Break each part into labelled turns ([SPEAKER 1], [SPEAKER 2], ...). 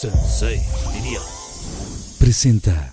[SPEAKER 1] Sensei, diría. Presenta.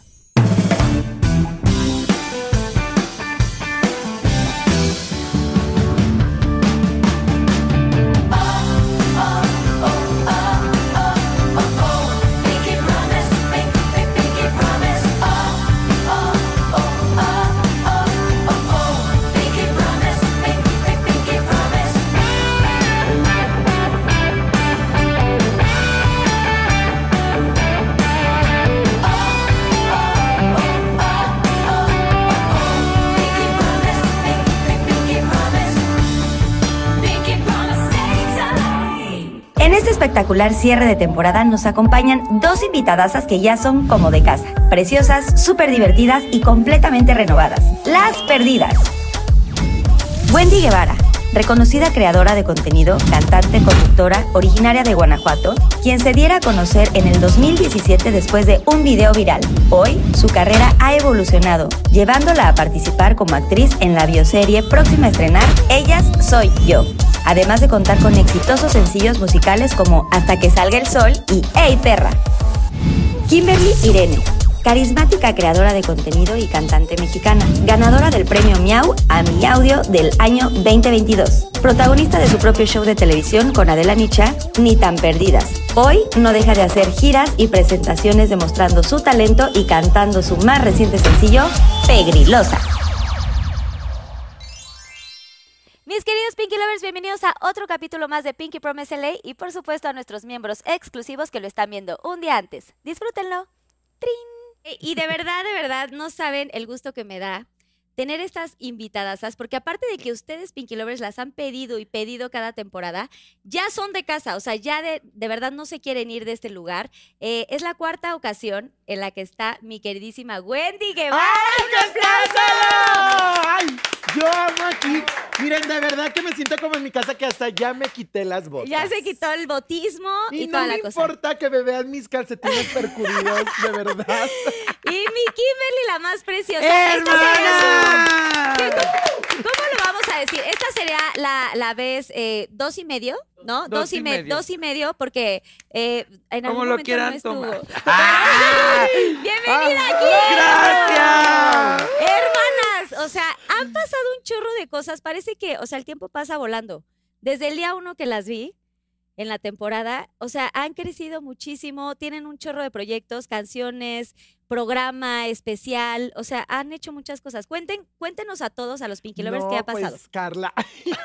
[SPEAKER 2] En este espectacular cierre de temporada nos acompañan dos invitadasas que ya son como de casa, preciosas, súper divertidas y completamente renovadas. Las perdidas. Wendy Guevara, reconocida creadora de contenido, cantante, conductora, originaria de Guanajuato, quien se diera a conocer en el 2017 después de un video viral. Hoy, su carrera ha evolucionado, llevándola a participar como actriz en la bioserie próxima a estrenar Ellas Soy Yo. Además de contar con exitosos sencillos musicales como Hasta que salga el sol y Hey perra. Kimberly Irene, carismática creadora de contenido y cantante mexicana, ganadora del premio Miau a Mi Audio del año 2022, protagonista de su propio show de televisión con Adela Micha, Ni tan perdidas. Hoy no deja de hacer giras y presentaciones demostrando su talento y cantando su más reciente sencillo, Pegrilosa.
[SPEAKER 3] Mis queridos Pinky Lovers, bienvenidos a otro capítulo más de Pinky Promise LA y por supuesto a nuestros miembros exclusivos que lo están viendo un día antes. Disfrútenlo. ¡Trin! Eh, Y de verdad, de verdad, no saben el gusto que me da tener estas invitadasas, porque aparte de que ustedes, Pinky Lovers, las han pedido y pedido cada temporada, ya son de casa, o sea, ya de, de verdad no se quieren ir de este lugar. Eh, es la cuarta ocasión en la que está mi queridísima Wendy Guevara.
[SPEAKER 4] ¡Ay,
[SPEAKER 3] ¡Un aplauso!
[SPEAKER 4] aplauso! ¡Ay! Yo amo aquí. Miren, de verdad que me siento como en mi casa que hasta ya me quité las botas.
[SPEAKER 3] Ya se quitó el botismo y,
[SPEAKER 4] Y no
[SPEAKER 3] toda
[SPEAKER 4] me
[SPEAKER 3] la cosa.
[SPEAKER 4] importa que me vean mis calcetines percudidos, de verdad.
[SPEAKER 3] Y mi Kimberly, la más preciosa. Esta sería su-
[SPEAKER 4] ¡Hermana!
[SPEAKER 3] ¿Cómo lo vamos a decir? Esta sería la, la vez eh, dos y medio, ¿no?
[SPEAKER 5] Dos
[SPEAKER 3] Dos y,
[SPEAKER 5] y
[SPEAKER 3] me-
[SPEAKER 5] medio.
[SPEAKER 3] dos y medio, porque eh, en
[SPEAKER 5] Como
[SPEAKER 3] algún
[SPEAKER 5] lo
[SPEAKER 3] momento
[SPEAKER 5] quieran
[SPEAKER 3] no estuvo.
[SPEAKER 5] tomar.
[SPEAKER 4] ¡Ah!
[SPEAKER 3] ¡Bienvenida
[SPEAKER 4] Ah,
[SPEAKER 3] aquí!
[SPEAKER 5] Ah, ¡Gracias!
[SPEAKER 3] Hermanas, o sea, han pasado un chorro de cosas. Parece que, o sea, el tiempo pasa volando. Desde el día uno que las vi en la temporada, o sea, han crecido muchísimo, tienen un chorro de proyectos, canciones, programa especial, o sea, han hecho muchas cosas. Cuenten, cuéntenos a todos, a los Pinky Lovers,
[SPEAKER 4] No,
[SPEAKER 3] qué ha pasado.
[SPEAKER 4] Pues, Carla,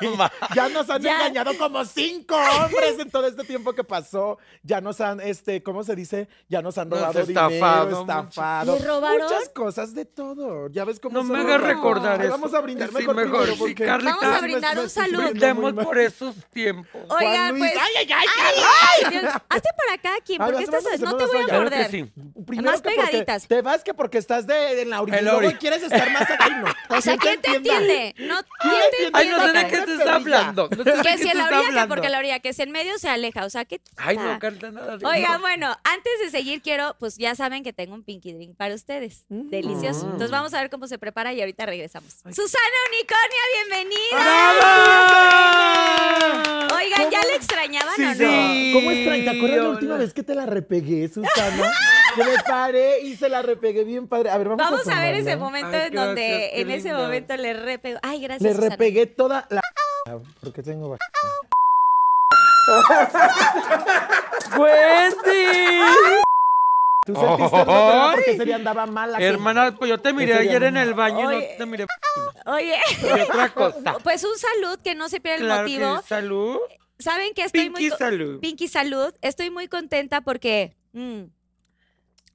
[SPEAKER 4] ya nos han
[SPEAKER 3] Ya.
[SPEAKER 4] engañado como cinco hombres en todo este tiempo que pasó. Ya nos han, este, ¿cómo se dice? Ya nos han
[SPEAKER 5] Nos
[SPEAKER 4] robado
[SPEAKER 5] estafado
[SPEAKER 4] dinero,
[SPEAKER 5] mucho.
[SPEAKER 4] estafado.
[SPEAKER 3] ¿Le robaron?
[SPEAKER 4] Muchas cosas de todo. Ya ves cómo
[SPEAKER 5] No me
[SPEAKER 4] son
[SPEAKER 5] hagas
[SPEAKER 4] los-
[SPEAKER 5] recordar
[SPEAKER 4] Ay,
[SPEAKER 5] eso.
[SPEAKER 4] Vamos a brindar
[SPEAKER 5] Sí,
[SPEAKER 4] mejor,
[SPEAKER 5] mejor,
[SPEAKER 4] primero
[SPEAKER 5] sí,
[SPEAKER 4] porque-
[SPEAKER 5] Carlita.
[SPEAKER 3] Vamos a brindar
[SPEAKER 4] Me-
[SPEAKER 3] un
[SPEAKER 4] me-
[SPEAKER 3] salud.
[SPEAKER 5] Brindemos
[SPEAKER 4] muy
[SPEAKER 5] por
[SPEAKER 4] mal.
[SPEAKER 5] esos tiempos.
[SPEAKER 4] Juan
[SPEAKER 3] Oigan,
[SPEAKER 4] Luis.
[SPEAKER 3] pues.
[SPEAKER 4] Ay, ay, ay,
[SPEAKER 3] ¡Ay! Dios, hazte para acá, Kim,
[SPEAKER 4] A ver,
[SPEAKER 3] porque estás.
[SPEAKER 4] hacemos-
[SPEAKER 3] No te
[SPEAKER 4] hacemos
[SPEAKER 3] voy a
[SPEAKER 4] una
[SPEAKER 5] Claro
[SPEAKER 3] morder.
[SPEAKER 5] que sí.
[SPEAKER 4] Primero
[SPEAKER 3] Más
[SPEAKER 4] que porque
[SPEAKER 3] pegaditas.
[SPEAKER 4] Te vas que porque estás de, en la orilla.
[SPEAKER 5] El
[SPEAKER 4] Y luego
[SPEAKER 5] ori.
[SPEAKER 4] quieres estar más aquí, ¿no?
[SPEAKER 3] O sea,
[SPEAKER 4] ¿Quién
[SPEAKER 3] ¿quién te entiende? No, ¿quién
[SPEAKER 4] ¿Quién te
[SPEAKER 3] te
[SPEAKER 4] entiende?
[SPEAKER 5] Ay, no sé
[SPEAKER 3] entiende?
[SPEAKER 5] de qué te
[SPEAKER 4] Perrilla.
[SPEAKER 5] está hablando. No sé de
[SPEAKER 3] Que
[SPEAKER 5] qué
[SPEAKER 3] Pues si
[SPEAKER 5] te
[SPEAKER 3] en la
[SPEAKER 5] está
[SPEAKER 3] orilla, que
[SPEAKER 5] hablando.
[SPEAKER 3] porque la orilla, que si en medio se aleja. O sea, que.
[SPEAKER 5] Ay, no, Carla, nada de
[SPEAKER 3] Oigan,
[SPEAKER 5] eso.
[SPEAKER 3] bueno, antes de seguir, quiero, pues ya saben que tengo un pinky drink para ustedes. Delicioso. Entonces vamos a ver cómo se prepara y ahorita regresamos. Susana Unicornia, bienvenida.
[SPEAKER 5] ¡Bravo!
[SPEAKER 3] Oigan, ¿ya le extrañaban
[SPEAKER 5] Sí,
[SPEAKER 3] o no?
[SPEAKER 5] sí.
[SPEAKER 4] ¿Cómo extraña? ¿Te acuerdas la
[SPEAKER 5] hola.
[SPEAKER 4] última vez que te la repegué, Susana? que me paré y se la repegué bien padre. A ver, vamos,
[SPEAKER 3] Vamos a ver ese
[SPEAKER 4] tomarla.
[SPEAKER 3] momento
[SPEAKER 5] Ay,
[SPEAKER 3] en donde,
[SPEAKER 5] gracias, qué
[SPEAKER 3] en ese
[SPEAKER 5] linda.
[SPEAKER 3] momento le repego. Ay, gracias.
[SPEAKER 4] Le
[SPEAKER 3] Susana.
[SPEAKER 4] repegué toda la... Porque tengo... va-
[SPEAKER 5] Este. ¡Wendy!
[SPEAKER 4] Tú sentiste el otro lado porque sería andaba mal así.
[SPEAKER 5] Hermana, pues yo te miré
[SPEAKER 4] Eso ya
[SPEAKER 5] ayer
[SPEAKER 4] no.
[SPEAKER 5] en el baño y
[SPEAKER 3] Oye.
[SPEAKER 5] no te miré.
[SPEAKER 3] Oye,
[SPEAKER 5] Y otra cosa.
[SPEAKER 3] pues un salud que no se pierda el
[SPEAKER 5] Claro
[SPEAKER 3] motivo.
[SPEAKER 5] que salud.
[SPEAKER 3] Saben que estoy muy
[SPEAKER 5] Pinky
[SPEAKER 3] co-
[SPEAKER 5] salud.
[SPEAKER 3] Pinky Salud. Estoy muy contenta porque mm,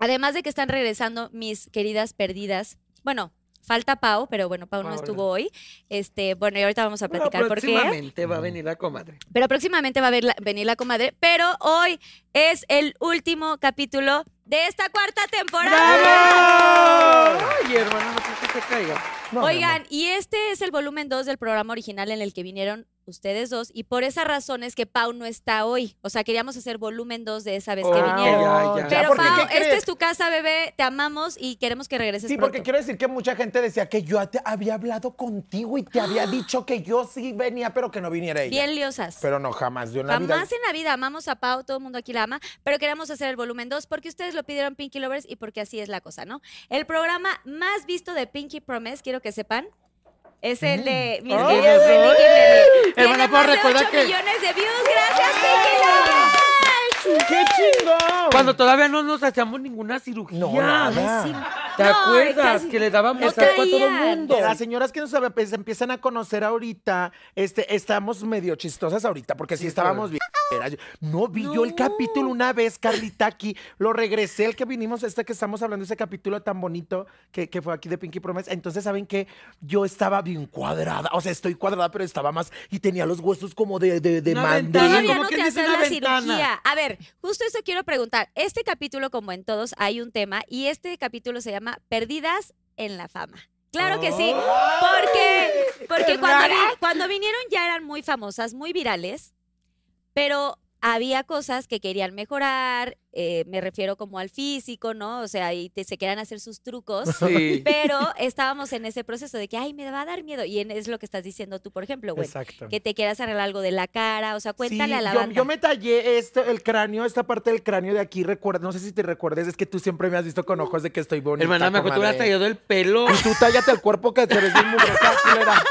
[SPEAKER 3] además de que están regresando mis queridas perdidas, bueno, falta Pau, pero bueno, Pau no
[SPEAKER 5] Paola.
[SPEAKER 3] estuvo hoy. Este, bueno, y ahorita vamos a
[SPEAKER 5] Bueno,
[SPEAKER 3] platicar por qué.
[SPEAKER 5] próximamente va a venir la comadre.
[SPEAKER 3] Pero próximamente va a ver la- venir la comadre, pero hoy es el último capítulo de esta cuarta temporada.
[SPEAKER 5] ¡Bravo! Ay, hermana, no sé que te caiga.
[SPEAKER 4] No, mi amor.
[SPEAKER 3] Oigan, y este es el volumen 2 del programa original en el que vinieron ustedes dos, y por esa razón es que Pau no está hoy. O sea, queríamos hacer volumen 2 de esa vez que
[SPEAKER 5] Oh,
[SPEAKER 3] vinieron.
[SPEAKER 5] ya, ya.
[SPEAKER 3] Pero
[SPEAKER 4] porque,
[SPEAKER 3] Pau,
[SPEAKER 4] ¿qué
[SPEAKER 3] esta
[SPEAKER 4] crees?
[SPEAKER 3] es tu casa, bebé, te amamos y queremos que regreses
[SPEAKER 4] Sí, porque
[SPEAKER 3] pronto.
[SPEAKER 4] quiero decir que mucha gente decía que yo te había hablado contigo y te
[SPEAKER 3] ¡Ah!
[SPEAKER 4] había dicho que yo sí venía, pero que no viniera ella.
[SPEAKER 3] Bien liosas.
[SPEAKER 4] Pero no, jamás, de una vida.
[SPEAKER 3] Jamás en la vida amamos a Pau, todo el mundo aquí la ama, pero queremos hacer el volumen 2 porque ustedes lo pidieron Pinky Lovers y porque así es la cosa, ¿no? El programa más visto de Pinky Promise, quiero que sepan, es el de
[SPEAKER 4] Mm.
[SPEAKER 3] mis
[SPEAKER 4] Oh,
[SPEAKER 5] ¡Ay!
[SPEAKER 3] queridos de Nicky
[SPEAKER 4] Eh,
[SPEAKER 3] Bebe. Tiene
[SPEAKER 4] pues
[SPEAKER 5] Hermana,
[SPEAKER 3] más
[SPEAKER 5] ¿puedo
[SPEAKER 3] de
[SPEAKER 5] recordar
[SPEAKER 3] 8
[SPEAKER 5] que-
[SPEAKER 3] millones de views, gracias Pinky Lovers.
[SPEAKER 4] ¡Qué chingón!
[SPEAKER 5] Cuando todavía no nos hacíamos ninguna cirugía.
[SPEAKER 4] No, nada.
[SPEAKER 5] ¿Te
[SPEAKER 3] No,
[SPEAKER 5] acuerdas
[SPEAKER 3] casi-
[SPEAKER 5] que le dábamos
[SPEAKER 3] no
[SPEAKER 5] saco a todo el
[SPEAKER 3] caían.
[SPEAKER 5] mundo?
[SPEAKER 4] Que Las señoras que nos saben, pues, empiezan a conocer ahorita, este, estamos medio chistosas ahorita, porque sí
[SPEAKER 5] Sí,
[SPEAKER 4] estábamos bien. Yo- No vi yo el
[SPEAKER 3] No.
[SPEAKER 4] capítulo una vez, Carlita, aquí. Lo regresé, el que vinimos, este que estamos hablando, ese capítulo tan bonito que, que fue aquí de Pinky Promise. Entonces, ¿saben que Yo estaba bien cuadrada. O sea, estoy cuadrada, pero estaba más y tenía los huesos como de, de, de
[SPEAKER 5] Una
[SPEAKER 4] mandril.
[SPEAKER 5] ventana,
[SPEAKER 3] Todavía
[SPEAKER 5] como
[SPEAKER 3] no
[SPEAKER 5] quien
[SPEAKER 3] te
[SPEAKER 5] dice,
[SPEAKER 3] haces
[SPEAKER 5] una
[SPEAKER 3] la
[SPEAKER 5] ventana.
[SPEAKER 3] cirugía. A ver, justo eso quiero preguntar. Este capítulo, como en todos, hay un tema y este capítulo se llama Perdidas en la fama. Claro que sí, porque, porque cuando, vi- cuando vinieron ya eran muy famosas, muy virales, pero había cosas que querían mejorar, eh, me refiero como al físico, ¿no? O sea, y te- se querían hacer sus trucos.
[SPEAKER 5] Sí.
[SPEAKER 3] Pero estábamos en ese proceso de que, ay, me va a dar miedo. Y en- es lo que estás diciendo tú, por ejemplo, güey
[SPEAKER 4] Exacto.
[SPEAKER 3] que te quieras arreglar algo de la cara, o sea, cuéntale
[SPEAKER 4] Sí,
[SPEAKER 3] a la
[SPEAKER 4] yo,
[SPEAKER 3] banda.
[SPEAKER 4] yo me tallé este, el cráneo, esta parte del cráneo de aquí, recuerda, no sé si te recuerdes, es que tú siempre me has visto con ojos de que estoy bonita.
[SPEAKER 5] Hermana, me acuerdo que tú le has
[SPEAKER 4] comadre.
[SPEAKER 5] tallado el pelo.
[SPEAKER 4] Y tú tállate el cuerpo que te ves bien mugrosa, culera.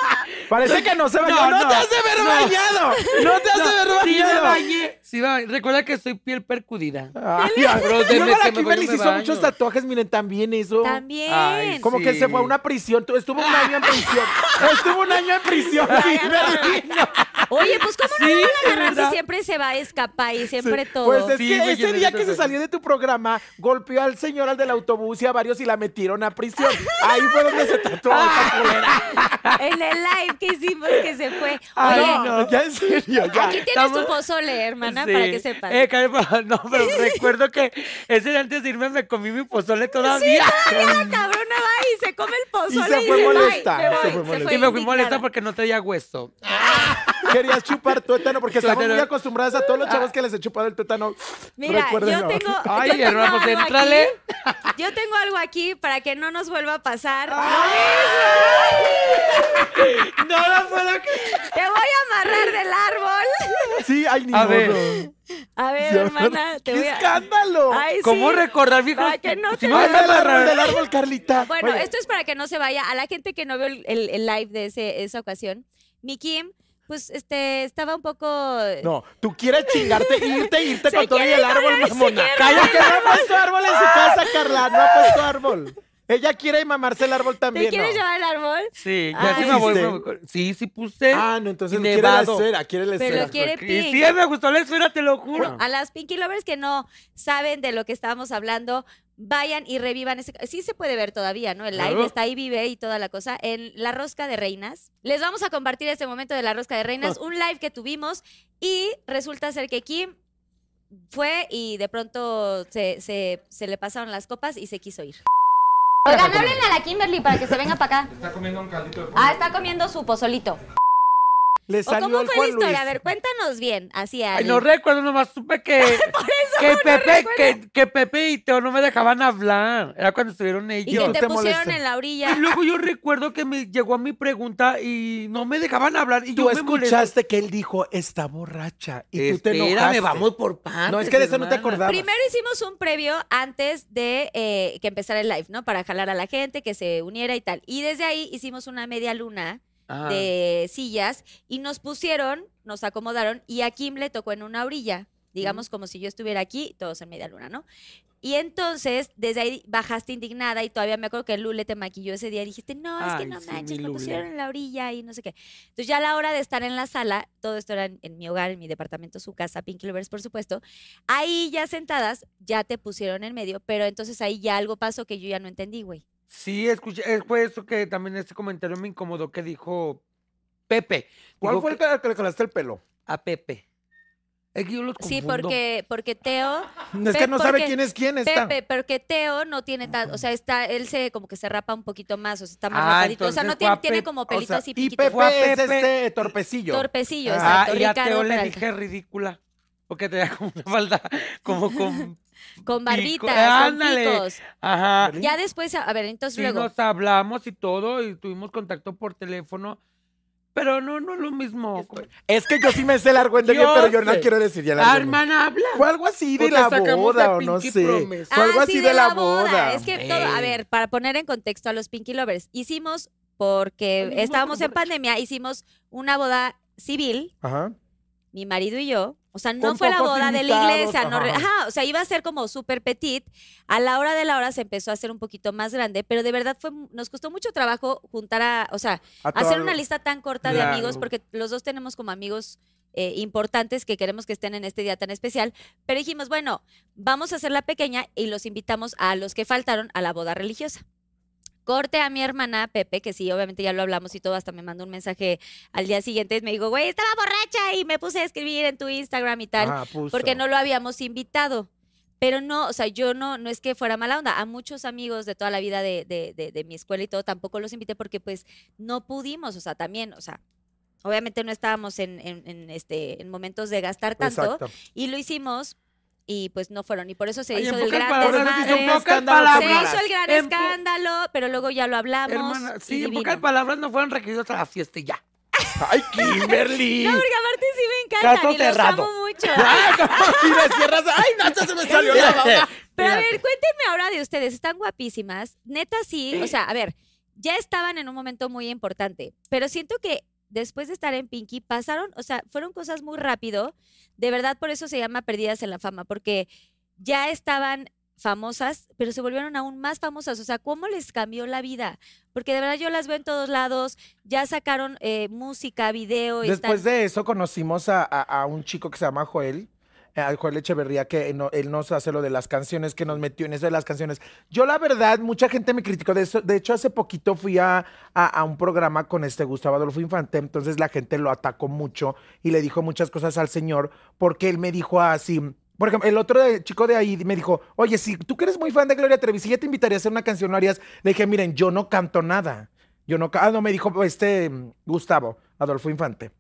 [SPEAKER 4] Parece que no se
[SPEAKER 5] No,
[SPEAKER 4] bañó. No,
[SPEAKER 5] no,
[SPEAKER 4] te has de ver
[SPEAKER 5] no.
[SPEAKER 4] bañado. No te has de ver
[SPEAKER 5] sí me
[SPEAKER 4] bañado.
[SPEAKER 5] bañé. Sí, me bañé. Recuerda que soy piel percudida.
[SPEAKER 4] Ay,
[SPEAKER 5] Pero desde
[SPEAKER 4] Luego
[SPEAKER 5] que
[SPEAKER 4] la
[SPEAKER 5] me
[SPEAKER 4] Kimberly
[SPEAKER 5] baño,
[SPEAKER 4] se
[SPEAKER 5] me
[SPEAKER 4] hizo
[SPEAKER 5] baño.
[SPEAKER 4] muchos tatuajes, miren, también eso.
[SPEAKER 3] También.
[SPEAKER 5] Ay,
[SPEAKER 4] Como que
[SPEAKER 5] Sí.
[SPEAKER 4] se fue a una prisión, tu- estuvo un año en prisión. estuvo un año en prisión, Kimberly.
[SPEAKER 3] Oye, pues cómo no
[SPEAKER 5] Sí,
[SPEAKER 3] le van a
[SPEAKER 5] de
[SPEAKER 3] agarrar
[SPEAKER 5] verdad.
[SPEAKER 3] si siempre se va a escapar y siempre todo.
[SPEAKER 4] Pues es
[SPEAKER 5] Sí,
[SPEAKER 4] que
[SPEAKER 5] güey, yo
[SPEAKER 4] ese
[SPEAKER 5] le
[SPEAKER 4] día
[SPEAKER 5] vi
[SPEAKER 4] que se
[SPEAKER 5] tatuajes.
[SPEAKER 4] salió de tu programa, golpeó al señor al del autobús y a varios y la metieron a prisión. Ahí fue donde se tatuó esta culera.
[SPEAKER 3] En el live que hicimos que se fue. Oye,
[SPEAKER 5] Ay, no.
[SPEAKER 4] Ya en serio, ya.
[SPEAKER 3] aquí tienes
[SPEAKER 5] estamos-
[SPEAKER 3] tu pozole, hermana, para
[SPEAKER 5] Sí.
[SPEAKER 3] que sepas.
[SPEAKER 5] Eh, Karen, pero- no, pero recuerdo que ese día antes de irme me comí mi pozole todavía.
[SPEAKER 3] Ay, la cabrona va y se come el pozole.
[SPEAKER 4] se fue
[SPEAKER 3] dice, "Bye,
[SPEAKER 4] molesta,
[SPEAKER 3] me
[SPEAKER 4] se
[SPEAKER 3] voy".
[SPEAKER 4] fue molesta.
[SPEAKER 5] y me fui
[SPEAKER 3] indignada.
[SPEAKER 5] molesta porque no traía hueso.
[SPEAKER 4] Querías chupar tuétano porque estamos
[SPEAKER 5] Tuétano. Ah.
[SPEAKER 4] muy acostumbradas a todos los chavos que les he chupado el tuétano.
[SPEAKER 3] Mira,
[SPEAKER 4] Recuérdenlo.
[SPEAKER 3] yo tengo.
[SPEAKER 5] Ay,
[SPEAKER 3] yo tengo
[SPEAKER 5] hermana, pues,
[SPEAKER 3] algo aquí.
[SPEAKER 5] éntrale.
[SPEAKER 3] Yo tengo algo aquí para que no nos vuelva a pasar.
[SPEAKER 5] No lo puedo creer.
[SPEAKER 3] Te voy a amarrar del árbol.
[SPEAKER 4] Sí, ay, ni
[SPEAKER 5] A
[SPEAKER 4] modo.
[SPEAKER 5] ver.
[SPEAKER 3] A ver,
[SPEAKER 4] Sí,
[SPEAKER 3] Eh, hermana, te
[SPEAKER 4] ¡Qué
[SPEAKER 3] voy a.
[SPEAKER 4] escándalo!
[SPEAKER 3] Ay,
[SPEAKER 5] ¿Cómo
[SPEAKER 3] sí.
[SPEAKER 5] recordar, viejos?
[SPEAKER 3] Para que no
[SPEAKER 5] Si
[SPEAKER 3] te-
[SPEAKER 5] me
[SPEAKER 4] ¡Ay,
[SPEAKER 5] vas a
[SPEAKER 4] del árbol,
[SPEAKER 5] amarrar-
[SPEAKER 4] del árbol, Carlita!
[SPEAKER 3] Bueno,
[SPEAKER 4] Oye,
[SPEAKER 3] esto es para que no se vaya. A la gente que no vio el, el- el live de ese- esa ocasión, mi Kim, pues este, estaba un poco.
[SPEAKER 4] No, tú quieres chingarte, irte, irte
[SPEAKER 3] Se
[SPEAKER 4] con todo y
[SPEAKER 3] quiere
[SPEAKER 4] el
[SPEAKER 3] ir con
[SPEAKER 4] árbol,
[SPEAKER 3] él, se
[SPEAKER 4] mamona.
[SPEAKER 3] quiere
[SPEAKER 4] ¡Cállate! No ha puesto árbol en su casa, Carla. No ha puesto árbol. Ella quiere mamarse el árbol
[SPEAKER 3] ¿Te
[SPEAKER 4] también,
[SPEAKER 3] quieres
[SPEAKER 4] ¿no?
[SPEAKER 3] llevar el árbol?
[SPEAKER 5] Sí,
[SPEAKER 3] Ay.
[SPEAKER 5] ya sí me voy.
[SPEAKER 4] ¿Pusiste?
[SPEAKER 5] me voy. Sí, sí puse.
[SPEAKER 4] Ah, no, entonces
[SPEAKER 5] Y
[SPEAKER 4] quiere la
[SPEAKER 5] nevado.
[SPEAKER 4] esfera, quiere la
[SPEAKER 3] Pero
[SPEAKER 4] esfera.
[SPEAKER 3] lo quiere
[SPEAKER 5] Y
[SPEAKER 3] Pink.
[SPEAKER 5] sí, me gustó la esfera, te lo juro.
[SPEAKER 3] A las Pinky Lovers que no saben de lo que estábamos hablando, vayan y revivan ese. Sí se puede ver todavía, ¿no? El live
[SPEAKER 5] Claro.
[SPEAKER 3] está ahí, vive y toda la cosa. En La Rosca de Reinas. Les vamos a compartir este momento de La Rosca de Reinas, un live que tuvimos y resulta ser que Kim fue y de pronto se, se- se le pasaron las copas y se quiso ir. Oigan, háblenle a la Kimberly para que se venga para acá. Está comiendo un caldito. Ah, está comiendo su pozolito.
[SPEAKER 4] Le
[SPEAKER 3] ¿O
[SPEAKER 4] salió
[SPEAKER 3] cómo
[SPEAKER 4] el
[SPEAKER 3] fue la
[SPEAKER 4] Juan
[SPEAKER 3] historia?
[SPEAKER 4] Luis.
[SPEAKER 3] A ver, cuéntanos bien. Así,
[SPEAKER 5] Ay,
[SPEAKER 3] Ale.
[SPEAKER 5] no recuerdo, nomás supe que, que, Pepe, que, que Pepe y Teo no me dejaban hablar. Era cuando estuvieron
[SPEAKER 3] Y
[SPEAKER 5] ellos.
[SPEAKER 3] que
[SPEAKER 4] no
[SPEAKER 3] te,
[SPEAKER 4] te
[SPEAKER 3] pusieron
[SPEAKER 4] molesta.
[SPEAKER 3] en la orilla.
[SPEAKER 5] Y luego yo recuerdo que me llegó a mi pregunta y no me dejaban hablar. Y
[SPEAKER 4] Tú
[SPEAKER 5] yo me molesté.
[SPEAKER 4] escuchaste que él dijo, está borracha. Y tú te
[SPEAKER 5] Espérame,
[SPEAKER 4] enojaste.
[SPEAKER 5] vamos por partes.
[SPEAKER 4] No, es que de eso no te
[SPEAKER 5] hermana.
[SPEAKER 4] acordabas.
[SPEAKER 3] Primero hicimos un previo antes de eh, que empezara el live, ¿no? Para jalar a la gente, que se uniera y tal. Y desde ahí hicimos una media luna
[SPEAKER 5] Ah.
[SPEAKER 3] de sillas y nos pusieron, nos acomodaron y a Kim le tocó en una orilla, digamos como si yo estuviera aquí, todos en media luna, ¿no? Y entonces, desde ahí bajaste indignada y todavía me acuerdo que Lule te maquilló ese día y dijiste, no, es que
[SPEAKER 5] Ay,
[SPEAKER 3] no
[SPEAKER 5] sí,
[SPEAKER 3] manches,
[SPEAKER 5] mi
[SPEAKER 3] me
[SPEAKER 5] Lule.
[SPEAKER 3] pusieron en la orilla y no sé qué. Entonces, ya a la hora de estar en la sala, todo esto era en, en mi hogar, en mi departamento, su casa, Pinky Lovers, por supuesto, ahí ya sentadas, ya te pusieron en medio, pero entonces ahí ya algo pasó que yo ya no entendí, güey.
[SPEAKER 5] Sí, escuché, eh, fue eso que también este comentario me incomodó que dijo Pepe.
[SPEAKER 4] ¿Cuál
[SPEAKER 5] Digo
[SPEAKER 4] fue el
[SPEAKER 5] que-
[SPEAKER 4] que que le calaste el pelo?
[SPEAKER 5] A Pepe. Es que yo los
[SPEAKER 3] Sí,
[SPEAKER 5] confundo.
[SPEAKER 3] porque, porque Teo.
[SPEAKER 4] Es que
[SPEAKER 3] Pe-
[SPEAKER 4] no sabe
[SPEAKER 3] porque-
[SPEAKER 4] quién es quién está.
[SPEAKER 3] Pepe, porque Teo no tiene tanto. O sea, está, él se como que se rapa un poquito más, o sea, está más
[SPEAKER 5] Ah,
[SPEAKER 3] rapadito. O sea,
[SPEAKER 5] entonces
[SPEAKER 3] no
[SPEAKER 5] fue
[SPEAKER 3] tiene,
[SPEAKER 5] a
[SPEAKER 3] tiene
[SPEAKER 5] Pepe,
[SPEAKER 3] como
[SPEAKER 4] O
[SPEAKER 3] pelitos
[SPEAKER 4] sea,
[SPEAKER 3] así
[SPEAKER 4] y
[SPEAKER 3] piquitos.
[SPEAKER 5] Fue a
[SPEAKER 4] Pepe es
[SPEAKER 5] Pepe.
[SPEAKER 4] este torpecillo.
[SPEAKER 3] Torpecillo,
[SPEAKER 5] Ah,
[SPEAKER 3] exacto.
[SPEAKER 5] y a
[SPEAKER 3] Ricardo
[SPEAKER 5] Teo le
[SPEAKER 3] Peralta.
[SPEAKER 5] dije ridícula. Porque tenía como una falda, como con.
[SPEAKER 3] Con barbitas, con
[SPEAKER 5] Ándale.
[SPEAKER 3] picos.
[SPEAKER 5] Ajá.
[SPEAKER 4] ¿Verdad?
[SPEAKER 3] Ya después, a ver, entonces
[SPEAKER 5] Sí,
[SPEAKER 3] luego. Ah,
[SPEAKER 5] nos hablamos y todo, y tuvimos contacto por teléfono. Pero no, no es lo mismo.
[SPEAKER 4] Es que yo sí me sé el argüende bien,
[SPEAKER 5] Yo
[SPEAKER 4] pero yo no
[SPEAKER 5] sé.
[SPEAKER 4] quiero decir ya el
[SPEAKER 5] Ah,
[SPEAKER 4] argüende.
[SPEAKER 5] hermana, habla.
[SPEAKER 4] Fue algo así de
[SPEAKER 5] Porque
[SPEAKER 4] la
[SPEAKER 5] sacamos
[SPEAKER 4] boda
[SPEAKER 5] de
[SPEAKER 4] o no
[SPEAKER 5] Pinky
[SPEAKER 4] sé.
[SPEAKER 5] Promise.
[SPEAKER 4] Fue algo
[SPEAKER 3] Ah,
[SPEAKER 4] así
[SPEAKER 3] sí,
[SPEAKER 4] de, la boda.
[SPEAKER 3] Es que todo, a
[SPEAKER 5] Ey.
[SPEAKER 3] ver, para poner en contexto a los Pinky Lovers, hicimos, porque
[SPEAKER 5] Ay, no,
[SPEAKER 3] estábamos
[SPEAKER 5] no,
[SPEAKER 3] en
[SPEAKER 5] no,
[SPEAKER 3] pandemia, hicimos una boda civil,
[SPEAKER 4] Ajá.
[SPEAKER 3] mi marido y yo. O sea, no
[SPEAKER 4] Con
[SPEAKER 3] fue la
[SPEAKER 4] pocos
[SPEAKER 3] boda de la
[SPEAKER 4] invitados,
[SPEAKER 3] iglesia. No, re-
[SPEAKER 4] ajá.
[SPEAKER 3] ajá, o sea, iba a ser como súper petit. A la hora de la hora se empezó a hacer un poquito más grande, pero de verdad fue, nos costó mucho trabajo juntar a, o sea,
[SPEAKER 4] A
[SPEAKER 3] hacer
[SPEAKER 4] toda-
[SPEAKER 3] una lista tan corta de
[SPEAKER 5] Claro.
[SPEAKER 3] amigos, porque los dos tenemos como amigos eh, importantes que queremos que estén en este día tan especial, pero dijimos, bueno, vamos a hacerla pequeña y los invitamos a los que faltaron a la boda religiosa. Corte a mi hermana Pepe, que sí, obviamente ya lo hablamos y todo, hasta me mandó un mensaje al día siguiente y me dijo, güey, estaba borracha y me puse a escribir en tu Instagram y tal,
[SPEAKER 4] Ajá, Ah, puso.
[SPEAKER 3] porque no lo habíamos invitado. Pero no, o sea, yo no, no es que fuera mala onda. A muchos amigos de toda la vida de, de- de- de mi escuela y todo, tampoco los invité porque pues no pudimos, o sea, también, o sea, obviamente no estábamos en, en- en, este, en momentos de gastar tanto
[SPEAKER 4] Exacto.
[SPEAKER 3] y lo hicimos y pues no fueron. Y por eso se
[SPEAKER 5] Ay,
[SPEAKER 3] hizo
[SPEAKER 5] en
[SPEAKER 3] el
[SPEAKER 5] pocas
[SPEAKER 3] gran
[SPEAKER 5] palabras,
[SPEAKER 3] desmadre,
[SPEAKER 5] en
[SPEAKER 4] un
[SPEAKER 5] pocas
[SPEAKER 4] escándalo
[SPEAKER 3] se
[SPEAKER 5] palabras.
[SPEAKER 3] hizo el gran
[SPEAKER 5] En po-
[SPEAKER 3] escándalo, pero luego ya lo hablamos.
[SPEAKER 5] Hermana,
[SPEAKER 3] y
[SPEAKER 5] sí, en
[SPEAKER 3] divino.
[SPEAKER 5] pocas palabras no fueron requeridos a la fiesta y ya.
[SPEAKER 4] ¡Ay, Kimberly!
[SPEAKER 3] No, porque aparte sí me encantan
[SPEAKER 5] Caso
[SPEAKER 3] y los
[SPEAKER 5] cerrado.
[SPEAKER 3] amo mucho.
[SPEAKER 4] y me cierras. ¡Ay, no! hasta se me salió la baba.
[SPEAKER 3] Pero a ver, cuéntenme ahora de ustedes, están guapísimas. Neta sí, o sea, a ver, ya estaban en un momento muy importante, pero siento que después de estar en Pinky pasaron, o sea, fueron cosas muy rápido. De verdad, por eso se llama Perdidas en la Fama, porque ya estaban famosas, pero se volvieron aún más famosas. O sea, ¿cómo les cambió la vida? Porque de verdad yo las veo en todos lados, ya sacaron eh, música, video, están-
[SPEAKER 4] Después de eso conocimos a, a- a un chico que se llama Joel. eh, A Joel Echeverría, que no- él nos hace lo de las canciones, que nos metió en eso de las canciones. Yo, la verdad, mucha gente me criticó de eso. De hecho, hace poquito fui a, a- a un programa con este Gustavo Adolfo Infante, entonces la gente lo atacó mucho y le dijo muchas cosas al señor, porque él me dijo así. Por ejemplo, el otro de- chico de ahí me dijo, oye, si tú que eres muy fan de Gloria Trevi, si ya te invitaría a hacer una canción, ¿no harías? Le dije, miren, yo no canto nada. Yo no, ca- ah, no, me dijo este mm, Gustavo Adolfo Infante.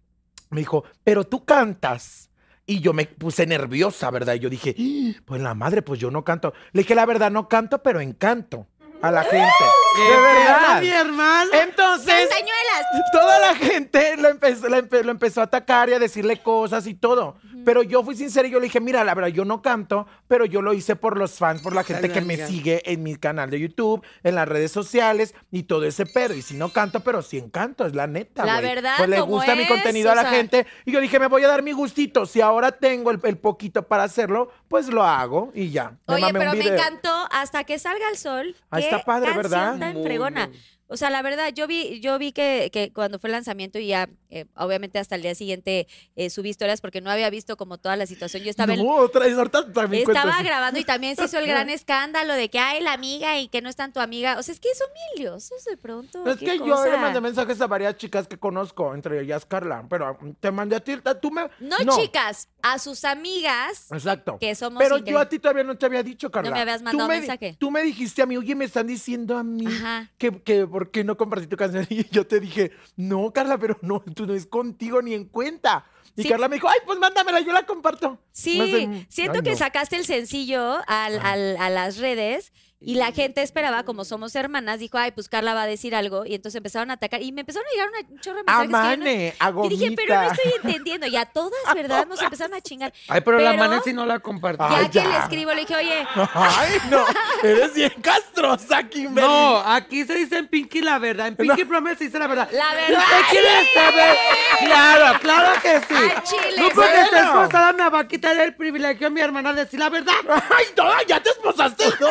[SPEAKER 4] Me dijo, pero tú cantas. Y yo me puse nerviosa, ¿verdad? Y yo dije, "Ih, pues la madre, pues yo no canto. Le dije, la verdad, no canto, pero encanto a la gente. De
[SPEAKER 5] verdad, mi
[SPEAKER 4] verdad.
[SPEAKER 5] hermana.
[SPEAKER 4] Entonces,
[SPEAKER 3] ¡Castañuelas!
[SPEAKER 4] toda la gente lo empezó, la empe- lo empezó a atacar y a decirle cosas y todo. Pero yo fui sincera y yo le dije, mira, la verdad, yo no canto, pero yo lo hice por los fans, por la gente
[SPEAKER 5] Salud,
[SPEAKER 4] que me
[SPEAKER 5] amiga.
[SPEAKER 4] sigue en mi canal de YouTube, en las redes sociales y todo ese pedo. Y si no canto, pero sí encanto, es la neta.
[SPEAKER 3] La
[SPEAKER 4] güey.
[SPEAKER 3] verdad,
[SPEAKER 4] Pues le
[SPEAKER 3] como
[SPEAKER 4] gusta mi
[SPEAKER 3] es,
[SPEAKER 4] contenido
[SPEAKER 3] o
[SPEAKER 4] a la
[SPEAKER 3] sea.
[SPEAKER 4] gente. Y yo dije, me voy a dar mi gustito. Si ahora tengo el, el poquito para hacerlo, pues lo hago y ya. Me
[SPEAKER 3] Oye,
[SPEAKER 4] mamé un
[SPEAKER 3] pero me
[SPEAKER 4] video.
[SPEAKER 3] encantó hasta que salga el sol.
[SPEAKER 4] Ah,
[SPEAKER 3] qué
[SPEAKER 4] está padre,
[SPEAKER 3] canción
[SPEAKER 4] ¿verdad?
[SPEAKER 3] Tan fregona. O sea, la verdad, yo vi, yo vi que, que cuando fue el lanzamiento y ya, eh, obviamente hasta el día siguiente eh, subí historias porque no había visto como toda la situación. Yo estaba, en-
[SPEAKER 4] No, otra vez, ahorita también
[SPEAKER 3] estaba
[SPEAKER 4] cuentas.
[SPEAKER 3] grabando y también se hizo el gran escándalo de que hay la amiga y que no es tan tu amiga. O sea, es que son milios, eso de pronto.
[SPEAKER 4] Es
[SPEAKER 3] qué
[SPEAKER 4] que yo
[SPEAKER 3] cosa.
[SPEAKER 4] le mandé mensajes a varias chicas que conozco, entre ellas Carla, pero mm, te mandé a ti, ta- tú me...
[SPEAKER 3] No, chicas, a sus amigas
[SPEAKER 4] Exacto.
[SPEAKER 3] que somos.
[SPEAKER 4] Pero
[SPEAKER 3] increíbles.
[SPEAKER 4] yo a ti todavía no te había dicho, Carla.
[SPEAKER 3] me habías
[SPEAKER 4] Tú
[SPEAKER 3] mandado
[SPEAKER 4] me di-
[SPEAKER 3] mensaje.
[SPEAKER 4] Tú me dijiste a mí, oye, me están diciendo a mí
[SPEAKER 3] Ajá.
[SPEAKER 4] que, que por qué no compartí tu canción. Y yo te dije, no, Carla, pero no, tú no es contigo ni en cuenta. Y
[SPEAKER 3] Sí.
[SPEAKER 4] Carla me dijo, ay, pues mándamela, yo la comparto.
[SPEAKER 3] Sí,
[SPEAKER 4] No sé,
[SPEAKER 3] siento
[SPEAKER 4] ay,
[SPEAKER 3] que
[SPEAKER 4] no.
[SPEAKER 3] sacaste el sencillo al- al- a las redes y la gente esperaba, como somos hermanas, dijo, ay, pues Carla va a decir algo. Y entonces empezaron a atacar y me empezaron a llegar una- un chorro de
[SPEAKER 4] A
[SPEAKER 3] mensajes. que yo no-
[SPEAKER 4] Mane, a
[SPEAKER 3] y dije, pero no
[SPEAKER 4] Gomita.
[SPEAKER 3] estoy entendiendo. Y a todas, ¿verdad? Nos empezaron a chingar.
[SPEAKER 5] Ay, pero, la
[SPEAKER 3] Pero-
[SPEAKER 5] mané si no la compartí.
[SPEAKER 3] Ya
[SPEAKER 4] Ay,
[SPEAKER 3] que
[SPEAKER 4] ya.
[SPEAKER 3] le escribo, le dije, oye,
[SPEAKER 4] Ay, no, eres bien castrosa, Kimberly.
[SPEAKER 5] No, aquí se dice en Pinky la verdad. En Pinky Promise se dice la verdad.
[SPEAKER 3] La
[SPEAKER 5] Si
[SPEAKER 3] verdad,
[SPEAKER 5] ¿Usted quiere saber? Claro, claro que sí.
[SPEAKER 3] Al chile,
[SPEAKER 5] No porque
[SPEAKER 4] bueno.
[SPEAKER 5] esté esposada me va a quitar el privilegio a mi hermana de decir la verdad.
[SPEAKER 4] Ay, no, ya te esposaste. No,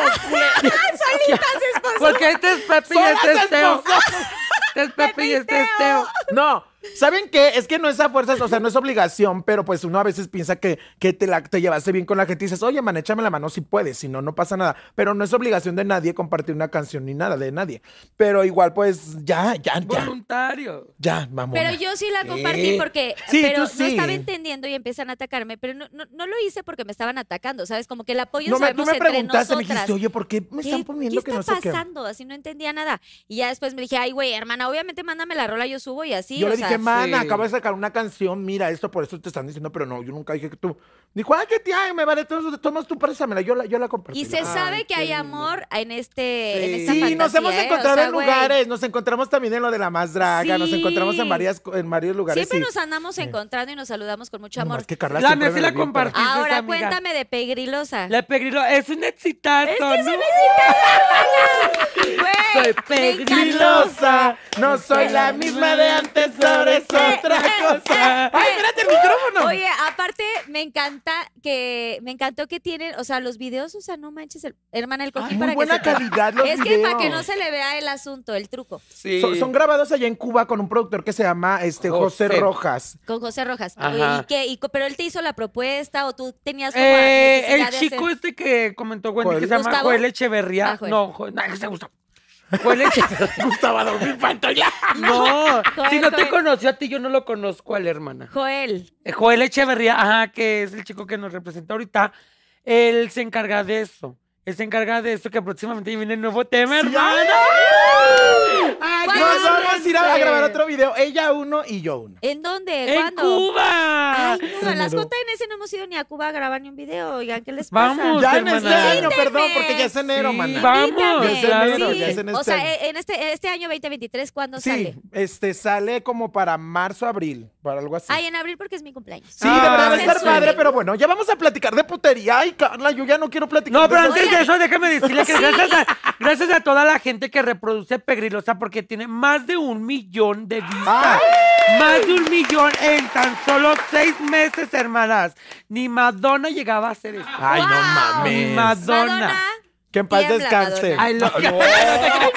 [SPEAKER 5] Porque este es Pepe y
[SPEAKER 4] Sola se
[SPEAKER 5] este es Teo.
[SPEAKER 4] esposó.
[SPEAKER 5] Este es Pepe y este es Teo.
[SPEAKER 4] No, ¿saben qué? Es que no es a fuerzas, o sea, no es obligación, pero pues uno a veces piensa que, que te, la, te llevaste bien con la gente y dices, oye, man, échame la mano si puedes, si no, no pasa nada. Pero no es obligación de nadie compartir una canción ni nada, de nadie. Pero igual, pues, ya, ya, ya.
[SPEAKER 5] Voluntario.
[SPEAKER 4] Ya, vamos.
[SPEAKER 3] Pero yo sí la compartí
[SPEAKER 4] Sí.
[SPEAKER 3] porque
[SPEAKER 4] Sí,
[SPEAKER 3] pero
[SPEAKER 4] tú sí.
[SPEAKER 3] no estaba entendiendo y empiezan a atacarme, pero no, no, no lo hice porque me estaban atacando, ¿sabes? Como que el apoyo
[SPEAKER 4] No, me, tú
[SPEAKER 3] sabemos
[SPEAKER 4] me
[SPEAKER 3] entre
[SPEAKER 4] preguntaste, me
[SPEAKER 3] nosotras.
[SPEAKER 4] dijiste, oye, ¿por qué me
[SPEAKER 3] ¿Qué-
[SPEAKER 4] están poniendo
[SPEAKER 3] ¿Qué
[SPEAKER 4] que no
[SPEAKER 3] está
[SPEAKER 4] sé qué?
[SPEAKER 3] pasando? Así no entendía nada. Y ya después me dije, ay, güey, hermana, obviamente mándame la rola, yo subo y así.
[SPEAKER 4] yo
[SPEAKER 3] o
[SPEAKER 4] le
[SPEAKER 3] sea,
[SPEAKER 4] dije, mana,
[SPEAKER 5] sí.
[SPEAKER 4] acabas de sacar una canción, mira esto, por eso te están diciendo, pero no, yo nunca dije que tú. Dijo, ay, qué tía, ay, me vale, entonces tomas tú, préstamela, yo la, yo la compartí.
[SPEAKER 3] Y
[SPEAKER 4] Yo,
[SPEAKER 3] se
[SPEAKER 4] "Ah".
[SPEAKER 3] sabe que hay amor en este en
[SPEAKER 5] Sí.
[SPEAKER 3] esta
[SPEAKER 4] Sí, nos
[SPEAKER 3] fantasía,
[SPEAKER 4] hemos
[SPEAKER 3] ¿eh? O
[SPEAKER 4] encontrado
[SPEAKER 3] sea,
[SPEAKER 4] en
[SPEAKER 3] güey,
[SPEAKER 4] lugares, nos encontramos también en lo de la más draga, nos
[SPEAKER 3] Sí.
[SPEAKER 4] encontramos en varias co- en varios lugares.
[SPEAKER 3] Siempre
[SPEAKER 4] sí.
[SPEAKER 3] nos andamos encontrando y nos saludamos con mucho amor.
[SPEAKER 4] Nomás que Carla
[SPEAKER 5] La
[SPEAKER 4] siempre
[SPEAKER 5] neta
[SPEAKER 4] me
[SPEAKER 5] la
[SPEAKER 4] revienta.
[SPEAKER 5] compartí. dices,
[SPEAKER 3] Ahora
[SPEAKER 5] amiga.
[SPEAKER 3] cuéntame de Pegrilosa.
[SPEAKER 5] La Pegrilo es un exitazo. ¿no? Soy pegrilosa.
[SPEAKER 4] Grilosa, no soy la misma de antes, ahora
[SPEAKER 3] Eh,
[SPEAKER 4] es otra cosa. Ay, espérate el micrófono.
[SPEAKER 3] Oye, aparte me encanta que me encantó que tienen, o sea, los videos, o sea, no manches, el- hermana, el cojín para
[SPEAKER 4] Muy
[SPEAKER 3] que
[SPEAKER 4] buena
[SPEAKER 3] se te-
[SPEAKER 4] calidad los
[SPEAKER 3] Es que
[SPEAKER 4] videos.
[SPEAKER 3] para que no se le vea el asunto, el truco.
[SPEAKER 5] Sí.
[SPEAKER 4] Son, son grabados allá en Cuba con un productor que se llama este José,
[SPEAKER 5] José.
[SPEAKER 4] Rojas.
[SPEAKER 3] Con José Rojas.
[SPEAKER 5] Ajá.
[SPEAKER 3] Oye, ¿y qué? ¿Y co- pero él te hizo la propuesta o tú tenías como
[SPEAKER 5] Eh,
[SPEAKER 3] necesidad
[SPEAKER 5] el
[SPEAKER 3] de
[SPEAKER 5] chico
[SPEAKER 3] hacer-
[SPEAKER 5] este que comentó Wendy,
[SPEAKER 4] ¿Cuál?
[SPEAKER 5] que se llama
[SPEAKER 3] ¿Gustavo?
[SPEAKER 5] Joel
[SPEAKER 3] Ah,
[SPEAKER 5] Echeverría.
[SPEAKER 3] Joel.
[SPEAKER 5] no, Joel, no, que se gusta. Joel Echeverría.
[SPEAKER 4] Gustavo dormir pantoya.
[SPEAKER 5] No, si no
[SPEAKER 3] Joel.
[SPEAKER 5] te conoció a ti, yo no lo conozco a la hermana.
[SPEAKER 3] Joel.
[SPEAKER 5] Eh, Joel Echeverría, ajá, que es el chico que nos representa ahorita, él se encarga de eso. Él se encarga de eso, que próximamente viene el nuevo tema, hermano. Ay,
[SPEAKER 3] ¿Cuál
[SPEAKER 5] qué
[SPEAKER 4] Nos vamos a ir a, a
[SPEAKER 5] emocionante.
[SPEAKER 4] grabar otro video, ella uno y yo uno.
[SPEAKER 3] ¿En dónde?
[SPEAKER 5] ¡En
[SPEAKER 3] ¿Cuándo?
[SPEAKER 5] Cuba!
[SPEAKER 3] Ay, no, a las JNS no hemos ido ni a Cuba a grabar ni un video. Oigan, ¿qué les pasa?
[SPEAKER 5] Vamos,
[SPEAKER 4] Ya en este
[SPEAKER 5] hermana.
[SPEAKER 4] año, perdón,
[SPEAKER 3] Invítenme.
[SPEAKER 4] porque ya es enero,
[SPEAKER 5] Sí,
[SPEAKER 4] maná.
[SPEAKER 5] vamos,
[SPEAKER 3] Invítame.
[SPEAKER 4] ya es enero,
[SPEAKER 3] Sí.
[SPEAKER 4] ya es en
[SPEAKER 3] O
[SPEAKER 4] este
[SPEAKER 3] sea,
[SPEAKER 4] año.
[SPEAKER 3] eh, en este, este año 2023, ¿cuándo
[SPEAKER 4] sí,
[SPEAKER 3] sale?
[SPEAKER 4] este sale como para marzo, abril, para algo así.
[SPEAKER 3] Ay, en abril porque es mi cumpleaños.
[SPEAKER 4] Sí, de verdad va a
[SPEAKER 5] Ay,
[SPEAKER 4] estar
[SPEAKER 5] sí.
[SPEAKER 4] padre, pero bueno, ya vamos a platicar de putería. Ay, Carla, yo ya no quiero platicar.
[SPEAKER 5] No,
[SPEAKER 4] de
[SPEAKER 5] pero
[SPEAKER 4] eso.
[SPEAKER 5] antes de eso, déjame decirle que gracias a, gracias a toda la gente que reproduce Pegrilosa, porque tiene más de un millón de vistas.
[SPEAKER 4] Ah.
[SPEAKER 5] Más de un millón en tan solo seis meses, hermanas. Ni Madonna llegaba a hacer esto.
[SPEAKER 4] Ay, no
[SPEAKER 3] Wow.
[SPEAKER 5] Ni
[SPEAKER 4] mames.
[SPEAKER 3] Madonna.
[SPEAKER 5] Madonna.
[SPEAKER 4] Que en paz
[SPEAKER 3] Tiembla,
[SPEAKER 4] descanse.
[SPEAKER 3] Madonna.
[SPEAKER 5] Ay, lo-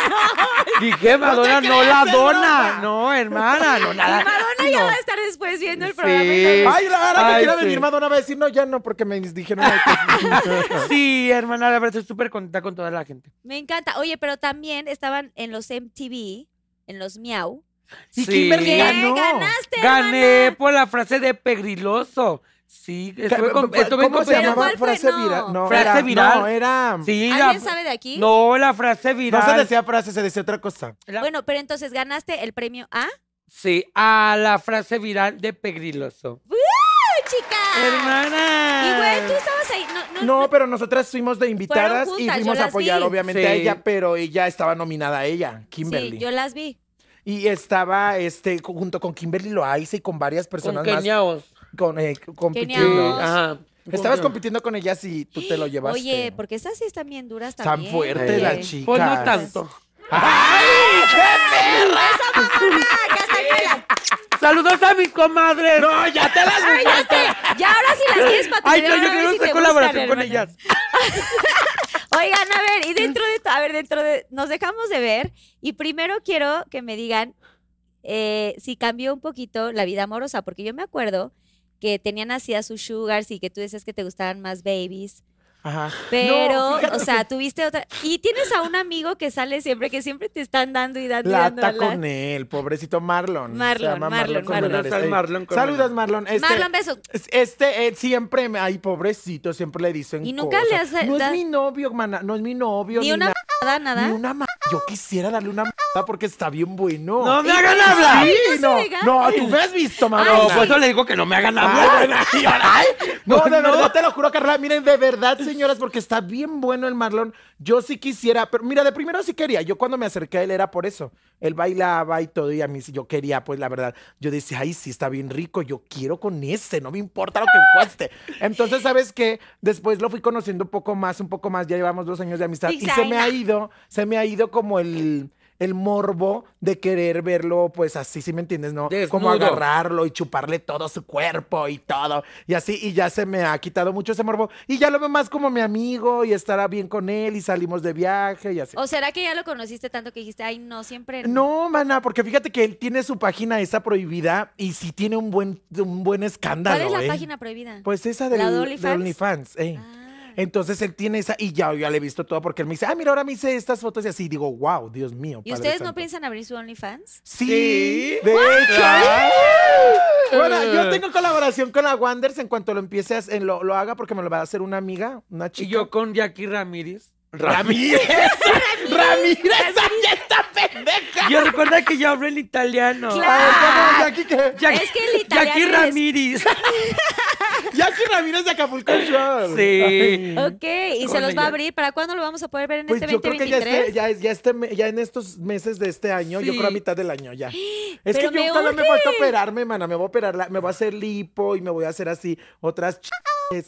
[SPEAKER 5] Dije, Madonna no la dona. No, hermana, no
[SPEAKER 3] Y
[SPEAKER 5] nada.
[SPEAKER 3] Madonna ya va a estar después viendo el
[SPEAKER 5] Sí.
[SPEAKER 3] programa. y todo.
[SPEAKER 4] Ay, la verdad que
[SPEAKER 5] Ay,
[SPEAKER 4] quiera
[SPEAKER 5] sí.
[SPEAKER 4] venir Madonna va a decir, no, ya no, porque me dijeron. ay, que-
[SPEAKER 5] Sí, hermana, la verdad estoy súper contenta con toda la gente.
[SPEAKER 3] Me encanta. Oye, pero también estaban en los MTV, en los Miau.
[SPEAKER 4] Y
[SPEAKER 5] Sí.
[SPEAKER 4] Kimberly
[SPEAKER 5] ¿Qué?
[SPEAKER 4] ganó.
[SPEAKER 3] ganaste,
[SPEAKER 5] Gané
[SPEAKER 3] hermana?
[SPEAKER 5] por la frase de Pegriloso. Sí, estuve con, estuve en
[SPEAKER 4] ¿Cómo se
[SPEAKER 5] competencia.
[SPEAKER 3] ¿Pero
[SPEAKER 4] llamaba?
[SPEAKER 3] cuál fue?
[SPEAKER 4] Frase
[SPEAKER 3] No.
[SPEAKER 4] viral. No,
[SPEAKER 5] Frase
[SPEAKER 4] era,
[SPEAKER 5] viral.
[SPEAKER 4] No, era.
[SPEAKER 5] Sí,
[SPEAKER 3] ¿Alguien
[SPEAKER 5] la-
[SPEAKER 3] sabe de aquí?
[SPEAKER 5] No, la frase viral.
[SPEAKER 4] No se decía frase, se decía otra cosa.
[SPEAKER 5] La-
[SPEAKER 3] Bueno, pero entonces ganaste el premio A.
[SPEAKER 5] Sí, a la frase viral de Pegriloso.
[SPEAKER 3] ¡Ay, chica!
[SPEAKER 5] Hermana.
[SPEAKER 3] Ah. Y güey, tú estabas ahí. No, no,
[SPEAKER 4] No, pero nosotras fuimos de invitadas
[SPEAKER 3] Fueron
[SPEAKER 4] y
[SPEAKER 3] juntas,
[SPEAKER 4] fuimos
[SPEAKER 3] yo
[SPEAKER 4] a
[SPEAKER 3] las
[SPEAKER 4] apoyar,
[SPEAKER 3] vi.
[SPEAKER 4] obviamente, a
[SPEAKER 5] Sí.
[SPEAKER 4] ella, pero ella estaba nominada a ella,
[SPEAKER 3] Sí,
[SPEAKER 4] Kimberly.
[SPEAKER 3] yo las vi.
[SPEAKER 4] Y estaba este, co- junto con Kimberly Loaiza y con varias
[SPEAKER 5] con
[SPEAKER 4] personas más.
[SPEAKER 5] Keniaos.
[SPEAKER 4] Con, eh, c-
[SPEAKER 5] Sí,
[SPEAKER 4] compitiendo. Ah,
[SPEAKER 3] Keniaos.
[SPEAKER 5] ajá.
[SPEAKER 4] Estabas
[SPEAKER 5] Con-
[SPEAKER 4] compitiendo con ellas y tú te lo llevaste.
[SPEAKER 3] Oye, porque esas sí están bien duras
[SPEAKER 4] Tan
[SPEAKER 3] también.
[SPEAKER 4] fuerte
[SPEAKER 5] Sí.
[SPEAKER 4] la
[SPEAKER 3] oye.
[SPEAKER 4] chica.
[SPEAKER 5] Pues no
[SPEAKER 4] chicas.
[SPEAKER 5] tanto.
[SPEAKER 3] ¡Esa mamona! ¡Ya está que la-
[SPEAKER 5] Saludos a mis comadres.
[SPEAKER 4] No, ya te las
[SPEAKER 3] Ay, ya te- Ya ahora sí las quieres patrocinar.
[SPEAKER 5] Ay, no,
[SPEAKER 3] a
[SPEAKER 5] yo
[SPEAKER 3] ver
[SPEAKER 5] quiero
[SPEAKER 3] si
[SPEAKER 5] hacer
[SPEAKER 3] te
[SPEAKER 5] colaboración
[SPEAKER 3] buscan,
[SPEAKER 5] con
[SPEAKER 3] hermana.
[SPEAKER 5] ellas.
[SPEAKER 3] Oigan, a ver, y dentro de, a ver, dentro de, nos dejamos de ver y primero quiero que me digan eh, si cambió un poquito la vida amorosa, porque yo me acuerdo que tenían así a sus sugars y que tú decías que te gustaban más babies,
[SPEAKER 4] Ajá.
[SPEAKER 3] pero,
[SPEAKER 4] fíjate
[SPEAKER 3] o sea, tuviste otra, y tienes a un amigo que sale siempre, que siempre te están dando y dando y dando.
[SPEAKER 4] Lata
[SPEAKER 3] la-
[SPEAKER 4] con él, pobrecito Marlon.
[SPEAKER 3] Marlon, Marlon, Marlon.
[SPEAKER 4] Colmenares.
[SPEAKER 5] Saludos al
[SPEAKER 4] Ey,
[SPEAKER 5] Marlon Colmenares.
[SPEAKER 4] Saludos, Marlon. Este,
[SPEAKER 3] Marlon, besos.
[SPEAKER 4] es- Este, eh, siempre, me- ay, pobrecito, siempre le dicen
[SPEAKER 3] Y nunca
[SPEAKER 4] cosas.
[SPEAKER 3] le has-
[SPEAKER 4] No
[SPEAKER 3] da-
[SPEAKER 4] es mi novio, mana, no es mi novio.
[SPEAKER 3] Ni una
[SPEAKER 4] nada.
[SPEAKER 3] nada, nada.
[SPEAKER 4] Ni una ma- Yo quisiera darle una ma- porque está bien bueno.
[SPEAKER 5] No me hagan hablar.
[SPEAKER 4] Sí,
[SPEAKER 3] Ay, no
[SPEAKER 4] no,
[SPEAKER 3] se diga.
[SPEAKER 4] no, tú me has visto, mamá.
[SPEAKER 5] No, por eso le digo que no me hagan hablar.
[SPEAKER 4] Ay, no, de
[SPEAKER 5] Pues No.
[SPEAKER 4] verdad, te lo juro, Carla. Miren, de verdad, señoras, porque está bien bueno el Marlon. Yo sí quisiera, pero mira, de primero sí quería. Yo cuando me acerqué a él era por eso. Él bailaba y todo, y a mí sí yo quería, pues la verdad. Yo decía, ay, sí, está bien rico, yo quiero con ese, no me importa lo que cueste. Entonces, ¿sabes qué? Después lo fui conociendo un poco más, un poco más. Ya llevamos dos años de amistad y se me ha ido, se me ha ido como el. el morbo de querer verlo, pues así, si me entiendes? ¿No? Como
[SPEAKER 5] Desnudo.
[SPEAKER 4] agarrarlo y chuparle todo su cuerpo y todo. Y así, y ya se me ha quitado mucho ese morbo. Y ya lo veo más como mi amigo y estará bien con él y salimos de viaje y así.
[SPEAKER 3] ¿O será que ya lo conociste tanto que dijiste, ay, no, siempre
[SPEAKER 4] No, mana, porque fíjate que él tiene su página esa prohibida y sí tiene un buen, un buen escándalo.
[SPEAKER 3] ¿Cuál es la
[SPEAKER 4] ¿eh?
[SPEAKER 3] página prohibida?
[SPEAKER 4] Pues esa
[SPEAKER 3] ¿La
[SPEAKER 4] del,
[SPEAKER 3] de
[SPEAKER 4] de
[SPEAKER 3] OnlyFans?
[SPEAKER 4] OnlyFans. ¿eh?
[SPEAKER 3] Ah.
[SPEAKER 4] Entonces él tiene esa y ya, ya le he visto todo porque él me dice, ah, mira, ahora me hice estas fotos y así. y digo, wow, Dios mío.
[SPEAKER 3] ¿Y
[SPEAKER 4] Padre
[SPEAKER 3] ustedes no
[SPEAKER 4] Santo".
[SPEAKER 3] piensan abrir su OnlyFans?
[SPEAKER 4] Sí,
[SPEAKER 5] Sí.
[SPEAKER 4] de hecho. Bueno, yo tengo colaboración con la Wanders en cuanto lo empieces, en lo, lo haga porque me lo va a hacer una amiga, una
[SPEAKER 5] Y
[SPEAKER 4] chica.
[SPEAKER 5] yo con Jackie Ramírez.
[SPEAKER 4] Ramírez. Ramírez, ahí está pendeja.
[SPEAKER 5] Yo recuerda que yo hablo en italiano.
[SPEAKER 3] Claro.
[SPEAKER 5] ¡Ah!
[SPEAKER 4] Ay, ¿cómo? Jackie, que-
[SPEAKER 5] Jack-
[SPEAKER 3] Es que el italiano
[SPEAKER 5] Jackie
[SPEAKER 3] es-
[SPEAKER 5] Ramírez.
[SPEAKER 4] Jackie Ramírez de Acapulco Shore.
[SPEAKER 5] Sí.
[SPEAKER 3] Ok, y se
[SPEAKER 5] Con
[SPEAKER 3] los va
[SPEAKER 5] ella.
[SPEAKER 3] a abrir. ¿Para cuándo lo vamos a poder ver en
[SPEAKER 4] Pues
[SPEAKER 3] este
[SPEAKER 4] yo creo que ya,
[SPEAKER 3] 2023?
[SPEAKER 4] este, ya, es- ya, este me- ya en estos meses de este año, yo
[SPEAKER 5] Sí.
[SPEAKER 4] creo a mitad del año ya. Es
[SPEAKER 3] Pero
[SPEAKER 4] que
[SPEAKER 3] me
[SPEAKER 4] yo todavía
[SPEAKER 3] urge.
[SPEAKER 4] me falta operarme, mana. Me voy a operar, la- me voy a hacer lipo y me voy a hacer así otras ch...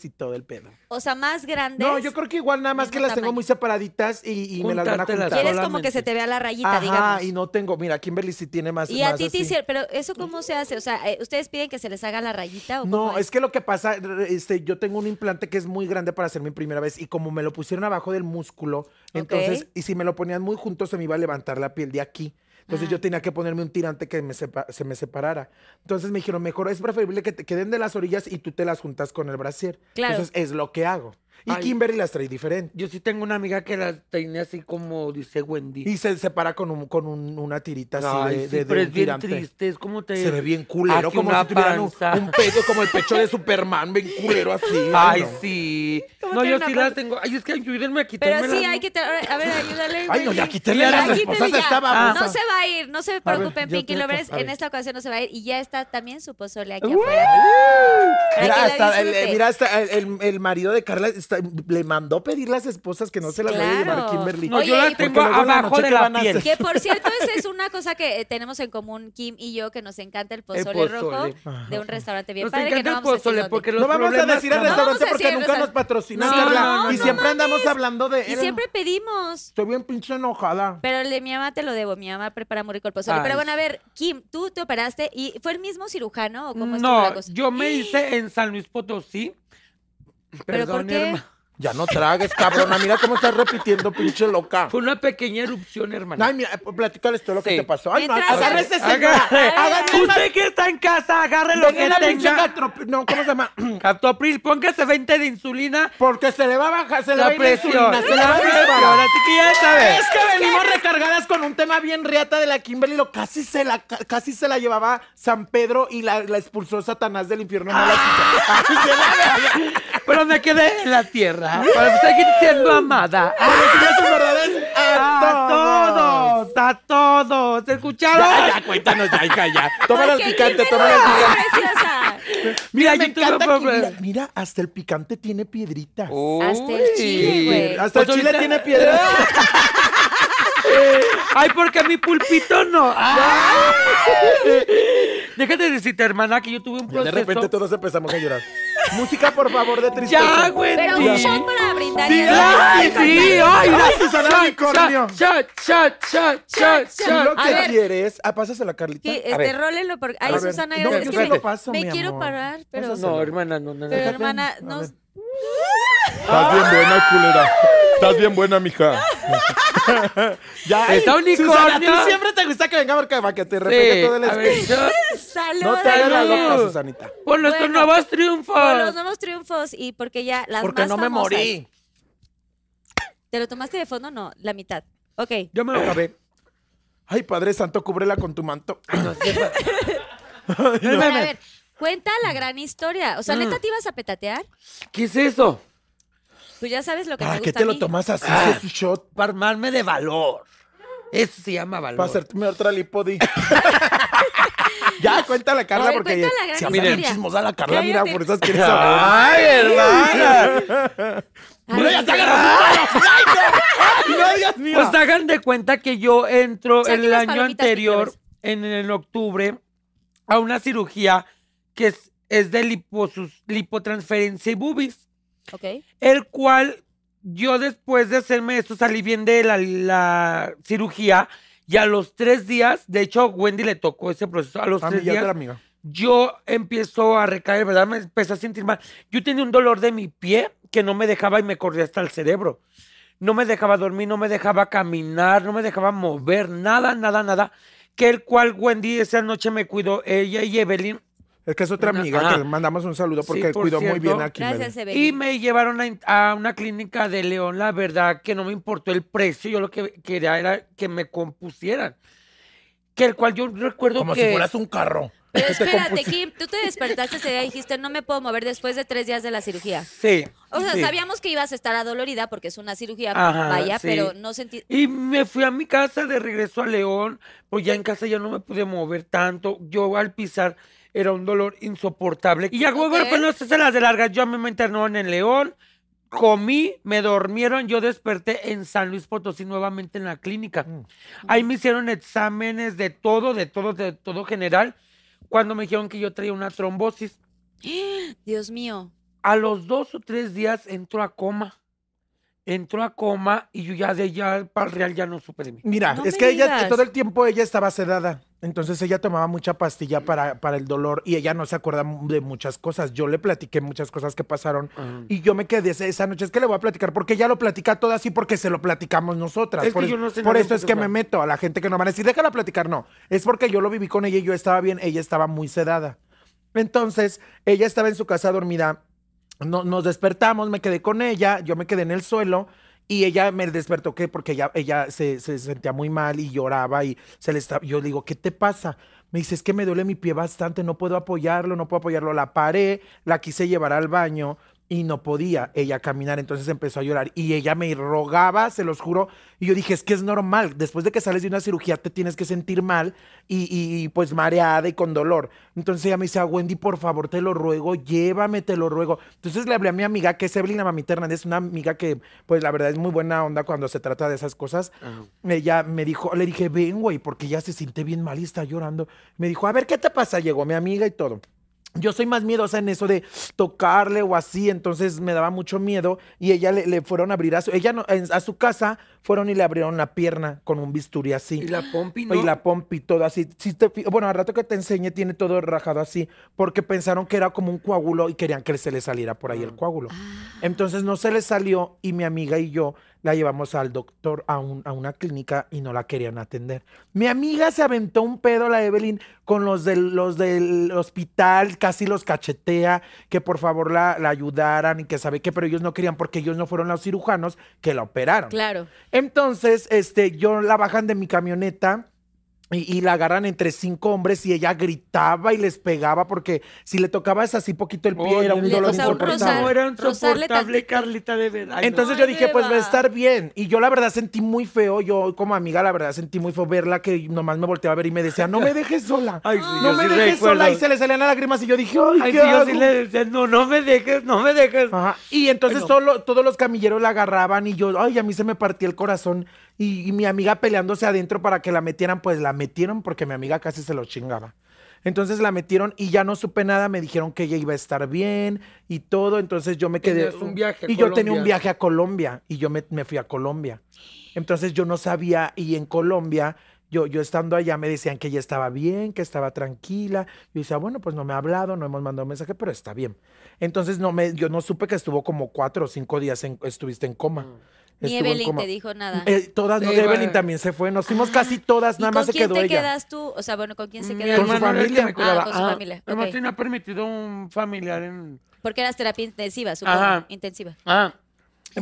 [SPEAKER 4] y todo el pedo.
[SPEAKER 3] O sea, más grandes.
[SPEAKER 4] No, yo creo que igual nada más que
[SPEAKER 3] Mismo
[SPEAKER 4] las tengo
[SPEAKER 3] tamaño.
[SPEAKER 4] muy separaditas y, y me las van a
[SPEAKER 5] Juntártelas.
[SPEAKER 4] juntar.
[SPEAKER 3] Quieres como que
[SPEAKER 5] solamente.
[SPEAKER 3] se te vea la rayita,
[SPEAKER 4] Ajá,
[SPEAKER 3] digamos.
[SPEAKER 4] y no tengo. Mira, Kimberly sí tiene más.
[SPEAKER 3] Y a
[SPEAKER 4] más
[SPEAKER 3] ti te
[SPEAKER 4] así.
[SPEAKER 3] hicieron, pero ¿eso cómo se hace? O sea, eh, ¿ustedes piden que se les haga la rayita o
[SPEAKER 4] No,
[SPEAKER 3] cómo
[SPEAKER 4] es que lo que pasa, r- este, yo tengo un implante que es muy grande para hacer mi primera vez y como me lo pusieron abajo del músculo, entonces,
[SPEAKER 3] Ok.
[SPEAKER 4] y si me lo ponían muy junto se me iba a levantar la piel de aquí. Entonces
[SPEAKER 3] Ah.
[SPEAKER 4] yo tenía que ponerme un tirante que me sepa- se me separara. Entonces me dijeron, mejor es preferible que te queden de las orillas y tú te las juntas con el brasier.
[SPEAKER 3] Claro.
[SPEAKER 4] Entonces es lo que hago. Y
[SPEAKER 5] Ay.
[SPEAKER 4] Kimberly las trae diferente.
[SPEAKER 5] Yo sí tengo una amiga que la tenía así como dice Wendy.
[SPEAKER 4] Y se separa con, un- con un- una tirita así
[SPEAKER 5] Ay,
[SPEAKER 4] de,
[SPEAKER 5] sí,
[SPEAKER 4] de- de
[SPEAKER 5] pero
[SPEAKER 4] un
[SPEAKER 5] es bien
[SPEAKER 4] tirante.
[SPEAKER 5] triste, es como te...
[SPEAKER 4] Se ve bien culero,
[SPEAKER 5] Este, Aquí
[SPEAKER 4] como
[SPEAKER 5] una
[SPEAKER 4] si tuvieran un,
[SPEAKER 5] panza.
[SPEAKER 4] un pecho, como el pecho de Superman, bien culero así.
[SPEAKER 5] Ay,
[SPEAKER 4] no.
[SPEAKER 5] sí.
[SPEAKER 3] ¿Cómo
[SPEAKER 5] No,
[SPEAKER 3] te
[SPEAKER 5] yo
[SPEAKER 3] una
[SPEAKER 5] sí
[SPEAKER 3] pan-
[SPEAKER 5] las tengo. Ay, es que ayúdenme a quitarme
[SPEAKER 3] Pero sí, hay que. te- A ver, ayúdale.
[SPEAKER 4] Ay, no,
[SPEAKER 3] Wendy.
[SPEAKER 4] ya quítenle a las
[SPEAKER 3] Ya quítenle
[SPEAKER 4] esposas a
[SPEAKER 3] ya.
[SPEAKER 4] esta babosa.
[SPEAKER 3] No se va a ir, no se
[SPEAKER 4] ver,
[SPEAKER 3] preocupen,
[SPEAKER 4] yo
[SPEAKER 3] Pinky
[SPEAKER 4] te-
[SPEAKER 3] Lovers.
[SPEAKER 4] a ver.
[SPEAKER 3] En esta ocasión no se va a ir. Y ya está también su pozole aquí
[SPEAKER 4] ¡Uh!
[SPEAKER 3] afuera. Para que
[SPEAKER 4] Mira,
[SPEAKER 3] la
[SPEAKER 4] hasta, el,
[SPEAKER 3] disfrute.
[SPEAKER 4] mira, hasta el, el- el marido de Carla está- le mandó pedir las esposas que no se las vaya a llevar
[SPEAKER 3] Claro.
[SPEAKER 4] Kimberly.
[SPEAKER 5] No,
[SPEAKER 3] Oye,
[SPEAKER 5] yo
[SPEAKER 3] y
[SPEAKER 5] la
[SPEAKER 3] por-
[SPEAKER 5] tengo
[SPEAKER 4] Porque luego en la
[SPEAKER 5] abajo
[SPEAKER 4] noche,
[SPEAKER 5] de
[SPEAKER 4] ¿qué van
[SPEAKER 5] la
[SPEAKER 4] a
[SPEAKER 5] piel.
[SPEAKER 3] Que
[SPEAKER 4] hacer?
[SPEAKER 3] por cierto, esa es una cosa que eh, tenemos en común Kim y yo, que nos encanta el pozole,
[SPEAKER 5] pozole.
[SPEAKER 3] rojo de un restaurante bien
[SPEAKER 5] Nos
[SPEAKER 3] padre. que
[SPEAKER 5] encanta
[SPEAKER 3] no
[SPEAKER 5] el
[SPEAKER 3] vamos a decir
[SPEAKER 5] pozole
[SPEAKER 3] dónde.
[SPEAKER 5] porque los
[SPEAKER 4] No vamos a
[SPEAKER 5] problemas
[SPEAKER 4] decir al
[SPEAKER 3] No
[SPEAKER 5] cambian.
[SPEAKER 4] restaurante
[SPEAKER 3] vamos a
[SPEAKER 4] porque
[SPEAKER 3] decir
[SPEAKER 4] nunca
[SPEAKER 3] al
[SPEAKER 4] nos patrocina
[SPEAKER 5] No,
[SPEAKER 4] Carla.
[SPEAKER 5] no, no,
[SPEAKER 4] y
[SPEAKER 5] no
[SPEAKER 4] siempre andamos hablando de él.
[SPEAKER 3] Y siempre pedimos.
[SPEAKER 4] Estoy bien pinche enojada.
[SPEAKER 3] Pero el de mi mamá te lo debo, mi mamá prepara muy rico el pozole.
[SPEAKER 5] Ay,
[SPEAKER 3] Pero bueno, a
[SPEAKER 5] sí.
[SPEAKER 3] ver, Kim, ¿tú te operaste y fue el mismo cirujano o cómo estuvo la
[SPEAKER 5] No,
[SPEAKER 3] cosa?
[SPEAKER 5] yo me hice en San Luis Potosí.
[SPEAKER 3] ¿Pero por
[SPEAKER 5] Perdón,
[SPEAKER 3] qué?
[SPEAKER 5] hermano.
[SPEAKER 4] Ya no tragues, cabrona. Mira cómo estás repitiendo, pinche loca.
[SPEAKER 5] Fue una pequeña erupción, hermano.
[SPEAKER 4] Ay, mira, eh, platícales todo lo que
[SPEAKER 5] Sí.
[SPEAKER 4] te pasó. Ay, no,
[SPEAKER 3] Mientras-
[SPEAKER 4] agarra ese señora.
[SPEAKER 5] Agarre.
[SPEAKER 4] Háganle más-
[SPEAKER 5] Usted que está en casa, agarre lo
[SPEAKER 4] denle
[SPEAKER 5] que
[SPEAKER 4] la pinche
[SPEAKER 5] tenga.
[SPEAKER 4] catrop- No, ¿cómo se llama?
[SPEAKER 5] Captopril, póngase 20 de insulina.
[SPEAKER 4] Porque se le va a bajar, se le va a
[SPEAKER 5] La
[SPEAKER 4] ir la
[SPEAKER 5] presión,
[SPEAKER 4] insulina,
[SPEAKER 5] la
[SPEAKER 4] se le va a
[SPEAKER 5] presión,
[SPEAKER 4] disparar.
[SPEAKER 5] así que ya sabes.
[SPEAKER 4] Es que venimos recargadas con un tema bien riata de la Kimberly, lo casi se la ca- casi se la llevaba San Pedro y la, la expulsó Satanás del infierno. no la quiso. Ay, se la-
[SPEAKER 5] Pero me quedé en la tierra para seguir siendo amada.
[SPEAKER 4] Pero si no, sus verdades
[SPEAKER 5] A todos, a todos.
[SPEAKER 4] Ya,
[SPEAKER 5] ¿Escucharon?
[SPEAKER 4] ya, Ah, cuéntanos ya, hija, ya. Tómale el
[SPEAKER 3] Porque
[SPEAKER 4] picante,
[SPEAKER 3] Kim es
[SPEAKER 4] tómale el
[SPEAKER 3] muy
[SPEAKER 4] picante.
[SPEAKER 3] preciosa.
[SPEAKER 5] Mira, yo
[SPEAKER 4] me
[SPEAKER 5] tuve
[SPEAKER 4] encanta que-
[SPEAKER 5] problemas.
[SPEAKER 4] mira, mira, hasta el picante tiene piedritas.
[SPEAKER 3] Hasta el chile,
[SPEAKER 5] Uy.
[SPEAKER 3] güey.
[SPEAKER 4] Hasta el
[SPEAKER 5] Pues
[SPEAKER 4] chile
[SPEAKER 5] ahorita-
[SPEAKER 4] tiene piedras.
[SPEAKER 5] Ay, porque mi pulpito no. Déjate decirte, hermana, que yo tuve un
[SPEAKER 4] Ya, de
[SPEAKER 5] proceso.
[SPEAKER 4] repente todos empezamos a llorar. Música, por favor, de tristeza.
[SPEAKER 5] Ya, güey.
[SPEAKER 3] Pero un shot para brindar.
[SPEAKER 4] Sí,
[SPEAKER 3] y
[SPEAKER 4] ya.
[SPEAKER 3] eso.
[SPEAKER 5] ¡Ay, sí! ¡Ay,
[SPEAKER 4] Ay,
[SPEAKER 5] la-
[SPEAKER 4] Susana
[SPEAKER 5] shot,
[SPEAKER 4] Unicornio.
[SPEAKER 5] Shot, shot, shot, shot,
[SPEAKER 3] Shot,
[SPEAKER 5] shot.
[SPEAKER 4] Lo
[SPEAKER 3] A
[SPEAKER 4] que
[SPEAKER 3] ver.
[SPEAKER 4] quieres. Ah, pásasela, Carlita.
[SPEAKER 3] Que,
[SPEAKER 4] A ver.
[SPEAKER 3] este, rólenlo porque... Ay,
[SPEAKER 4] A ver,
[SPEAKER 3] Susana,
[SPEAKER 4] no,
[SPEAKER 3] gracias.
[SPEAKER 4] yo
[SPEAKER 3] Es
[SPEAKER 4] se
[SPEAKER 3] que
[SPEAKER 4] lo paso,
[SPEAKER 3] me
[SPEAKER 4] mi
[SPEAKER 3] quiero
[SPEAKER 4] amor.
[SPEAKER 3] parar, pero...
[SPEAKER 5] No, hermana, no, no, no.
[SPEAKER 3] Pero, hermana,
[SPEAKER 4] A
[SPEAKER 3] no...
[SPEAKER 4] ver.
[SPEAKER 6] Estás bien buena, culera. Estás bien buena, mija.
[SPEAKER 4] Ya,
[SPEAKER 5] Está
[SPEAKER 4] ay, Susana, a ti
[SPEAKER 5] unicornio.
[SPEAKER 4] siempre te gusta que venga porque para que te repegue
[SPEAKER 5] Sí,
[SPEAKER 4] todo el
[SPEAKER 5] a ver,
[SPEAKER 4] speech.
[SPEAKER 5] shot.
[SPEAKER 3] ¡Salud!
[SPEAKER 4] No te hagas la
[SPEAKER 5] Salud.
[SPEAKER 4] loca, Susanita.
[SPEAKER 5] Por nuestros
[SPEAKER 3] Bueno,
[SPEAKER 5] nuevos triunfos.
[SPEAKER 3] Por los nuevos triunfos y porque ya las
[SPEAKER 4] Porque
[SPEAKER 3] más
[SPEAKER 4] no me
[SPEAKER 3] famosas.
[SPEAKER 4] morí.
[SPEAKER 3] ¿Te lo tomaste de fondo? No, la mitad. Ok.
[SPEAKER 5] Yo me lo acabé.
[SPEAKER 4] Ay, Padre Santo, cúbrela con tu manto.
[SPEAKER 3] A ver,
[SPEAKER 5] Espérame,
[SPEAKER 3] a ver, cuenta la gran historia. O
[SPEAKER 4] Ah.
[SPEAKER 3] sea, ¿neta te ibas a petatear?
[SPEAKER 5] ¿Qué es eso?
[SPEAKER 3] Tú ya sabes lo que te
[SPEAKER 4] ¿Para
[SPEAKER 3] gusta
[SPEAKER 4] qué
[SPEAKER 3] a
[SPEAKER 4] Ah, te
[SPEAKER 3] mí.
[SPEAKER 4] lo tomas así,
[SPEAKER 5] Ah.
[SPEAKER 4] ese shot?
[SPEAKER 5] Para armarme de valor. Eso se llama valor.
[SPEAKER 4] Para hacerme otra lipodi. ya, cuéntala, Carla,
[SPEAKER 3] A ver,
[SPEAKER 4] porque
[SPEAKER 3] cuenta la gran
[SPEAKER 4] si anda bien
[SPEAKER 3] historia.
[SPEAKER 4] chismosa la Carla, mira,
[SPEAKER 3] Cállate.
[SPEAKER 4] por esas quieres
[SPEAKER 6] Ah.
[SPEAKER 4] saber.
[SPEAKER 5] hermana!
[SPEAKER 3] A
[SPEAKER 4] ¡Mira,
[SPEAKER 3] ver,
[SPEAKER 4] ya te
[SPEAKER 3] Ah,
[SPEAKER 4] agarras un palo! ¡Ay, no! ¡Ay, no, Dios mío!
[SPEAKER 5] Pues hagan de cuenta que yo entro
[SPEAKER 3] Saquen
[SPEAKER 5] el
[SPEAKER 3] las
[SPEAKER 5] año
[SPEAKER 3] palomitas,
[SPEAKER 5] anterior,
[SPEAKER 3] Pinky
[SPEAKER 5] en, en octubre, a una cirugía que es, es de liposus- lipotransferencia y boobies.
[SPEAKER 3] Ok.
[SPEAKER 5] el cual yo después de hacerme esto salí bien de la, la cirugía Y a los tres días, de hecho, Wendy le tocó ese proceso. A los
[SPEAKER 4] A mí
[SPEAKER 5] tres
[SPEAKER 4] Ah, ya
[SPEAKER 5] días,
[SPEAKER 4] otra amiga.
[SPEAKER 5] yo empiezo a recaer, ¿verdad? Me empecé a sentir mal. Yo tenía un dolor de mi pie que no me dejaba y me corría hasta el cerebro. No me dejaba dormir, no me dejaba caminar, no me dejaba mover, nada, nada, nada. Que el cual Wendy esa noche me cuidó, ella y Evelyn,
[SPEAKER 4] Es que es otra
[SPEAKER 5] Una-
[SPEAKER 6] Ah.
[SPEAKER 4] amiga
[SPEAKER 5] Ajá.
[SPEAKER 4] que mandamos un saludo
[SPEAKER 5] Sí,
[SPEAKER 4] porque
[SPEAKER 5] por
[SPEAKER 4] cuidó muy
[SPEAKER 5] cierto.
[SPEAKER 4] bien aquí.
[SPEAKER 3] Gracias,
[SPEAKER 5] Y
[SPEAKER 3] Evelyn.
[SPEAKER 5] me llevaron a, in- a una clínica de León, la verdad que no me importó el precio, yo lo que quería era que me compusieran. Que el cual yo recuerdo
[SPEAKER 4] Como
[SPEAKER 5] que...
[SPEAKER 4] si fueras un carro.
[SPEAKER 3] Pero
[SPEAKER 4] que te
[SPEAKER 3] espérate,
[SPEAKER 4] compusi-
[SPEAKER 3] Kim, tú te despertaste ese día y dijiste, no me puedo mover después de tres días de la cirugía.
[SPEAKER 5] Sí.
[SPEAKER 3] O sea,
[SPEAKER 5] sí.
[SPEAKER 3] sabíamos que ibas a estar adolorida porque es una cirugía,
[SPEAKER 5] Ajá,
[SPEAKER 3] vaya,
[SPEAKER 5] sí.
[SPEAKER 3] pero no sentí...
[SPEAKER 5] Y me fui a mi casa de regreso a León, pues ya en casa ya no me pude mover tanto. Yo al pisar era un dolor insoportable. Y ya luego,
[SPEAKER 3] Ok.
[SPEAKER 5] pues no sé, se las de largas. Yo a mí me internaron en León, comí, me durmieron, yo desperté en San Luis Potosí nuevamente en la clínica. Ahí me hicieron exámenes de todo, de todo, de todo general, cuando me dijeron que yo traía una trombosis.
[SPEAKER 3] Dios mío.
[SPEAKER 5] A los dos o tres días entró a coma. Entró a coma y yo ya de ya para el real ya no supe de mí.
[SPEAKER 4] Mira,
[SPEAKER 3] No
[SPEAKER 4] es
[SPEAKER 3] me
[SPEAKER 4] que ella
[SPEAKER 3] digas.
[SPEAKER 4] todo el tiempo ella estaba sedada. Entonces ella tomaba mucha pastilla para, para el dolor y ella no se acuerda mu- de muchas cosas. Yo le platiqué muchas cosas que pasaron
[SPEAKER 5] Ajá.
[SPEAKER 4] y yo me quedé ese- esa noche. Es que le voy a platicar porque ella lo platica todo así porque se lo platicamos nosotras.
[SPEAKER 5] Es que
[SPEAKER 4] por
[SPEAKER 5] yo
[SPEAKER 4] es-
[SPEAKER 5] no sé
[SPEAKER 4] por
[SPEAKER 5] nada en
[SPEAKER 4] eso es que me
[SPEAKER 5] particular.
[SPEAKER 4] meto a la gente que no van a decir, déjala platicar. No, es porque yo lo viví con ella y yo estaba bien. Ella estaba muy sedada. Entonces ella estaba en su casa dormida. No- nos despertamos, me quedé con ella, yo me quedé en el suelo y ella me despertó que porque ella, ella se, se sentía muy mal y lloraba y se le estaba, yo le digo, ¿qué te pasa? Me dice, es que me duele mi pie bastante, no puedo apoyarlo, no puedo apoyarlo. La paré, la quise llevar al baño y no podía ella caminar, entonces empezó a llorar y ella me rogaba, se los juro, y yo dije, es que es normal, después de que sales de una cirugía te tienes que sentir mal y, y- y, pues mareada y con dolor. Entonces ella me dice, "Ah, Wendy, por favor, te lo ruego, llévame, te lo ruego. Entonces le hablé a mi amiga, que es Evelyn, la mamita Hernández, una amiga que pues la verdad es muy buena onda cuando se trata de esas cosas. Ella me dijo, le dije, ven, güey, porque ya se siente bien mal y está llorando. Me dijo, a ver, ¿qué te pasa? Llegó mi amiga y todo. Yo soy más miedosa en eso de tocarle o así, entonces me daba mucho miedo y ella le, le fueron a abrir a su, ella no- en- a su casa, fueron y le abrieron la pierna con un bisturí así.
[SPEAKER 5] Y la pompi, ¿no?
[SPEAKER 4] Y la pompi, todo así. Si te fi- bueno, al rato que te enseñe, tiene todo rajado así, porque pensaron que era como un coágulo y querían que se le saliera por ahí el coágulo. Entonces no se le salió y mi amiga y yo la llevamos al doctor, a, un- a una clínica y no la querían atender. Mi amiga se aventó un pedo, la Evelyn, con los del, los del hospital, casi los cachetea, que por favor la, la ayudaran y que sabe qué, pero ellos no querían porque ellos no fueron los cirujanos que la operaron.
[SPEAKER 3] Claro.
[SPEAKER 4] Entonces, este, yo la bajan de mi camioneta. Y, y la agarran entre cinco hombres y ella gritaba y les pegaba porque si le tocabas así poquito el pie
[SPEAKER 5] Oye,
[SPEAKER 4] era un
[SPEAKER 5] le-
[SPEAKER 4] dolor
[SPEAKER 3] o sea, un
[SPEAKER 4] insoportable.
[SPEAKER 5] No,
[SPEAKER 3] rosar-
[SPEAKER 5] era
[SPEAKER 3] rozarle
[SPEAKER 5] insoportable,
[SPEAKER 3] tantito.
[SPEAKER 5] Carlita, de verdad. Ay, no.
[SPEAKER 4] Entonces
[SPEAKER 3] Ay,
[SPEAKER 4] yo dije, pues va a
[SPEAKER 3] Eva.
[SPEAKER 4] estar bien. Y yo la verdad sentí muy feo, yo como amiga la verdad sentí muy feo verla que nomás me volteaba a ver y me decía, no me dejes sola.
[SPEAKER 5] Ay, sí,
[SPEAKER 4] no
[SPEAKER 5] yo
[SPEAKER 4] me
[SPEAKER 5] sí
[SPEAKER 4] dejes sola.
[SPEAKER 5] recuerdo.
[SPEAKER 4] Y se le salían las lágrimas y yo dije, ay,
[SPEAKER 5] Ay,
[SPEAKER 4] ¿qué
[SPEAKER 5] sí, yo sí
[SPEAKER 4] hago?".
[SPEAKER 5] le decía, no, no me dejes, no me dejes.
[SPEAKER 4] Ajá. Y entonces todo lo- todos los camilleros la agarraban y yo, ay, a mí se me partía el corazón. Y, y mi amiga peleándose adentro para que la metieran, pues la metieron porque mi amiga casi se lo chingaba. Entonces la metieron y ya no supe nada, me dijeron que ella iba a estar bien y todo, entonces yo me quedé...
[SPEAKER 5] Tenías un viaje a
[SPEAKER 4] y yo tenía un
[SPEAKER 5] Colombia.
[SPEAKER 4] viaje a Colombia y yo me, me fui a Colombia. Entonces yo no sabía y en Colombia, yo, yo estando allá me decían que ella estaba bien, que estaba tranquila. Yo decía, bueno, pues no me ha hablado, no hemos mandado mensaje, pero está bien. Entonces no me, yo no supe que estuvo como cuatro o cinco días, en- estuviste en coma.
[SPEAKER 3] Ni
[SPEAKER 4] Estuvo en
[SPEAKER 3] Evelyn
[SPEAKER 4] coma.
[SPEAKER 3] te dijo nada.
[SPEAKER 4] Eh, todas, no,
[SPEAKER 5] Mm. Sí,
[SPEAKER 4] Evelyn
[SPEAKER 5] va.
[SPEAKER 4] también se fue, nos fuimos casi todas,
[SPEAKER 3] ¿Y
[SPEAKER 4] nada más
[SPEAKER 3] con
[SPEAKER 4] se
[SPEAKER 3] quién
[SPEAKER 4] quedó
[SPEAKER 3] te
[SPEAKER 4] ella. Mm,
[SPEAKER 3] quedas tú? O sea, bueno, ¿con quién se
[SPEAKER 5] Mi
[SPEAKER 3] queda?
[SPEAKER 4] Con su
[SPEAKER 5] hermano era el que
[SPEAKER 4] familia.
[SPEAKER 5] me cuidaba.
[SPEAKER 3] Ah, con su
[SPEAKER 5] Ajá.
[SPEAKER 3] familia,
[SPEAKER 5] Mi hermano
[SPEAKER 3] ok.
[SPEAKER 5] tenía permitido un familiar en...
[SPEAKER 3] Porque eras terapia intensiva, supongo.
[SPEAKER 5] Ajá.
[SPEAKER 3] Intensiva.
[SPEAKER 5] Ah,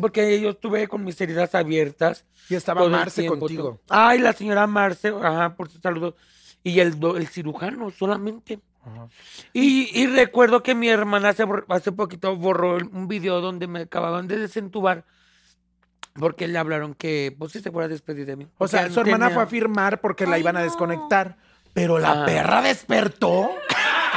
[SPEAKER 5] porque yo estuve con mis heridas abiertas.
[SPEAKER 4] Y estaba
[SPEAKER 5] todo el
[SPEAKER 4] Marce
[SPEAKER 5] tiempo,
[SPEAKER 4] contigo.
[SPEAKER 5] todo. Ay, la señora Marce, ajá, por su saludo. Y el, do- el cirujano solamente. Y, y recuerdo que mi hermana hace, bor- hace poquito borró el- un video donde me acababan de desentubar porque le hablaron que, pues sí, se fuera a despedir de mí.
[SPEAKER 4] O sea,
[SPEAKER 5] Porque
[SPEAKER 4] su hermana
[SPEAKER 5] tenía-
[SPEAKER 4] fue a firmar porque la
[SPEAKER 3] Ay,
[SPEAKER 4] iban a
[SPEAKER 3] no.
[SPEAKER 4] desconectar. Pero la
[SPEAKER 5] Ah.
[SPEAKER 4] perra despertó.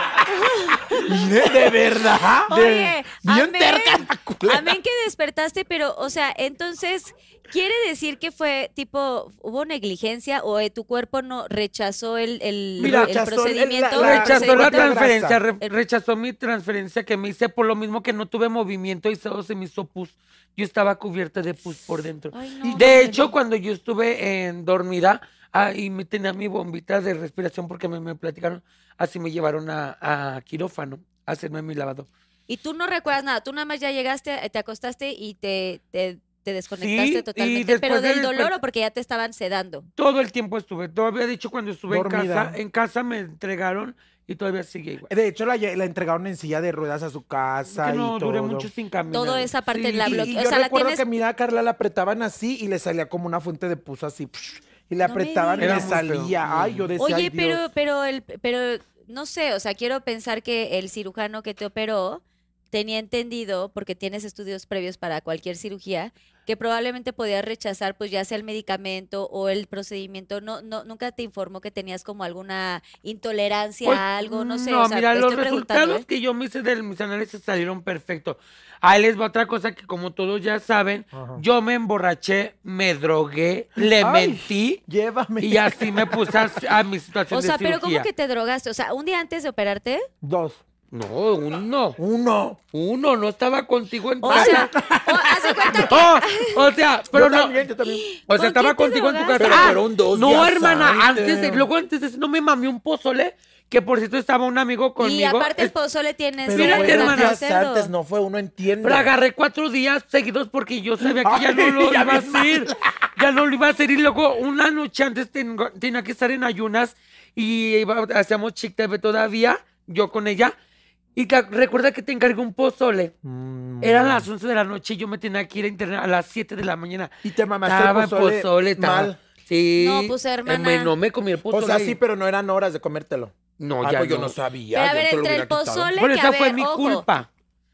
[SPEAKER 4] Mire, de verdad. de-
[SPEAKER 3] Oye,
[SPEAKER 4] bien
[SPEAKER 3] amén.
[SPEAKER 4] terca la culera.
[SPEAKER 3] Amén que despertaste, pero, o sea, entonces, ¿quiere decir que fue tipo, hubo negligencia o eh, tu cuerpo no rechazó el, el,
[SPEAKER 5] Mira,
[SPEAKER 3] el
[SPEAKER 4] rechazó el-
[SPEAKER 3] procedimiento?
[SPEAKER 4] la-
[SPEAKER 5] Rechazó la
[SPEAKER 4] Procedimiento de
[SPEAKER 5] transferencia,
[SPEAKER 4] grasa.
[SPEAKER 5] re- rechazó mi transferencia que me hice por lo mismo que no tuve movimiento y todo se me hizo pus. Yo estaba cubierta de pus por dentro.
[SPEAKER 3] Ay, no,
[SPEAKER 5] Y
[SPEAKER 3] no,
[SPEAKER 5] de
[SPEAKER 3] no,
[SPEAKER 5] hecho,
[SPEAKER 3] no.
[SPEAKER 5] cuando yo estuve en dormida, Ah, y me tenía mi bombita de respiración porque me, me platicaron. Así me llevaron a, a quirófano a hacerme mi lavado.
[SPEAKER 3] Y tú no recuerdas nada, tú nada más ya llegaste, eh, te acostaste y te, te, te desconectaste
[SPEAKER 5] y
[SPEAKER 3] totalmente. pero
[SPEAKER 5] después
[SPEAKER 3] del
[SPEAKER 5] del-
[SPEAKER 3] dolor o porque ya te estaban sedando.
[SPEAKER 5] Todo el tiempo estuve. Todavía, de hecho, cuando estuve en
[SPEAKER 4] Dormida.
[SPEAKER 5] casa, en casa me entregaron y todavía sigue igual.
[SPEAKER 4] De hecho, la, lle- la entregaron en silla de ruedas a su
[SPEAKER 5] Que
[SPEAKER 4] casa y
[SPEAKER 5] no,
[SPEAKER 4] todo.
[SPEAKER 5] duré mucho sin caminar.
[SPEAKER 3] Toda esa parte
[SPEAKER 5] Sí,
[SPEAKER 3] la
[SPEAKER 5] sí,
[SPEAKER 4] Y-
[SPEAKER 3] bloqueó.
[SPEAKER 4] y
[SPEAKER 3] O
[SPEAKER 4] yo
[SPEAKER 3] sea, la
[SPEAKER 4] recuerdo
[SPEAKER 3] tienes-
[SPEAKER 4] que mira a Carla la apretaban así y le salía como una fuente de pus así. psh, Y la
[SPEAKER 3] No me
[SPEAKER 4] apretaban y
[SPEAKER 5] digas.
[SPEAKER 4] le
[SPEAKER 5] Era muy feo,
[SPEAKER 4] salía. Ay, yo decía,
[SPEAKER 3] Oye,
[SPEAKER 4] "Ay, Dios".
[SPEAKER 3] pero, pero el, pero no sé, o sea, quiero pensar que el cirujano que te operó tenía entendido, porque tienes estudios previos para cualquier cirugía, que probablemente podías rechazar, pues ya sea el medicamento o el procedimiento. No, no, nunca te informó que tenías como alguna intolerancia
[SPEAKER 5] Pues,
[SPEAKER 3] a algo, no sé.
[SPEAKER 5] No,
[SPEAKER 3] o sea,
[SPEAKER 5] mira,
[SPEAKER 3] te
[SPEAKER 5] los
[SPEAKER 3] estoy preguntando,
[SPEAKER 5] resultados
[SPEAKER 3] ¿eh?
[SPEAKER 5] que yo me hice de mis análisis salieron perfectos. Ahí les va otra cosa que, como todos ya saben,
[SPEAKER 4] Ajá.
[SPEAKER 5] yo me emborraché, me drogué, le
[SPEAKER 4] Ay.
[SPEAKER 5] mentí
[SPEAKER 4] Llévame.
[SPEAKER 5] y así me puse a, a mi situación
[SPEAKER 3] O sea,
[SPEAKER 5] de
[SPEAKER 3] pero ¿cómo
[SPEAKER 5] cirugía.
[SPEAKER 3] que te drogaste? O sea, un día antes de operarte.
[SPEAKER 4] Dos.
[SPEAKER 5] No, uno.
[SPEAKER 4] Uno.
[SPEAKER 5] Uno, no estaba contigo en
[SPEAKER 3] O
[SPEAKER 5] casa.
[SPEAKER 3] sea, o, haz de cuenta que
[SPEAKER 5] No, o sea, pero
[SPEAKER 4] Yo
[SPEAKER 5] no.
[SPEAKER 4] también, yo también.
[SPEAKER 5] O
[SPEAKER 3] ¿Con
[SPEAKER 5] sea, estaba
[SPEAKER 3] quién te
[SPEAKER 5] contigo en tu
[SPEAKER 3] drogaste?
[SPEAKER 5] casa.
[SPEAKER 4] Pero
[SPEAKER 5] Ah,
[SPEAKER 4] fueron dos
[SPEAKER 5] No,
[SPEAKER 4] días
[SPEAKER 5] hermana,
[SPEAKER 4] antes.
[SPEAKER 5] antes de, luego antes de eso, no me mamé un pozole, que por cierto estaba un amigo conmigo.
[SPEAKER 3] y aparte el
[SPEAKER 5] es-
[SPEAKER 3] pozole tienes.
[SPEAKER 4] Pero
[SPEAKER 5] Mira,
[SPEAKER 4] fue
[SPEAKER 5] que
[SPEAKER 4] dos
[SPEAKER 5] hermana.
[SPEAKER 4] días
[SPEAKER 3] cerdo.
[SPEAKER 4] antes no fue uno, entiende.
[SPEAKER 5] Pero agarré cuatro días seguidos porque yo sabía que ya no
[SPEAKER 4] Ay,
[SPEAKER 5] lo
[SPEAKER 4] ya
[SPEAKER 5] iba a
[SPEAKER 4] bien
[SPEAKER 5] hacer. Ya no lo iba a hacer. Y luego una noche antes tengo- tenía que estar en ayunas y iba- hacíamos Chick TV todavía, yo con ella. Y ca- recuerda que te encargué un pozole.
[SPEAKER 4] Mm.
[SPEAKER 5] Eran las 11 de la noche y yo me tenía que ir a internet a las 7 de la mañana.
[SPEAKER 4] Y te mamaste el
[SPEAKER 5] Estaba en
[SPEAKER 4] pozole,
[SPEAKER 5] estaba-
[SPEAKER 4] mal.
[SPEAKER 5] Sí.
[SPEAKER 3] No, pues,
[SPEAKER 5] eh,
[SPEAKER 3] hermana.
[SPEAKER 5] me- no me comí el
[SPEAKER 4] O
[SPEAKER 5] pozole.
[SPEAKER 4] sea, sí, pero no eran horas de comértelo.
[SPEAKER 5] No,
[SPEAKER 4] Ah,
[SPEAKER 5] ya
[SPEAKER 4] pues yo no
[SPEAKER 5] no.
[SPEAKER 4] sabía.
[SPEAKER 3] Pero a
[SPEAKER 4] yo
[SPEAKER 3] ver,
[SPEAKER 4] te lo
[SPEAKER 3] entre
[SPEAKER 4] hubiera
[SPEAKER 3] el
[SPEAKER 4] quitado.
[SPEAKER 3] pozole
[SPEAKER 5] Pero
[SPEAKER 3] que a
[SPEAKER 5] esa
[SPEAKER 3] ver,
[SPEAKER 5] fue mi
[SPEAKER 3] ojo,
[SPEAKER 5] culpa.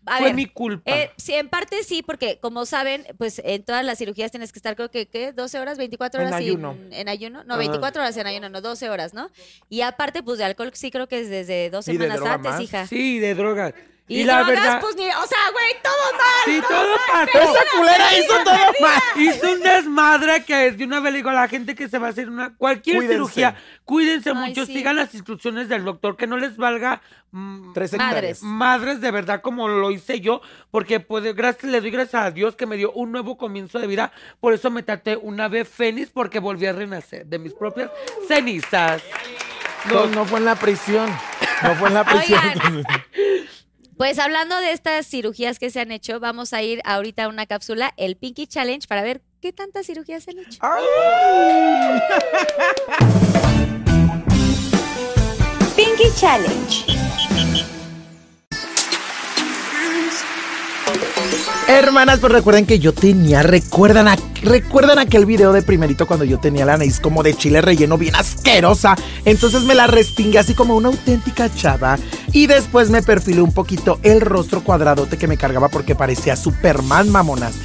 [SPEAKER 3] a
[SPEAKER 5] Fue
[SPEAKER 3] ver,
[SPEAKER 5] mi culpa.
[SPEAKER 3] Eh, sí, en parte sí, porque como saben, pues en todas las cirugías tienes que estar, creo que, ¿qué? 12 horas, 24
[SPEAKER 4] En
[SPEAKER 3] horas sin-
[SPEAKER 4] ayuno.
[SPEAKER 3] en ayuno.
[SPEAKER 5] Ah.
[SPEAKER 3] No, 24 horas en ayuno, no, 12 horas, ¿no? Y aparte, pues de alcohol sí creo que es desde dos
[SPEAKER 4] Y de
[SPEAKER 3] semanas
[SPEAKER 4] droga
[SPEAKER 3] antes,
[SPEAKER 4] más.
[SPEAKER 3] hija.
[SPEAKER 5] Sí, de drogas.
[SPEAKER 3] Y,
[SPEAKER 5] Y, la
[SPEAKER 3] drogas,
[SPEAKER 5] verdad.
[SPEAKER 3] pues ni, o sea, güey, todo mal.
[SPEAKER 5] sí, todo pasó.
[SPEAKER 4] Esa culera hizo todo mal.
[SPEAKER 5] Hizo un desmadre que de una vez le digo a la gente que se va a hacer una cualquier
[SPEAKER 4] Cuídense.
[SPEAKER 5] cirugía, cuídense
[SPEAKER 3] Ay,
[SPEAKER 5] mucho,
[SPEAKER 3] sí.
[SPEAKER 5] sigan las instrucciones del doctor, que no les valga mm,
[SPEAKER 4] Tres
[SPEAKER 3] Madres.
[SPEAKER 4] hectáreas.
[SPEAKER 5] madres de verdad como lo hice yo, porque pues gracias, le doy gracias a Dios que me dio un nuevo comienzo de vida, por eso me traté una vez fénix porque volví a renacer de mis propias cenizas.
[SPEAKER 4] No, no fue en la prisión. No fue en la prisión.
[SPEAKER 3] Oigan. Pues hablando de estas cirugías que se han hecho, vamos a ir ahorita a una cápsula, el Pinky Challenge, para ver qué tantas cirugías se han hecho.
[SPEAKER 4] Ah.
[SPEAKER 2] Pinky Challenge.
[SPEAKER 4] Hermanas, pues recuerden que yo tenía, recuerdan, a- recuerdan aquel video de primerito cuando yo tenía la nariz como de chile relleno bien asquerosa. Entonces me la respingué así como una auténtica chava y después me perfilé un poquito el rostro cuadradote que me cargaba porque parecía Superman, mamonas.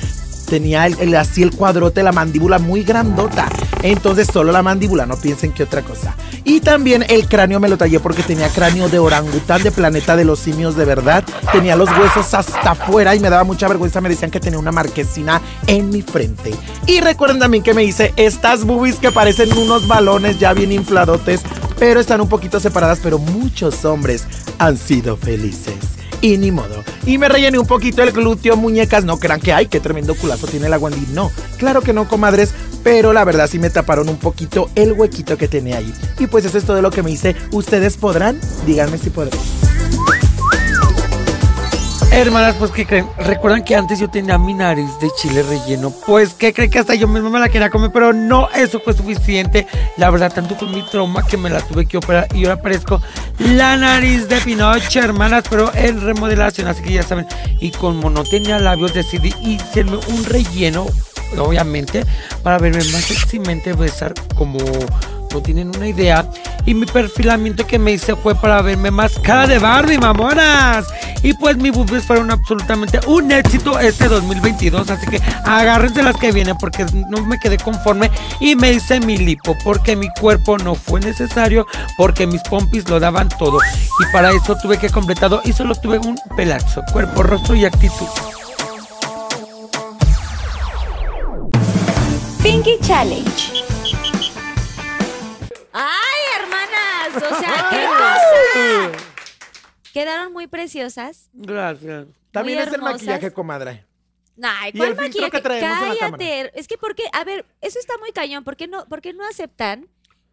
[SPEAKER 4] Tenía el, el- así el cuadrote, la mandíbula muy grandota. Entonces solo la mandíbula, no piensen que otra cosa. Y también el cráneo me lo tallé porque tenía cráneo de orangután de planeta de los simios de verdad. Tenía los huesos hasta afuera y me daba mucha vergüenza. Me decían que tenía una marquesina en mi frente. Y recuerden también que me hice estas boobies que parecen unos balones ya bien infladotes, pero están un poquito separadas, pero muchos hombres han sido felices. Y ni modo. Y me rellené un poquito el glúteo, muñecas. No crean que, ay, qué tremendo culazo tiene la Wendy. No, claro que no, comadres. Pero la verdad sí me taparon un poquito el huequito que tenía ahí. Y pues eso es todo lo que me hice. ¿Ustedes podrán? Díganme si podrán.
[SPEAKER 5] Hermanas, pues, ¿qué creen? ¿Recuerdan que antes yo tenía mi nariz de chile relleno? Pues, ¿qué creen? Que hasta yo misma me la quería comer, pero no, eso fue suficiente. La verdad, tanto fue mi trauma que me la tuve que operar y ahora parezco la nariz de Pinocho, hermanas, pero en remodelación, así que ya saben. Y como no tenía labios, decidí hacerme un relleno, obviamente, para verme más sexymente, besar como... No tienen una idea. Y mi perfilamiento que me hice fue para verme más cara de Barbie, mamonas. Y pues mis boobies fueron absolutamente un éxito este 2022. Así que agárrense las que vienen porque no me quedé conforme. Y me hice mi lipo porque mi cuerpo no fue necesario. Porque mis pompis lo daban todo. Y para eso tuve que completarlo. Y solo tuve un pelazo. Cuerpo, rostro y actitud.
[SPEAKER 2] Pinky Challenge.
[SPEAKER 3] ¡Ay, hermanas! O sea, ¡qué cosa! Quedaron muy preciosas.
[SPEAKER 5] Gracias.
[SPEAKER 4] También
[SPEAKER 3] Muy
[SPEAKER 4] es el
[SPEAKER 3] hermosas.
[SPEAKER 4] maquillaje, comadre.
[SPEAKER 3] Ay,
[SPEAKER 4] Y
[SPEAKER 3] ¿cuál
[SPEAKER 4] el filtro
[SPEAKER 3] maquillaje?
[SPEAKER 4] que traemos en la cámara.
[SPEAKER 3] Cállate. Es que porque, a ver, eso está muy cañón. ¿Por qué no, por qué no aceptan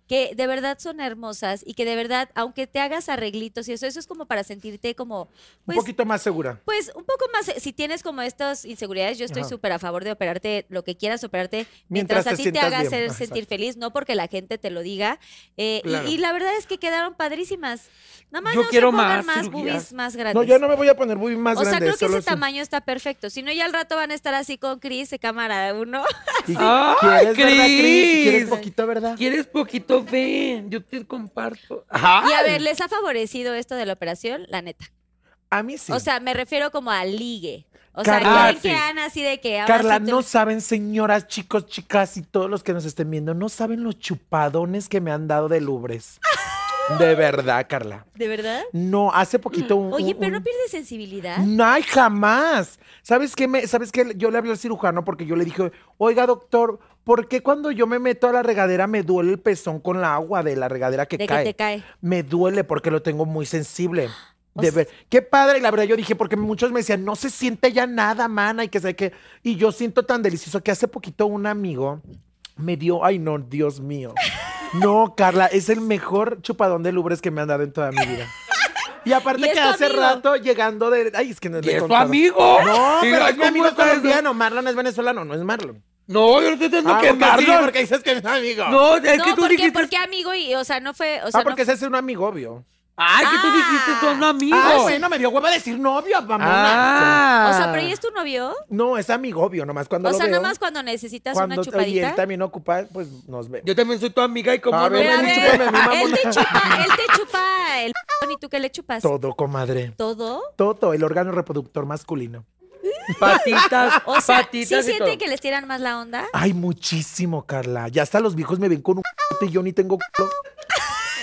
[SPEAKER 3] que de verdad son hermosas y que de verdad, aunque te hagas arreglitos y eso, eso es como para sentirte como, pues,
[SPEAKER 4] un poquito más segura.
[SPEAKER 3] pues un poco más, si tienes como estas inseguridades, yo estoy
[SPEAKER 4] Ajá.
[SPEAKER 3] súper a favor de operarte lo que quieras operarte
[SPEAKER 4] Mientras
[SPEAKER 3] mientras,
[SPEAKER 4] te
[SPEAKER 3] a ti te
[SPEAKER 4] sientas
[SPEAKER 3] haga
[SPEAKER 4] bien.
[SPEAKER 3] hacer
[SPEAKER 4] Ajá,
[SPEAKER 3] sentir
[SPEAKER 4] exacto.
[SPEAKER 3] feliz, no porque la gente te lo diga. Eh, y-
[SPEAKER 4] Claro.
[SPEAKER 3] y, la verdad es que quedaron padrísimas. Nada más
[SPEAKER 5] Yo
[SPEAKER 3] no
[SPEAKER 5] quiero
[SPEAKER 3] se pongan
[SPEAKER 5] más
[SPEAKER 3] más
[SPEAKER 5] cirugías.
[SPEAKER 3] boobies más grandes.
[SPEAKER 4] No, yo no me voy a poner muy más
[SPEAKER 3] o sea,
[SPEAKER 4] grande.
[SPEAKER 3] creo que
[SPEAKER 4] solo
[SPEAKER 3] ese
[SPEAKER 4] si-
[SPEAKER 3] tamaño está perfecto. Si no, ya al rato van a estar así con Chris de cámara uno.
[SPEAKER 4] Sí.
[SPEAKER 5] ¡Ay,
[SPEAKER 4] ¿Quieres, verdad, Cris? ¿Quieres
[SPEAKER 5] Cris!
[SPEAKER 4] poquito, verdad?
[SPEAKER 5] ¿Quieres poquito? Ven, yo te comparto.
[SPEAKER 3] Y a ver, ¿les ha favorecido esto de la operación? La neta.
[SPEAKER 4] A mí sí.
[SPEAKER 3] O sea, me refiero como a ligue. O sea,
[SPEAKER 4] Carla,
[SPEAKER 3] ¿creen
[SPEAKER 5] ah,
[SPEAKER 3] que
[SPEAKER 5] sí.
[SPEAKER 3] han así de que ahora
[SPEAKER 4] Carla,
[SPEAKER 3] sí tú-
[SPEAKER 4] no saben, señoras, chicos, chicas y todos los que nos estén viendo, no saben los chupadones que me han dado de lubres. de verdad, Carla.
[SPEAKER 3] ¿De verdad?
[SPEAKER 4] No, hace poquito un.
[SPEAKER 3] Oye,
[SPEAKER 4] un-
[SPEAKER 3] pero no
[SPEAKER 4] un-
[SPEAKER 3] pierdes sensibilidad.
[SPEAKER 4] Ay, jamás. ¿Sabes qué? Me, ¿Sabes qué? Yo le hablé al cirujano porque yo le dije, oiga, doctor, ¿por qué cuando yo me meto a la regadera me duele el pezón con la agua de la regadera que
[SPEAKER 3] de
[SPEAKER 4] cae?
[SPEAKER 3] que te cae.
[SPEAKER 4] me duele porque lo tengo muy sensible.
[SPEAKER 3] O
[SPEAKER 4] De
[SPEAKER 3] sea-
[SPEAKER 4] ver, qué padre, la verdad yo dije, porque muchos me decían, no se siente ya nada, mana, y que sé que, y yo siento tan delicioso que hace poquito un amigo me dio, ay no, Dios mío, no, Carla, es el mejor chupadón de lubres que me han dado en toda mi vida. Y aparte
[SPEAKER 3] ¿Y es
[SPEAKER 4] que
[SPEAKER 3] tu
[SPEAKER 4] hace
[SPEAKER 3] amigo?
[SPEAKER 4] rato llegando de, ay, es que no
[SPEAKER 5] ¿Y
[SPEAKER 4] le he
[SPEAKER 5] es tu
[SPEAKER 4] contado.
[SPEAKER 5] amigo?
[SPEAKER 4] No,
[SPEAKER 5] Mira,
[SPEAKER 4] pero es mi
[SPEAKER 5] ¿cómo
[SPEAKER 4] amigo
[SPEAKER 5] está eso?
[SPEAKER 4] colombiano, Marlon es venezolano, no es Marlon.
[SPEAKER 5] No, yo no estoy diciendo
[SPEAKER 4] Ah,
[SPEAKER 5] que
[SPEAKER 4] porque sí,
[SPEAKER 5] Marlon.
[SPEAKER 4] porque dices que es mi amigo.
[SPEAKER 5] No, es
[SPEAKER 3] no,
[SPEAKER 5] que tú
[SPEAKER 3] ¿por qué?
[SPEAKER 5] dijiste.
[SPEAKER 3] ¿Por qué amigo? Y, o sea, no fue. O sea,
[SPEAKER 4] ah, porque
[SPEAKER 3] no
[SPEAKER 4] ese es un amigo, obvio.
[SPEAKER 5] Ay, que tú
[SPEAKER 3] Ah.
[SPEAKER 5] dijiste son amigos.
[SPEAKER 4] Ah, bueno, me dio hueva decir novio,
[SPEAKER 5] Ah.
[SPEAKER 4] mamona.
[SPEAKER 3] fue- O sea, pero ¿y es tu novio?
[SPEAKER 4] No, es amigo, obvio, nomás cuando
[SPEAKER 3] O
[SPEAKER 4] lo
[SPEAKER 3] sea,
[SPEAKER 4] veo.
[SPEAKER 3] nomás cuando necesitas una
[SPEAKER 4] cuando y él
[SPEAKER 3] chupadita.
[SPEAKER 4] también ocupa, pues nos vemos.
[SPEAKER 5] Yo también soy tu amiga y como
[SPEAKER 4] A
[SPEAKER 5] no
[SPEAKER 4] ver,
[SPEAKER 5] me
[SPEAKER 3] Pero a
[SPEAKER 4] ven y
[SPEAKER 5] dices-
[SPEAKER 3] ver,
[SPEAKER 4] chúpame a
[SPEAKER 3] él
[SPEAKER 4] mí,
[SPEAKER 3] te
[SPEAKER 4] mamona.
[SPEAKER 3] chupa, él te chupa el p- ¿Y tú qué le chupas?
[SPEAKER 4] Todo, comadre.
[SPEAKER 3] ¿Todo?
[SPEAKER 4] Todo, el órgano reproductor masculino.
[SPEAKER 5] patitas,
[SPEAKER 3] O sea, ¿sí
[SPEAKER 5] patitas y todo.
[SPEAKER 3] sienten que les tiran más la onda?
[SPEAKER 4] Ay, muchísimo, Carla. Ya hasta los viejos me ven con un y yo ni tengo culo.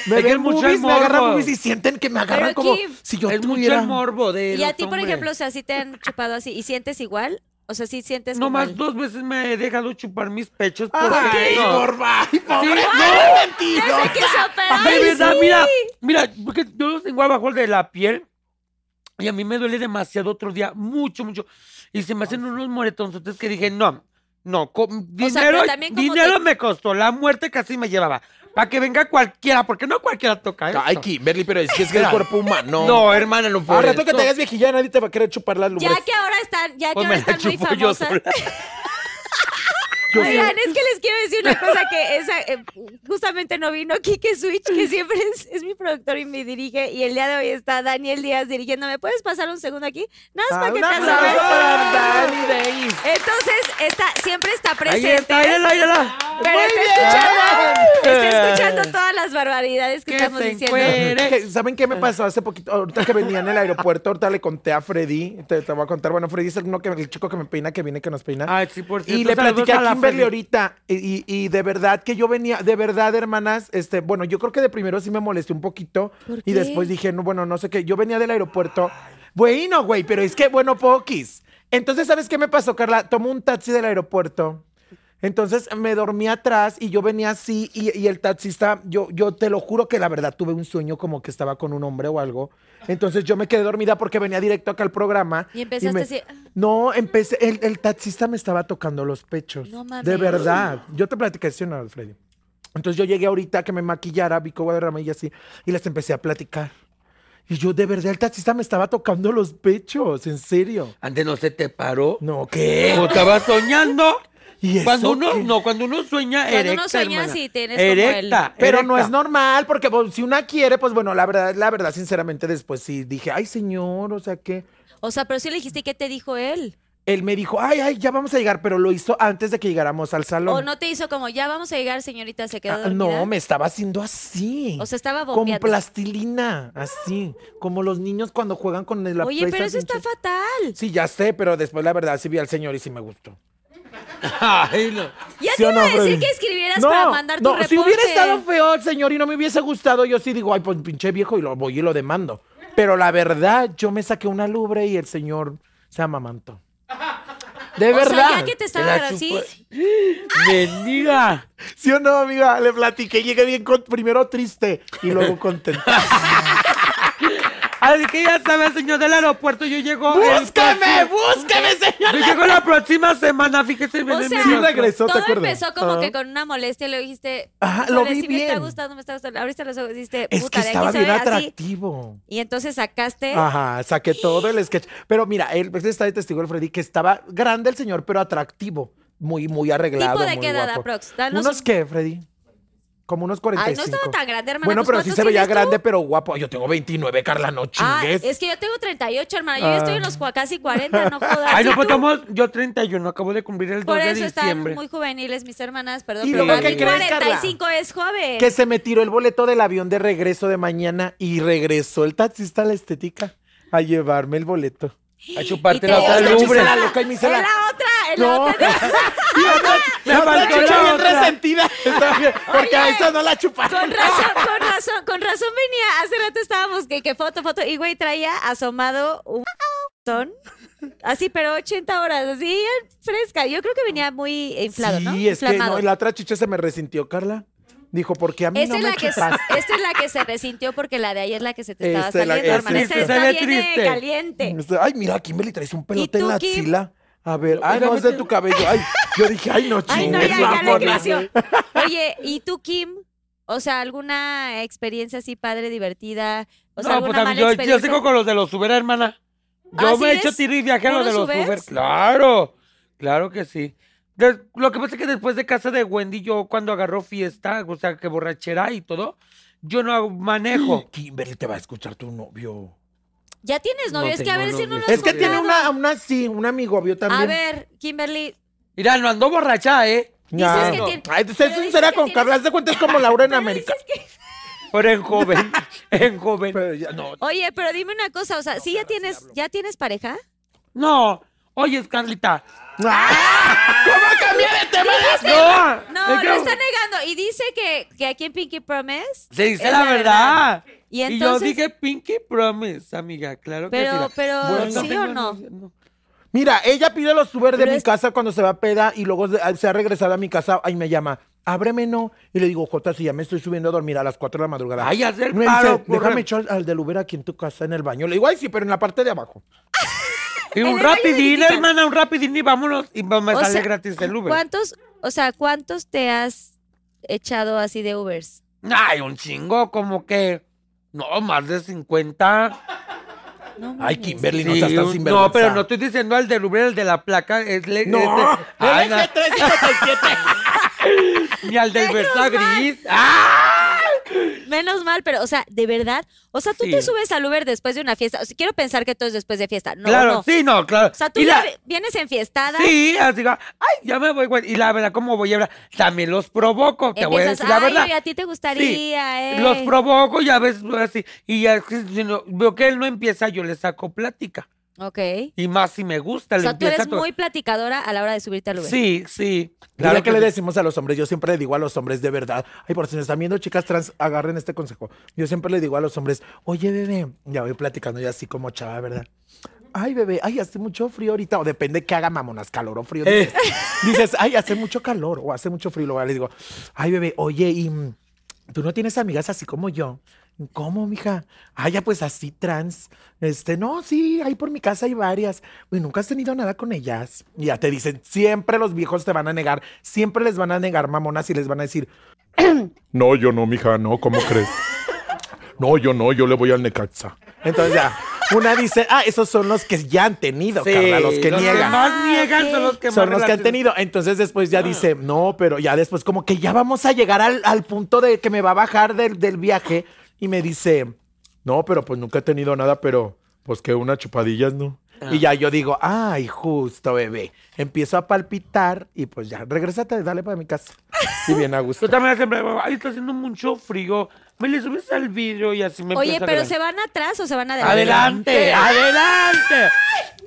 [SPEAKER 4] Me
[SPEAKER 5] Es que
[SPEAKER 4] ven
[SPEAKER 5] es mucho
[SPEAKER 4] boobies,
[SPEAKER 5] el
[SPEAKER 4] me agarran
[SPEAKER 5] morbo.
[SPEAKER 4] boobies y sienten que me agarran
[SPEAKER 3] Pero,
[SPEAKER 4] como
[SPEAKER 3] Kim,
[SPEAKER 4] si yo
[SPEAKER 5] es mucho
[SPEAKER 4] tuviera...
[SPEAKER 5] el morbo de
[SPEAKER 3] Y a
[SPEAKER 5] los
[SPEAKER 3] ti, por
[SPEAKER 5] hombres.
[SPEAKER 3] ejemplo, o sea, si te han chupado así y sientes igual, o sea, sí sientes
[SPEAKER 5] No
[SPEAKER 3] como
[SPEAKER 5] más
[SPEAKER 3] el-
[SPEAKER 5] dos veces me he dejado chupar mis pechos
[SPEAKER 4] Ah,
[SPEAKER 5] porque
[SPEAKER 4] Ay,
[SPEAKER 5] no.
[SPEAKER 4] gorba, ay, pobre,
[SPEAKER 5] Sí.
[SPEAKER 4] no, mentido.
[SPEAKER 3] Ya sé que se operó.
[SPEAKER 5] De
[SPEAKER 3] ¡Ay,
[SPEAKER 5] verdad,
[SPEAKER 3] sí!
[SPEAKER 5] mira, mira, porque yo los tengo abajo de la piel y a mí me duele demasiado otro día, mucho, mucho. Y se me hacen unos moretonzotes que dije, no, no, co-
[SPEAKER 3] pero
[SPEAKER 5] dinero,
[SPEAKER 3] también como
[SPEAKER 5] dinero
[SPEAKER 3] te-
[SPEAKER 5] me costó, la muerte casi me llevaba. Para que venga cualquiera, porque no cualquiera toca eso.
[SPEAKER 6] Ay, Kimberly, pero es que es el cuerpo humano.
[SPEAKER 5] No, hermana, no puedo.
[SPEAKER 4] Al rato que te hagas viejilla, nadie te va a querer chupar las lubres.
[SPEAKER 3] Ya que ahora están, ya que
[SPEAKER 5] Pues
[SPEAKER 3] ahora
[SPEAKER 5] me la
[SPEAKER 3] están muy
[SPEAKER 5] chupo yo
[SPEAKER 3] famosas.
[SPEAKER 5] sola.
[SPEAKER 3] Oigan, es que les quiero decir una cosa que esa, eh, justamente no vino Kike Switch, que siempre es, es mi productor y me dirige, y el día de hoy está Daniel Díaz dirigiéndome. ¿Puedes pasar un segundo aquí? Nada más
[SPEAKER 4] Ah,
[SPEAKER 3] para que
[SPEAKER 4] un
[SPEAKER 3] te
[SPEAKER 4] aplauso para
[SPEAKER 3] asomes.
[SPEAKER 4] Dani Denis.
[SPEAKER 3] Entonces, está, siempre está
[SPEAKER 5] Ahí
[SPEAKER 3] presente.
[SPEAKER 5] está, ahí está, ahí está.
[SPEAKER 3] Pero está escuchando, está escuchando todas las barbaridades que,
[SPEAKER 5] Que
[SPEAKER 3] estamos
[SPEAKER 5] se
[SPEAKER 3] diciendo.
[SPEAKER 5] encuere.
[SPEAKER 4] Que, ¿Saben
[SPEAKER 5] Ah.
[SPEAKER 4] qué me pasó hace poquito? Ahorita que venía en el aeropuerto, ahorita le conté a Freddy. Te, te voy a contar. Bueno, Freddy es el, uno que, el chico que me peina, que viene, que nos peina.
[SPEAKER 5] Ay, sí, por cierto,
[SPEAKER 4] Y le
[SPEAKER 5] saludos
[SPEAKER 4] platiqué
[SPEAKER 5] a
[SPEAKER 4] a
[SPEAKER 5] la
[SPEAKER 4] Kimberly
[SPEAKER 5] Freddy.
[SPEAKER 4] ahorita. Y, y- y de verdad que yo venía, de verdad, hermanas, este, bueno, yo creo que de primero sí me molesté un poquito.
[SPEAKER 3] ¿Por
[SPEAKER 4] Y
[SPEAKER 3] qué?
[SPEAKER 4] después dije, no, bueno, no sé qué. Yo venía del aeropuerto. Bueno, güey, pero es que, bueno, poquis. Entonces, ¿sabes qué me pasó, Carla? Tomé un taxi del aeropuerto. Entonces me dormí atrás y yo venía así y, y el taxista, yo, yo te lo juro que la verdad tuve un sueño como que estaba con un hombre o algo. Entonces yo me quedé dormida porque venía directo acá al programa.
[SPEAKER 3] Y empezaste
[SPEAKER 4] me-
[SPEAKER 3] así,
[SPEAKER 4] No, empecé, el, el taxista me estaba tocando los pechos.
[SPEAKER 3] No mames.
[SPEAKER 4] De verdad. Yo te platiqué, ¿sí o no, Freddy? Entonces yo llegué ahorita que me maquillara, Vico Guadarrama y así, y les empecé a platicar. Y yo, de verdad, el taxista me estaba tocando los pechos, en serio.
[SPEAKER 5] Antes no se te paró.
[SPEAKER 4] No, ¿qué?
[SPEAKER 5] O estaba soñando.
[SPEAKER 4] ¿Y eso
[SPEAKER 5] cuando uno,
[SPEAKER 4] qué?
[SPEAKER 5] no, cuando uno sueña
[SPEAKER 3] Cuando uno
[SPEAKER 5] erecta,
[SPEAKER 3] sueña,
[SPEAKER 5] hermana.
[SPEAKER 3] sí, tienes como
[SPEAKER 5] erecta,
[SPEAKER 3] el-
[SPEAKER 4] Pero no
[SPEAKER 5] erecta.
[SPEAKER 4] es normal, porque pues, si una quiere, pues bueno, la verdad, la verdad, sinceramente, después sí dije, ay, señor, o sea que.
[SPEAKER 3] O sea, pero sí le dijiste, ¿qué te dijo él?
[SPEAKER 4] Él me dijo, ay, ay, ya vamos a llegar, pero lo hizo antes de que llegáramos al salón.
[SPEAKER 3] ¿O no te hizo como, ya vamos a llegar, señorita, se quedó
[SPEAKER 4] Ah,
[SPEAKER 3] dormida?
[SPEAKER 4] no, me estaba haciendo así.
[SPEAKER 3] O sea, estaba
[SPEAKER 4] con
[SPEAKER 3] bombeando.
[SPEAKER 4] plastilina, así. Como los niños cuando juegan con el la
[SPEAKER 3] Oye, pero eso
[SPEAKER 4] PlayStation.
[SPEAKER 3] está fatal.
[SPEAKER 4] Sí, ya sé, pero después la verdad sí vi al señor y sí me gustó.
[SPEAKER 5] Ay, no.
[SPEAKER 3] Ya
[SPEAKER 4] ¿Sí
[SPEAKER 3] te
[SPEAKER 4] o
[SPEAKER 3] iba
[SPEAKER 4] no,
[SPEAKER 3] a decir
[SPEAKER 4] Freddy?
[SPEAKER 3] que escribieras
[SPEAKER 4] No,
[SPEAKER 3] para mandar tu
[SPEAKER 4] no,
[SPEAKER 3] reporte.
[SPEAKER 4] si hubiera estado feo el señor y no me hubiese gustado, yo sí digo, ay, pues pinche viejo y lo voy y lo demando. Pero la verdad, yo me saqué una lubre y el señor se amamantó. De
[SPEAKER 3] o
[SPEAKER 4] verdad.
[SPEAKER 3] sea, ya que te estaba
[SPEAKER 5] Era
[SPEAKER 3] así,
[SPEAKER 5] súper- Mendiga.
[SPEAKER 4] ¿Sí o no, amiga? Le platiqué, llegué bien con- primero triste y luego contento.
[SPEAKER 5] Así que ya sabes, señor del aeropuerto, yo llego. el
[SPEAKER 4] ¡Búscame!
[SPEAKER 5] próximo-
[SPEAKER 4] ¡Búscame, señor!
[SPEAKER 5] Yo llego la próxima semana, fíjese bien
[SPEAKER 3] O
[SPEAKER 5] en
[SPEAKER 3] sea,
[SPEAKER 5] mi
[SPEAKER 4] Sí regresó, ¿te
[SPEAKER 3] Todo
[SPEAKER 4] acuerdas?
[SPEAKER 3] empezó como
[SPEAKER 4] Ajá.
[SPEAKER 3] que con una molestia y luego dijiste,
[SPEAKER 4] Ajá, lo
[SPEAKER 3] "Híjole,
[SPEAKER 4] vi
[SPEAKER 3] sí me está
[SPEAKER 4] bien.
[SPEAKER 3] gustando, me está gustando. Abriste los ojos y dijiste,
[SPEAKER 4] Es que
[SPEAKER 3] puta, de aquí
[SPEAKER 4] estaba
[SPEAKER 3] se ve
[SPEAKER 4] bien Ah,
[SPEAKER 3] así.
[SPEAKER 4] atractivo.
[SPEAKER 3] Y entonces sacaste...
[SPEAKER 4] Ajá, saqué todo el sketch. Pero mira, él pues, está de testigo el Freddy que estaba grande el señor, pero atractivo. Muy, muy arreglado.
[SPEAKER 3] ¿Tipo de
[SPEAKER 4] muy
[SPEAKER 3] qué edad,
[SPEAKER 4] guapo.
[SPEAKER 3] aprox? Danos
[SPEAKER 4] ¿Unos
[SPEAKER 3] un-
[SPEAKER 4] qué, Freddy? Como unos 45.
[SPEAKER 3] Ay, no estaba tan grande, hermana.
[SPEAKER 4] Bueno,
[SPEAKER 3] pues,
[SPEAKER 4] pero sí
[SPEAKER 3] ¿cuántos
[SPEAKER 4] se veía
[SPEAKER 3] tienes tú?
[SPEAKER 4] grande, pero guapo. Yo tengo 29, Carla, no
[SPEAKER 3] Ah,
[SPEAKER 4] chingues. Ah.
[SPEAKER 3] es que yo tengo 38, hermana. Yo ya estoy en los cua- casi 40, no jodas.
[SPEAKER 5] Ay,
[SPEAKER 3] ¿Y
[SPEAKER 5] no,
[SPEAKER 3] tú?
[SPEAKER 5] pues estamos- yo 31, acabo de cumplir el 2
[SPEAKER 3] Por
[SPEAKER 5] de
[SPEAKER 3] eso están
[SPEAKER 5] diciembre.
[SPEAKER 3] muy juveniles mis hermanas, perdón.
[SPEAKER 4] ¿Y
[SPEAKER 3] pero
[SPEAKER 5] luego
[SPEAKER 3] para
[SPEAKER 5] qué
[SPEAKER 3] mí
[SPEAKER 4] crees, Carla?
[SPEAKER 3] 45 es joven.
[SPEAKER 4] Que se me tiró el boleto del avión de regreso de mañana y regresó el taxista a la estética a llevarme el boleto.
[SPEAKER 5] A
[SPEAKER 3] Y
[SPEAKER 5] chuparte
[SPEAKER 3] te
[SPEAKER 5] la
[SPEAKER 3] digo,
[SPEAKER 5] otra
[SPEAKER 3] la
[SPEAKER 5] lumbre.
[SPEAKER 4] chisa, la loca y me
[SPEAKER 3] Es
[SPEAKER 4] hice la-
[SPEAKER 3] la otra, es la
[SPEAKER 4] No.
[SPEAKER 3] otra.
[SPEAKER 5] Me faltó
[SPEAKER 4] chicha
[SPEAKER 5] la
[SPEAKER 4] bien
[SPEAKER 5] otra.
[SPEAKER 4] resentida. Estaba bien, Porque a esa no la
[SPEAKER 3] Con
[SPEAKER 4] chuparon.
[SPEAKER 3] razón, con razón, con razón venía. Hace rato estábamos que, que foto, foto. Y güey, traía asomado un son. Así, pero 80 horas, así bien fresca. Yo creo que venía muy inflado,
[SPEAKER 4] sí,
[SPEAKER 3] ¿no?
[SPEAKER 4] es que
[SPEAKER 3] Inflamado.
[SPEAKER 4] no, la otra chicha se me resintió, Carla. Dijo, porque a mí
[SPEAKER 3] Esta
[SPEAKER 4] no
[SPEAKER 3] es,
[SPEAKER 4] me
[SPEAKER 3] la que,
[SPEAKER 4] chupas.
[SPEAKER 3] esta es la que se resintió porque la de ahí es la que se te estaba
[SPEAKER 4] Esta es la-
[SPEAKER 3] saliendo,
[SPEAKER 4] esta
[SPEAKER 3] hermana.
[SPEAKER 4] es
[SPEAKER 3] Esta
[SPEAKER 4] la-
[SPEAKER 3] está
[SPEAKER 5] Se ve
[SPEAKER 3] bien eh,
[SPEAKER 5] triste.
[SPEAKER 3] caliente.
[SPEAKER 4] Ay, mira, Kimberly, traes un pelote
[SPEAKER 3] ¿Y tú,
[SPEAKER 4] en la
[SPEAKER 3] Kim?
[SPEAKER 4] axila. A ver, ay, no, es de tu cabello. Ay, yo dije, ay, no,
[SPEAKER 3] Ay, no,
[SPEAKER 4] chingues,
[SPEAKER 3] ya, ya le
[SPEAKER 4] mamona.
[SPEAKER 3] creció. Oye, ¿y tú, Kim? O sea, ¿alguna experiencia así padre, divertida? O sea,
[SPEAKER 5] No, pues
[SPEAKER 3] ¿alguna
[SPEAKER 5] a mí,
[SPEAKER 3] mala
[SPEAKER 5] yo, yo
[SPEAKER 3] experiencia? ¿Ah,
[SPEAKER 5] sigo con los de los Uber, hermana. Yo
[SPEAKER 3] ¿Así
[SPEAKER 5] me he
[SPEAKER 3] es?
[SPEAKER 5] hecho tiro y viaje a los de los
[SPEAKER 3] ¿Puros
[SPEAKER 5] Uber.
[SPEAKER 3] Ubers?
[SPEAKER 5] Claro, claro que sí. De- lo que pasa es que después de casa de Wendy, yo cuando agarro fiesta, o sea, que borrachera y todo, yo no hago- manejo.
[SPEAKER 4] Kimberly te va a escuchar tu novio.
[SPEAKER 3] Ya tienes novio,
[SPEAKER 5] No
[SPEAKER 3] es que
[SPEAKER 5] tengo
[SPEAKER 3] a ver si
[SPEAKER 5] novio.
[SPEAKER 3] no nos
[SPEAKER 4] Es que tiene
[SPEAKER 3] contaba.
[SPEAKER 4] una, una sí, un amigo vio también.
[SPEAKER 3] A ver, Kimberly,
[SPEAKER 5] Mira, no ando borracha, ¿eh?
[SPEAKER 3] dices
[SPEAKER 4] Ya.
[SPEAKER 3] que tiene-
[SPEAKER 4] Ay, sé
[SPEAKER 3] pero
[SPEAKER 4] sincera
[SPEAKER 3] dices que
[SPEAKER 4] con
[SPEAKER 3] tienes-
[SPEAKER 4] Carla, haz de cuenta es como Laura en América.
[SPEAKER 5] Pero en joven, en joven.
[SPEAKER 4] Pero ya, no,
[SPEAKER 3] Oye, pero dime una cosa, o sea, ¿sí ya tienes, ya tienes pareja?
[SPEAKER 5] No, oye, Carlita.
[SPEAKER 3] Ah.
[SPEAKER 5] no,
[SPEAKER 3] No,
[SPEAKER 5] es que-
[SPEAKER 3] lo está negando. Y dice que, que aquí en Pinky Promise.
[SPEAKER 5] Se dice
[SPEAKER 3] es
[SPEAKER 5] la verdad.
[SPEAKER 3] Y
[SPEAKER 5] Y,
[SPEAKER 3] entonces-
[SPEAKER 5] yo dije Pinky Promise, amiga, claro que sí.
[SPEAKER 3] Pero,
[SPEAKER 5] la-
[SPEAKER 3] pero,
[SPEAKER 5] Bueno,
[SPEAKER 3] ¿sí o
[SPEAKER 5] tengo
[SPEAKER 3] no?
[SPEAKER 5] novio, no.
[SPEAKER 4] Mira, ella pide los Uber de
[SPEAKER 3] Pero
[SPEAKER 4] mi
[SPEAKER 3] es-
[SPEAKER 4] casa cuando se va a peda y luego de- se ha regresado a mi casa y me llama, ábreme no. Y le digo, Jota, si ya me estoy subiendo a dormir a las 4 de la madrugada.
[SPEAKER 5] Ay, haz el
[SPEAKER 4] Me
[SPEAKER 5] paro, corre.
[SPEAKER 4] déjame echar al, del Uber aquí en tu casa, en el baño. Le digo, ay, sí, pero en la parte de abajo.
[SPEAKER 5] Y
[SPEAKER 3] En
[SPEAKER 5] un
[SPEAKER 3] el baño
[SPEAKER 5] rapidín,
[SPEAKER 3] verifican.
[SPEAKER 5] hermana, un rapidín y vámonos. Y va- me
[SPEAKER 3] O
[SPEAKER 5] sale
[SPEAKER 3] sea,
[SPEAKER 5] gratis el Uber.
[SPEAKER 3] ¿Cuántos, o sea, cuántos te has echado así de Ubers?
[SPEAKER 5] Ay, un chingo, como que. No, más de 50.
[SPEAKER 3] No,
[SPEAKER 4] Ay,
[SPEAKER 3] mames.
[SPEAKER 4] Kimberly, no seas
[SPEAKER 5] Sí,
[SPEAKER 4] tan
[SPEAKER 5] un-
[SPEAKER 4] sinvergüenza.
[SPEAKER 5] no, pero no estoy diciendo al del Uber, el de la placa. Es le-
[SPEAKER 4] No,
[SPEAKER 5] este-
[SPEAKER 4] el
[SPEAKER 5] Ay, na- Ni al del
[SPEAKER 3] Menos
[SPEAKER 5] Versa
[SPEAKER 3] mal.
[SPEAKER 5] Gris. ¡Ah!
[SPEAKER 3] Menos mal, pero, o sea, de verdad. O sea, tú
[SPEAKER 5] Sí.
[SPEAKER 3] te subes al Uber después de una fiesta. O sea, quiero pensar que todo es después de fiesta. No,
[SPEAKER 5] claro,
[SPEAKER 3] no.
[SPEAKER 5] sí, no, claro.
[SPEAKER 3] O sea, tú
[SPEAKER 5] Y
[SPEAKER 3] ya
[SPEAKER 5] la-
[SPEAKER 3] vi- vienes enfiestada.
[SPEAKER 5] Sí, así que, ay, ya me voy, güey. Y la verdad, ¿cómo voy a hablar? También los provoco, te voy a
[SPEAKER 3] Empiezas,
[SPEAKER 5] decir la
[SPEAKER 3] "Ay,
[SPEAKER 5] verdad.
[SPEAKER 3] oye, a ti te gustaría, eh".
[SPEAKER 5] Los provoco y a veces voy así. Y ya, que si no- veo que él no empieza, yo le saco plática.
[SPEAKER 3] Ok.
[SPEAKER 5] Y más si me gusta,
[SPEAKER 3] O
[SPEAKER 5] le
[SPEAKER 3] sea, tú
[SPEAKER 5] empieza
[SPEAKER 3] eres
[SPEAKER 5] con-
[SPEAKER 3] muy platicadora a la hora de subirte al Uber.
[SPEAKER 5] Sí, sí.
[SPEAKER 4] Claro que le
[SPEAKER 5] sí.
[SPEAKER 4] decimos a los hombres, yo siempre le digo a los hombres de verdad, ay, por si nos están viendo chicas trans, agarren este consejo. Yo siempre le digo a los hombres, oye, bebé, ya voy platicando ya así como chava, ¿verdad? Ay, bebé, ay, hace mucho frío ahorita, o depende que haga mamonas, calor o frío. Dices, dices, ay, hace mucho calor o hace mucho frío. Luego le digo, ay, bebé, oye, y mm, tú no tienes amigas así como yo. ¿Cómo, mija? Ah, ya pues así trans. Este, no, sí, ahí por mi casa hay varias. Uy, nunca has tenido nada con ellas. Y ya te dicen, siempre los viejos te van a negar, siempre les van a negar mamonas y les van a decir,
[SPEAKER 6] No, yo no, mija, no, ¿cómo crees? No, yo no, yo le voy al Necaxa.
[SPEAKER 4] entonces ya, una dice, ah, esos son los que ya han tenido,
[SPEAKER 5] Sí,
[SPEAKER 4] Carla, los que niegan.
[SPEAKER 5] más niegan son los que más
[SPEAKER 4] son los que han
[SPEAKER 5] relaciones-
[SPEAKER 4] tenido. Entonces después ya dice, no, pero ya después como que ya vamos a llegar al, al punto de que me va a bajar del, del viaje y me dice, no, pero pues nunca he tenido nada, pero pues que una chupadillas, ¿no? Y ya yo digo, ay, justo, bebé. Empiezo a palpitar y pues ya, regrésate, dale para mi casa. Y bien a gusto.
[SPEAKER 5] Yo también siempre, ay, está haciendo mucho frío. Me le subes al vidrio y así me
[SPEAKER 3] Oye,
[SPEAKER 5] empieza a
[SPEAKER 3] pero
[SPEAKER 5] hablar.
[SPEAKER 3] ¿se van atrás o se van adelante?
[SPEAKER 5] Adelante, adelante.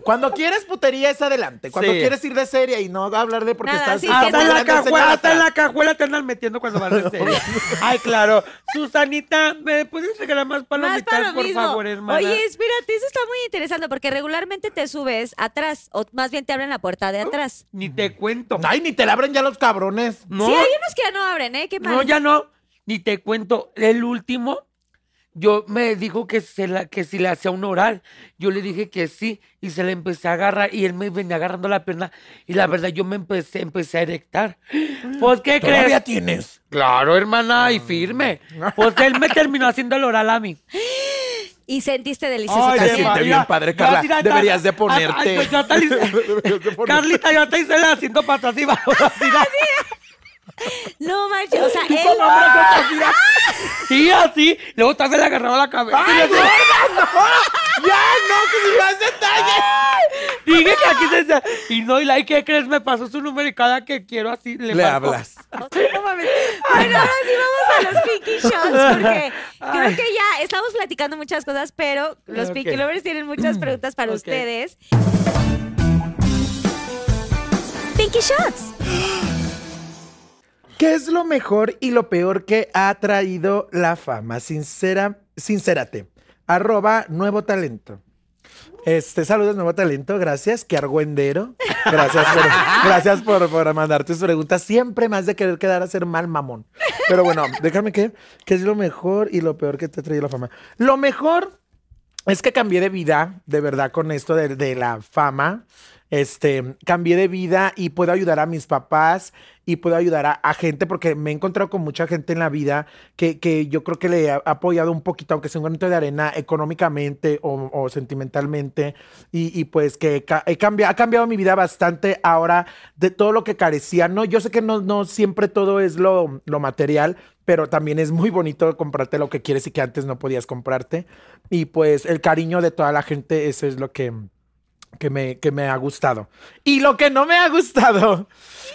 [SPEAKER 4] Cuando quieres putería es adelante. Cuando
[SPEAKER 5] Sí.
[SPEAKER 4] quieres ir de serie y no hablar de porque
[SPEAKER 3] Nada,
[SPEAKER 4] estás...
[SPEAKER 3] sí, que
[SPEAKER 5] Hasta en
[SPEAKER 3] no-
[SPEAKER 5] la
[SPEAKER 4] grande,
[SPEAKER 5] cajuela, hasta en
[SPEAKER 4] señora.
[SPEAKER 5] la cajuela te andan metiendo cuando vas de serie. Ay, claro. Susanita, ¿me puedes regalar más
[SPEAKER 3] Más
[SPEAKER 5] palomitas,
[SPEAKER 3] para lo
[SPEAKER 5] por
[SPEAKER 3] mismo.
[SPEAKER 5] favor, hermana?
[SPEAKER 3] Oye, espérate, eso está muy interesante porque regularmente te subes atrás o más bien te abren la puerta de atrás.
[SPEAKER 5] Ni te cuento.
[SPEAKER 4] Ay, ni te la abren ya los cabrones.
[SPEAKER 5] No,
[SPEAKER 3] Sí, hay unos que ya no abren, ¿eh? Qué mal.
[SPEAKER 5] no, ya no. Ni te cuento. El último, yo me dijo que, se la, que si le hacía un oral. Yo le dije que sí y se le empecé a agarrar y él me venía agarrando la pierna y la verdad yo me empecé, empecé a erectar.
[SPEAKER 3] Mm.
[SPEAKER 5] Pues, ¿qué
[SPEAKER 4] Todavía Mm.
[SPEAKER 5] crees?
[SPEAKER 4] tienes.
[SPEAKER 5] Claro, hermana, y firme. Pues él me terminó haciendo el oral a mí.
[SPEAKER 3] Y sentiste delicioso.
[SPEAKER 5] Ay,
[SPEAKER 4] Se
[SPEAKER 5] de
[SPEAKER 3] también.
[SPEAKER 4] siente
[SPEAKER 5] María.
[SPEAKER 4] bien padre,
[SPEAKER 5] Ya,
[SPEAKER 4] Carla.
[SPEAKER 5] mira, ya.
[SPEAKER 4] Deberías de
[SPEAKER 5] Ay,
[SPEAKER 4] ponerte.
[SPEAKER 5] ay, pues, ya te hice- Carlita, yo te hice la haciendo patas y bajo, así,
[SPEAKER 3] No manches, o sea,
[SPEAKER 5] y
[SPEAKER 3] él.
[SPEAKER 5] con abrazos, así, Sí, así. Luego te hace la agarraba la cabeza. y le-
[SPEAKER 4] ¡Ya! ¡No! ¡Que si más detalles!
[SPEAKER 5] Dije que aquí se decía. Y no, y la, ¿y ¿qué crees? Me pasó su número y cada que quiero así le,
[SPEAKER 4] Le
[SPEAKER 5] marco.
[SPEAKER 4] hablas.
[SPEAKER 3] No mames. Bueno, ahora sí vamos a los Pinky Shots, porque creo que ya estamos platicando muchas cosas, pero los
[SPEAKER 5] Ok. Mm,
[SPEAKER 3] Pinky Lovers tienen muchas preguntas para
[SPEAKER 5] Ok.
[SPEAKER 3] ustedes. Pinky Shots.
[SPEAKER 4] ¿Qué es lo mejor y lo peor que ha traído la fama? Sincera, sincérate. Arroba Nuevo Talento. Este, saludos, Nuevo Talento. Gracias, que argüendero. Gracias por, gracias por, por mandar tus preguntas. Siempre más de querer quedar a ser mal mamón. Pero bueno, déjame que, ¿qué es lo mejor y lo peor que te ha traído la fama? Lo mejor es que cambié de vida, de verdad, con esto de, de la fama. Este, cambié de vida y puedo ayudar a mis papás y puedo ayudar a, a gente porque me he encontrado con mucha gente en la vida que, que yo creo que le he apoyado un poquito, aunque sea un granito de arena, económicamente o, o sentimentalmente. Y, y pues que ca- he cambiado, ha cambiado mi vida bastante ahora de todo lo que carecía. No, yo sé que no, no siempre todo es lo, lo material, pero también es muy bonito comprarte lo que quieres y que antes no podías comprarte. Y pues el cariño de toda la gente, eso es lo que, que, me, que me ha gustado. Y lo que no me ha gustado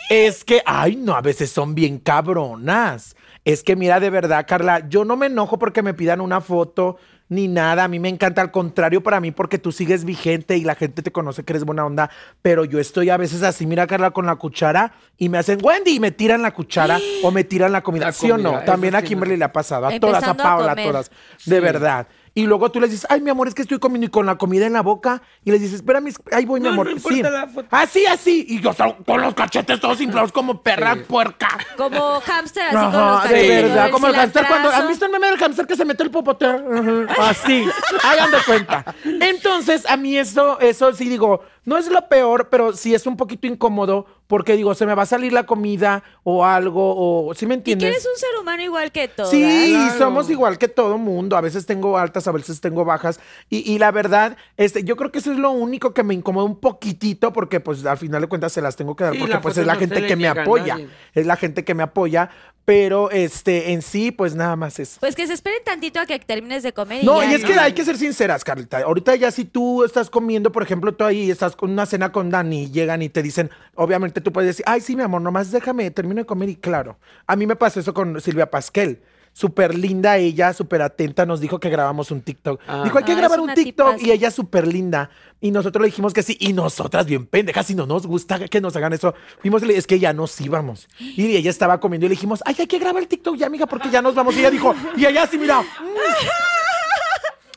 [SPEAKER 4] es que, ay, no, a veces son bien cabronas. Es que mira, de verdad, Carla, yo no me enojo porque me pidan una foto ni nada. A mí me encanta, al contrario, para mí, porque tú sigues vigente y la gente te conoce que eres buena onda. Pero yo estoy a veces así, mira, Carla, con la cuchara y me hacen Wendy y me tiran la cuchara o me tiran la comida.
[SPEAKER 5] La
[SPEAKER 4] ¿Sí o
[SPEAKER 5] comida,
[SPEAKER 4] no?
[SPEAKER 5] eso
[SPEAKER 4] También a
[SPEAKER 5] sí,
[SPEAKER 4] Kimberly
[SPEAKER 5] no.
[SPEAKER 4] le ha pasado, a todas, a
[SPEAKER 3] Empezando a
[SPEAKER 4] Paola, a
[SPEAKER 3] comer.
[SPEAKER 4] todas. De verdad. Y luego tú les dices, ay, mi amor, es que estoy comiendo y con la comida en la boca. Y les dices, espérame, es- ahí voy, mi
[SPEAKER 5] No,
[SPEAKER 4] amor.
[SPEAKER 5] no
[SPEAKER 4] sí.
[SPEAKER 5] importa la foto.
[SPEAKER 4] Así, así. Y yo estaba con los cachetes todos inflados como perra puerca.
[SPEAKER 3] Como hámster, así con los
[SPEAKER 4] Ajá, de
[SPEAKER 3] cachetes,
[SPEAKER 4] verdad, como el hámster
[SPEAKER 3] cilantrazo.
[SPEAKER 4] cuando... ¿Han visto el meme del hámster que se mete el popote? Ujú, Así, hagan de cuenta. Entonces, a mí eso, eso sí digo, no es lo peor, pero sí es un poquito incómodo porque digo, se me va a salir la comida o algo, o... ¿Sí me
[SPEAKER 3] Y que
[SPEAKER 4] entiendes?
[SPEAKER 3] eres un ser humano igual que todos.
[SPEAKER 4] Sí,
[SPEAKER 5] Claro.
[SPEAKER 4] somos igual que todo mundo. A veces tengo altas, a veces tengo bajas. Y, y la verdad, este, yo creo que eso es lo único que me incomoda un poquitito, porque pues al final de cuentas se las tengo que dar,
[SPEAKER 5] Sí,
[SPEAKER 4] porque
[SPEAKER 5] la
[SPEAKER 4] pues
[SPEAKER 5] foto
[SPEAKER 4] es la
[SPEAKER 5] no se
[SPEAKER 4] gente
[SPEAKER 5] le
[SPEAKER 4] que me
[SPEAKER 5] llega a
[SPEAKER 4] apoya.
[SPEAKER 5] nadie.
[SPEAKER 4] Es la gente que me apoya. Pero este, en sí, pues nada más eso.
[SPEAKER 3] Pues que se esperen tantito a que termines de comer.
[SPEAKER 4] No,
[SPEAKER 3] ya,
[SPEAKER 4] y es que hay que ser sinceras, Carlita. Ahorita ya si tú estás comiendo, por ejemplo, tú ahí estás con una cena con Dani y llegan y te dicen, obviamente tú puedes decir, ay, sí, mi amor, nomás déjame, termino de comer y claro. A mí me pasó eso con Silvia Pasquel. Súper linda ella, súper atenta, nos dijo que grabamos un TikTok.
[SPEAKER 5] Ah.
[SPEAKER 4] Dijo, hay que
[SPEAKER 3] Ah, es
[SPEAKER 4] grabar un
[SPEAKER 3] una
[SPEAKER 4] TikTok
[SPEAKER 3] tipaza.
[SPEAKER 4] y ella súper linda. Y nosotros le dijimos que sí, y nosotras bien pendejas, si no nos gusta que nos hagan eso. Fuimos, y le- es que ya nos íbamos. Y ella estaba comiendo y le dijimos, ay, hay que grabar el TikTok ya, amiga, porque ya nos vamos. Y ella dijo, y ella así, mira,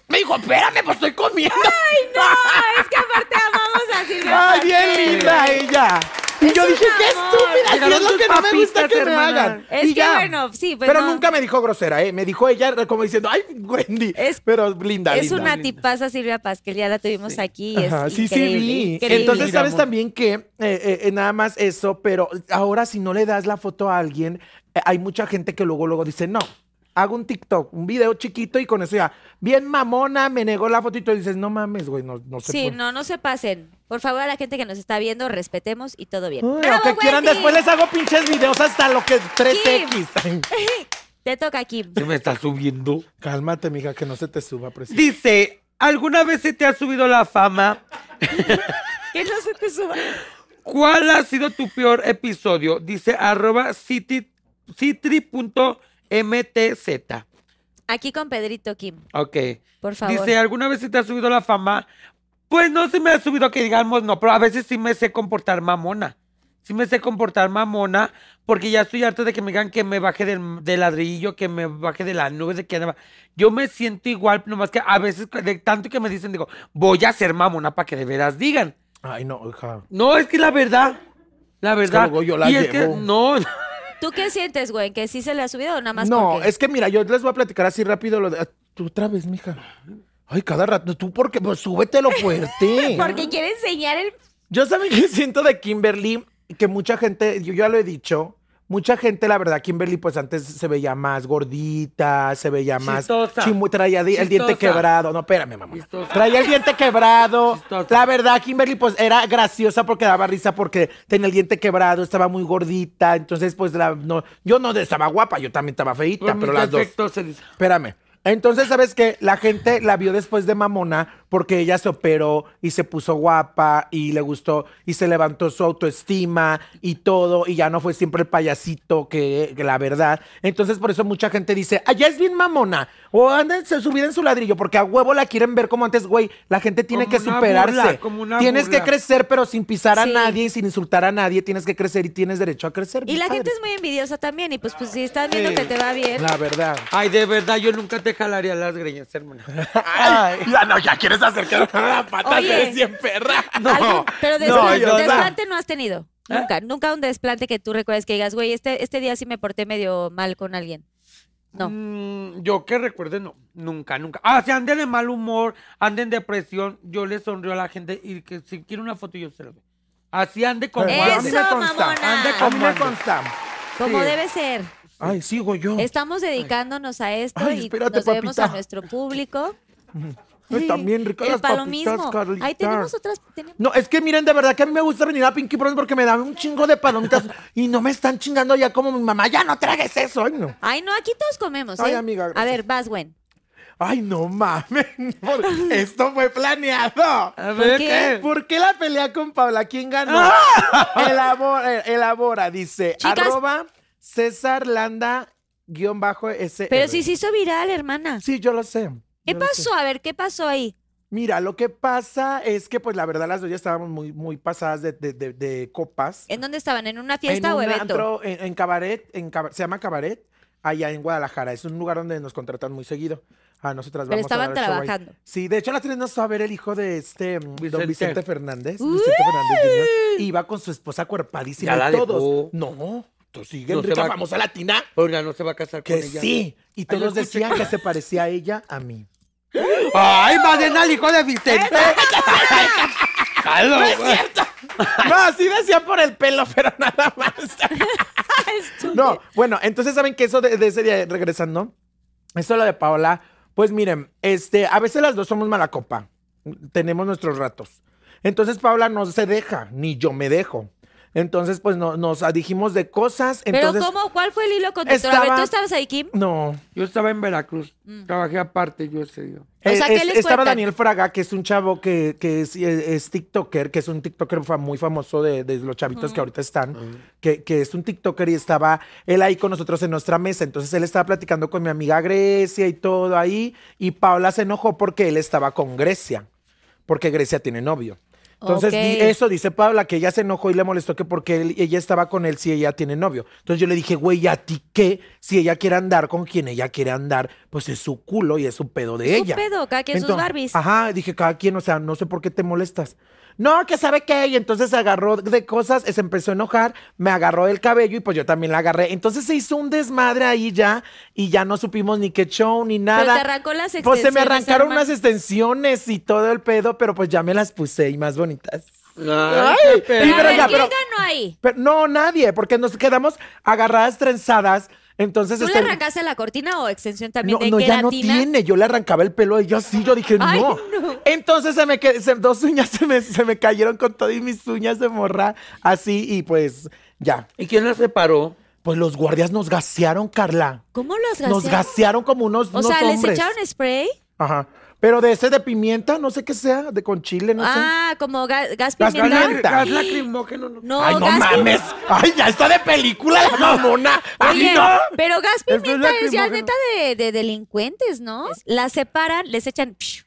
[SPEAKER 4] me dijo, espérame, pues estoy comiendo. ¡Ay,
[SPEAKER 3] No, es que aparte amamos a Silvia.
[SPEAKER 4] bien
[SPEAKER 3] Pasquel.
[SPEAKER 4] linda ella! Y
[SPEAKER 3] Es
[SPEAKER 4] yo
[SPEAKER 3] un
[SPEAKER 4] dije, ¡qué
[SPEAKER 3] amor.
[SPEAKER 4] estúpida! Si
[SPEAKER 5] Llegaron
[SPEAKER 4] es lo
[SPEAKER 5] tus
[SPEAKER 4] que no me gusta
[SPEAKER 5] papitas,
[SPEAKER 4] que me
[SPEAKER 5] hermana.
[SPEAKER 4] hagan.
[SPEAKER 3] Es
[SPEAKER 4] Y
[SPEAKER 3] que
[SPEAKER 4] ya.
[SPEAKER 3] bueno, sí, pues
[SPEAKER 4] Pero
[SPEAKER 3] no.
[SPEAKER 4] nunca me dijo grosera, ¿eh? Me dijo ella como diciendo, ¡ay, Wendy!
[SPEAKER 3] Es-
[SPEAKER 4] Pero linda,
[SPEAKER 3] es
[SPEAKER 4] linda.
[SPEAKER 3] una tipaza Silvia Pasquel, ya la tuvimos aquí. y es
[SPEAKER 4] Ajá, sí, sí,
[SPEAKER 3] increíble,
[SPEAKER 4] vi.
[SPEAKER 3] increíble.
[SPEAKER 4] Entonces,
[SPEAKER 5] Mira,
[SPEAKER 4] ¿sabes
[SPEAKER 5] amor.
[SPEAKER 4] también que eh, eh, eh, nada más eso, pero ahora si no le das la foto a alguien, eh, hay mucha gente que luego, luego dice, no, hago un TikTok, un video chiquito y con eso ya, bien mamona, me negó la foto y tú dices, no mames, güey, no, no se
[SPEAKER 3] Sí,
[SPEAKER 4] puede".
[SPEAKER 3] no, no se pasen. Por favor, a la gente que nos está viendo, respetemos y todo bien.
[SPEAKER 4] Ay,
[SPEAKER 3] ¡Bravo,
[SPEAKER 4] lo que quieran,
[SPEAKER 3] Wendy!
[SPEAKER 4] después les hago pinches videos hasta lo que 3X.
[SPEAKER 3] Te toca, Kim.
[SPEAKER 5] Se me está subiendo.
[SPEAKER 4] Cálmate, mija, que no se te suba, preciosa.
[SPEAKER 5] Dice, ¿alguna vez se te ha subido la fama?
[SPEAKER 3] Que no se te suba.
[SPEAKER 5] ¿Cuál ha sido tu peor episodio? Dice arroba citi- citri.mtz.
[SPEAKER 3] Aquí con Pedrito, Kim,
[SPEAKER 5] Ok.
[SPEAKER 3] por favor.
[SPEAKER 5] Dice, ¿alguna vez se te ha subido la fama? Pues no se me ha subido que digamos no, pero a veces sí me sé comportar mamona. Sí me sé comportar mamona porque ya estoy harto de que me digan que me baje del, del ladrillo, que me baje de la nube, de que nada. Yo me siento igual, nomás que a veces de tanto que me dicen, digo, voy a ser mamona para que de veras digan.
[SPEAKER 4] Ay, no, hija.
[SPEAKER 5] No, es que la verdad, la
[SPEAKER 4] que
[SPEAKER 5] verdad.
[SPEAKER 4] luego yo la
[SPEAKER 5] y es que
[SPEAKER 4] llevo.
[SPEAKER 5] no,
[SPEAKER 3] ¿Tú qué sientes, güey? ¿Que sí se le ha subido o nada más
[SPEAKER 4] No,
[SPEAKER 3] porque-
[SPEAKER 4] es que mira, yo les voy a platicar así rápido lo de- ah, Tú otra vez, mija. Ay, cada rato. ¿Tú por qué? Pues súbetelo fuerte.
[SPEAKER 3] Porque quiere enseñar el...
[SPEAKER 4] Yo saben que siento de Kimberly, que mucha gente, yo ya lo he dicho, mucha gente, la verdad, Kimberly, pues antes se veía más gordita, se veía más
[SPEAKER 5] Chistosa.
[SPEAKER 4] chimu- traía di- el diente
[SPEAKER 5] Chistosa.
[SPEAKER 4] quebrado. No, espérame, mamá.
[SPEAKER 5] Chistosa.
[SPEAKER 4] Traía el diente quebrado.
[SPEAKER 5] Chistosa.
[SPEAKER 4] La verdad, Kimberly, pues era graciosa porque daba risa porque tenía el diente quebrado, estaba muy gordita. Entonces, pues la- no, yo no estaba guapa, yo también estaba feita,
[SPEAKER 5] Por
[SPEAKER 4] pero
[SPEAKER 5] mis
[SPEAKER 4] las dos.
[SPEAKER 5] defectos se dice.
[SPEAKER 4] Espérame. Entonces, ¿sabes qué? La gente la vio después de mamona porque ella se operó y se puso guapa y le gustó y se levantó su autoestima y todo y ya no fue siempre el payasito que, que la verdad. Entonces, por eso mucha gente dice, allá es bien mamona o anden se subida en su ladrillo porque a huevo la quieren ver como antes, güey. La gente tiene
[SPEAKER 5] Como
[SPEAKER 4] que
[SPEAKER 5] una
[SPEAKER 4] superarse.
[SPEAKER 5] burla, como una
[SPEAKER 4] tienes
[SPEAKER 5] burla.
[SPEAKER 4] que crecer pero sin pisar a
[SPEAKER 3] Sí.
[SPEAKER 4] nadie y sin insultar a nadie. Tienes que crecer y tienes derecho a crecer.
[SPEAKER 3] Y la
[SPEAKER 4] padre.
[SPEAKER 3] gente es muy envidiosa también. Y pues, pues si estás viendo
[SPEAKER 4] Sí.
[SPEAKER 3] que te va bien.
[SPEAKER 4] La verdad.
[SPEAKER 5] Ay, de verdad, yo nunca te jalaría las greñas, hermana.
[SPEAKER 4] Ay, ya no, ya quieres acercar a la pata,
[SPEAKER 3] Oye.
[SPEAKER 4] eres bien perra.
[SPEAKER 3] Algún- pero
[SPEAKER 4] no,
[SPEAKER 3] despla-
[SPEAKER 4] yo no. ¿Eh?
[SPEAKER 3] desplante no has tenido. Nunca, nunca un desplante que tú recuerdes que digas, güey, este, este día sí me porté medio mal con alguien. No.
[SPEAKER 5] Mm, yo que recuerde, no. Nunca, nunca. Ah, si anden de mal humor, anden de depresión, yo le sonrío a la gente y que si quiere una foto, yo se la doy. Así ande como
[SPEAKER 4] Eso,
[SPEAKER 5] ande.
[SPEAKER 3] mamona.
[SPEAKER 5] Ande
[SPEAKER 4] A mí
[SPEAKER 5] como
[SPEAKER 4] me
[SPEAKER 5] ande.
[SPEAKER 4] consta.
[SPEAKER 3] Como
[SPEAKER 5] Sí.
[SPEAKER 3] debe ser.
[SPEAKER 4] Ay, sigo yo.
[SPEAKER 3] Estamos dedicándonos a esto
[SPEAKER 4] Ay,
[SPEAKER 3] y
[SPEAKER 4] espérate,
[SPEAKER 3] nos debemos a
[SPEAKER 4] papita.
[SPEAKER 3] nuestro público.
[SPEAKER 4] Ay, también ricas
[SPEAKER 3] Eh,
[SPEAKER 4] las
[SPEAKER 3] para lo
[SPEAKER 4] papitas,
[SPEAKER 3] mismo.
[SPEAKER 4] Carlita.
[SPEAKER 3] Ahí tenemos otras. tenemos-
[SPEAKER 4] No, es que miren, de verdad que a mí me gusta venir a Pinky Promise porque me dan un chingo de palomitas y no me están chingando ya como mi mamá. Ya no tragues eso. Ay, no.
[SPEAKER 3] Ay, no, aquí todos comemos.
[SPEAKER 4] Ay,
[SPEAKER 3] ¿eh?
[SPEAKER 4] amiga,
[SPEAKER 3] a
[SPEAKER 4] gracias.
[SPEAKER 3] ver, vas, Gwen.
[SPEAKER 4] Ay, no mames. por- Esto fue planeado. ¿Eh?
[SPEAKER 5] A ver,
[SPEAKER 3] qué?
[SPEAKER 5] ¿qué?
[SPEAKER 4] ¿Por qué la pelea con Paula? ¿Quién ganó? elabora, eh, elabora, dice.
[SPEAKER 3] Chicas.
[SPEAKER 4] Arroba César Landa guión bajo SR.
[SPEAKER 3] Pero si se hizo viral, hermana.
[SPEAKER 4] Sí, yo lo sé.
[SPEAKER 3] ¿Qué
[SPEAKER 4] yo lo sé.
[SPEAKER 3] pasó? A ver, ¿qué pasó ahí?
[SPEAKER 4] Mira, lo que pasa es que, pues, la verdad, las dos ya estábamos muy, muy pasadas de, de- de- de copas.
[SPEAKER 3] ¿En dónde estaban? ¿En una fiesta
[SPEAKER 4] en
[SPEAKER 3] o
[SPEAKER 4] un
[SPEAKER 3] evento?
[SPEAKER 4] antro- en, en cabaret, en caba- se llama cabaret, allá en Guadalajara. Es un lugar donde nos contratan muy seguido. A nosotras
[SPEAKER 3] Pero
[SPEAKER 4] vamos a
[SPEAKER 3] estaban
[SPEAKER 4] dar show ahí.
[SPEAKER 3] trabajando.
[SPEAKER 4] Sí, de hecho, a las tres nos va a ver el hijo de este mm,
[SPEAKER 5] Vicente.
[SPEAKER 4] don Vicente Fernández.
[SPEAKER 3] ¡Uy!
[SPEAKER 4] Vicente Fernández Jr. Iba con su esposa cuerpadísima.
[SPEAKER 5] Ya la
[SPEAKER 4] y todos.
[SPEAKER 5] dejó.
[SPEAKER 4] No, tú sigues
[SPEAKER 5] No se
[SPEAKER 4] rica,
[SPEAKER 5] va-
[SPEAKER 4] famosa latina.
[SPEAKER 5] Oiga, no se va a casar
[SPEAKER 4] Que
[SPEAKER 5] con ella.
[SPEAKER 4] sí. Y
[SPEAKER 5] Ahí lo
[SPEAKER 4] todos
[SPEAKER 5] escuché.
[SPEAKER 4] decían que se parecía a ella a mí.
[SPEAKER 5] ¡Ay, Madena, el hijo de Vicente! ¡Calo! güey.
[SPEAKER 4] No, sí decía por el pelo, pero nada más. No, bueno, entonces saben que eso de, de ese día regresando, eso lo de Paola, pues miren, este, a veces las dos somos mala copa, tenemos nuestros ratos. Entonces Paola no se deja, ni yo me dejo. Entonces, pues no, nos adijimos de cosas.
[SPEAKER 3] Pero
[SPEAKER 4] Entonces,
[SPEAKER 3] ¿cómo? ¿Cuál fue el hilo conductor? A ver,
[SPEAKER 4] estaba-
[SPEAKER 3] ¿tú estabas ahí, Kim?
[SPEAKER 4] No.
[SPEAKER 5] Yo estaba en Veracruz. Trabajé aparte, yo ese día.
[SPEAKER 3] O
[SPEAKER 4] Eh,
[SPEAKER 3] sea, ¿qué
[SPEAKER 4] es-
[SPEAKER 3] les
[SPEAKER 4] estaba
[SPEAKER 3] cuentan?
[SPEAKER 4] Daniel Fraga, que es un chavo que, que es, eh, es TikToker, que es un TikToker fa- muy famoso de, de los chavitos que ahorita están, que, que es un TikToker y estaba él ahí con nosotros en nuestra mesa. Entonces él estaba platicando con mi amiga Grecia y todo ahí, y Paula se enojó porque él estaba con Grecia, porque Grecia tiene novio. Entonces, di-
[SPEAKER 3] Ok.
[SPEAKER 4] eso dice Paula, que ella se enojó y le molestó que porque él- ella estaba con él si ella tiene novio. Entonces yo le dije, güey, ¿y ¿a ti qué? Si ella quiere andar con quien ella quiere andar, pues es su culo y es su pedo de
[SPEAKER 3] Es su
[SPEAKER 4] ella.
[SPEAKER 3] pedo, cada quien sus
[SPEAKER 4] Entonces- ah,
[SPEAKER 3] Barbies.
[SPEAKER 4] Ajá, dije, cada quien, o sea, no sé por qué te molestas. No, que sabe qué, y entonces se agarró de cosas, se empezó a enojar, me agarró el cabello y pues yo también la agarré. Entonces se hizo un desmadre ahí ya y ya no supimos ni qué show ni nada.
[SPEAKER 3] te arrancó las
[SPEAKER 4] Pues se me
[SPEAKER 3] extensiones,
[SPEAKER 4] arrancaron
[SPEAKER 3] hermano.
[SPEAKER 4] unas extensiones y todo el pedo, pero pues ya me las puse y más bonitas.
[SPEAKER 5] ¡Ay,
[SPEAKER 4] Ay,
[SPEAKER 5] qué
[SPEAKER 4] Sí,
[SPEAKER 3] A
[SPEAKER 5] perro.
[SPEAKER 4] pero
[SPEAKER 3] ver,
[SPEAKER 4] ya,
[SPEAKER 3] ¿quién
[SPEAKER 4] pero-
[SPEAKER 3] ganó ahí?
[SPEAKER 4] Pero no, nadie, porque nos quedamos agarradas, trenzadas. Entonces,
[SPEAKER 3] ¿Tú le
[SPEAKER 4] este-
[SPEAKER 3] arrancaste la cortina o extensión también
[SPEAKER 4] no,
[SPEAKER 3] de
[SPEAKER 4] no, ya no
[SPEAKER 3] queratina?
[SPEAKER 4] tiene. Yo le arrancaba el pelo a ella así. Yo dije, no.
[SPEAKER 3] Ay, no.
[SPEAKER 4] Entonces se me que- se- dos uñas se me, se me cayeron con todo y mis uñas de morra así. Y pues ya.
[SPEAKER 5] ¿Y quién la separó?
[SPEAKER 4] Pues los guardias nos gasearon, Carla.
[SPEAKER 3] ¿Cómo los gasearon?
[SPEAKER 4] Nos gasearon como unos,
[SPEAKER 3] O
[SPEAKER 4] unos
[SPEAKER 3] sea, ¿les
[SPEAKER 4] hombres.
[SPEAKER 3] echaron spray?
[SPEAKER 4] Ajá. Pero de ese de pimienta, no sé qué sea, de con chile, no sé.
[SPEAKER 3] Ah, como ga- gas
[SPEAKER 4] Gas
[SPEAKER 3] pimienta.
[SPEAKER 4] pimienta. Neta.
[SPEAKER 5] Gas lacrimógeno. No.
[SPEAKER 3] No,
[SPEAKER 4] Ay, no
[SPEAKER 3] gas pimienta.
[SPEAKER 4] mames. Ay, ya está de película la mamona. Ay,
[SPEAKER 3] Oye,
[SPEAKER 4] no.
[SPEAKER 3] pero gas
[SPEAKER 4] Eso es
[SPEAKER 3] pimienta es ya
[SPEAKER 4] lacrimógeno.
[SPEAKER 3] neta de, de delincuentes, ¿no? La separan, les echan... psh,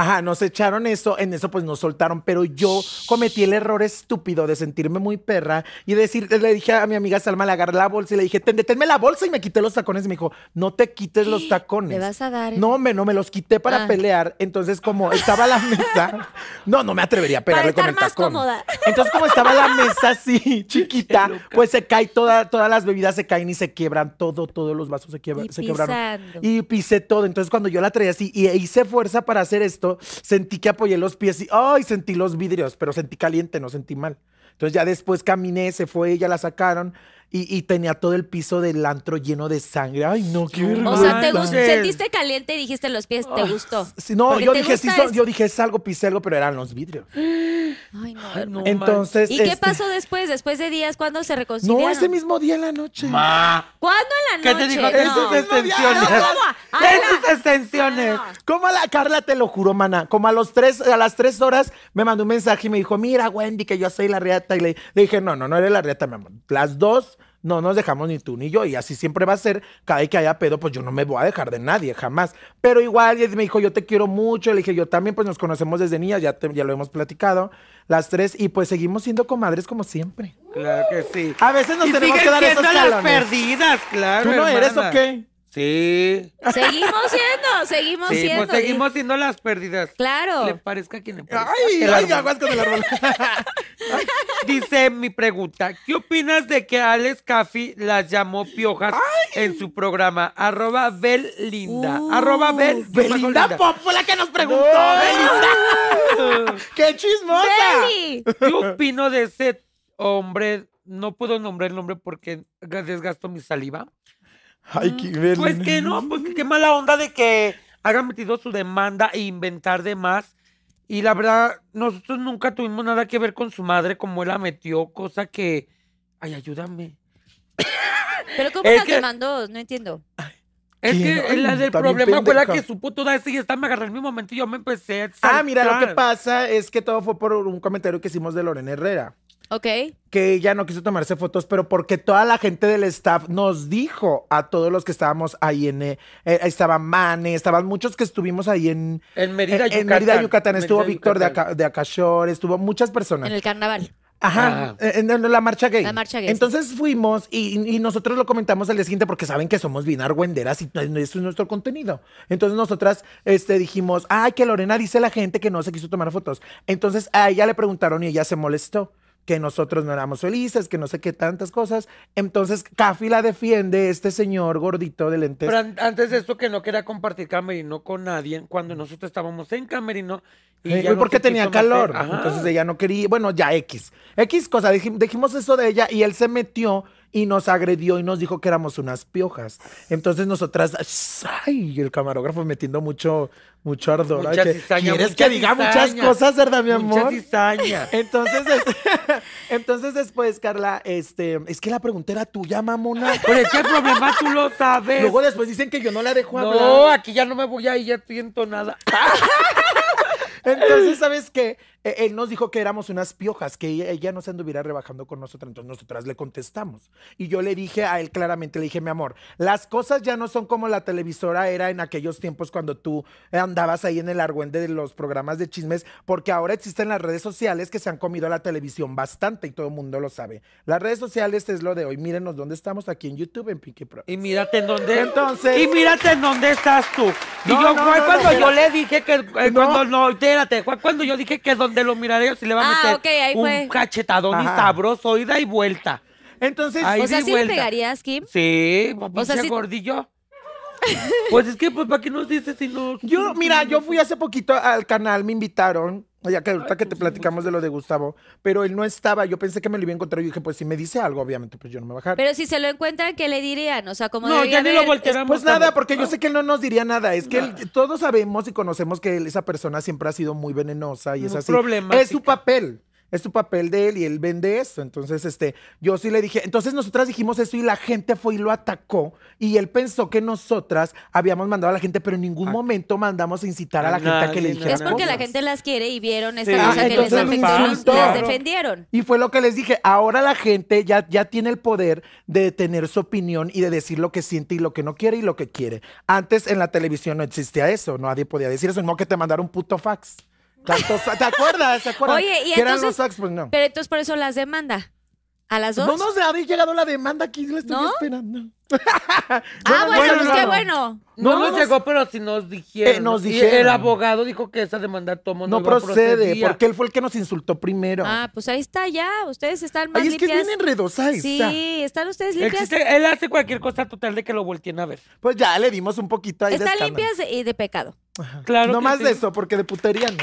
[SPEAKER 4] Ajá, nos echaron eso, en eso pues nos soltaron, pero yo cometí el error estúpido de sentirme muy perra y decir, le dije a mi amiga Salma, le agarré la bolsa y le dije, "Ten- deténme la bolsa y me quité los tacones y me dijo, no te quites los tacones.
[SPEAKER 3] Le vas a dar.
[SPEAKER 4] No, me, no, me los quité
[SPEAKER 3] Ah.
[SPEAKER 4] para pelear. Entonces, como estaba la mesa, no, no me atrevería a pegarle
[SPEAKER 3] Para estar
[SPEAKER 4] con el
[SPEAKER 3] más
[SPEAKER 4] tacón.
[SPEAKER 3] cómoda.
[SPEAKER 4] Entonces, como estaba la mesa así, chiquita, pues se cae toda, todas las bebidas se caen y se quiebran todo, todos los vasos se, quiebran,
[SPEAKER 3] Y
[SPEAKER 4] se quebraron.
[SPEAKER 3] pisando.
[SPEAKER 4] Y pisé todo. Entonces, cuando yo la traía así y e hice fuerza para hacer esto, sentí que apoyé los pies y ay, sentí los vidrios, pero sentí caliente, no sentí mal. Entonces ya después caminé, se fue, ella la sacaron y, y tenía todo el piso del antro lleno de sangre. Ay, no, qué
[SPEAKER 3] O sea, te
[SPEAKER 4] vergüenza.
[SPEAKER 3] gust- sentiste caliente y dijiste los pies,
[SPEAKER 5] Ah,
[SPEAKER 3] te gustó.
[SPEAKER 4] Sí, no,
[SPEAKER 3] Porque
[SPEAKER 4] yo
[SPEAKER 3] te
[SPEAKER 4] dije, sí,
[SPEAKER 3] gusta
[SPEAKER 4] son-
[SPEAKER 3] es-
[SPEAKER 4] yo dije, es algo, pisé algo, pero eran los vidrios.
[SPEAKER 3] Ay, no.
[SPEAKER 5] Ay, no manches.
[SPEAKER 4] Entonces.
[SPEAKER 3] ¿Y qué
[SPEAKER 4] este,
[SPEAKER 3] pasó después? Después de días, ¿cuándo se reconciliaron?
[SPEAKER 4] No, ese mismo día en la noche.
[SPEAKER 5] Ma.
[SPEAKER 3] ¿Cuándo en la
[SPEAKER 5] ¿Qué
[SPEAKER 3] noche?
[SPEAKER 5] te dijo?
[SPEAKER 3] No.
[SPEAKER 5] Esas extensiones.
[SPEAKER 3] No, ¿cómo? Ay,
[SPEAKER 5] Esas extensiones.
[SPEAKER 4] Como a la Carla, te lo juro, mana. Como a los tres, a las tres horas me mandó un mensaje y me dijo, mira, Wendy, que yo soy la reata. Y le, le dije, no, no, no eres la reata, mi amor. Las dos no nos dejamos ni tú ni yo. Y así siempre va a ser. Cada vez que haya pedo, pues yo no me voy a dejar de nadie, jamás. Pero igual y me dijo, yo te quiero mucho. Le dije, yo también, pues nos conocemos desde niña, ya, te- ya lo hemos platicado. Las tres, y pues seguimos siendo comadres como siempre.
[SPEAKER 5] Claro que sí.
[SPEAKER 4] A veces Ah, nos
[SPEAKER 5] Y
[SPEAKER 4] tenemos
[SPEAKER 5] siguen
[SPEAKER 4] que dar esos
[SPEAKER 5] siendo las
[SPEAKER 4] calones.
[SPEAKER 5] perdidas, claro.
[SPEAKER 4] ¿Tú no eres o
[SPEAKER 5] hermana.
[SPEAKER 4] qué?
[SPEAKER 5] Sí.
[SPEAKER 3] Seguimos siendo, seguimos
[SPEAKER 5] sí,
[SPEAKER 3] siendo.
[SPEAKER 5] pues seguimos siendo las perdidas.
[SPEAKER 3] Claro.
[SPEAKER 5] Le parezca a quien le parezca.
[SPEAKER 4] Ay,
[SPEAKER 5] El
[SPEAKER 4] ay,
[SPEAKER 5] árbol.
[SPEAKER 4] aguas con el árbol.
[SPEAKER 5] Dice mi pregunta, ¿qué opinas de que Alex Caffi las llamó piojas en su programa? Arroba Belinda.
[SPEAKER 3] Uh,
[SPEAKER 5] arroba Bel.
[SPEAKER 4] Belinda Pop fue la que nos preguntó. ¿eh? Belinda. ¡Qué chismosa!
[SPEAKER 3] ¡Beli!
[SPEAKER 5] ¿Qué opino de ese hombre? No puedo nombrar el nombre porque desgasto mi saliva.
[SPEAKER 4] Ay, qué Belinda.
[SPEAKER 5] Pues que no, pues que qué mala onda de que hayan metido su demanda e inventar de más. Y la verdad, nosotros nunca tuvimos nada que ver con su madre, como él la metió, cosa que. Ay, ayúdame.
[SPEAKER 3] ¿Pero cómo
[SPEAKER 5] Es
[SPEAKER 3] las
[SPEAKER 5] que-
[SPEAKER 3] demandó? No entiendo.
[SPEAKER 5] Es
[SPEAKER 4] ¿Quién?
[SPEAKER 5] que
[SPEAKER 4] Ay,
[SPEAKER 5] la del
[SPEAKER 4] está bien
[SPEAKER 5] problema fue la que
[SPEAKER 4] pendeja.
[SPEAKER 5] supo toda esa y esta me agarré el mismo momento y yo me empecé a
[SPEAKER 4] Ah, mira, lo que
[SPEAKER 5] exaltar.
[SPEAKER 4] pasa es que todo fue por un comentario que hicimos de Lorena Herrera.
[SPEAKER 3] ¿Ok?
[SPEAKER 4] Que ella no quiso tomarse fotos, pero porque toda la gente del staff nos dijo a todos los que estábamos ahí en. eh, eh, estaba Mane, estaban muchos que estuvimos ahí en.
[SPEAKER 5] En Mérida,
[SPEAKER 4] en-
[SPEAKER 5] Yucatán.
[SPEAKER 4] en Mérida, Yucatán.
[SPEAKER 5] Mérida,
[SPEAKER 4] Estuvo Víctor de,
[SPEAKER 5] Yucatán.
[SPEAKER 4] Aca- de Acashore, estuvo muchas personas.
[SPEAKER 3] En el carnaval.
[SPEAKER 4] Ajá, eh,
[SPEAKER 5] Ah.
[SPEAKER 4] en, en la marcha gay.
[SPEAKER 3] La marcha gay, sí.
[SPEAKER 4] Entonces fuimos y, y nosotros lo comentamos al día siguiente porque saben que somos bien argüenderas y no- no- eso es nuestro contenido. Entonces nosotras este, dijimos, ay, que Lorena dice la gente que no se quiso tomar fotos. Entonces a ella le preguntaron y ella se molestó que nosotros no éramos felices, que no sé qué tantas cosas. Entonces Caffi la defiende, este señor gordito de lentes.
[SPEAKER 5] Pero an- antes de eso que no quería compartir camerino con nadie cuando nosotros estábamos en camerino. Y
[SPEAKER 4] Eh,
[SPEAKER 5] ya
[SPEAKER 4] uy,
[SPEAKER 5] no
[SPEAKER 4] porque
[SPEAKER 5] se
[SPEAKER 4] tenía
[SPEAKER 5] quiso meter.
[SPEAKER 4] calor.
[SPEAKER 5] Ajá.
[SPEAKER 4] Entonces ella no quería. Bueno, ya X. X cosa. dijim- dijimos eso de ella y él se metió y nos agredió y nos dijo que éramos unas piojas. Entonces nosotras. Ay, el camarógrafo metiendo mucho, mucho ardor.
[SPEAKER 5] Mucha
[SPEAKER 4] Ay, que,
[SPEAKER 5] cizaña,
[SPEAKER 4] ¿Quieres
[SPEAKER 5] mucha
[SPEAKER 4] que diga muchas
[SPEAKER 5] cizaña.
[SPEAKER 4] cosas, verdad, mi
[SPEAKER 5] Mucha
[SPEAKER 4] amor?
[SPEAKER 5] cizaña.
[SPEAKER 4] Entonces, este- entonces después, Carla, este, es que la pregunta era tuya, mamona.
[SPEAKER 5] Pero es que el problema tú lo sabes.
[SPEAKER 4] Luego después dicen que yo no la dejo hablar.
[SPEAKER 5] no, aquí ya no me voy a ir, ya estoy entonada.
[SPEAKER 4] Entonces, ¿sabes qué? Eh, Él nos dijo que éramos unas piojas, que ella, ella no se anduviera rebajando con nosotras. Entonces, nosotras le contestamos. Y yo le dije a él claramente, le dije, mi amor, las cosas ya no son como la televisora era en aquellos tiempos cuando tú andabas ahí en el argüende de los programas de chismes, porque ahora existen las redes sociales que se han comido a la televisión bastante y todo el mundo lo sabe. Las redes sociales es lo de hoy. Mírenos dónde estamos aquí en YouTube, en Pinky Pro.
[SPEAKER 5] Y mírate en dónde.
[SPEAKER 4] Entonces-
[SPEAKER 5] Y mírate en dónde estás tú. Y
[SPEAKER 4] No,
[SPEAKER 5] yo
[SPEAKER 4] no,
[SPEAKER 5] fue
[SPEAKER 4] no,
[SPEAKER 5] cuando
[SPEAKER 4] no,
[SPEAKER 5] yo
[SPEAKER 4] pero-
[SPEAKER 5] le dije que. eh,
[SPEAKER 4] No.
[SPEAKER 5] Cuando, no, espérate. Fue cuando yo dije que donde lo miraré se le va a
[SPEAKER 3] Ah,
[SPEAKER 5] meter
[SPEAKER 3] ok, ahí
[SPEAKER 5] un
[SPEAKER 3] fue.
[SPEAKER 5] cachetadón y
[SPEAKER 4] Ajá.
[SPEAKER 5] sabroso, ida y vuelta.
[SPEAKER 4] Entonces,
[SPEAKER 5] Ay,
[SPEAKER 3] O sea,
[SPEAKER 5] di
[SPEAKER 3] ¿sí le
[SPEAKER 5] vuelta.
[SPEAKER 3] pegarías, Kim?
[SPEAKER 5] Sí,
[SPEAKER 3] O
[SPEAKER 5] o
[SPEAKER 3] sea, sí-
[SPEAKER 5] gordillo. Pues es que, pues, ¿para qué nos dices si no?
[SPEAKER 4] Yo, mira, yo fui hace poquito al canal, me invitaron. Ya que ahorita que te platicamos de lo de Gustavo, pero él no estaba, yo pensé que me lo iba a encontrar y dije, pues si me dice algo, obviamente, pues yo no me voy a bajar.
[SPEAKER 3] Pero si se lo encuentran, ¿qué le dirían? O sea, como
[SPEAKER 5] No,
[SPEAKER 3] debería
[SPEAKER 5] ya ni lo
[SPEAKER 3] haber-
[SPEAKER 5] volteamos.
[SPEAKER 4] pues nada, porque
[SPEAKER 3] Ah.
[SPEAKER 4] yo sé que él no nos diría nada, es que él- todos sabemos y conocemos que él- esa persona siempre ha sido muy venenosa y es
[SPEAKER 5] Muy
[SPEAKER 4] así. Es
[SPEAKER 5] problemática.
[SPEAKER 4] su papel. es tu papel de él y él vende eso. Entonces, este, yo sí le dije, entonces nosotras dijimos eso y la gente fue y lo atacó y él pensó que nosotras habíamos mandado a la gente, pero en ningún
[SPEAKER 5] Ah.
[SPEAKER 4] momento mandamos a incitar a la
[SPEAKER 5] A
[SPEAKER 4] gente a que le
[SPEAKER 5] nadie,
[SPEAKER 4] dijera
[SPEAKER 5] nada.
[SPEAKER 3] Es porque la
[SPEAKER 4] cosas.
[SPEAKER 3] gente las quiere y vieron esta
[SPEAKER 5] Sí.
[SPEAKER 3] cosa
[SPEAKER 5] Ah,
[SPEAKER 3] que les
[SPEAKER 5] entonces
[SPEAKER 3] afectó y los-
[SPEAKER 5] insulto.
[SPEAKER 3] las defendieron.
[SPEAKER 4] Y fue lo que les dije, ahora la gente ya, ya tiene el poder de tener su opinión y de decir lo que siente y lo que no quiere y lo que quiere. Antes en la televisión no existía eso, nadie podía decir eso, no que te mandara un puto fax. Tantos- ¿Te acuerdas? ¿Te acuerdas?
[SPEAKER 3] Oye, y
[SPEAKER 4] Que eran los
[SPEAKER 3] entonces-
[SPEAKER 4] fax, pues no.
[SPEAKER 3] Pero entonces por eso las demanda. ¿A las dos?
[SPEAKER 4] No nos ha llegado la demanda aquí, la estoy
[SPEAKER 3] ¿No?
[SPEAKER 4] esperando.
[SPEAKER 3] ah, bueno,
[SPEAKER 5] bueno,
[SPEAKER 3] pues
[SPEAKER 5] no,
[SPEAKER 3] qué
[SPEAKER 5] no.
[SPEAKER 3] bueno.
[SPEAKER 5] No,
[SPEAKER 4] No,
[SPEAKER 5] nos
[SPEAKER 4] no
[SPEAKER 5] llegó, pero sí nos dijeron.
[SPEAKER 4] Eh, nos
[SPEAKER 5] Y
[SPEAKER 4] dijeron.
[SPEAKER 5] el abogado dijo que esa demanda tomo no,
[SPEAKER 4] No
[SPEAKER 5] iba a
[SPEAKER 4] procede,
[SPEAKER 5] procedía.
[SPEAKER 4] porque él fue el que nos insultó primero.
[SPEAKER 3] Ah, pues ahí está ya. Ustedes están más
[SPEAKER 4] Ay, es que es
[SPEAKER 3] limpias.
[SPEAKER 4] bien enredosa esa.
[SPEAKER 3] sí, están ustedes limpias.
[SPEAKER 5] Existe- él hace cualquier cosa total de que lo volteen a ver.
[SPEAKER 4] Pues ya le dimos un poquito ahí de
[SPEAKER 3] Están
[SPEAKER 4] escándalo.
[SPEAKER 3] limpias de- y de pecado.
[SPEAKER 5] Claro
[SPEAKER 4] no
[SPEAKER 5] que
[SPEAKER 4] más
[SPEAKER 5] sí.
[SPEAKER 4] de eso, porque de putería no.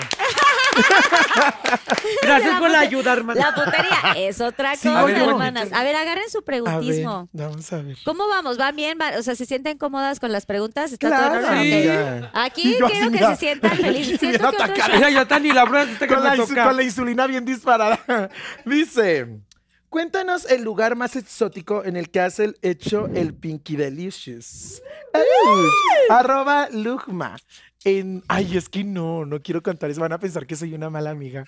[SPEAKER 5] Gracias por la
[SPEAKER 3] pute-
[SPEAKER 5] ayuda, hermana.
[SPEAKER 3] La putería es otra
[SPEAKER 4] Sí,
[SPEAKER 3] cosa,
[SPEAKER 4] oye,
[SPEAKER 3] hermanas. A ver, agarren su
[SPEAKER 4] A ver,
[SPEAKER 3] preguntismo.
[SPEAKER 4] vamos a ver.
[SPEAKER 3] ¿Cómo vamos? ¿Van bien? ¿Va- O sea, ¿se sienten cómodas con las preguntas? ¿Está todo en
[SPEAKER 4] Claro,
[SPEAKER 3] orden?
[SPEAKER 5] sí.
[SPEAKER 3] Ok.
[SPEAKER 4] amiga.
[SPEAKER 3] Aquí
[SPEAKER 4] Y yo así,
[SPEAKER 3] quiero que
[SPEAKER 4] mira,
[SPEAKER 3] se sientan felices.
[SPEAKER 4] me
[SPEAKER 3] Siento que otro
[SPEAKER 4] atacaron.
[SPEAKER 5] Mira, yo tan ni la broma que
[SPEAKER 4] con, la
[SPEAKER 5] me
[SPEAKER 4] insu-
[SPEAKER 5] toca.
[SPEAKER 4] con la insulina bien disparada. Dice, cuéntanos el lugar más exótico en el que has el- hecho el Pinky Delicious. Ouch. Arroba Lugma. En... Ay, es que no, no quiero contar eso. Van a pensar que soy una mala amiga.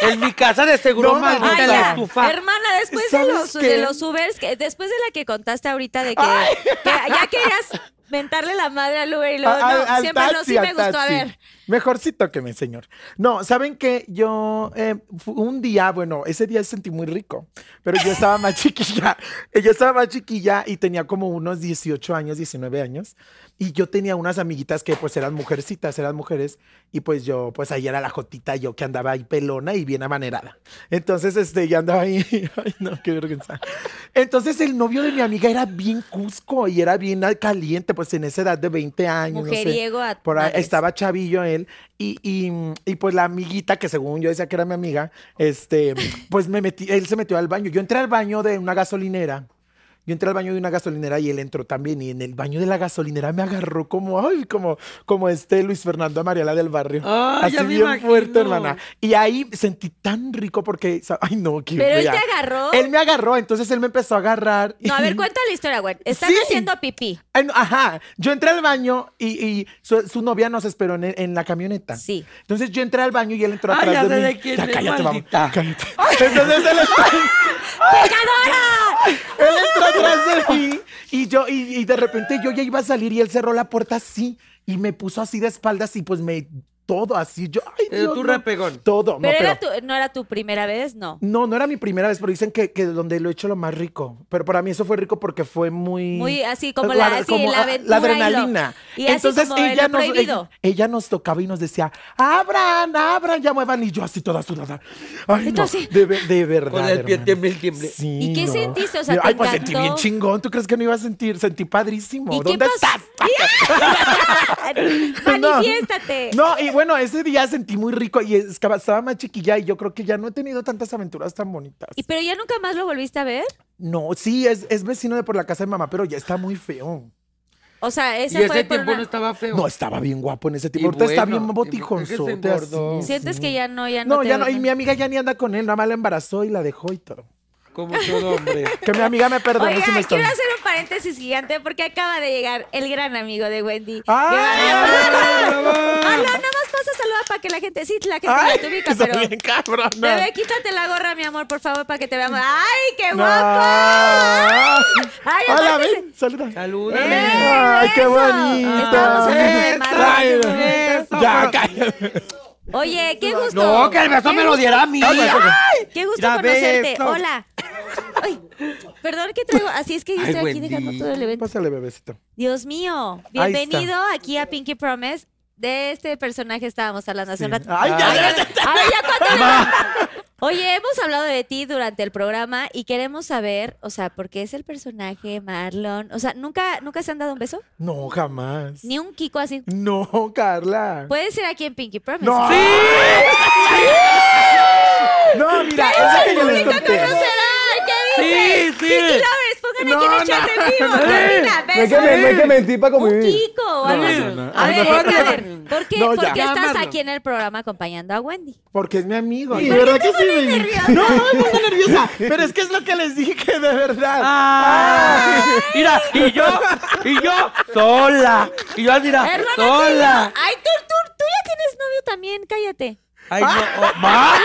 [SPEAKER 5] En mi casa de seguro,
[SPEAKER 4] No,
[SPEAKER 5] maldita
[SPEAKER 4] mamá.
[SPEAKER 3] Ay,
[SPEAKER 5] la
[SPEAKER 3] ya.
[SPEAKER 5] estufa.
[SPEAKER 3] Hermana, después de
[SPEAKER 4] ¿Sabes
[SPEAKER 3] los,
[SPEAKER 4] qué?
[SPEAKER 3] de los Ubers, que- después de la que contaste ahorita de que, que ya querías mentarle la madre al Uber y luego,
[SPEAKER 4] A-
[SPEAKER 3] no,
[SPEAKER 4] al- al
[SPEAKER 3] siempre no, sí
[SPEAKER 4] taxi, al
[SPEAKER 3] me gustó. A
[SPEAKER 4] taxi.
[SPEAKER 3] ver,
[SPEAKER 4] Mejorcito que me, señor. No, ¿saben qué? Yo, eh, fu- un día, bueno, ese día sentí muy rico, pero yo estaba más chiquilla. Eh, Yo estaba más chiquilla y tenía como unos 18 años, 19 años. Y yo tenía unas amiguitas que pues eran mujercitas, eran mujeres. Y pues yo, pues ahí era la jotita, yo que andaba ahí pelona y bien amanerada. Entonces, este, yo andaba ahí. Ay, no, qué vergüenza. Entonces, el novio de mi amiga era bien cusco y era bien ah, caliente, pues en esa edad de 20 años. no sé.
[SPEAKER 3] mujeriego a
[SPEAKER 4] Por ahí
[SPEAKER 3] madres.
[SPEAKER 4] estaba chavillo él y, y, y, pues la amiguita que según yo decía que era mi amiga, este, pues me metí, él se metió al baño. Yo entré al baño de una gasolinera. Yo entré al baño de una gasolinera y él entró también y en el baño de la gasolinera me agarró como, ay, como, como este Luis Fernando Mariala del barrio.
[SPEAKER 5] Ay, ya
[SPEAKER 4] Así
[SPEAKER 5] me
[SPEAKER 4] bien fuerte,
[SPEAKER 5] imagino.
[SPEAKER 4] hermana. Y ahí sentí tan rico porque, sa- ay, no, qué
[SPEAKER 3] Pero él
[SPEAKER 4] fea.
[SPEAKER 3] te agarró.
[SPEAKER 4] Él me agarró, entonces él me empezó a agarrar.
[SPEAKER 3] No, a
[SPEAKER 4] y-
[SPEAKER 3] ver, cuenta la historia, güey. Están
[SPEAKER 4] Sí.
[SPEAKER 3] haciendo pipí.
[SPEAKER 4] Ay, no, Ajá, yo entré al baño y, y su, su novia nos esperó en, en la camioneta.
[SPEAKER 3] Sí.
[SPEAKER 4] Entonces yo entré al baño y él entró
[SPEAKER 5] Ay,
[SPEAKER 4] atrás
[SPEAKER 5] ya
[SPEAKER 4] de
[SPEAKER 5] sé
[SPEAKER 4] mí.
[SPEAKER 5] de quién
[SPEAKER 4] ya
[SPEAKER 5] es,
[SPEAKER 4] cállate, vamos.
[SPEAKER 5] maldita.
[SPEAKER 4] Cállate. Entonces él,
[SPEAKER 3] ¡Pecadora!
[SPEAKER 4] él entró atrás de mí y yo y, y de repente yo ya iba a salir y él cerró la puerta así y me puso así de espaldas y pues me todo así yo ay
[SPEAKER 5] Eh,
[SPEAKER 4] Dios,
[SPEAKER 5] tú
[SPEAKER 4] no.
[SPEAKER 5] repegón.
[SPEAKER 4] todo no,
[SPEAKER 3] Pero
[SPEAKER 4] pero-
[SPEAKER 3] era tu- no era tu primera vez, no.
[SPEAKER 4] no no era mi primera vez pero dicen que, que donde lo he hecho lo más rico pero para mí eso fue rico porque fue muy
[SPEAKER 3] Muy así como la,
[SPEAKER 4] Guarda-
[SPEAKER 3] así,
[SPEAKER 4] como,
[SPEAKER 3] la
[SPEAKER 4] ah,
[SPEAKER 3] aventura.
[SPEAKER 4] la
[SPEAKER 3] y lo-
[SPEAKER 4] adrenalina.
[SPEAKER 3] Y, así
[SPEAKER 4] Entonces
[SPEAKER 3] como
[SPEAKER 4] ella,
[SPEAKER 3] ella
[SPEAKER 4] nos,
[SPEAKER 3] prohibido.
[SPEAKER 4] ella, ella nos tocaba y nos decía, abran, abran, ya muevan. Y yo así toda sudada. Ay, no,
[SPEAKER 3] Entonces-
[SPEAKER 4] de, ve- de verdad.
[SPEAKER 5] Con el pie
[SPEAKER 4] hermana.
[SPEAKER 5] tiemble, el tiemble.
[SPEAKER 4] Sí,
[SPEAKER 3] ¿Y qué
[SPEAKER 4] no.
[SPEAKER 3] sentiste? O sea,
[SPEAKER 4] Ay,
[SPEAKER 3] ¿te
[SPEAKER 4] pues sentí bien
[SPEAKER 3] encantó?
[SPEAKER 4] chingón. ¿Tú crees que no iba a sentir? Sentí padrísimo.
[SPEAKER 3] ¿Y qué
[SPEAKER 4] ¿Dónde
[SPEAKER 3] pasó?
[SPEAKER 4] estás? No.
[SPEAKER 3] Manifiéstate.
[SPEAKER 4] No, y bueno, ese día sentí muy rico y es- estaba más chiquilla y yo creo que ya no he tenido tantas aventuras tan bonitas.
[SPEAKER 3] ¿Y pero ya nunca más lo volviste a ver?
[SPEAKER 4] No, sí, es, es vecino de por la casa de mamá, pero ya está muy feo.
[SPEAKER 3] O sea,
[SPEAKER 5] Y
[SPEAKER 3] esa fue
[SPEAKER 5] ese
[SPEAKER 3] por
[SPEAKER 5] tiempo
[SPEAKER 3] una-
[SPEAKER 5] no estaba feo.
[SPEAKER 4] No, estaba bien guapo en ese
[SPEAKER 5] Y
[SPEAKER 4] tiempo. Ahorita está
[SPEAKER 5] bueno,
[SPEAKER 4] bien botijonzote.
[SPEAKER 5] y porque se engordó.
[SPEAKER 4] así,
[SPEAKER 3] Sientes
[SPEAKER 4] sí.
[SPEAKER 3] que ya no, ya no.
[SPEAKER 4] No,
[SPEAKER 3] te-
[SPEAKER 4] ya no. Y mi amiga ya ni anda con él. Nada más la embarazó y la dejó y todo.
[SPEAKER 5] Como todo hombre.
[SPEAKER 4] Que mi amiga me perdonó
[SPEAKER 3] Oiga,
[SPEAKER 4] si me está
[SPEAKER 3] quiero
[SPEAKER 4] viendo.
[SPEAKER 3] hacer un paréntesis gigante porque acaba de llegar el gran amigo de Wendy.
[SPEAKER 4] ¡Ah!
[SPEAKER 3] Hola, nada más pasa a saludar para que la gente, sí, la gente
[SPEAKER 4] ¡Ay!
[SPEAKER 3] la te ubica,
[SPEAKER 4] Está
[SPEAKER 3] pero...
[SPEAKER 4] bien cabrona.
[SPEAKER 3] Bebé, quítate la gorra, mi amor, por favor, para que te veamos. ¡Ay, qué
[SPEAKER 4] No.
[SPEAKER 3] guapo! Ay,
[SPEAKER 4] Hola,
[SPEAKER 3] aparte
[SPEAKER 4] ven. Saluda.
[SPEAKER 5] Salúdame.
[SPEAKER 3] Eh.
[SPEAKER 4] ¡Ay, qué
[SPEAKER 3] eso.
[SPEAKER 4] bonito!
[SPEAKER 3] Estábamos hablando de
[SPEAKER 4] Eso,
[SPEAKER 3] Marta en ese
[SPEAKER 4] ay,
[SPEAKER 5] momento.
[SPEAKER 4] Ya, cállate.
[SPEAKER 3] Oye, qué gusto.
[SPEAKER 5] No, que el beso
[SPEAKER 3] Qué
[SPEAKER 5] me lo
[SPEAKER 3] gusto-
[SPEAKER 5] diera a mí.
[SPEAKER 3] Qué gusto
[SPEAKER 5] Mira, ve
[SPEAKER 3] conocerte.
[SPEAKER 5] esto.
[SPEAKER 3] Hola. Ay, perdón que traigo. Así es que yo
[SPEAKER 5] Ay,
[SPEAKER 3] estoy aquí
[SPEAKER 5] Wendy.
[SPEAKER 3] dejando todo el evento.
[SPEAKER 4] Pásale, bebecito.
[SPEAKER 3] Dios mío.
[SPEAKER 4] Ahí
[SPEAKER 3] Bienvenido aquí a Pinky Promise. De este personaje estábamos hablando hace un rato.
[SPEAKER 4] Ay, ya, ya, ya.
[SPEAKER 3] A ver, ya cuéntame. Oye, hemos hablado de ti durante el programa y queremos saber, o sea, por qué es el personaje Marlon. O sea, ¿nunca, ¿nunca se han dado un beso?
[SPEAKER 4] No, jamás.
[SPEAKER 3] Ni Pues, un Kiko así.
[SPEAKER 4] No, Carla.
[SPEAKER 3] Puede ser aquí en Pinky Promise.
[SPEAKER 4] ¡No! No, mira, es lo que yo les
[SPEAKER 3] ¿Qué
[SPEAKER 4] conté.
[SPEAKER 3] conocerá? ¿Qué dice?
[SPEAKER 5] Sí, sí.
[SPEAKER 3] Pinky Lovers, pongan pónganle quién echó en vivo. Carolina,
[SPEAKER 7] No hay, que,
[SPEAKER 3] beso.
[SPEAKER 7] no hay que mentir
[SPEAKER 5] Oh,
[SPEAKER 7] para
[SPEAKER 3] Un
[SPEAKER 7] convivir.
[SPEAKER 3] Kiko o algo así.
[SPEAKER 6] no, no.
[SPEAKER 3] A ver,
[SPEAKER 4] No,
[SPEAKER 3] es que, a
[SPEAKER 4] no.
[SPEAKER 3] ver, ¿por qué,
[SPEAKER 4] No,
[SPEAKER 3] por
[SPEAKER 4] ya.
[SPEAKER 3] qué estás
[SPEAKER 8] Llamarlo.
[SPEAKER 3] aquí en el programa acompañando a Wendy?
[SPEAKER 4] Porque es mi amigo.
[SPEAKER 7] Sí,
[SPEAKER 4] ¿no?
[SPEAKER 7] ¿verdad
[SPEAKER 4] ¿Por qué te pones nerviosa? No, no me pongo nerviosa. Pero es que es lo que les dije que de verdad.
[SPEAKER 5] Ah, mira, y yo, y yo, sola. Y yo, mira,
[SPEAKER 3] Hermana, tú-
[SPEAKER 5] Ah, sola.
[SPEAKER 3] Ay, tú, tú, tú ya tienes novio también, cállate.
[SPEAKER 5] Ay, no, oh, ma.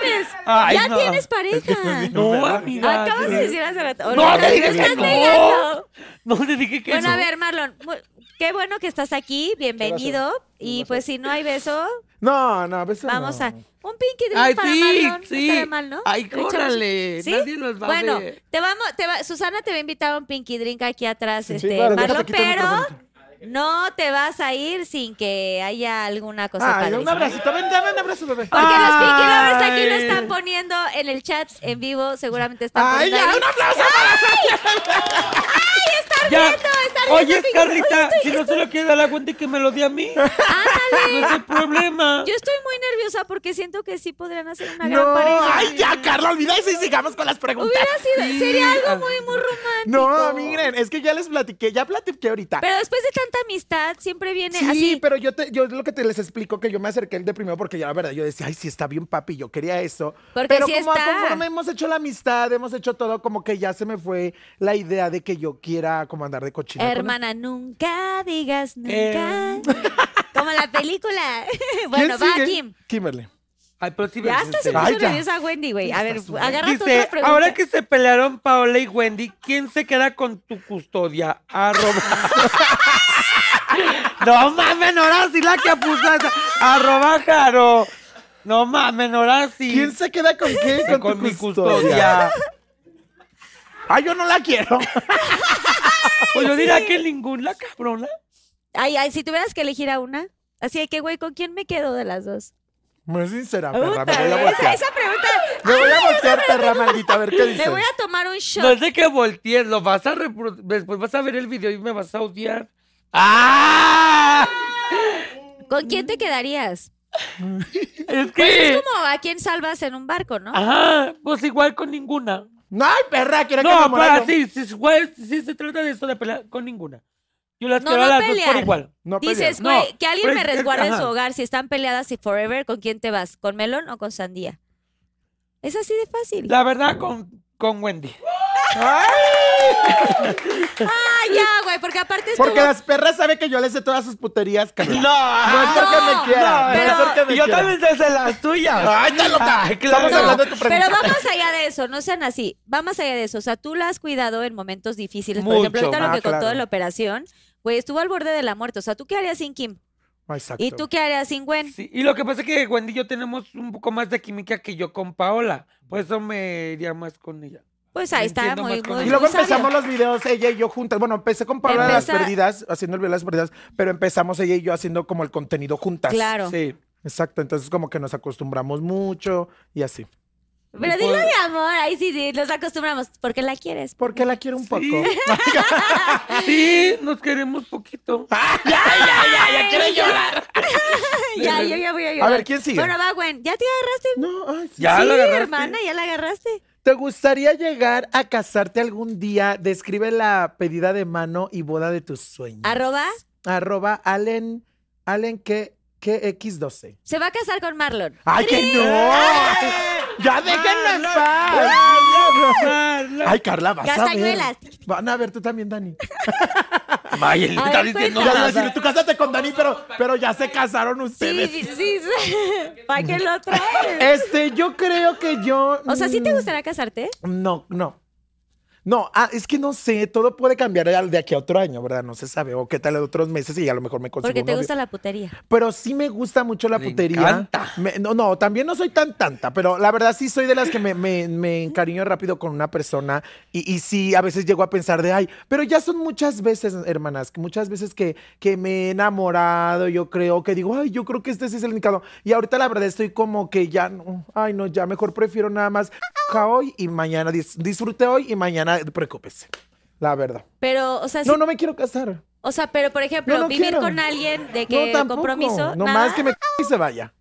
[SPEAKER 3] Tienes.
[SPEAKER 5] Ay,
[SPEAKER 3] ya
[SPEAKER 5] no.
[SPEAKER 3] tienes pareja.
[SPEAKER 5] No, amiga.
[SPEAKER 3] Acabas
[SPEAKER 5] ¿qué?
[SPEAKER 3] de decir hace rato.
[SPEAKER 5] No,
[SPEAKER 3] Ahorita
[SPEAKER 5] te dije
[SPEAKER 3] estás
[SPEAKER 5] que no.
[SPEAKER 3] negando.
[SPEAKER 5] No le dije que
[SPEAKER 3] Bueno,
[SPEAKER 5] no.
[SPEAKER 3] a ver, Marlon, mu- qué bueno que estás aquí, bienvenido. Y pues si no hay beso,
[SPEAKER 4] No, no, beso
[SPEAKER 3] vamos
[SPEAKER 4] no.
[SPEAKER 3] a... Un pinky drink
[SPEAKER 8] Ay,
[SPEAKER 3] para
[SPEAKER 8] sí,
[SPEAKER 3] Marlon.
[SPEAKER 8] sí.
[SPEAKER 3] No estaría mal, ¿no?
[SPEAKER 8] Ay,
[SPEAKER 3] ¿Le echamos?
[SPEAKER 8] córale, nadie nos va a
[SPEAKER 3] bueno,
[SPEAKER 8] ver.
[SPEAKER 3] te vamos, te va- Susana te va a invitar a un pinky drink aquí atrás, este,
[SPEAKER 7] claro,
[SPEAKER 3] Marlon,
[SPEAKER 4] déjate quitar el
[SPEAKER 3] pero
[SPEAKER 4] micrófono.
[SPEAKER 3] no te vas a ir sin que haya alguna cosa
[SPEAKER 4] Ay, un
[SPEAKER 3] padrísima.
[SPEAKER 4] abracito. Ven, dame un abrazo, bebé.
[SPEAKER 3] Porque los Pinky Lovers aquí lo
[SPEAKER 5] Ay.
[SPEAKER 3] están poniendo en el chat en vivo, seguramente están
[SPEAKER 4] Ay,
[SPEAKER 3] poniendo
[SPEAKER 4] ya,
[SPEAKER 3] ahí.
[SPEAKER 4] un aplauso.
[SPEAKER 3] Ah,
[SPEAKER 5] Ya.
[SPEAKER 3] está
[SPEAKER 5] Oye,
[SPEAKER 3] riendo, que yo-
[SPEAKER 5] Carlita, si no se lo quiere dar la cuenta que me lo dé a mí. No es el problema.
[SPEAKER 3] Yo estoy muy nerviosa porque siento que sí podrían hacer una gran
[SPEAKER 4] No,
[SPEAKER 3] pareja.
[SPEAKER 4] ay, ya, Carla, olvida eso y sigamos con las preguntas.
[SPEAKER 3] Hubiera sido,
[SPEAKER 5] Sí.
[SPEAKER 3] sería algo muy, muy romántico.
[SPEAKER 4] No, miren, es que ya les platiqué, ya platiqué ahorita.
[SPEAKER 3] Pero después de tanta amistad, siempre viene
[SPEAKER 4] Ah. Sí,
[SPEAKER 3] así.
[SPEAKER 4] pero yo, te, yo lo que te les explico que yo me acerqué el de primero porque ya la verdad yo decía, ay, sí está bien papi, yo quería eso.
[SPEAKER 3] Porque
[SPEAKER 4] pero
[SPEAKER 3] sí
[SPEAKER 4] como
[SPEAKER 3] está.
[SPEAKER 4] conforme hemos hecho la amistad, hemos hecho todo, como que ya se me fue la idea de que yo quiera como andar de cochina. con él.
[SPEAKER 3] Hermana, nunca digas nunca.
[SPEAKER 5] Eh.
[SPEAKER 3] Como la película.
[SPEAKER 4] ¿Quién
[SPEAKER 3] bueno, va,
[SPEAKER 4] sigue?
[SPEAKER 3] Kim.
[SPEAKER 4] Kimberly.
[SPEAKER 5] Ay, pero sí,
[SPEAKER 3] Ya hasta se
[SPEAKER 4] Ay,
[SPEAKER 3] puso
[SPEAKER 4] ya.
[SPEAKER 3] nerviosa Wendy, güey. A ver, Pues, agarra tu
[SPEAKER 5] Dice,
[SPEAKER 3] otra pregunta.
[SPEAKER 5] ahora que se pelearon Paola y Wendy, ¿quién se queda con tu custodia? Arroba. no mames, ahora sí la que puso esa. Arroba Jaro. No mames, ahora sí.
[SPEAKER 4] ¿Quién se queda con qué?
[SPEAKER 5] con,
[SPEAKER 4] Con, tu
[SPEAKER 5] mi custodia?
[SPEAKER 4] Ay, yo no la quiero.
[SPEAKER 5] Pues yo diría que ninguna cabrona.
[SPEAKER 3] Ay, ay, si tuvieras que elegir a una. Así de que, güey, ¿con quién me quedo de las dos?
[SPEAKER 4] Muy sincera,
[SPEAKER 3] Puta,
[SPEAKER 4] perra, me voy a
[SPEAKER 3] güey, esa,
[SPEAKER 4] voltear.
[SPEAKER 3] esa pregunta.
[SPEAKER 4] Me voy a voltear, perra maldita, a ver qué dice.
[SPEAKER 3] Me voy a tomar un shot.
[SPEAKER 5] No es de que voltees, lo vas a reprodu- Después vas a ver el video y me vas a odiar. ¡Ah!
[SPEAKER 3] ¿Con quién te quedarías? Pues
[SPEAKER 5] Es que.
[SPEAKER 3] es como a quién salvas en un barco, ¿no?
[SPEAKER 5] Ajá, pues igual con ninguna.
[SPEAKER 4] Ay, perra, quiero que
[SPEAKER 5] No,
[SPEAKER 4] me
[SPEAKER 5] para
[SPEAKER 4] muera.
[SPEAKER 5] sí, si, es güey, si se trata de eso de pelear con ninguna. Yo las
[SPEAKER 3] No,
[SPEAKER 5] quiero a
[SPEAKER 3] no
[SPEAKER 5] las dos
[SPEAKER 3] pelear.
[SPEAKER 5] por igual.
[SPEAKER 4] No, pues pelea.
[SPEAKER 3] Dices,
[SPEAKER 5] No,
[SPEAKER 3] güey, que alguien
[SPEAKER 5] pero
[SPEAKER 3] me
[SPEAKER 5] es que-
[SPEAKER 3] resguarde en su
[SPEAKER 5] ajá.
[SPEAKER 3] hogar si están peleadas y forever, ¿con quién te vas? ¿Con melón o con sandía? Es así de fácil.
[SPEAKER 5] La verdad, con, con Wendy.
[SPEAKER 3] Ah, ya, güey, porque aparte estuvo...
[SPEAKER 4] Porque las perras saben que yo les sé todas sus puterías, Carla. No es
[SPEAKER 5] No,
[SPEAKER 4] porque me quiera.
[SPEAKER 5] pero-
[SPEAKER 4] No es porque me
[SPEAKER 5] y yo
[SPEAKER 4] quiera.
[SPEAKER 5] también sé hacer las tuyas. Ah,
[SPEAKER 4] Ay, está loca.
[SPEAKER 5] Ay,
[SPEAKER 4] Estamos
[SPEAKER 5] claro.
[SPEAKER 4] hablando de tu
[SPEAKER 3] Pero
[SPEAKER 4] pregunta.
[SPEAKER 3] vamos allá de eso, no sean así. Vamos allá de eso. O sea, tú la has cuidado en momentos difíciles. Por
[SPEAKER 5] Mucho,
[SPEAKER 3] ejemplo, ahorita lo
[SPEAKER 4] ah,
[SPEAKER 3] que contó
[SPEAKER 4] claro.
[SPEAKER 3] de la operación, güey, estuvo al borde de la muerte. O sea, ¿tú qué harías sin Kim?
[SPEAKER 4] Ah, Exacto.
[SPEAKER 3] ¿Y tú qué harías sin Gwen?
[SPEAKER 5] Sí, y lo que pasa es que Wendy y yo tenemos un poco más de química que yo con Paola. Por eso me iría más con ella.
[SPEAKER 3] Pues ahí está,
[SPEAKER 5] Entiendo
[SPEAKER 3] muy,
[SPEAKER 5] más con
[SPEAKER 3] muy,
[SPEAKER 5] ella.
[SPEAKER 4] Y luego
[SPEAKER 3] muy sabio.
[SPEAKER 4] empezamos los videos ella y yo juntas. Bueno, empecé con Paola de las
[SPEAKER 3] Empeza-
[SPEAKER 4] perdidas, haciendo el video de las perdidas, pero empezamos ella y yo haciendo como el contenido juntas.
[SPEAKER 3] Claro.
[SPEAKER 5] Sí.
[SPEAKER 4] Exacto, entonces como que nos acostumbramos mucho y así.
[SPEAKER 3] Pero dilo de amor, ahí sí, sí, nos acostumbramos. Porque la quieres.
[SPEAKER 4] Porque la quiero un poco.
[SPEAKER 5] Sí. Sí, nos queremos poquito.
[SPEAKER 4] Ah,
[SPEAKER 3] ya, yo ya voy a llorar.
[SPEAKER 4] A ver, ¿quién sigue?
[SPEAKER 3] Bueno, va, Gwen. ¿Ya te agarraste?
[SPEAKER 4] No, ay, sí.
[SPEAKER 5] Ya
[SPEAKER 3] sí,
[SPEAKER 5] la agarraste.
[SPEAKER 3] hermana, ya la agarraste.
[SPEAKER 4] ¿Te gustaría llegar a casarte algún día? Describe la pedida de mano y boda de tus sueños.
[SPEAKER 3] Arroba,
[SPEAKER 4] Arroba Allen, Allen que, que X12.
[SPEAKER 3] se va a casar con Marlon.
[SPEAKER 4] ¡Ay, que no! ¡Ya déjenlo
[SPEAKER 3] Ah,
[SPEAKER 4] en paz!
[SPEAKER 5] Carla.
[SPEAKER 4] Ay, Carla, vas a ver.
[SPEAKER 3] Castañuelas.
[SPEAKER 4] Van a ver tú también, Dani.
[SPEAKER 5] Vaya,
[SPEAKER 3] A
[SPEAKER 5] está
[SPEAKER 3] ver,
[SPEAKER 5] diciendo
[SPEAKER 4] Ya iba a
[SPEAKER 5] nada.
[SPEAKER 4] decir, tú cásate con Dani, pero, pero ya se casaron
[SPEAKER 3] pues, Sí,
[SPEAKER 4] ustedes.
[SPEAKER 3] sí, sí. ¿Para qué lo traes?
[SPEAKER 4] Este, yo creo que yo.
[SPEAKER 3] O sea, ¿sí te
[SPEAKER 4] mm,
[SPEAKER 3] gustaría casarte?
[SPEAKER 4] No, no. No, ah, es que no sé, todo puede cambiar al- de aquí a otro año, ¿verdad? No se sabe. O qué tal de otros meses y a lo mejor me consigo
[SPEAKER 3] Porque
[SPEAKER 4] un
[SPEAKER 3] te
[SPEAKER 4] novio.
[SPEAKER 3] gusta la putería.
[SPEAKER 4] Pero sí me gusta mucho la
[SPEAKER 5] Le
[SPEAKER 4] putería.
[SPEAKER 5] encanta.
[SPEAKER 4] Me- no, no, también no soy tan tanta, pero la verdad sí soy de las que me, me- me encariño rápido con una persona y, y sí a veces llego a pensar de, ay, pero ya son muchas veces, hermanas, que muchas veces que, que me he enamorado, yo creo que digo, ay, yo creo que este sí es el indicado. Y ahorita la verdad estoy como que ya, no, ay, no, ya mejor prefiero nada más ca- hoy y mañana, dis- disfrute hoy y mañana, preocúpese. La verdad.
[SPEAKER 3] Pero, o sea, sí-
[SPEAKER 4] No, no me quiero casar.
[SPEAKER 3] o sea, pero por ejemplo,
[SPEAKER 4] No, no
[SPEAKER 3] vivir
[SPEAKER 4] quiero.
[SPEAKER 3] con alguien de
[SPEAKER 4] no,
[SPEAKER 3] que
[SPEAKER 4] tampoco.
[SPEAKER 3] compromiso.
[SPEAKER 4] No
[SPEAKER 3] nada.
[SPEAKER 4] más que me c- y se vaya.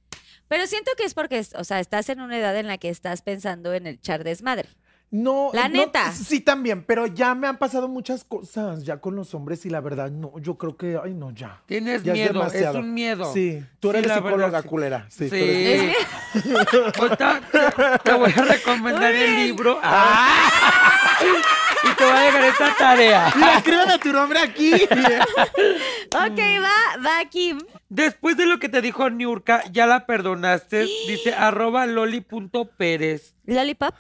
[SPEAKER 3] Pero siento que es porque, o sea, estás en una edad en la que estás pensando en el echar desmadre.
[SPEAKER 4] No, eh,
[SPEAKER 3] La
[SPEAKER 4] no,
[SPEAKER 3] neta.
[SPEAKER 4] Sí, también, pero ya me han pasado muchas cosas ya con los hombres y la verdad, no, yo creo que, ay, no, ya.
[SPEAKER 5] Tienes
[SPEAKER 4] Ya es
[SPEAKER 5] miedo, es,
[SPEAKER 4] demasiado.
[SPEAKER 5] un miedo.
[SPEAKER 4] Sí, tú eres
[SPEAKER 5] Sí, la
[SPEAKER 4] psicóloga
[SPEAKER 5] verdad, sí.
[SPEAKER 4] culera. Sí, tú eres-
[SPEAKER 5] Sí. Ahorita te- te voy a recomendar el libro. Ah. Y te va a llegar esta tarea.
[SPEAKER 4] Mira, escriban a tu nombre aquí. ¿eh?
[SPEAKER 3] Ok,
[SPEAKER 4] Mm.
[SPEAKER 3] va, va Kim.
[SPEAKER 5] Después de lo que te dijo Niurka, ya la perdonaste. Dice arroba loli.pérez.
[SPEAKER 3] Lollipop.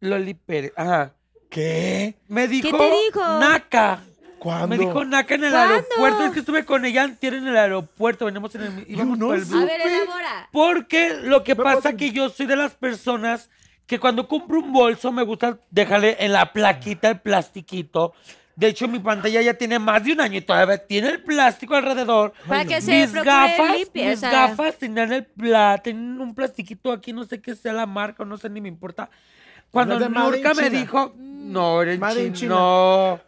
[SPEAKER 5] Loli Pérez. Ajá.
[SPEAKER 4] ¿Qué?
[SPEAKER 5] Me dijo,
[SPEAKER 3] dijo?
[SPEAKER 5] Naca.
[SPEAKER 4] ¿Cuándo?
[SPEAKER 5] Me dijo Naca en el
[SPEAKER 3] ¿Cuándo?
[SPEAKER 5] aeropuerto. Es que estuve con ella antier en el aeropuerto. Venimos en el. Íbamos
[SPEAKER 4] no
[SPEAKER 5] por el
[SPEAKER 4] sé.
[SPEAKER 3] A ver, elabora.
[SPEAKER 5] Porque lo que
[SPEAKER 4] No
[SPEAKER 5] pasa
[SPEAKER 4] puedo-
[SPEAKER 5] que yo soy de las personas que cuando compro un bolso me gusta dejarle en la plaquita el plastiquito. De hecho, mi pantalla ya tiene más de un año y todavía tiene el plástico alrededor.
[SPEAKER 3] Para que se
[SPEAKER 5] mis
[SPEAKER 3] procure
[SPEAKER 5] gafas,
[SPEAKER 3] limpia,
[SPEAKER 5] mis
[SPEAKER 3] o sea.
[SPEAKER 5] gafas tenían el pla, tenían un plastiquito aquí, no sé qué sea la marca, no sé ni me importa. Cuando
[SPEAKER 4] de Made in
[SPEAKER 5] Nurka me
[SPEAKER 4] China.
[SPEAKER 5] dijo, no, eres
[SPEAKER 4] Made in China.
[SPEAKER 5] No,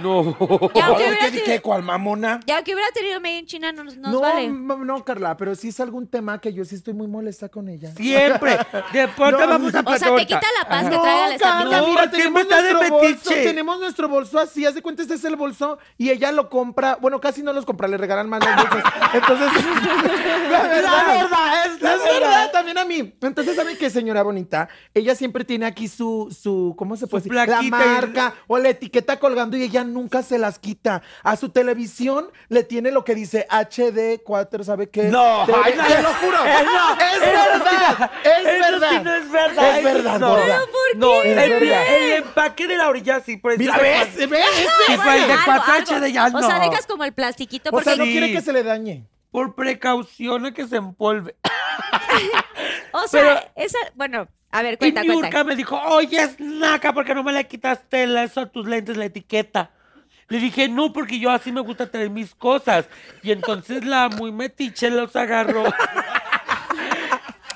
[SPEAKER 5] no.
[SPEAKER 3] Ya,
[SPEAKER 4] Ay,
[SPEAKER 3] aunque hubiera
[SPEAKER 4] ¿qué-
[SPEAKER 3] tenido-
[SPEAKER 4] ¿Qué? ¿Cuál mamona?
[SPEAKER 3] Ya que hubiera tenido medio en China, no nos, nos
[SPEAKER 4] no,
[SPEAKER 3] vale.
[SPEAKER 4] ma- no, Carla, pero sí es algún tema que yo sí estoy muy molesta con ella.
[SPEAKER 5] Siempre. Después
[SPEAKER 4] No,
[SPEAKER 5] vamos a
[SPEAKER 3] O sea, te
[SPEAKER 5] platicar.
[SPEAKER 3] quita la paz que
[SPEAKER 4] No,
[SPEAKER 3] traiga la estampita.
[SPEAKER 4] Carla,
[SPEAKER 5] No,
[SPEAKER 4] mira,
[SPEAKER 5] siempre
[SPEAKER 4] tenemos
[SPEAKER 5] está de
[SPEAKER 4] nuestro bolso,
[SPEAKER 5] metiche.
[SPEAKER 4] tenemos nuestro bolso así, haz de cuenta, este es el bolso, y ella lo compra, bueno, casi no los compra, le regalan más las bolsas. Entonces, la verdad, es la verdad, también a mí. Entonces, ¿sabe qué, señora bonita? Ella siempre tiene aquí su, su ¿cómo se puede decir? La
[SPEAKER 5] plaquita y-
[SPEAKER 4] marca o la etiqueta colgando y ella nunca se las quita. A su televisión le tiene lo que dice HD4, ¿sabe qué?
[SPEAKER 5] No,
[SPEAKER 4] te,
[SPEAKER 5] ay, no.
[SPEAKER 4] te lo juro.
[SPEAKER 5] Eh, no,
[SPEAKER 4] es
[SPEAKER 5] eso
[SPEAKER 4] verdad,
[SPEAKER 5] sí no-
[SPEAKER 4] es
[SPEAKER 5] eso sí
[SPEAKER 4] verdad.
[SPEAKER 5] no es verdad.
[SPEAKER 4] Es verdad,
[SPEAKER 5] no.
[SPEAKER 4] gorda.
[SPEAKER 5] No,
[SPEAKER 4] Es
[SPEAKER 5] el,
[SPEAKER 4] verdad.
[SPEAKER 5] el empaque de la orilla sí, por
[SPEAKER 4] Mira, ¿ves? ¿Ves?
[SPEAKER 5] Sí,
[SPEAKER 3] Bueno,
[SPEAKER 5] fue el de
[SPEAKER 3] algo,
[SPEAKER 5] 4H
[SPEAKER 3] algo.
[SPEAKER 5] de ya,
[SPEAKER 3] O sea,
[SPEAKER 5] no.
[SPEAKER 3] dejas como el plastiquito
[SPEAKER 4] O
[SPEAKER 3] porque
[SPEAKER 4] sea, no
[SPEAKER 5] Sí.
[SPEAKER 4] quiere que se le dañe.
[SPEAKER 5] Por precaución a que se empolve.
[SPEAKER 3] O sea,
[SPEAKER 5] Pero-
[SPEAKER 3] esa, bueno, a ver,
[SPEAKER 5] Y
[SPEAKER 3] cuenta,
[SPEAKER 5] Niurka
[SPEAKER 3] cuenta.
[SPEAKER 5] me dijo, oye, es naca, porque no me le quitaste la- eso a tus lentes, la etiqueta. Le dije, no, porque yo así me gusta tener mis cosas. Y entonces la muy metiche los agarró.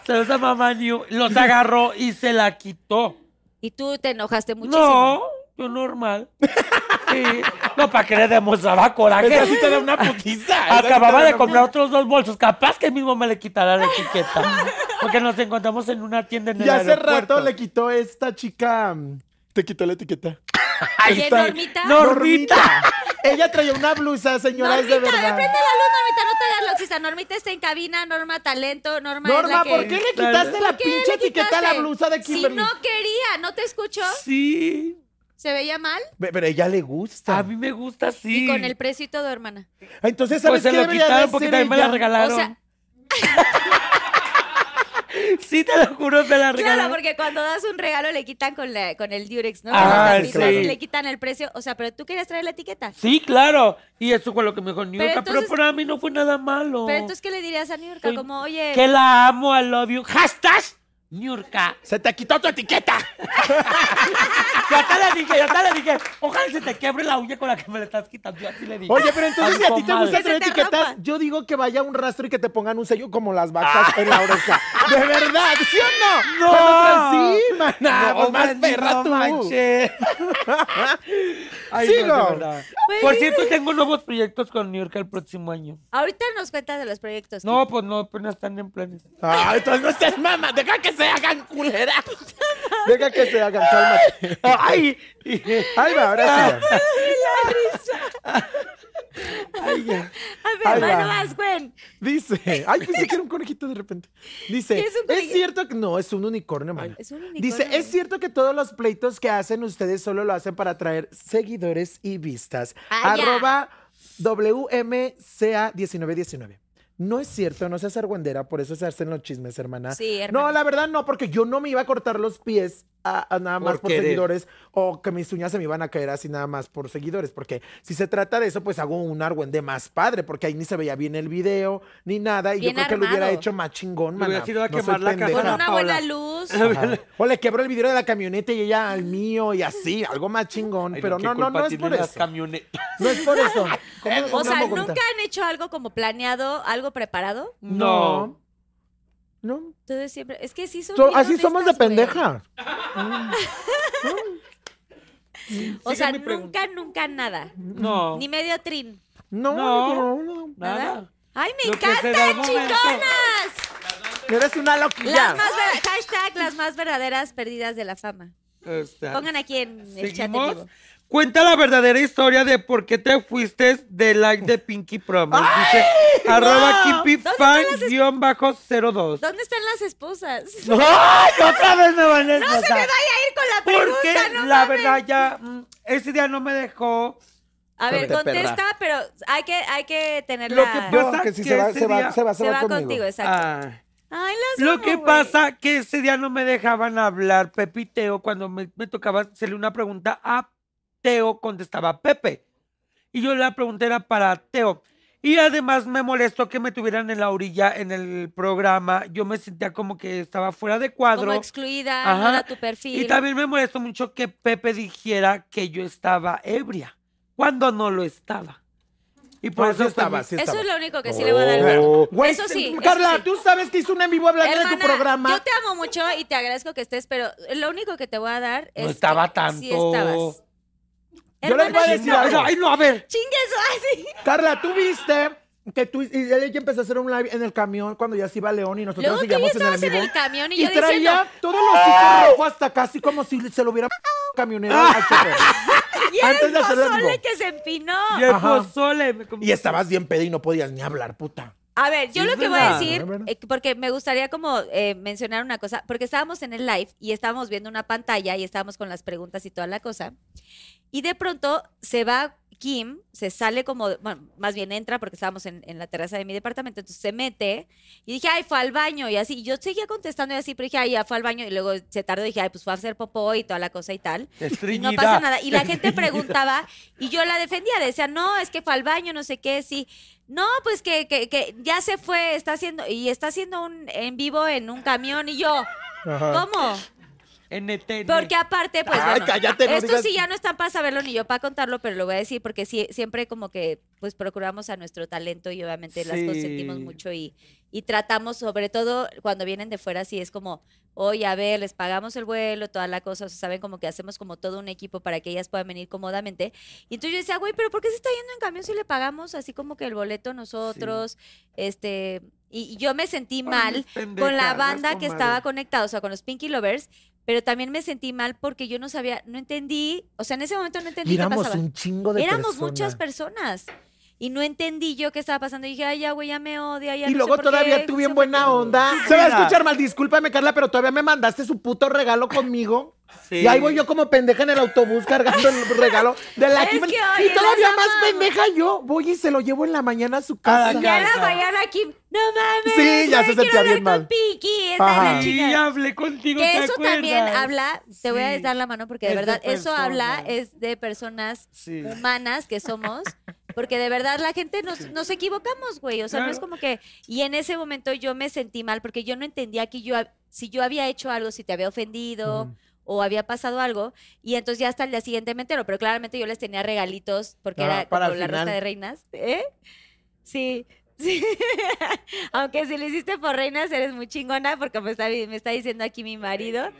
[SPEAKER 5] Saludos a mamá Niu. Los agarró y se la quitó.
[SPEAKER 3] Y tú te enojaste muchísimo.
[SPEAKER 5] No, yo normal. Sí. No, para que le demostraba coraje.
[SPEAKER 4] Esa sí te da una putiza. esa sí te da
[SPEAKER 5] Acababa de
[SPEAKER 4] una
[SPEAKER 5] comprar otros dos bolsos. Capaz que mismo me le quitará la etiqueta. Porque nos encontramos en una tienda en el
[SPEAKER 4] Y hace
[SPEAKER 5] aeropuerto.
[SPEAKER 4] rato le quitó esta chica. mm, Te quitó la etiqueta.
[SPEAKER 3] Ahí está. Normita?
[SPEAKER 5] Normita.
[SPEAKER 4] Ella traía una blusa, señora, es
[SPEAKER 3] Normita,
[SPEAKER 4] de
[SPEAKER 3] ve, prende la
[SPEAKER 4] verdad.
[SPEAKER 3] luz, Normita, no te hagas loxista. Normita está en cabina, Norma talento, Norma es la
[SPEAKER 4] Norma,
[SPEAKER 3] que...
[SPEAKER 4] ¿por qué le quitaste la
[SPEAKER 3] ¿Por qué le
[SPEAKER 4] pinche etiqueta a la
[SPEAKER 3] quitaste?
[SPEAKER 4] blusa de
[SPEAKER 3] Si
[SPEAKER 4] Kimberly?
[SPEAKER 3] no quería, ¿no te escuchó?
[SPEAKER 5] Sí.
[SPEAKER 3] ¿Se veía mal?
[SPEAKER 4] Ve- Pero ella le gusta.
[SPEAKER 5] A mí me gusta sí.
[SPEAKER 3] Y con el precio y todo, hermana.
[SPEAKER 4] Entonces, ¿sabes
[SPEAKER 5] Pues se
[SPEAKER 4] qué
[SPEAKER 5] lo
[SPEAKER 4] debería
[SPEAKER 5] quitaron
[SPEAKER 4] de
[SPEAKER 5] porque
[SPEAKER 4] hacer
[SPEAKER 5] también me la
[SPEAKER 4] ella?
[SPEAKER 5] regalaron.
[SPEAKER 3] O sea,
[SPEAKER 5] sí, te lo juro, me la regalaron.
[SPEAKER 3] claro, porque cuando das un regalo le quitan con, la- con el Durex, ¿no?
[SPEAKER 5] Ah,
[SPEAKER 3] Con las tapitas,
[SPEAKER 5] sí.
[SPEAKER 3] Le quitan el precio. O sea, pero tú querías traer la etiqueta.
[SPEAKER 5] Sí, claro. Y eso fue lo que me dijo Niurka. Pero,
[SPEAKER 3] entonces-
[SPEAKER 5] para mí no fue nada malo.
[SPEAKER 3] Pero entonces, ¿qué le dirías a New York?
[SPEAKER 5] Soy-
[SPEAKER 3] Como, oye...
[SPEAKER 5] Que la amo, I love you. Hashtag Niurka.
[SPEAKER 4] Se te quitó tu etiqueta.
[SPEAKER 5] Ya te la dije, ya te la dije. Ojalá se te quiebre la uña con la que me la estás quitando. Yo así le dije.
[SPEAKER 4] Oye, pero entonces si a ti te
[SPEAKER 5] comadre.
[SPEAKER 3] Que
[SPEAKER 4] gusta
[SPEAKER 3] se
[SPEAKER 4] traer
[SPEAKER 3] te
[SPEAKER 4] etiquetas,
[SPEAKER 3] rompa.
[SPEAKER 4] yo digo que vaya un rastro y que te pongan un sello como las vacas en la oreja. De verdad, ¿sí o no?
[SPEAKER 5] Ah. No.
[SPEAKER 4] Cuando traes- Sí, maná,
[SPEAKER 5] No,
[SPEAKER 4] pues más
[SPEAKER 5] Mandy,
[SPEAKER 4] perra
[SPEAKER 5] no
[SPEAKER 4] tú.
[SPEAKER 5] manches. Ay,
[SPEAKER 4] Sigo.
[SPEAKER 5] no, de verdad.
[SPEAKER 3] Pues
[SPEAKER 5] Por
[SPEAKER 3] sí.
[SPEAKER 5] cierto, tengo nuevos proyectos con Niurka el próximo año.
[SPEAKER 3] Ahorita nos cuentas de los proyectos. Kim.
[SPEAKER 5] No, pues no, apenas están en planes.
[SPEAKER 4] Ay, entonces no seas mama, deja que se hagan culeras. Deja que se hagan, cálmate.
[SPEAKER 5] Ay,
[SPEAKER 4] Ahí va, ahora sí.
[SPEAKER 3] A
[SPEAKER 4] Ahí
[SPEAKER 3] ver, bueno,
[SPEAKER 4] va.
[SPEAKER 3] vas, Gwen.
[SPEAKER 4] Dice, ay, pensé que era un conejito de repente. Dice,
[SPEAKER 3] ¿Qué es
[SPEAKER 4] es,
[SPEAKER 3] un conejito?
[SPEAKER 4] cierto que no, es un unicornio, man.
[SPEAKER 3] es un unicornio.
[SPEAKER 4] Dice, es cierto que todos los pleitos que hacen ustedes solo lo hacen para atraer seguidores y vistas.
[SPEAKER 3] Ah, ya.
[SPEAKER 4] Arroba WMCA1919. No es cierto, no seas argüendera, por eso se hacen los chismes, hermana.
[SPEAKER 3] Sí,
[SPEAKER 4] No,
[SPEAKER 3] hermana.
[SPEAKER 4] la verdad no, porque yo no me iba a cortar los pies a, a nada más
[SPEAKER 5] Por
[SPEAKER 4] por
[SPEAKER 5] querer.
[SPEAKER 4] seguidores o que mis uñas se me iban a caer así nada más por seguidores, porque si se trata de eso, pues hago un argüende más padre, porque ahí ni se veía bien el video ni nada, y
[SPEAKER 3] Bien
[SPEAKER 4] yo creo que lo hubiera
[SPEAKER 3] armado.
[SPEAKER 4] hecho más chingón,
[SPEAKER 5] Me hubiera
[SPEAKER 4] maná.
[SPEAKER 5] sido a
[SPEAKER 4] No soy
[SPEAKER 5] quemar la
[SPEAKER 4] pendeja.
[SPEAKER 5] casa.
[SPEAKER 3] Con
[SPEAKER 5] Ana
[SPEAKER 3] una
[SPEAKER 5] Paola.
[SPEAKER 3] buena luz.
[SPEAKER 4] Ajá. O le quebro el vidrio de la camioneta y ella al mío y así, algo más chingón, pero no, no, no es por
[SPEAKER 5] Las
[SPEAKER 4] eso.
[SPEAKER 5] camionetas.
[SPEAKER 4] No es por eso. Eh,
[SPEAKER 3] O sea,
[SPEAKER 4] ¿Cómo contar?
[SPEAKER 3] ¿nunca han hecho algo como planeado, algo preparado?
[SPEAKER 5] No.
[SPEAKER 4] No.
[SPEAKER 3] Entonces siempre... Es que sí son
[SPEAKER 4] So-
[SPEAKER 3] bien
[SPEAKER 4] así somos de
[SPEAKER 3] honestas, güey.
[SPEAKER 4] pendeja.
[SPEAKER 3] O sea,
[SPEAKER 5] mi pregunta.
[SPEAKER 3] nunca, nunca nada.
[SPEAKER 5] No.
[SPEAKER 3] Ni medio trin.
[SPEAKER 4] No,
[SPEAKER 5] No.
[SPEAKER 4] no, no.
[SPEAKER 5] Nada.
[SPEAKER 3] ¡Ay, me
[SPEAKER 5] Lo que se da el
[SPEAKER 3] encantan,
[SPEAKER 5] momento.
[SPEAKER 3] chingonas!
[SPEAKER 4] Eres una
[SPEAKER 3] Las
[SPEAKER 4] loquilla.
[SPEAKER 3] más ver- Hashtag las más verdaderas perdidas de la fama.
[SPEAKER 5] Está.
[SPEAKER 3] Pongan aquí en el chat en
[SPEAKER 5] Seguimos.
[SPEAKER 3] vivo.
[SPEAKER 5] Cuenta la verdadera historia de por qué te fuiste de like de Pinky Promise. Dice arroba
[SPEAKER 3] ¿Dónde están las-
[SPEAKER 5] kippyfan-02.
[SPEAKER 3] ¿Dónde están las esposas?
[SPEAKER 5] ¡Ay! Otra vez me van a
[SPEAKER 3] No se me vaya a ir con la pregunta,
[SPEAKER 5] Porque
[SPEAKER 3] no
[SPEAKER 5] la
[SPEAKER 3] mames.
[SPEAKER 5] verdad ya mm, ese día no me dejó.
[SPEAKER 3] A ver,
[SPEAKER 4] Corte, perra.
[SPEAKER 3] contesta, pero hay que, hay que tener
[SPEAKER 5] Lo
[SPEAKER 3] la-
[SPEAKER 5] que
[SPEAKER 3] Se
[SPEAKER 5] pasa-
[SPEAKER 4] Yo sé que si
[SPEAKER 5] que
[SPEAKER 4] se va,
[SPEAKER 5] ese
[SPEAKER 4] se va,
[SPEAKER 5] día-
[SPEAKER 4] se va, se, va, conmigo.
[SPEAKER 3] exacto.
[SPEAKER 5] Ah.
[SPEAKER 3] Ay, las
[SPEAKER 5] Lo
[SPEAKER 3] amo,
[SPEAKER 5] que
[SPEAKER 3] güey.
[SPEAKER 5] pasa que ese día no me dejaban hablar Pepe y Teo. Cuando me, me tocaba hacerle una pregunta a Teo, contestaba Pepe. Y yo la pregunta era para Teo. Y además me molestó que me tuvieran en la orilla en el programa. Yo me sentía como que estaba fuera de cuadro.
[SPEAKER 3] Como excluida, no
[SPEAKER 5] Ajá.
[SPEAKER 3] era tu perfil.
[SPEAKER 5] Y también me molestó mucho que Pepe dijera que yo estaba ebria, cuando no lo estaba. Y por
[SPEAKER 4] No, sí
[SPEAKER 5] eso fue
[SPEAKER 4] estaba,
[SPEAKER 5] mi-
[SPEAKER 4] sí
[SPEAKER 3] Eso
[SPEAKER 4] estaba.
[SPEAKER 3] es lo único que sí le voy a dar. el
[SPEAKER 5] Oh.
[SPEAKER 3] voto.
[SPEAKER 4] Güey,
[SPEAKER 3] eso sí. eso
[SPEAKER 4] Carla,
[SPEAKER 3] sí.
[SPEAKER 4] tú sabes que hice un en vivo hablando de tu
[SPEAKER 3] Hermana,
[SPEAKER 4] programa.
[SPEAKER 3] Yo te amo mucho y te agradezco que estés, pero lo único que te voy a dar es.
[SPEAKER 5] No estaba
[SPEAKER 3] que sí
[SPEAKER 5] tanto.
[SPEAKER 3] estabas.
[SPEAKER 4] Yo les voy a
[SPEAKER 3] Hermana,
[SPEAKER 4] decir
[SPEAKER 5] No,
[SPEAKER 4] algo.
[SPEAKER 5] no, ay, no, a ver.
[SPEAKER 3] Chingue eso así.
[SPEAKER 4] Carla, tú viste que tú y ella ya empezó a hacer un live en el camión cuando ya Pues se iba a León y nosotros
[SPEAKER 3] Luego que ya
[SPEAKER 4] seguíamos en el
[SPEAKER 3] estabas en
[SPEAKER 4] vivo.
[SPEAKER 3] el camión y,
[SPEAKER 4] y
[SPEAKER 3] yo
[SPEAKER 4] traía
[SPEAKER 3] diciendo. "Oh".
[SPEAKER 4] todos los hijos rojos hasta casi como si se lo hubiera camionero
[SPEAKER 3] Ah.
[SPEAKER 4] al chofer.
[SPEAKER 3] Y era
[SPEAKER 4] antes
[SPEAKER 3] el
[SPEAKER 4] de hacerlo en
[SPEAKER 3] pozole
[SPEAKER 4] vivo.
[SPEAKER 3] que se empinó.
[SPEAKER 5] Y el
[SPEAKER 4] Ajá.
[SPEAKER 5] pozole, me comí-
[SPEAKER 4] Y estabas bien peda y no podías ni hablar, puta.
[SPEAKER 3] A ver, yo
[SPEAKER 5] Sí,
[SPEAKER 3] lo
[SPEAKER 5] es
[SPEAKER 3] que voy a
[SPEAKER 5] verdad,
[SPEAKER 3] decir,
[SPEAKER 4] es verdad.
[SPEAKER 3] eh, porque me gustaría como eh, mencionar una cosa, porque estábamos en el live y estábamos viendo una pantalla y estábamos con las preguntas y toda la cosa, y de pronto se va Kim, se sale como, bueno, más bien entra porque estábamos en, en la terraza de mi departamento, entonces se mete y dije, ay, fue al baño y así, y yo seguía contestando y así, pero dije, ay, ya fue al baño y luego se tardó, dije, ay, pues fue a hacer popó y toda la cosa y tal. Y no
[SPEAKER 5] Estreñida.
[SPEAKER 3] pasa nada. Y la gente preguntaba y yo la defendía. Decía, no, es que fue al baño, no sé qué, sí. No, pues que, que, que ya se fue, está haciendo, y está haciendo un en vivo en un camión. Y yo, ¿cómo?
[SPEAKER 4] E
[SPEAKER 5] NTN.
[SPEAKER 3] Porque aparte, pues
[SPEAKER 4] Ay,
[SPEAKER 3] bueno,
[SPEAKER 4] cállate, no
[SPEAKER 3] esto
[SPEAKER 4] digas-
[SPEAKER 3] sí ya no están para saberlo ni yo para contarlo, pero lo voy a decir porque sí, siempre como que pues procuramos a nuestro talento y obviamente las
[SPEAKER 5] Sí.
[SPEAKER 3] consentimos mucho y, y tratamos, sobre todo cuando vienen de fuera, sí es como, oye, a ver, les pagamos el vuelo, toda la cosa, o sea, saben como que hacemos como todo un equipo para que ellas puedan venir cómodamente. Y entonces yo decía, güey, pero ¿por qué se está yendo en camión si le pagamos así como que el boleto nosotros? Este, y, y yo me sentí
[SPEAKER 5] Ay,
[SPEAKER 3] mal
[SPEAKER 5] mis
[SPEAKER 3] con la
[SPEAKER 5] pendejadas,
[SPEAKER 3] banda que
[SPEAKER 5] comadre.
[SPEAKER 3] estaba conectada, o sea, con los Pinky Lovers, pero también me sentí mal porque yo no sabía, no entendí, o sea, en ese momento no entendí qué
[SPEAKER 4] Miramos
[SPEAKER 3] pasaba.
[SPEAKER 4] un chingo de
[SPEAKER 3] Éramos
[SPEAKER 4] personas.
[SPEAKER 3] muchas personas y no entendí yo qué estaba pasando. Y dije, ay, ya, güey, ya me odia, ya
[SPEAKER 4] Y
[SPEAKER 3] no
[SPEAKER 4] luego
[SPEAKER 3] sé por
[SPEAKER 4] todavía
[SPEAKER 3] qué,
[SPEAKER 4] tú
[SPEAKER 3] no
[SPEAKER 4] bien
[SPEAKER 3] sé por
[SPEAKER 4] buena
[SPEAKER 3] qué".
[SPEAKER 4] onda.
[SPEAKER 5] Sí,
[SPEAKER 4] Se va a
[SPEAKER 5] mira.
[SPEAKER 4] escuchar mal, discúlpame, Carla, pero todavía me mandaste su puto regalo conmigo.
[SPEAKER 5] Sí.
[SPEAKER 4] Y ahí voy yo como pendeja en el autobús cargando el regalo de la
[SPEAKER 3] Es
[SPEAKER 4] Kim.
[SPEAKER 3] que,
[SPEAKER 4] y
[SPEAKER 3] oye,
[SPEAKER 4] todavía
[SPEAKER 3] las
[SPEAKER 4] más
[SPEAKER 3] amamos.
[SPEAKER 4] pendeja yo voy y se lo llevo en la mañana a su
[SPEAKER 5] A
[SPEAKER 4] casa.
[SPEAKER 5] la
[SPEAKER 3] Y a la
[SPEAKER 5] Casa.
[SPEAKER 3] mañana aquí, no mames.
[SPEAKER 4] Sí, ya se
[SPEAKER 3] güey,
[SPEAKER 4] sentía
[SPEAKER 3] quiero hablar
[SPEAKER 4] bien mal.
[SPEAKER 3] Con Pinky, es
[SPEAKER 4] Ajá.
[SPEAKER 3] la
[SPEAKER 5] Sí,
[SPEAKER 3] chingada.
[SPEAKER 5] hablé contigo,
[SPEAKER 3] Que
[SPEAKER 5] ¿te
[SPEAKER 3] eso también
[SPEAKER 5] acuerdas?
[SPEAKER 3] habla, te voy a
[SPEAKER 5] Sí.
[SPEAKER 3] dar la mano porque de
[SPEAKER 5] Es de
[SPEAKER 3] verdad eso habla
[SPEAKER 5] personas.
[SPEAKER 3] es de personas
[SPEAKER 5] Sí.
[SPEAKER 3] humanas que somos, porque de verdad la gente nos, nos equivocamos, güey, o sea, no es
[SPEAKER 5] Claro.
[SPEAKER 3] como que, y en ese momento yo me sentí mal porque yo no entendía que yo, hab- si yo había hecho algo, si te había
[SPEAKER 5] Mm.
[SPEAKER 3] ofendido. O había pasado algo, y entonces ya hasta el día siguiente me entero, pero claramente yo les tenía regalitos porque
[SPEAKER 4] Ah,
[SPEAKER 3] era
[SPEAKER 4] para
[SPEAKER 3] como
[SPEAKER 4] el
[SPEAKER 3] la rosca
[SPEAKER 4] final.
[SPEAKER 3] de reinas. ¿Eh? Sí, sí. Aunque si lo hiciste por reinas, eres muy chingona, porque me está, me está diciendo aquí mi marido.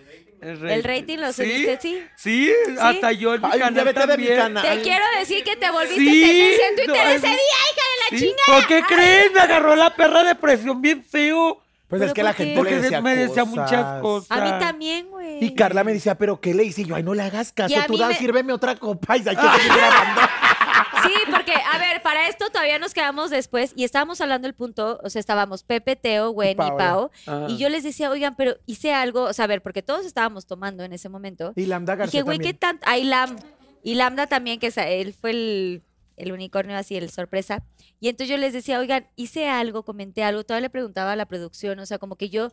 [SPEAKER 5] El rating,
[SPEAKER 3] El rating lo
[SPEAKER 5] ¿Sí?
[SPEAKER 3] subiste, sí.
[SPEAKER 5] Sí, hasta yo en mi
[SPEAKER 4] Ay,
[SPEAKER 5] canal
[SPEAKER 4] vete de mi
[SPEAKER 5] también.
[SPEAKER 4] canal.
[SPEAKER 3] Te
[SPEAKER 4] Ay.
[SPEAKER 3] quiero decir que te volviste
[SPEAKER 5] Sí,
[SPEAKER 3] tendencia en Twitter
[SPEAKER 5] no,
[SPEAKER 3] ese
[SPEAKER 5] es-
[SPEAKER 3] día, hija de la
[SPEAKER 5] ¿Sí?
[SPEAKER 3] chingada.
[SPEAKER 5] ¿Por qué crees? Me agarró la perra depresión bien feo.
[SPEAKER 4] Pues
[SPEAKER 3] ¿Pero
[SPEAKER 4] es que la
[SPEAKER 3] por qué?
[SPEAKER 4] gente
[SPEAKER 5] Porque
[SPEAKER 4] le decía
[SPEAKER 5] me decía
[SPEAKER 4] cosas.
[SPEAKER 5] muchas cosas.
[SPEAKER 3] A mí también, güey.
[SPEAKER 4] Y Carla me decía, ¿pero qué le hice? Y yo, ay, no le hagas caso,
[SPEAKER 3] Y a
[SPEAKER 4] tú
[SPEAKER 3] mí
[SPEAKER 4] da,
[SPEAKER 3] me-
[SPEAKER 4] sírveme otra copa. Y hay que seguir grabando.
[SPEAKER 3] Sí, porque, a ver, para esto todavía nos quedamos después y estábamos hablando el punto, o sea, estábamos Pepe, Teo, Gwen y Pau.
[SPEAKER 4] Paola.
[SPEAKER 5] Ajá.
[SPEAKER 3] Y yo les decía, oigan, pero hice algo, o sea, a ver, porque todos estábamos tomando en ese momento.
[SPEAKER 4] Y Lambda
[SPEAKER 3] Y
[SPEAKER 4] García
[SPEAKER 3] que, güey, ¿qué
[SPEAKER 4] también.
[SPEAKER 3] tanto? Ay, Lam. Y Lambda también, que sa- él fue el, el unicornio así, el sorpresa. Y entonces yo les decía, oigan, hice algo, comenté algo. Todavía le preguntaba a la producción, o sea, como que yo...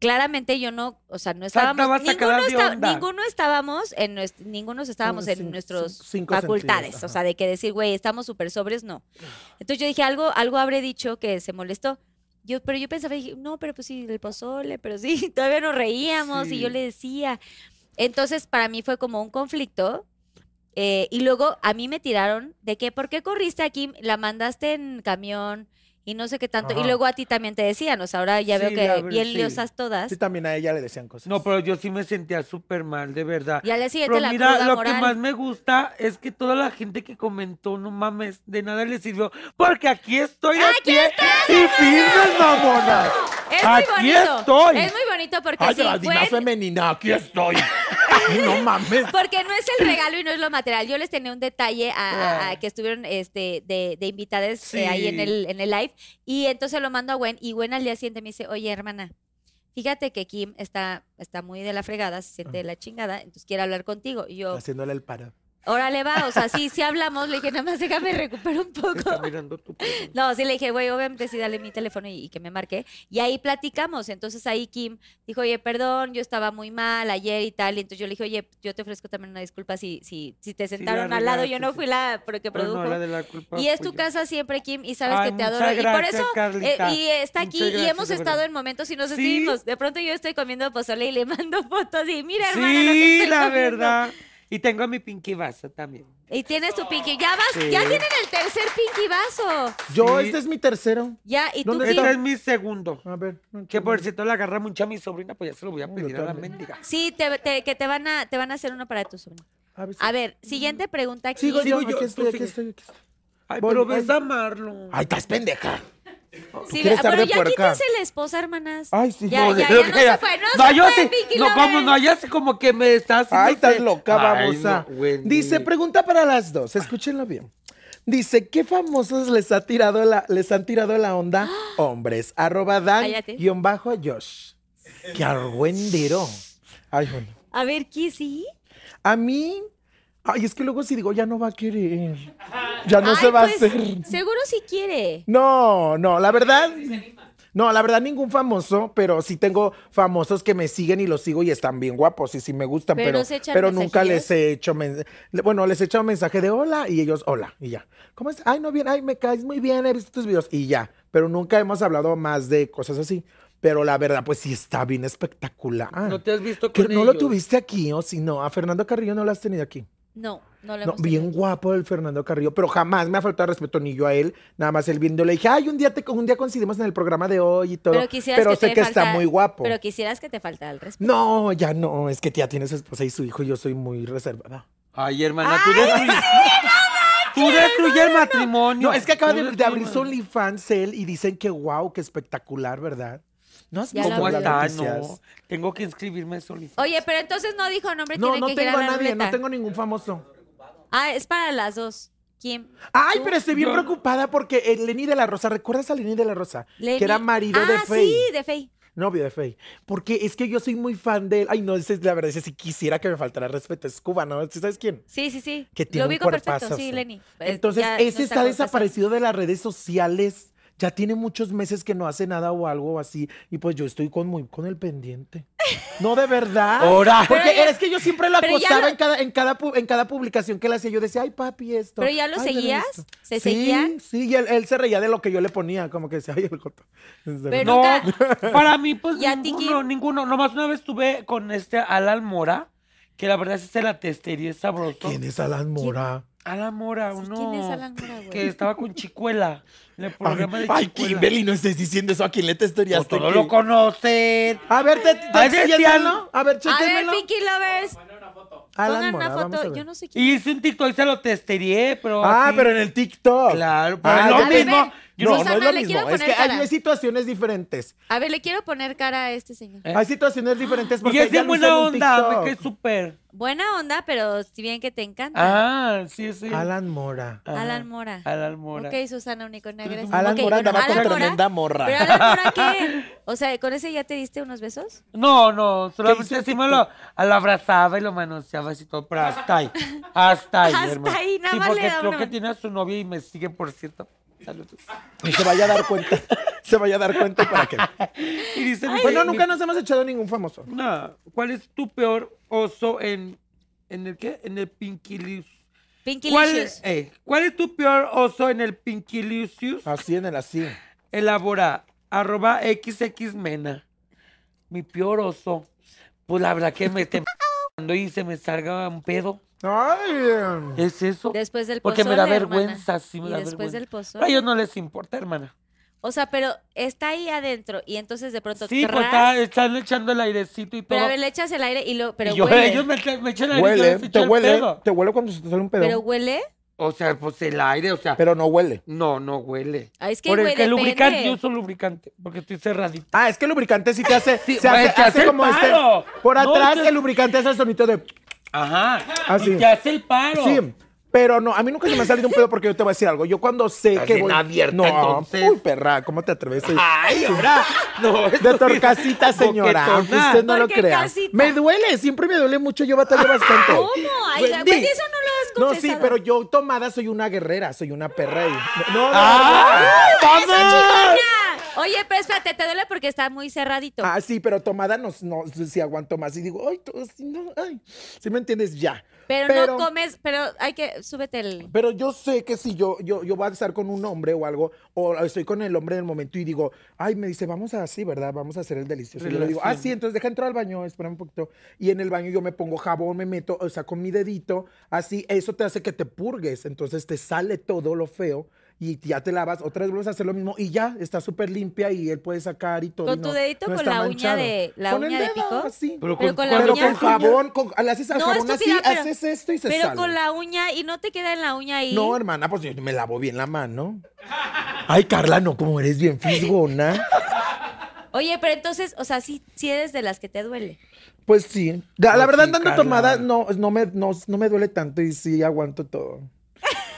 [SPEAKER 3] Claramente yo no, o sea, no
[SPEAKER 5] sea,
[SPEAKER 3] estábamos,
[SPEAKER 5] andabas sacada
[SPEAKER 3] ninguno,
[SPEAKER 5] de
[SPEAKER 3] esta-
[SPEAKER 5] onda.
[SPEAKER 3] ninguno estábamos en nues- ninguno estábamos
[SPEAKER 4] Unos
[SPEAKER 3] en
[SPEAKER 4] cin-
[SPEAKER 3] nuestros
[SPEAKER 4] cin- cinco
[SPEAKER 3] facultades,
[SPEAKER 4] sentidos,
[SPEAKER 3] o
[SPEAKER 4] ajá.
[SPEAKER 3] sea, de que decir, güey, estamos súper sobrios, no. Entonces yo dije, algo, algo habré dicho que se molestó. Yo, pero yo pensaba, dije, no, pero pues sí, el pozole, pero sí, todavía nos reíamos y yo
[SPEAKER 5] Sí.
[SPEAKER 3] le decía. Entonces, para mí fue como un conflicto. eh, y luego a mí me tiraron de que, ¿por qué corriste aquí? La mandaste en camión y no sé qué tanto. Y
[SPEAKER 4] Ajá.
[SPEAKER 3] luego a ti también te decían, o sea, ahora ya
[SPEAKER 5] Sí,
[SPEAKER 3] veo
[SPEAKER 5] la
[SPEAKER 3] que
[SPEAKER 5] ver-
[SPEAKER 3] bien
[SPEAKER 5] sí.
[SPEAKER 3] liosas todas.
[SPEAKER 4] Sí, también a ella le decían cosas.
[SPEAKER 5] No, pero yo sí me sentía súper mal, de verdad.
[SPEAKER 3] Y al día siguiente
[SPEAKER 5] Pero
[SPEAKER 3] la
[SPEAKER 5] mira,
[SPEAKER 3] cruda
[SPEAKER 5] lo
[SPEAKER 3] moral.
[SPEAKER 5] que más me gusta es que toda la gente que comentó, no mames, de nada les sirvió. Porque aquí estoy de pie y firmes, mamona.
[SPEAKER 3] Es
[SPEAKER 5] Aquí
[SPEAKER 3] muy bonito.
[SPEAKER 5] estoy.
[SPEAKER 3] Es muy bonito porque
[SPEAKER 4] Ay,
[SPEAKER 3] sí,
[SPEAKER 4] Geraldina
[SPEAKER 3] Gwen-
[SPEAKER 4] femenina, aquí estoy. No mames.
[SPEAKER 3] Porque no es el regalo y no es lo material. Yo les tenía un detalle a, a- a que estuvieron este, de, de invitadas eh,
[SPEAKER 5] Sí.
[SPEAKER 3] ahí en el, en el live. Y entonces lo mando a Gwen. Y Gwen al día siguiente me dice, oye, hermana, fíjate que Kim está, está muy de la fregada, se siente de la chingada, entonces quiere hablar contigo. Y yo,
[SPEAKER 4] Haciéndole el paro.
[SPEAKER 3] órale, va. O sea, sí, sí hablamos. Le dije, nada más déjame recuperar un poco.
[SPEAKER 5] Está mirando tu culo.
[SPEAKER 3] No, sí le dije, güey, obviamente sí, dale mi teléfono y, y que me marque. Y ahí platicamos. Entonces ahí Kim dijo, oye, perdón, yo estaba muy mal ayer y tal. Y entonces yo le dije, oye, yo te ofrezco también una disculpa si, si, si te sentaron al lado. Yo
[SPEAKER 5] regaste,
[SPEAKER 3] no
[SPEAKER 5] sí.
[SPEAKER 3] fui la pro- que
[SPEAKER 5] Pues no,
[SPEAKER 3] produjo.
[SPEAKER 5] la de la culpa
[SPEAKER 3] y es
[SPEAKER 5] fui
[SPEAKER 3] tu
[SPEAKER 5] yo.
[SPEAKER 3] casa siempre, Kim, y sabes
[SPEAKER 5] Ay,
[SPEAKER 3] que te
[SPEAKER 5] muchas
[SPEAKER 3] adoro. y por
[SPEAKER 5] gracias,
[SPEAKER 3] eso, eh,
[SPEAKER 5] Carlita.
[SPEAKER 3] y está aquí,
[SPEAKER 5] Muchas
[SPEAKER 3] y
[SPEAKER 5] gracias,
[SPEAKER 3] hemos
[SPEAKER 5] de
[SPEAKER 3] estado
[SPEAKER 5] verdad.
[SPEAKER 3] en momentos y nos
[SPEAKER 5] Sí.
[SPEAKER 3] sentimos. De pronto yo estoy comiendo pozole y le mando fotos y mira, hermana, lo que
[SPEAKER 5] Sí,
[SPEAKER 3] estoy
[SPEAKER 5] la
[SPEAKER 3] comiendo".
[SPEAKER 5] verdad. Y tengo mi pinky vaso también.
[SPEAKER 3] Y tienes tu pinky. Ya vas,
[SPEAKER 5] Sí.
[SPEAKER 3] ya tienen el tercer pinky vaso.
[SPEAKER 4] Yo,
[SPEAKER 5] Sí.
[SPEAKER 4] este es mi tercero.
[SPEAKER 3] Ya, y tú,
[SPEAKER 4] ¿Dónde
[SPEAKER 3] Kim.
[SPEAKER 5] Este es mi segundo.
[SPEAKER 4] A ver. no
[SPEAKER 5] Que por
[SPEAKER 4] entiendo.
[SPEAKER 5] cierto la agarra mucho a mi sobrina, pues ya se lo voy a
[SPEAKER 4] Yo
[SPEAKER 5] pedir a la
[SPEAKER 4] también.
[SPEAKER 5] mendiga.
[SPEAKER 3] Sí, te, te- que te van a, te van a hacer uno para tu sobrino.
[SPEAKER 4] A ver, Pues sí. Mm.
[SPEAKER 3] A ver, siguiente pregunta. aquí.
[SPEAKER 4] Sigo,
[SPEAKER 5] sigo
[SPEAKER 4] yo.
[SPEAKER 5] yo,
[SPEAKER 4] Aquí
[SPEAKER 5] tú
[SPEAKER 4] estoy, aquí
[SPEAKER 5] sigue.
[SPEAKER 4] estoy, aquí estoy.
[SPEAKER 5] Ay,
[SPEAKER 4] Bueno,
[SPEAKER 5] pero ves
[SPEAKER 4] ay.
[SPEAKER 5] a Marlon.
[SPEAKER 4] Ay, estás pendeja.
[SPEAKER 3] Sí,
[SPEAKER 4] ¿Quieres estar
[SPEAKER 3] pero
[SPEAKER 4] de
[SPEAKER 3] ya
[SPEAKER 4] puerca?
[SPEAKER 3] quítense la esposa, hermanas.
[SPEAKER 4] Ay, sí,
[SPEAKER 3] ya,
[SPEAKER 5] No,
[SPEAKER 3] ya,
[SPEAKER 5] de lo
[SPEAKER 3] ya no
[SPEAKER 5] que
[SPEAKER 3] se
[SPEAKER 5] era.
[SPEAKER 3] fue, no,
[SPEAKER 5] No,
[SPEAKER 3] se
[SPEAKER 5] yo
[SPEAKER 3] fue,
[SPEAKER 5] sí.
[SPEAKER 3] Pinky
[SPEAKER 5] No,
[SPEAKER 3] Lover.
[SPEAKER 5] cómo no, ya sé como que me estás haciendo
[SPEAKER 4] Ay, estás
[SPEAKER 5] ese-
[SPEAKER 4] loca,
[SPEAKER 5] Ay,
[SPEAKER 4] babosa.
[SPEAKER 5] no, Wendy.
[SPEAKER 4] Dice, pregunta para las dos, escúchenlo bien. Dice, ¿qué famosos les, ha tirado la, les han tirado la onda? Hombres, arroba Dan,
[SPEAKER 3] Cállate.
[SPEAKER 4] guión bajo Josh. ¡Qué argüendero! Ay, bueno.
[SPEAKER 3] A ver, ¿qué sí?
[SPEAKER 4] A mí, ay, es que luego si digo, ya no va a querer, ya no
[SPEAKER 3] Ay,
[SPEAKER 4] se va
[SPEAKER 3] pues,
[SPEAKER 4] a hacer.
[SPEAKER 3] Seguro sí quiere.
[SPEAKER 4] No, no, la verdad. No, la verdad, ningún famoso, pero sí tengo famosos que me siguen y los sigo y están bien guapos y sí me gustan,
[SPEAKER 3] Pero
[SPEAKER 4] pero,
[SPEAKER 3] no se echan
[SPEAKER 4] pero nunca
[SPEAKER 3] mensajillos.
[SPEAKER 4] les he hecho. men- le- Bueno, les he echado mensaje de hola y ellos hola y ya. ¿Cómo es? Ay, no, bien, ay, me caes muy bien, he visto tus videos y ya. Pero nunca hemos hablado más de cosas así. Pero la verdad, pues sí está bien espectacular.
[SPEAKER 5] Ah, No te has visto
[SPEAKER 4] que
[SPEAKER 5] con
[SPEAKER 4] no lo
[SPEAKER 5] ellos.
[SPEAKER 4] tuviste aquí, o si no, a Fernando Carrillo no lo has tenido aquí.
[SPEAKER 3] No, no lo
[SPEAKER 4] No,
[SPEAKER 3] hemos
[SPEAKER 4] bien
[SPEAKER 3] tenido.
[SPEAKER 4] guapo el Fernando Carrillo, pero jamás me ha faltado respeto ni yo a él, nada más él viendo le dije, ay, un día te un día coincidimos en el programa de hoy y todo.
[SPEAKER 3] Pero
[SPEAKER 4] Pero,
[SPEAKER 3] quisieras que
[SPEAKER 4] sé
[SPEAKER 3] te
[SPEAKER 4] que está
[SPEAKER 3] falta-
[SPEAKER 4] muy guapo.
[SPEAKER 3] Pero quisieras que te faltara el respeto.
[SPEAKER 4] No, ya no, es que ya tiene su esposa y su hijo, y yo soy muy reservada.
[SPEAKER 5] Ay, hermana, tú destruyes. tú destruyes el matrimonio.
[SPEAKER 4] No, es que acaba
[SPEAKER 5] Tú
[SPEAKER 4] de, de
[SPEAKER 5] destruyes
[SPEAKER 4] abrir
[SPEAKER 5] el
[SPEAKER 4] su
[SPEAKER 5] matrimonio.
[SPEAKER 4] OnlyFans él y dicen que wow, que espectacular, ¿verdad? No has
[SPEAKER 3] Ya
[SPEAKER 4] visto
[SPEAKER 5] ¿Cómo
[SPEAKER 3] la
[SPEAKER 4] las
[SPEAKER 5] está? No.
[SPEAKER 4] noticias?
[SPEAKER 5] Tengo que inscribirme en Solif.
[SPEAKER 3] Oye, pero entonces no dijo nombre,
[SPEAKER 4] No,
[SPEAKER 3] tiene
[SPEAKER 4] no
[SPEAKER 3] que
[SPEAKER 4] tengo
[SPEAKER 3] girar
[SPEAKER 4] a
[SPEAKER 3] la
[SPEAKER 4] nadie, no
[SPEAKER 3] ruleta.
[SPEAKER 4] tengo ningún famoso.
[SPEAKER 3] Ah, es para las dos. ¿Quién?
[SPEAKER 4] Ay,
[SPEAKER 3] ¿Tú?
[SPEAKER 4] pero estoy bien
[SPEAKER 5] Yo-
[SPEAKER 4] preocupada porque eh, Lenny de la Rosa, ¿recuerdas a Lenny de la Rosa?
[SPEAKER 3] Lenny.
[SPEAKER 4] Que era marido
[SPEAKER 3] ah,
[SPEAKER 4] de Faye.
[SPEAKER 3] sí, de Faye.
[SPEAKER 4] Novio de Faye. Porque es que yo soy muy fan de él. Ay, no, ese es la verdad, ese sí quisiera que me faltara respeto. Es cubano, ¿sí ¿sabes quién?
[SPEAKER 3] Sí, sí, sí.
[SPEAKER 4] Que tiene
[SPEAKER 3] lo
[SPEAKER 4] un
[SPEAKER 3] ubico perfecto,
[SPEAKER 4] cuerpazo,
[SPEAKER 3] sí,
[SPEAKER 4] sí.
[SPEAKER 3] Lenny. Pues,
[SPEAKER 4] Entonces,
[SPEAKER 3] ya
[SPEAKER 4] ese
[SPEAKER 3] no
[SPEAKER 4] está
[SPEAKER 3] con razón.
[SPEAKER 4] desaparecido de las redes sociales. Ya tiene muchos meses que no hace nada o algo así. Y pues yo estoy con muy con el pendiente. No, de verdad.
[SPEAKER 5] Ahora.
[SPEAKER 4] Porque
[SPEAKER 3] Pero ya-
[SPEAKER 4] es que yo siempre lo
[SPEAKER 3] pero ya
[SPEAKER 4] acosaba
[SPEAKER 3] lo-
[SPEAKER 4] en, cada, en, cada, pu- en cada publicación que le hacía. Yo decía, ay, papi, esto.
[SPEAKER 3] ¿Pero ya lo
[SPEAKER 4] ay, nene,
[SPEAKER 3] seguías?
[SPEAKER 4] esto".
[SPEAKER 3] ¿Se
[SPEAKER 4] sí,
[SPEAKER 3] seguían?
[SPEAKER 4] Sí, y él, él se reía de lo que yo le ponía. Como que decía, ay, el joto".
[SPEAKER 3] Pero
[SPEAKER 5] No,
[SPEAKER 3] nunca-
[SPEAKER 5] para mí, pues
[SPEAKER 3] ¿Y a ti,
[SPEAKER 5] ninguno,
[SPEAKER 3] Kim?
[SPEAKER 5] ninguno. Nomás una vez estuve con este Alan Mora, que la verdad sí se la testé y es sabroso.
[SPEAKER 4] ¿Quién es Alan Mora?
[SPEAKER 5] Alan Mora,
[SPEAKER 3] Sí,
[SPEAKER 5] uno.
[SPEAKER 3] ¿Quién es Alan Mora, güey?
[SPEAKER 5] Que estaba con Chicuela. En el programa de
[SPEAKER 4] ay,
[SPEAKER 5] Chicuela.
[SPEAKER 4] Kimberly, no estés diciendo eso. ¿A quién le
[SPEAKER 5] Pues
[SPEAKER 4] testeaste?
[SPEAKER 5] todos lo conocen.
[SPEAKER 4] A ver, te, te,
[SPEAKER 5] A
[SPEAKER 4] siéntalo.
[SPEAKER 5] ver, Cristiano.
[SPEAKER 4] A ver,
[SPEAKER 3] A ver,
[SPEAKER 4] chéquenmelo.
[SPEAKER 3] Pinky Lovers, pongan
[SPEAKER 4] Alan Mora,
[SPEAKER 3] una
[SPEAKER 4] vamos a
[SPEAKER 3] foto.
[SPEAKER 4] ver.
[SPEAKER 3] Yo no sé quién.
[SPEAKER 5] Y hice un TikTok y se lo testerié, pero.
[SPEAKER 4] Ah,
[SPEAKER 5] así-
[SPEAKER 4] pero en el TikTok.
[SPEAKER 5] Claro, pero
[SPEAKER 4] Ah,
[SPEAKER 5] es
[SPEAKER 4] ya
[SPEAKER 5] lo
[SPEAKER 4] te-
[SPEAKER 5] mismo. Yo
[SPEAKER 4] no,
[SPEAKER 5] no
[SPEAKER 4] no
[SPEAKER 3] Susana,
[SPEAKER 4] es lo
[SPEAKER 3] le quiero
[SPEAKER 4] mismo. Es
[SPEAKER 3] poner
[SPEAKER 4] que hay,
[SPEAKER 3] cara.
[SPEAKER 4] hay situaciones diferentes.
[SPEAKER 3] A ver, le quiero poner cara a este señor.
[SPEAKER 5] ¿Eh?
[SPEAKER 4] Hay situaciones diferentes porque
[SPEAKER 5] Y es
[SPEAKER 4] ella
[SPEAKER 5] de
[SPEAKER 4] lo
[SPEAKER 5] buena
[SPEAKER 4] hizo en un
[SPEAKER 5] onda, me
[SPEAKER 4] TikTok.
[SPEAKER 5] cae súper.
[SPEAKER 3] Buena onda, pero si bien que te encanta.
[SPEAKER 5] Ah, sí, sí.
[SPEAKER 4] Alan Mora.
[SPEAKER 5] Ajá,
[SPEAKER 3] Alan Mora.
[SPEAKER 5] Ah, Alan Mora.
[SPEAKER 3] Ok, Susana Unicornia, gracias.
[SPEAKER 4] Alan
[SPEAKER 3] Ok,
[SPEAKER 4] Mora
[SPEAKER 3] bueno,
[SPEAKER 4] andaba con
[SPEAKER 3] Alan Mora-
[SPEAKER 4] tremenda morra.
[SPEAKER 3] ¿Pero Alan Mora qué? O sea, ¿con ese ya te diste unos besos?
[SPEAKER 5] No, no, solamente
[SPEAKER 4] hizo
[SPEAKER 5] así me lo al abrazaba y lo manoseaba así todo, pero hasta ahí, hasta ahí,
[SPEAKER 3] Hasta
[SPEAKER 5] hermano.
[SPEAKER 3] ahí, nada
[SPEAKER 5] sí,
[SPEAKER 3] más le
[SPEAKER 5] porque
[SPEAKER 3] da
[SPEAKER 5] creo
[SPEAKER 3] una-
[SPEAKER 5] que tiene a su novia y me sigue, por cierto. Saludos.
[SPEAKER 4] Y se vaya a dar cuenta. se vaya a dar cuenta para qué.
[SPEAKER 5] Y dice, mi-
[SPEAKER 4] Bueno,
[SPEAKER 5] mi-
[SPEAKER 4] nunca nos hemos echado ningún famoso.
[SPEAKER 5] No, ¿cuál es tu peor oso en, en el qué? En el Pinkilicious.
[SPEAKER 3] Pinky
[SPEAKER 5] ¿Cuál,
[SPEAKER 3] Licious.
[SPEAKER 5] eh, ¿Cuál es tu peor oso en el Pinkilicious?
[SPEAKER 4] Así en el así.
[SPEAKER 5] Elabora, arroba xxmena. Mi peor oso. Pues la verdad que me esté y se me salga un pedo.
[SPEAKER 4] Ay.
[SPEAKER 5] ¿Es eso?
[SPEAKER 3] Después del
[SPEAKER 5] Porque me da
[SPEAKER 3] pozole,
[SPEAKER 5] vergüenza,
[SPEAKER 3] hermana.
[SPEAKER 5] sí, me
[SPEAKER 3] Y
[SPEAKER 5] da
[SPEAKER 3] después
[SPEAKER 5] vergüenza.
[SPEAKER 3] del
[SPEAKER 5] A
[SPEAKER 3] pozole.
[SPEAKER 5] ellos no les importa, hermana.
[SPEAKER 3] O sea, pero está ahí adentro y entonces de pronto
[SPEAKER 5] Sí, pues
[SPEAKER 3] tras,
[SPEAKER 5] está- están echando el airecito y todo.
[SPEAKER 3] Pero a ver, le echas el aire y lo... Pero
[SPEAKER 5] Y yo-
[SPEAKER 3] huele.
[SPEAKER 5] ellos me, echa- me echan el aire y yo
[SPEAKER 4] Huele,
[SPEAKER 5] les echo
[SPEAKER 4] te
[SPEAKER 5] el
[SPEAKER 4] huele,
[SPEAKER 5] pedo.
[SPEAKER 4] te huele cuando se te sale un pedo.
[SPEAKER 3] ¿Pero huele?
[SPEAKER 5] O sea, pues el aire, o sea.
[SPEAKER 4] Pero no huele.
[SPEAKER 5] No, no huele.
[SPEAKER 3] Ah, es que,
[SPEAKER 5] Por el
[SPEAKER 3] güey,
[SPEAKER 5] que
[SPEAKER 3] depende.
[SPEAKER 5] lubricante, yo uso lubricante, porque estoy cerradito.
[SPEAKER 4] Ah, es que el lubricante sí te hace.
[SPEAKER 5] Sí,
[SPEAKER 4] se hace,
[SPEAKER 5] pues, te hace
[SPEAKER 4] hace
[SPEAKER 5] el
[SPEAKER 4] como este.
[SPEAKER 5] paro.
[SPEAKER 4] Por
[SPEAKER 5] No,
[SPEAKER 4] atrás,
[SPEAKER 5] te-
[SPEAKER 4] el lubricante hace el sonido de.
[SPEAKER 5] Ajá.
[SPEAKER 4] Así.
[SPEAKER 5] Y te hace el paro.
[SPEAKER 4] Sí. Pero no, a mí nunca se me ha salido un pedo porque yo te voy a decir algo. Yo cuando sé
[SPEAKER 5] Estás
[SPEAKER 4] que
[SPEAKER 5] bien
[SPEAKER 4] voy.
[SPEAKER 5] abierta,
[SPEAKER 4] no,
[SPEAKER 5] entonces.
[SPEAKER 4] uy, perra, ¿cómo te atreves?
[SPEAKER 5] Ay, ahora. No,
[SPEAKER 4] De torcasita, señora. Aunque
[SPEAKER 5] Boquetona.
[SPEAKER 4] usted no lo
[SPEAKER 3] ¿Por qué
[SPEAKER 4] crea.
[SPEAKER 3] casita? Ah,
[SPEAKER 4] Me duele, siempre me duele mucho. Yo batallo bastante.
[SPEAKER 3] ¿Cómo? Ay,
[SPEAKER 4] Wendy.
[SPEAKER 3] Wendy, eso no lo has
[SPEAKER 4] No, sí,
[SPEAKER 3] confesado.
[SPEAKER 4] pero yo tomada soy una guerrera, soy una perra. y- No, no,
[SPEAKER 5] ¡Ay,
[SPEAKER 3] ¡Eso,
[SPEAKER 5] vamos!
[SPEAKER 3] chingona! Oye, pero espérate, te duele porque está muy cerradito.
[SPEAKER 4] Ah, sí, pero tomada no, no si aguanto más. Y digo, ay, todo así, no, ay. Si me entiendes, ya.
[SPEAKER 3] pero, no comes, pero hay que, súbete el...
[SPEAKER 4] Pero yo sé que si yo, yo, yo voy a estar con un hombre o algo, o estoy con el hombre en el momento y digo, ay, me dice, vamos así, ¿verdad? Vamos a hacer el delicioso. Y yo le digo, ah,
[SPEAKER 5] Relación.
[SPEAKER 4] sí, entonces deja entrar al baño, espera un poquito. Y en el baño yo me pongo jabón, me meto, o sea, con mi dedito, así, eso te hace que te purgues. Entonces te sale todo lo feo y ya te lavas, otra vez vuelves a hacer lo mismo y ya, está súper limpia y él puede sacar y todo.
[SPEAKER 3] ¿Con
[SPEAKER 4] y
[SPEAKER 3] tu
[SPEAKER 4] no-
[SPEAKER 3] dedito,
[SPEAKER 4] no
[SPEAKER 3] con
[SPEAKER 4] está
[SPEAKER 3] la uña
[SPEAKER 4] manchado.
[SPEAKER 3] de- la
[SPEAKER 4] Con el
[SPEAKER 3] uña de
[SPEAKER 4] dedo,
[SPEAKER 3] pico?
[SPEAKER 4] así.
[SPEAKER 3] Pero
[SPEAKER 5] Pero con,
[SPEAKER 3] con la
[SPEAKER 4] Pero
[SPEAKER 3] uña.
[SPEAKER 4] con jabón, con, le haces al
[SPEAKER 3] No,
[SPEAKER 4] jabón así,
[SPEAKER 3] estúpida, pero-
[SPEAKER 4] haces esto y se
[SPEAKER 3] Pero
[SPEAKER 4] sale.
[SPEAKER 3] con la uña y no te queda en la uña ahí.
[SPEAKER 4] No, hermana, pues yo me lavo bien la mano. Ay, Carla, no, como eres bien fisgona.
[SPEAKER 3] Oye, pero entonces, o sea, sí, sí eres de las que te duele.
[SPEAKER 4] Pues sí. La, la
[SPEAKER 5] Pues
[SPEAKER 4] verdad,
[SPEAKER 5] sí,
[SPEAKER 4] andando
[SPEAKER 5] Carla.
[SPEAKER 4] tomada, no, no, me, no, no me duele tanto y sí aguanto todo.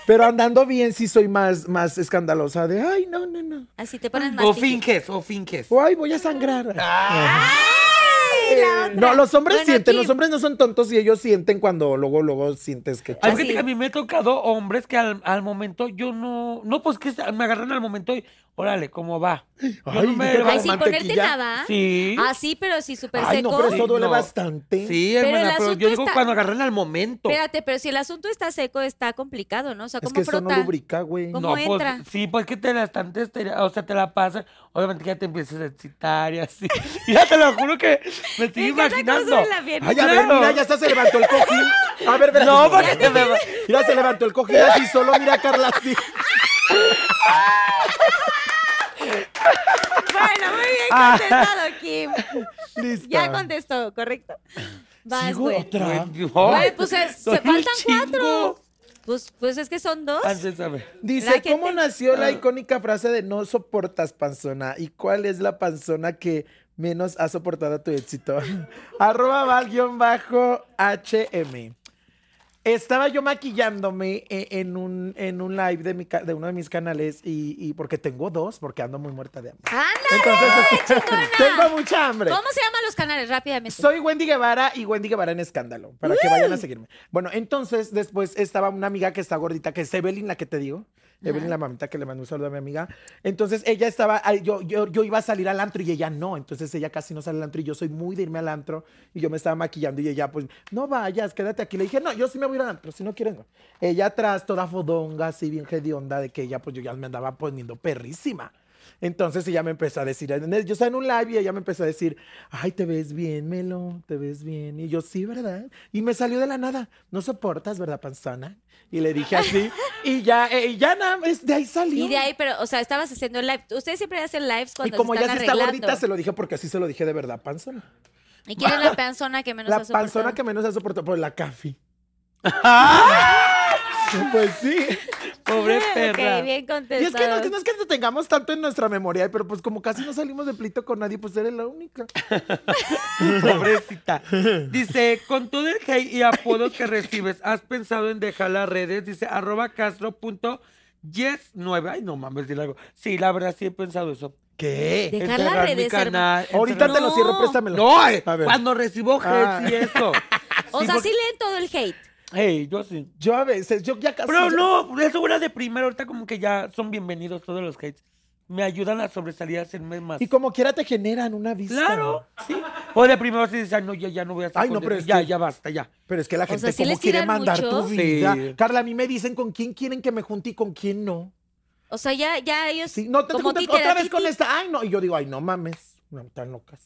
[SPEAKER 4] Pero andando bien, sí soy más, más escandalosa de, ay, no, no, no.
[SPEAKER 3] Así te pones más
[SPEAKER 5] O
[SPEAKER 3] piqui.
[SPEAKER 5] finges, o finges.
[SPEAKER 4] O, ay, voy a sangrar.
[SPEAKER 3] ¡Ay, la otra!
[SPEAKER 4] Eh, No, los hombres
[SPEAKER 3] Bueno,
[SPEAKER 4] sienten,
[SPEAKER 3] aquí-
[SPEAKER 4] los hombres no son tontos y ellos sienten cuando luego, luego sientes que...
[SPEAKER 5] Hay gente
[SPEAKER 3] Así.
[SPEAKER 5] que a mí me ha tocado hombres que al, al momento yo no. No, pues que se- me agarran al momento y. Órale, ¿cómo va? Yo
[SPEAKER 4] Ay,
[SPEAKER 5] no me
[SPEAKER 4] pero-
[SPEAKER 5] levanto.
[SPEAKER 3] Ay, sin ponerte
[SPEAKER 4] mantequilla.
[SPEAKER 3] nada.
[SPEAKER 5] Sí.
[SPEAKER 3] Ah, sí, pero sí, súper
[SPEAKER 4] Ay,
[SPEAKER 3] seco.
[SPEAKER 4] no, pero eso
[SPEAKER 5] Sí,
[SPEAKER 4] duele
[SPEAKER 5] no.
[SPEAKER 4] bastante.
[SPEAKER 5] Sí,
[SPEAKER 3] Pero
[SPEAKER 5] hermana,
[SPEAKER 3] el
[SPEAKER 5] pero
[SPEAKER 3] asunto
[SPEAKER 5] yo digo
[SPEAKER 3] está-
[SPEAKER 5] cuando agarran al momento.
[SPEAKER 3] Espérate, pero si el asunto está seco, está complicado, ¿no? O sea,
[SPEAKER 4] es
[SPEAKER 3] ¿cómo
[SPEAKER 4] que eso
[SPEAKER 3] frota?
[SPEAKER 4] no lubrica, güey.
[SPEAKER 3] ¿Cómo?
[SPEAKER 5] No, pues,
[SPEAKER 3] entra?
[SPEAKER 5] sí, pues que te la están teste- o sea, te la pasan. Obviamente que ya te empiezas a excitar y así. Y ya te lo juro que me estoy
[SPEAKER 3] encanta cómo
[SPEAKER 5] imaginando.
[SPEAKER 3] sube la pierna.
[SPEAKER 4] Ay, a ver,
[SPEAKER 5] Claro.
[SPEAKER 4] mira, ya hasta se levantó el cojín. A ver, espérate.
[SPEAKER 5] No, porque te me va-
[SPEAKER 4] Mira, se levantó el cojín así solo, mira a Carla así.
[SPEAKER 3] Bueno, muy bien
[SPEAKER 4] Ah.
[SPEAKER 3] contestado, Kim.
[SPEAKER 4] Lista.
[SPEAKER 3] Ya contestó, ¿correcto? Vas,
[SPEAKER 4] Sigo
[SPEAKER 3] güey.
[SPEAKER 4] otra.
[SPEAKER 5] Güey,
[SPEAKER 3] Güey, pues es- se
[SPEAKER 5] soy un
[SPEAKER 3] faltan
[SPEAKER 5] chingo.
[SPEAKER 3] cuatro. Pues, pues es que son dos.
[SPEAKER 5] Antes, a ver.
[SPEAKER 4] Dice,
[SPEAKER 3] La gente-
[SPEAKER 4] ¿cómo nació la icónica frase de no soportas panzona? ¿Y cuál es la panzona que menos ha soportado tu éxito? Arroba val guión bajo HM. Estaba yo maquillándome e- en un, en un live de, mi ca- de uno de mis canales y, y porque tengo dos, porque ando muy muerta de hambre.
[SPEAKER 3] ¡Ándale,
[SPEAKER 4] Entonces,
[SPEAKER 3] chingona!
[SPEAKER 4] tengo mucha hambre.
[SPEAKER 3] ¿Cómo se llaman los canales? Rápidamente.
[SPEAKER 4] Soy Wendy Guevara y Wendy Guevara en escándalo, para que vayan a seguirme. Bueno, entonces después estaba una amiga que está gordita, que es Evelyn, la que te digo. Evelyn, la mamita que le mandó un saludo a mi amiga. Entonces ella estaba, ah, yo, yo, yo iba a salir al antro y ella no. Entonces ella casi no sale al antro y yo soy muy de irme al antro y yo me estaba maquillando y ella, pues, no vayas, quédate aquí. Le dije, no, yo sí me voy a ir al antro, si no quieres, no. Ella atrás, toda fodonga, así bien hedionda, de que ella, pues yo ya me andaba poniendo perrísima. Entonces ella me empezó a decir, en- yo estaba en un live y ella me empezó a decir, ay, te ves bien, Melo, te ves bien. Y yo, sí, ¿verdad? Y me salió de la nada, no soportas, ¿verdad, panzona? Y le dije así, y ya, eh, y ya nada, es, de ahí salió.
[SPEAKER 3] Y de ahí, pero, o sea, estabas haciendo el live. Ustedes siempre hacen lives
[SPEAKER 4] Y
[SPEAKER 3] cuando
[SPEAKER 4] como
[SPEAKER 3] se
[SPEAKER 4] ya
[SPEAKER 3] están
[SPEAKER 4] se está
[SPEAKER 3] arreglando.
[SPEAKER 4] gordita, se lo dije porque así se lo dije de verdad, panzona.
[SPEAKER 3] ¿Y quién es la panzona que menos
[SPEAKER 4] la
[SPEAKER 3] ha soportado?
[SPEAKER 4] panzona que menos ha soportado, pues la Cafi. pues sí.
[SPEAKER 5] Pobre perra.
[SPEAKER 3] Ok, bien contestado.
[SPEAKER 4] Y es que no, que no es que te tengamos tanto en nuestra memoria, pero pues como casi no salimos de plito con nadie, pues eres la única.
[SPEAKER 5] Pobrecita. Dice, con todo el hate y apodos que recibes, ¿has pensado en dejar las redes? Dice, arroba castro punto yes 9. Ay, no mames, dile algo. Sí, la verdad, sí he pensado eso.
[SPEAKER 4] ¿Qué?
[SPEAKER 3] Dejar las
[SPEAKER 5] Encerrar mi
[SPEAKER 3] redes, hermano.
[SPEAKER 5] canal.
[SPEAKER 4] Ahorita
[SPEAKER 5] encerrar-
[SPEAKER 4] te lo cierro,
[SPEAKER 3] No.
[SPEAKER 4] préstamelo.
[SPEAKER 5] No, eh,
[SPEAKER 4] A ver.
[SPEAKER 5] cuando recibo hate
[SPEAKER 4] Ah.
[SPEAKER 5] y eso.
[SPEAKER 3] O sea,
[SPEAKER 5] porque-
[SPEAKER 3] sí leen todo el hate.
[SPEAKER 5] Hey, yo sí.
[SPEAKER 4] Yo a veces, yo ya casi.
[SPEAKER 5] Pero
[SPEAKER 4] ya-
[SPEAKER 5] no, eso era de primero. Ahorita como que ya son bienvenidos todos los hates. Me ayudan a sobresalir a hacerme más.
[SPEAKER 4] Y como quiera te generan una vista.
[SPEAKER 5] Claro, sí. O de primero sí dices, "Ay, no, ya, ya no voy a estar
[SPEAKER 4] Ay, no,
[SPEAKER 5] con
[SPEAKER 4] pero
[SPEAKER 5] él".
[SPEAKER 4] es
[SPEAKER 5] Ya,
[SPEAKER 4] que-
[SPEAKER 5] ya basta, ya.
[SPEAKER 4] Pero es que la
[SPEAKER 3] sea,
[SPEAKER 4] gente
[SPEAKER 3] ¿sí
[SPEAKER 4] como
[SPEAKER 3] les
[SPEAKER 4] quiere
[SPEAKER 3] tiran
[SPEAKER 4] mandar tu
[SPEAKER 3] mucho?
[SPEAKER 5] Sí.
[SPEAKER 4] vida. Carla, a mí me dicen con quién quieren que me junte y con quién no.
[SPEAKER 3] O sea, ya, ya ellos.
[SPEAKER 4] Sí, no te, te
[SPEAKER 3] como
[SPEAKER 4] juntas
[SPEAKER 3] títere
[SPEAKER 4] otra
[SPEAKER 3] a
[SPEAKER 4] vez
[SPEAKER 3] titi.
[SPEAKER 4] con esta. Ay, no. Y yo digo, ay, no mames. No, están locas.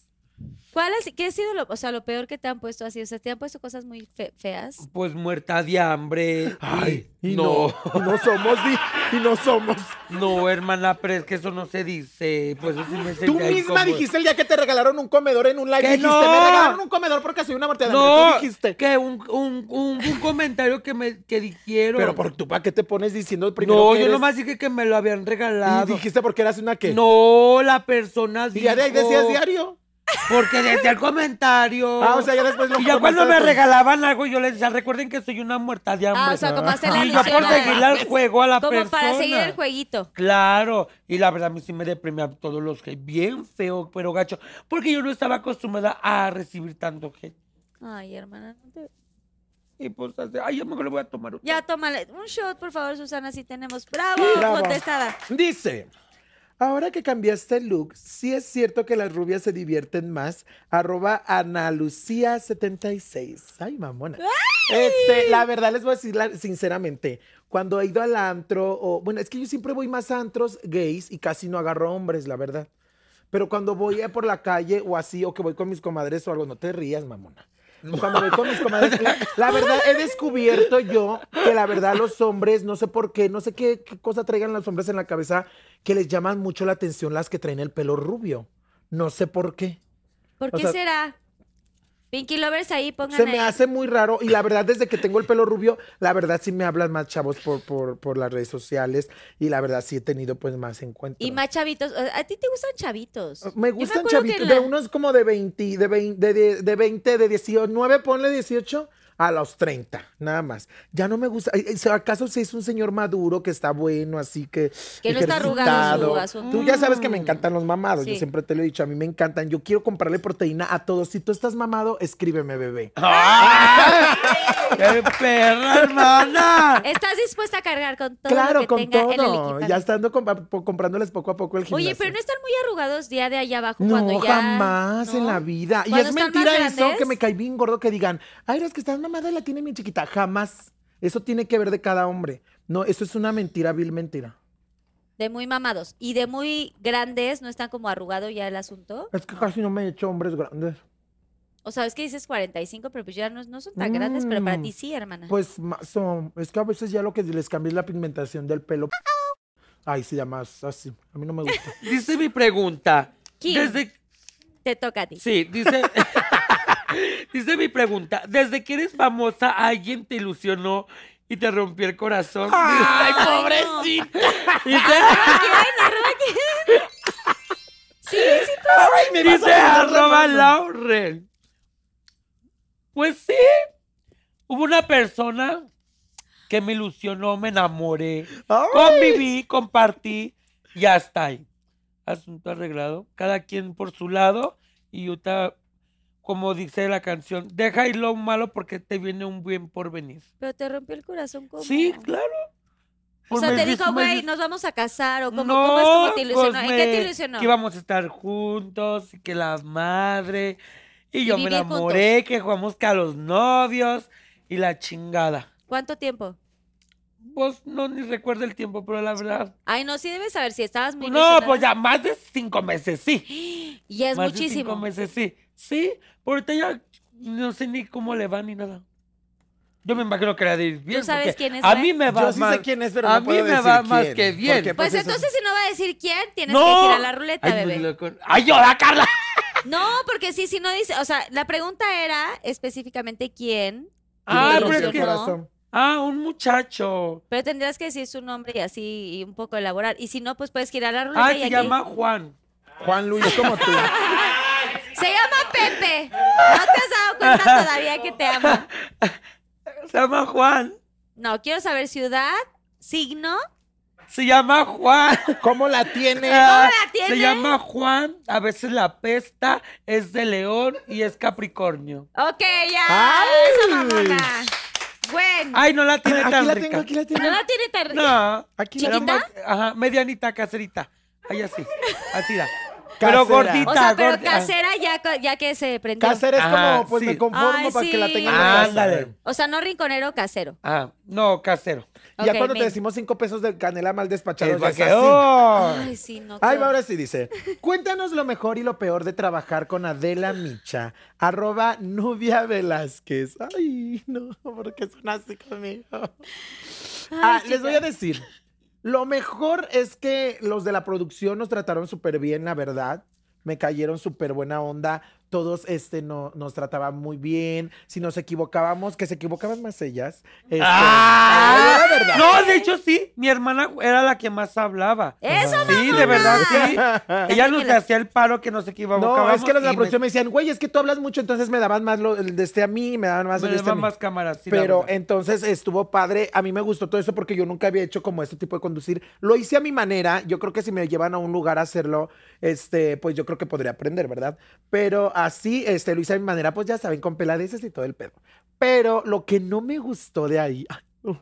[SPEAKER 3] ¿Cuál ha, si- qué ha sido lo, o sea, lo peor que te han puesto así? O sea, te han puesto cosas muy fe- feas.
[SPEAKER 5] Pues muerta de hambre.
[SPEAKER 4] Ay, y no,
[SPEAKER 5] no.
[SPEAKER 4] y no somos, di- y no somos.
[SPEAKER 5] No, hermana, pero es que eso no se dice. Pues eso sí me
[SPEAKER 4] Tú
[SPEAKER 5] sentía
[SPEAKER 4] misma
[SPEAKER 5] incómodo.
[SPEAKER 4] dijiste el día que te regalaron un comedor en un live.
[SPEAKER 5] ¡Que
[SPEAKER 4] Dijiste,
[SPEAKER 5] no!
[SPEAKER 4] me regalaron un comedor porque soy una muerte de hambre",
[SPEAKER 5] No,
[SPEAKER 4] Tú dijiste.
[SPEAKER 5] que un, un, un, un comentario que me que dijeron.
[SPEAKER 4] Pero por tu pa, ¿qué te pones diciendo primero
[SPEAKER 5] no,
[SPEAKER 4] que
[SPEAKER 5] yo
[SPEAKER 4] eres-
[SPEAKER 5] nomás dije que me lo habían
[SPEAKER 4] Y
[SPEAKER 5] regalado.
[SPEAKER 4] dijiste porque eras una que.
[SPEAKER 5] No, la persona
[SPEAKER 4] Y ya de ahí
[SPEAKER 5] dijo-
[SPEAKER 4] decías diario.
[SPEAKER 5] Porque decía el comentario.
[SPEAKER 4] Ah, o sea, ya después lo
[SPEAKER 5] y ya cuando me
[SPEAKER 4] tomaste-
[SPEAKER 5] regalaban algo, yo les decía, recuerden que soy una muerta de hambre.
[SPEAKER 3] Ah, o sea, como hacer la
[SPEAKER 5] y yo
[SPEAKER 3] alusión
[SPEAKER 5] por
[SPEAKER 3] a-
[SPEAKER 5] seguirle al juego a la
[SPEAKER 3] Como
[SPEAKER 5] persona.
[SPEAKER 3] para seguir el jueguito.
[SPEAKER 5] Claro, y la verdad a mí sí me deprimía a todos los que bien feo, pero gacho, porque yo no estaba acostumbrada a recibir tanto gente.
[SPEAKER 3] Ay, hermana. no te-
[SPEAKER 5] Y pues, así, ay, yo mejor le voy a tomar otra.
[SPEAKER 3] Ya, tómale. Un shot, por favor, Susana, si tenemos. ¡Bravo!
[SPEAKER 4] Bravo.
[SPEAKER 3] Contestada.
[SPEAKER 4] Dice, ahora que cambiaste el look, sí es cierto que las rubias se divierten más. Arroba Analucía76. Ay, mamona. Este, la verdad les voy a decir la- sinceramente, cuando he ido al antro, o bueno, es que yo siempre voy más a antros gays y casi no agarro hombres, la verdad. Pero cuando voy eh, por la calle o así, o que voy con mis comadres o algo, no te rías, mamona. Cuando voy con mis comadres, la, la verdad he descubierto yo que la verdad los hombres, no sé por qué, no sé qué, qué cosa traigan los hombres en la cabeza que les llaman mucho la atención las que traen el pelo rubio. No sé por qué.
[SPEAKER 3] ¿Por
[SPEAKER 4] O
[SPEAKER 3] qué
[SPEAKER 4] sea-
[SPEAKER 3] será? Pinky Lovers ahí, pongan
[SPEAKER 4] Se me
[SPEAKER 3] ahí.
[SPEAKER 4] hace muy raro y la verdad desde que tengo el pelo rubio, la verdad sí me hablan más chavos por, por, por las redes sociales y la verdad sí he tenido pues más encuentros.
[SPEAKER 3] Y más chavitos. ¿A ti te gustan chavitos?
[SPEAKER 4] Oh, Me
[SPEAKER 3] Yo
[SPEAKER 4] gustan
[SPEAKER 3] acuerdo que en
[SPEAKER 4] chavitos,
[SPEAKER 3] la-
[SPEAKER 4] de unos como de 20, de 20, de, de, de 20, de 19, ponle 18, a los 30, nada más. Ya no me gusta, ay, ay, ¿acaso si es un señor maduro que está bueno, así que
[SPEAKER 3] Que no está arrugado
[SPEAKER 4] ejercitado?
[SPEAKER 3] su asunto.
[SPEAKER 4] Tú ya sabes que me encantan los mamados, yo
[SPEAKER 3] Sí.
[SPEAKER 4] siempre te lo he dicho, a mí me encantan, yo quiero comprarle proteína a todos. Si tú estás mamado, escríbeme, bebé.
[SPEAKER 5] ¡Qué perra, hermana!
[SPEAKER 3] ¿Estás dispuesta a cargar con todo lo
[SPEAKER 4] claro,
[SPEAKER 3] que
[SPEAKER 4] con
[SPEAKER 3] tenga en el
[SPEAKER 4] todo.
[SPEAKER 3] equipaje?
[SPEAKER 4] Ya estando compa- po- comprándoles poco a poco el gimnasio.
[SPEAKER 3] Oye, pero no están muy arrugados ya de allá abajo cuando
[SPEAKER 4] No,
[SPEAKER 3] ya...
[SPEAKER 4] jamás en
[SPEAKER 3] ¿no?
[SPEAKER 4] la vida. Y
[SPEAKER 3] Cuando
[SPEAKER 4] es
[SPEAKER 3] están más
[SPEAKER 4] mentira eso
[SPEAKER 3] grandes.
[SPEAKER 4] que me caí bien gordo que digan, ay, las que están mamadas la tienen bien chiquita. Jamás. Eso tiene que ver de cada hombre. No, eso es una mentira, vil mentira.
[SPEAKER 3] De muy mamados. Y de muy grandes, ¿no están como arrugado ya el asunto?
[SPEAKER 4] Es que casi no me he hecho hombres grandes.
[SPEAKER 5] Ah.
[SPEAKER 3] O sea, es que dices 45, pero pues ya no, no son tan grandes, pero para
[SPEAKER 4] Mm.
[SPEAKER 3] ti sí, hermana.
[SPEAKER 4] Pues ma- son, es que a veces ya lo que les cambia es la pigmentación del pelo. Ay, sí, además, así. A mí no me gusta.
[SPEAKER 5] Dice mi pregunta.
[SPEAKER 3] ¿Quién?
[SPEAKER 5] Desde,
[SPEAKER 3] Te toca a ti.
[SPEAKER 5] sí, dice... dice mi pregunta. ¿Desde que eres famosa alguien te ilusionó y te rompió el corazón? ¡Ay, pobrecita!
[SPEAKER 3] Sí, sí,
[SPEAKER 5] Dice arroba Lauren. Pues sí. Hubo una persona que me ilusionó, me enamoré. Conviví, compartí y hasta ahí. Asunto arreglado. Cada quien por su lado. Y Utah, como dice la canción, deja ir lo malo porque te viene un buen porvenir.
[SPEAKER 3] pero te rompió el corazón como...
[SPEAKER 5] Sí, claro.
[SPEAKER 3] O
[SPEAKER 5] Pues
[SPEAKER 3] sea,
[SPEAKER 5] me
[SPEAKER 3] te
[SPEAKER 5] dis-
[SPEAKER 3] dijo,
[SPEAKER 5] me
[SPEAKER 3] güey,
[SPEAKER 5] dis-
[SPEAKER 3] nos vamos a casar, o como,
[SPEAKER 5] no,
[SPEAKER 3] ¿cómo es como te ilusionó?
[SPEAKER 5] pues,
[SPEAKER 3] ¿En qué te
[SPEAKER 5] me-
[SPEAKER 3] ilusionó?
[SPEAKER 5] Que íbamos a estar juntos y que la madre. Y yo me
[SPEAKER 3] vivir juntos.
[SPEAKER 5] enamoré, que jugamos que a los novios y la chingada.
[SPEAKER 3] ¿Cuánto tiempo?
[SPEAKER 5] Vos no ni recuerdo el tiempo, pero la verdad.
[SPEAKER 3] Ay, no, sí debes saber si estabas muy
[SPEAKER 5] No,
[SPEAKER 3] ilusionada.
[SPEAKER 5] pues ya más de cinco meses, sí.
[SPEAKER 3] Y es
[SPEAKER 5] más de
[SPEAKER 3] muchísimo.
[SPEAKER 5] cinco meses, sí. Sí, por ahorita ya no sé ni cómo le va ni nada. Yo me imagino que era de ir bien.
[SPEAKER 3] sabes
[SPEAKER 5] porque
[SPEAKER 3] quién es,
[SPEAKER 5] A
[SPEAKER 3] Bray?
[SPEAKER 5] mí me va
[SPEAKER 4] Yo sí
[SPEAKER 5] más-
[SPEAKER 4] sé quién es, pero
[SPEAKER 5] a
[SPEAKER 4] no
[SPEAKER 5] mí
[SPEAKER 4] puedo
[SPEAKER 5] me
[SPEAKER 4] decir
[SPEAKER 5] va más
[SPEAKER 4] quién,
[SPEAKER 5] que bien.
[SPEAKER 4] porque,
[SPEAKER 3] Pues
[SPEAKER 4] eso-
[SPEAKER 3] entonces si no va a decir quién, tienes
[SPEAKER 5] ¡No!
[SPEAKER 3] que girar la ruleta,
[SPEAKER 5] Ay, pues, me
[SPEAKER 3] bebé.
[SPEAKER 5] lo con- ¡Ay, llora, Carla!
[SPEAKER 3] No, porque sí, si no dice, o sea, la pregunta era específicamente quién,
[SPEAKER 4] Te
[SPEAKER 5] Ah, pero
[SPEAKER 4] rompió
[SPEAKER 5] es
[SPEAKER 4] el
[SPEAKER 5] que
[SPEAKER 4] corazón.
[SPEAKER 5] Ah, un muchacho.
[SPEAKER 3] pero tendrías que decir su nombre y así y un poco elaborar. Y si no, pues puedes girar la ruleta
[SPEAKER 5] Ah,
[SPEAKER 3] y
[SPEAKER 5] se
[SPEAKER 3] aquí-
[SPEAKER 5] llama Juan.
[SPEAKER 4] Juan Luis, como tú.
[SPEAKER 3] Se llama Pepe. No te has dado cuenta todavía que te amo.
[SPEAKER 5] Se llama Juan.
[SPEAKER 3] No, quiero saber ciudad, signo.
[SPEAKER 5] Se llama Juan.
[SPEAKER 4] ¿Cómo la tiene?
[SPEAKER 5] Ah,
[SPEAKER 3] tiene?
[SPEAKER 5] Se llama Juan. A veces la pesta es de león y es capricornio.
[SPEAKER 3] Ok, ya.
[SPEAKER 4] Ay.
[SPEAKER 3] Eso, mamona. Bueno,
[SPEAKER 5] Ay, no la tiene
[SPEAKER 4] Aquí
[SPEAKER 5] tan
[SPEAKER 4] la
[SPEAKER 5] rica.
[SPEAKER 4] tengo, aquí la tengo.
[SPEAKER 3] no la tiene tan
[SPEAKER 5] No.
[SPEAKER 4] Aquí
[SPEAKER 5] Era
[SPEAKER 4] la
[SPEAKER 5] más- ajá, medianita, caserita. Ahí así. Así da.
[SPEAKER 4] Casera.
[SPEAKER 5] Pero gordita,
[SPEAKER 3] O sea, pero
[SPEAKER 5] gordita.
[SPEAKER 3] casera ya, co- ya que se prendió.
[SPEAKER 4] Cáceres
[SPEAKER 5] Ajá,
[SPEAKER 4] como, pues
[SPEAKER 5] ah, sí.
[SPEAKER 4] me conformo
[SPEAKER 3] Ay,
[SPEAKER 4] para que la
[SPEAKER 3] sí.
[SPEAKER 4] tengan en la casa.
[SPEAKER 5] Ándale.
[SPEAKER 3] O sea, no rinconero, casero.
[SPEAKER 5] Ah, no, casero.
[SPEAKER 4] Y
[SPEAKER 3] Ok,
[SPEAKER 4] ya cuando
[SPEAKER 3] me-
[SPEAKER 4] te decimos cinco pesos de canela mal despachado,
[SPEAKER 5] Es
[SPEAKER 4] ya
[SPEAKER 5] porque,
[SPEAKER 4] es pues, así.
[SPEAKER 5] ¡oh!
[SPEAKER 3] Ay, sí, no.
[SPEAKER 4] Ay,
[SPEAKER 3] qué-
[SPEAKER 4] ahora sí dice, cuéntanos lo mejor y lo peor de trabajar con Adela Micha, arroba Nubia Velázquez. Ay, no, porque son así conmigo. Ah, les voy a decir, lo mejor es que los de la producción nos trataron súper bien, la verdad. Me cayeron súper buena onda. Todos este, no, nos trataban muy bien. Si nos equivocábamos, que se equivocaban más ellas. este,
[SPEAKER 5] ¡Ah!
[SPEAKER 4] la verdad.
[SPEAKER 5] No, de hecho sí, mi hermana era la que más hablaba.
[SPEAKER 3] Eso,
[SPEAKER 5] Sí, de verdad, sí. Ella nos
[SPEAKER 3] tranquila.
[SPEAKER 5] hacía el paro que nos equivocábamos.
[SPEAKER 4] No, es que los de la
[SPEAKER 5] y
[SPEAKER 4] producción me... decían, güey, es que tú hablas mucho, entonces me daban más lo, el de este a mí, y me daban
[SPEAKER 5] me,
[SPEAKER 4] más
[SPEAKER 5] me
[SPEAKER 4] el de este a
[SPEAKER 5] daban
[SPEAKER 4] mí.
[SPEAKER 5] más cámaras. sí, la
[SPEAKER 4] Pero
[SPEAKER 5] verdad.
[SPEAKER 4] entonces estuvo padre, a mí me gustó todo eso porque yo nunca había hecho como este tipo de conducir. Lo hice a mi manera, yo creo que si me llevan a un lugar a hacerlo, este, pues yo creo que podría aprender, ¿verdad? Pero así, este, lo hice a mi manera, pues ya saben, con peladeces y todo el pedo. Pero lo que no me gustó de ahí, ay, uh,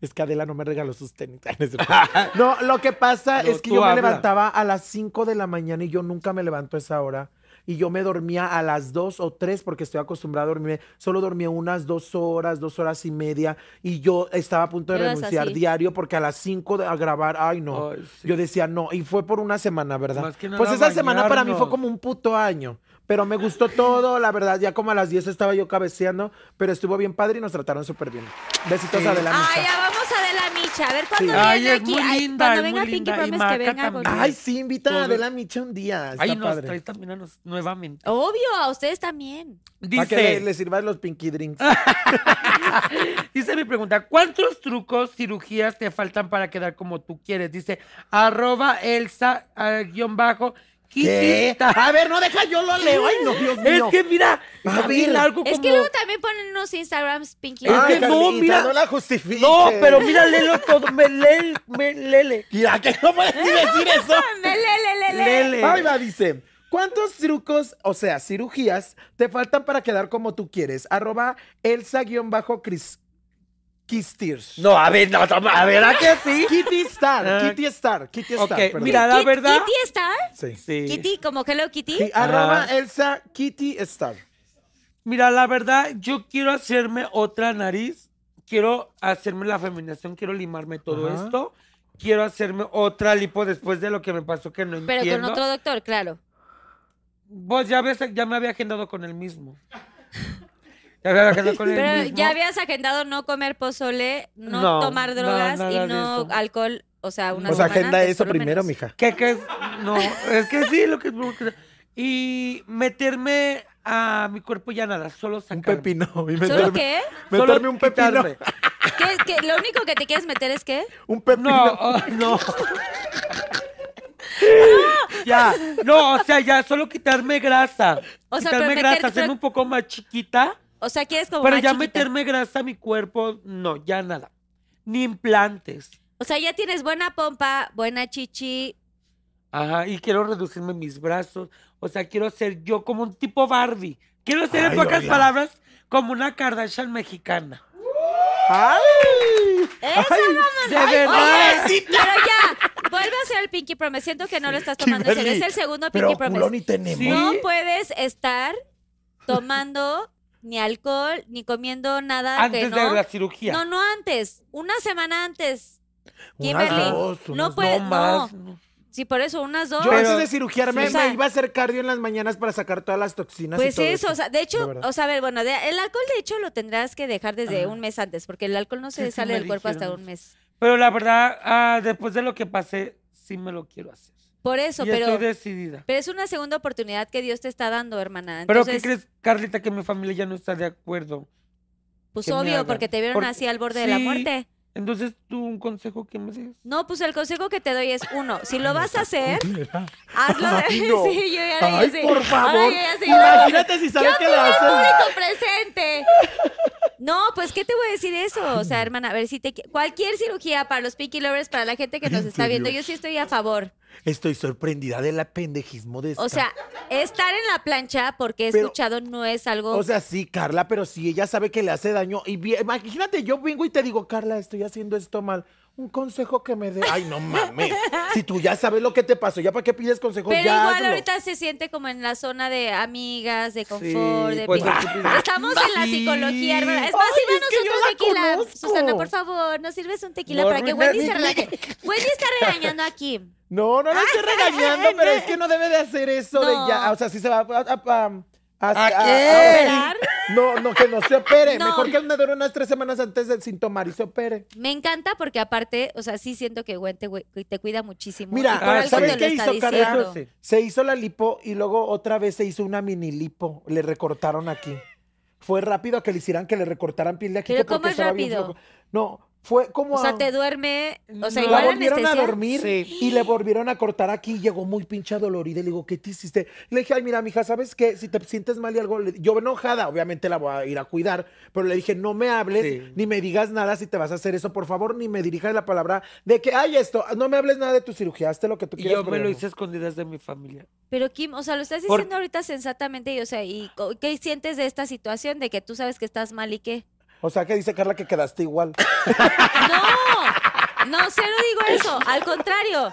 [SPEAKER 4] es que Adela no me regaló sus tenis. Ay, no es cierto. No, lo que pasa
[SPEAKER 5] No,
[SPEAKER 4] es que
[SPEAKER 5] tú
[SPEAKER 4] yo me
[SPEAKER 5] habla.
[SPEAKER 4] levantaba a las 5 de la mañana y yo nunca me levanto a esa hora. Y yo me dormía a las 2 o 3 porque estoy acostumbrada a dormir. Solo dormía unas 2 horas, 2 horas y media. Y yo estaba a punto de
[SPEAKER 3] Eras
[SPEAKER 4] renunciar
[SPEAKER 3] así.
[SPEAKER 4] diario porque a las 5 de, a grabar, ay no.
[SPEAKER 5] Ay, sí.
[SPEAKER 4] Yo decía no. Y fue por una semana, ¿verdad?
[SPEAKER 5] Más que nada
[SPEAKER 4] pues esa semana para mí fue
[SPEAKER 5] bañarnos.
[SPEAKER 4] como un puto año. Pero me gustó todo, la verdad. Ya como a las 10 estaba yo cabeceando. Pero estuvo bien padre y nos trataron súper bien. Besitos
[SPEAKER 5] Sí.
[SPEAKER 4] adelante.
[SPEAKER 3] Ay, ya vamos a de la micha. A ver
[SPEAKER 4] Sí.
[SPEAKER 3] cuándo
[SPEAKER 5] Ay,
[SPEAKER 3] viene
[SPEAKER 5] es
[SPEAKER 3] aquí.
[SPEAKER 5] muy
[SPEAKER 3] Ay,
[SPEAKER 5] linda,
[SPEAKER 3] cuando
[SPEAKER 5] es muy
[SPEAKER 3] venga Pinky
[SPEAKER 5] linda. Y
[SPEAKER 3] Promise que
[SPEAKER 5] Maca
[SPEAKER 3] venga con...
[SPEAKER 5] también.
[SPEAKER 4] Ay, sí, invita
[SPEAKER 5] Todo.
[SPEAKER 4] a Adela Micha un día. Está
[SPEAKER 5] Ay, nos
[SPEAKER 4] padre.
[SPEAKER 5] trae también a nos- nuevamente.
[SPEAKER 3] Obvio, a ustedes también.
[SPEAKER 4] Para que le,
[SPEAKER 5] Dice,
[SPEAKER 4] le sirvan los pinky drinks.
[SPEAKER 5] dice mi pregunta, ¿cuántos trucos, cirugías te faltan para quedar como tú quieres? Dice, arroba Elsa, ah, guión bajo,
[SPEAKER 4] ¿Qué?
[SPEAKER 5] Kitista.
[SPEAKER 4] A ver, no, deja, yo lo leo. Ay, no, Dios
[SPEAKER 5] Es
[SPEAKER 4] mío.
[SPEAKER 5] que mira,
[SPEAKER 4] A
[SPEAKER 5] está bien
[SPEAKER 4] ver.
[SPEAKER 5] largo
[SPEAKER 3] Es
[SPEAKER 5] como...
[SPEAKER 3] que luego también ponen unos Instagrams Pinky.
[SPEAKER 5] Es
[SPEAKER 4] Ay,
[SPEAKER 5] que no,
[SPEAKER 4] Carlita,
[SPEAKER 5] mira.
[SPEAKER 4] No la justifiques.
[SPEAKER 5] No, pero mira, léelo todo, me lele, me lele.
[SPEAKER 4] Mira, que no puedes ni decir eso.
[SPEAKER 3] Le, le, le, le.
[SPEAKER 5] Lele.
[SPEAKER 4] Ahí va, dice. ¿Cuántos trucos, o sea, cirugías, te faltan para quedar como tú quieres? Arroba Elsa-Kistirs.
[SPEAKER 5] No, a ver, no, toma, a ver, ¿a que sí?
[SPEAKER 4] Kitty Star,
[SPEAKER 5] Ah.
[SPEAKER 4] Kitty Star, Kitty
[SPEAKER 5] Ok,
[SPEAKER 4] Star. perdón.
[SPEAKER 5] mira, la
[SPEAKER 3] Kit-
[SPEAKER 5] verdad...
[SPEAKER 3] ¿Kitty está?
[SPEAKER 4] Sí.
[SPEAKER 5] Sí.
[SPEAKER 3] Kitty, como Hello Kitty.
[SPEAKER 4] Sí, Arroba
[SPEAKER 5] Ajá.
[SPEAKER 4] Elsa Kitty Star.
[SPEAKER 5] Mira, la verdad, yo quiero hacerme otra nariz, quiero hacerme la feminación, quiero limarme todo
[SPEAKER 4] Ajá.
[SPEAKER 5] esto, quiero hacerme otra lipo después de lo que me pasó que no
[SPEAKER 3] Pero
[SPEAKER 5] entiendo.
[SPEAKER 3] con otro doctor, claro.
[SPEAKER 5] Vos ya ves, ya me había agendado con el mismo. Ya me había agendado con el
[SPEAKER 3] Pero
[SPEAKER 5] mismo.
[SPEAKER 3] ya habías agendado no comer pozole, no,
[SPEAKER 5] No,
[SPEAKER 3] tomar
[SPEAKER 5] no,
[SPEAKER 3] drogas
[SPEAKER 5] nada de
[SPEAKER 3] y no
[SPEAKER 5] eso.
[SPEAKER 3] alcohol, o sea, una
[SPEAKER 4] O sea,
[SPEAKER 3] semana
[SPEAKER 4] agenda
[SPEAKER 3] antes,
[SPEAKER 4] eso
[SPEAKER 3] por lo
[SPEAKER 4] primero,
[SPEAKER 3] menos.
[SPEAKER 4] mija.
[SPEAKER 5] ¿Qué, qué es? No, es que sí, lo que es Y meterme a mi cuerpo ya nada, solo
[SPEAKER 4] Un
[SPEAKER 5] sacarme.
[SPEAKER 4] pepino. Y
[SPEAKER 3] ¿Solo
[SPEAKER 4] meterme-
[SPEAKER 3] qué?
[SPEAKER 5] Solo
[SPEAKER 4] Meterme un pepino.
[SPEAKER 5] quitarme.
[SPEAKER 3] ¿Qué, qué? Lo único que te quieres meter es qué?
[SPEAKER 4] Un pepino.
[SPEAKER 5] No, oh, no. ya, no, o sea, ya, solo quitarme grasa.
[SPEAKER 3] O sea,
[SPEAKER 5] quitarme
[SPEAKER 3] pero
[SPEAKER 5] grasa,
[SPEAKER 3] meter-
[SPEAKER 5] hacerme un poco más chiquita.
[SPEAKER 3] O sea, quieres como
[SPEAKER 5] Pero
[SPEAKER 3] más
[SPEAKER 5] ya
[SPEAKER 3] chiquita.
[SPEAKER 5] meterme grasa a mi cuerpo, no, ya nada. Ni implantes.
[SPEAKER 3] O sea, ya tienes buena pompa, buena chichi.
[SPEAKER 5] Ajá, y quiero reducirme mis brazos. O sea, quiero ser yo como un tipo Barbie. Quiero ser, en
[SPEAKER 4] Ay,
[SPEAKER 5] pocas
[SPEAKER 4] oiga.
[SPEAKER 5] palabras, como una Kardashian mexicana.
[SPEAKER 4] ¡Ay!
[SPEAKER 3] Eso
[SPEAKER 5] De verdad.
[SPEAKER 3] ¿eh? Pero ya, vuelve a ser el Pinky Promise. Siento que no lo estás tomando en serio.
[SPEAKER 4] Kimberly,
[SPEAKER 3] Es el segundo
[SPEAKER 4] Pero
[SPEAKER 3] Pinky
[SPEAKER 4] culón
[SPEAKER 3] Promise.
[SPEAKER 4] y tenemos.
[SPEAKER 5] Sí.
[SPEAKER 3] No puedes estar tomando ni alcohol, ni comiendo nada
[SPEAKER 5] Antes
[SPEAKER 3] que
[SPEAKER 5] de
[SPEAKER 3] no.
[SPEAKER 5] la cirugía.
[SPEAKER 3] No, no antes. Una semana antes.
[SPEAKER 4] Unas
[SPEAKER 3] Kimberly,
[SPEAKER 4] dos,
[SPEAKER 3] no
[SPEAKER 4] unas dos.
[SPEAKER 3] puedes. No,
[SPEAKER 5] más.
[SPEAKER 3] sí, por eso, unas dos.
[SPEAKER 4] Yo
[SPEAKER 5] Pero-
[SPEAKER 4] antes de cirugiarme
[SPEAKER 3] Sí, o sea-
[SPEAKER 4] me iba a hacer cardio en las mañanas para sacar todas las toxinas. y
[SPEAKER 3] Pues
[SPEAKER 4] todo
[SPEAKER 3] eso, o sea, de hecho,
[SPEAKER 4] verdad.
[SPEAKER 3] o sea, a ver, bueno, de- el alcohol de hecho lo tendrás que dejar desde un mes antes, porque el alcohol no se
[SPEAKER 5] Sí, sí
[SPEAKER 3] sale
[SPEAKER 5] me
[SPEAKER 3] del cuerpo hasta
[SPEAKER 5] dijeron
[SPEAKER 3] un mes.
[SPEAKER 5] Pero la verdad, ah, después de lo que pasé, sí me lo quiero hacer.
[SPEAKER 3] Por eso,
[SPEAKER 5] y
[SPEAKER 3] pero,
[SPEAKER 5] estoy decidida.
[SPEAKER 3] pero es una segunda oportunidad que Dios te está dando, hermana.
[SPEAKER 5] Pero
[SPEAKER 3] Entonces,
[SPEAKER 5] ¿qué crees, Carlita, que mi familia ya no está de acuerdo?
[SPEAKER 3] pues
[SPEAKER 5] que me
[SPEAKER 3] obvio,
[SPEAKER 5] haga?
[SPEAKER 3] porque te vieron
[SPEAKER 5] Porque-
[SPEAKER 3] así al borde de la
[SPEAKER 5] sí.
[SPEAKER 3] muerte.
[SPEAKER 5] Entonces, tú un consejo que me des.
[SPEAKER 3] No, pues el consejo que te doy es uno, si lo vas a hacer, hazlo de... Sí, yo ya le
[SPEAKER 4] Ay,
[SPEAKER 3] hice.
[SPEAKER 4] por
[SPEAKER 3] Ahora
[SPEAKER 4] favor.
[SPEAKER 3] yo ya sé.
[SPEAKER 4] Imagínate si
[SPEAKER 3] ¿Qué
[SPEAKER 4] sabes que lo
[SPEAKER 3] opina el
[SPEAKER 4] haces.
[SPEAKER 3] público presente? No, pues, ¿qué te voy a decir eso? O sea,
[SPEAKER 4] Mm.
[SPEAKER 3] hermana, a ver, si te... qui- Cualquier cirugía para los Pinky Lovers, para la gente que nos está viendo, yo sí estoy a favor.
[SPEAKER 4] Estoy sorprendida del apendejismo de esta.
[SPEAKER 3] O sea, estar en la plancha, porque he
[SPEAKER 4] Pero-
[SPEAKER 3] escuchado, no es algo.
[SPEAKER 4] O sea, sí, Carla, pero si ella sabe que le hace daño. Y vi- imagínate, yo vengo y te digo, Carla, estoy haciendo esto mal. Un consejo que me dé. Ay, no mames. si tú ya sabes lo que te pasó, ¿ya para qué pides consejos?
[SPEAKER 3] pero
[SPEAKER 4] ya
[SPEAKER 3] igual
[SPEAKER 4] hazlo.
[SPEAKER 3] ahorita se siente como en la zona de amigas, de confort, de
[SPEAKER 5] pues,
[SPEAKER 3] pico.
[SPEAKER 5] ah,
[SPEAKER 3] Estamos en la
[SPEAKER 5] sí.
[SPEAKER 3] psicología, hermana. Es más,
[SPEAKER 4] Ay,
[SPEAKER 3] sirve
[SPEAKER 4] es que yo
[SPEAKER 3] nosotros
[SPEAKER 4] la
[SPEAKER 3] tequila.
[SPEAKER 4] conozco.
[SPEAKER 3] Susana, por favor, nos sirves un tequila
[SPEAKER 5] No
[SPEAKER 3] para que
[SPEAKER 5] arruines
[SPEAKER 3] Wendy se
[SPEAKER 5] mi
[SPEAKER 3] relaje. Wendy está regañando aquí.
[SPEAKER 4] No, no lo estoy regañando, pero es que no debe de hacer eso
[SPEAKER 3] No.
[SPEAKER 4] de ya. O sea, sí se va a. a- a- a-
[SPEAKER 5] ¿A
[SPEAKER 4] a-
[SPEAKER 5] qué?
[SPEAKER 4] operar. no, no, que no se opere.
[SPEAKER 3] No.
[SPEAKER 4] Mejor que una dure unas tres semanas antes del sin tomar y se opere.
[SPEAKER 3] Me encanta porque aparte, o sea, sí siento que Gwen te, güey- te cuida muchísimo.
[SPEAKER 4] Mira,
[SPEAKER 3] Y por
[SPEAKER 5] ah,
[SPEAKER 3] algo
[SPEAKER 5] ¿sabes
[SPEAKER 3] te
[SPEAKER 4] qué
[SPEAKER 3] lo está
[SPEAKER 4] hizo Carla?
[SPEAKER 3] diciendo.
[SPEAKER 5] Eso sí.
[SPEAKER 4] Se hizo la lipo y luego otra vez se hizo una mini lipo. Le recortaron aquí. Fue rápido a que le hicieran que le recortaran piel de aquí.
[SPEAKER 3] Pero
[SPEAKER 4] que porque
[SPEAKER 3] ¿cómo es
[SPEAKER 4] estaba bien
[SPEAKER 3] rápido?
[SPEAKER 4] flojo. No, fue como.
[SPEAKER 3] O sea,
[SPEAKER 4] a-
[SPEAKER 3] te duerme, o sea,
[SPEAKER 5] No.
[SPEAKER 4] la
[SPEAKER 3] igual
[SPEAKER 4] volvieron
[SPEAKER 3] anestesia.
[SPEAKER 4] a dormir y le volvieron a cortar aquí. Llegó muy pincha dolorida. y Le digo, ¿qué te hiciste? Le dije, ay, mira, mija, ¿sabes qué? Si te sientes mal y algo, le- yo enojada, obviamente la voy a ir a cuidar. Pero le dije, no me hables
[SPEAKER 5] Sí.
[SPEAKER 4] ni me digas nada si te vas a hacer eso, por favor, ni me dirijas la palabra de que, ay, esto, no me hables nada de tu cirugía, hazte lo que tú
[SPEAKER 5] Y
[SPEAKER 4] quieras.
[SPEAKER 5] yo me
[SPEAKER 4] pero
[SPEAKER 5] lo
[SPEAKER 4] no".
[SPEAKER 5] hice a escondidas de mi familia.
[SPEAKER 3] Pero Kim, o sea, lo estás
[SPEAKER 5] Por-
[SPEAKER 3] diciendo ahorita sensatamente y, o sea, y co- ¿qué sientes de esta situación de que tú sabes que estás mal y qué?
[SPEAKER 4] O sea, que dice Carla que quedaste igual.
[SPEAKER 3] No, no, cero digo eso, al contrario.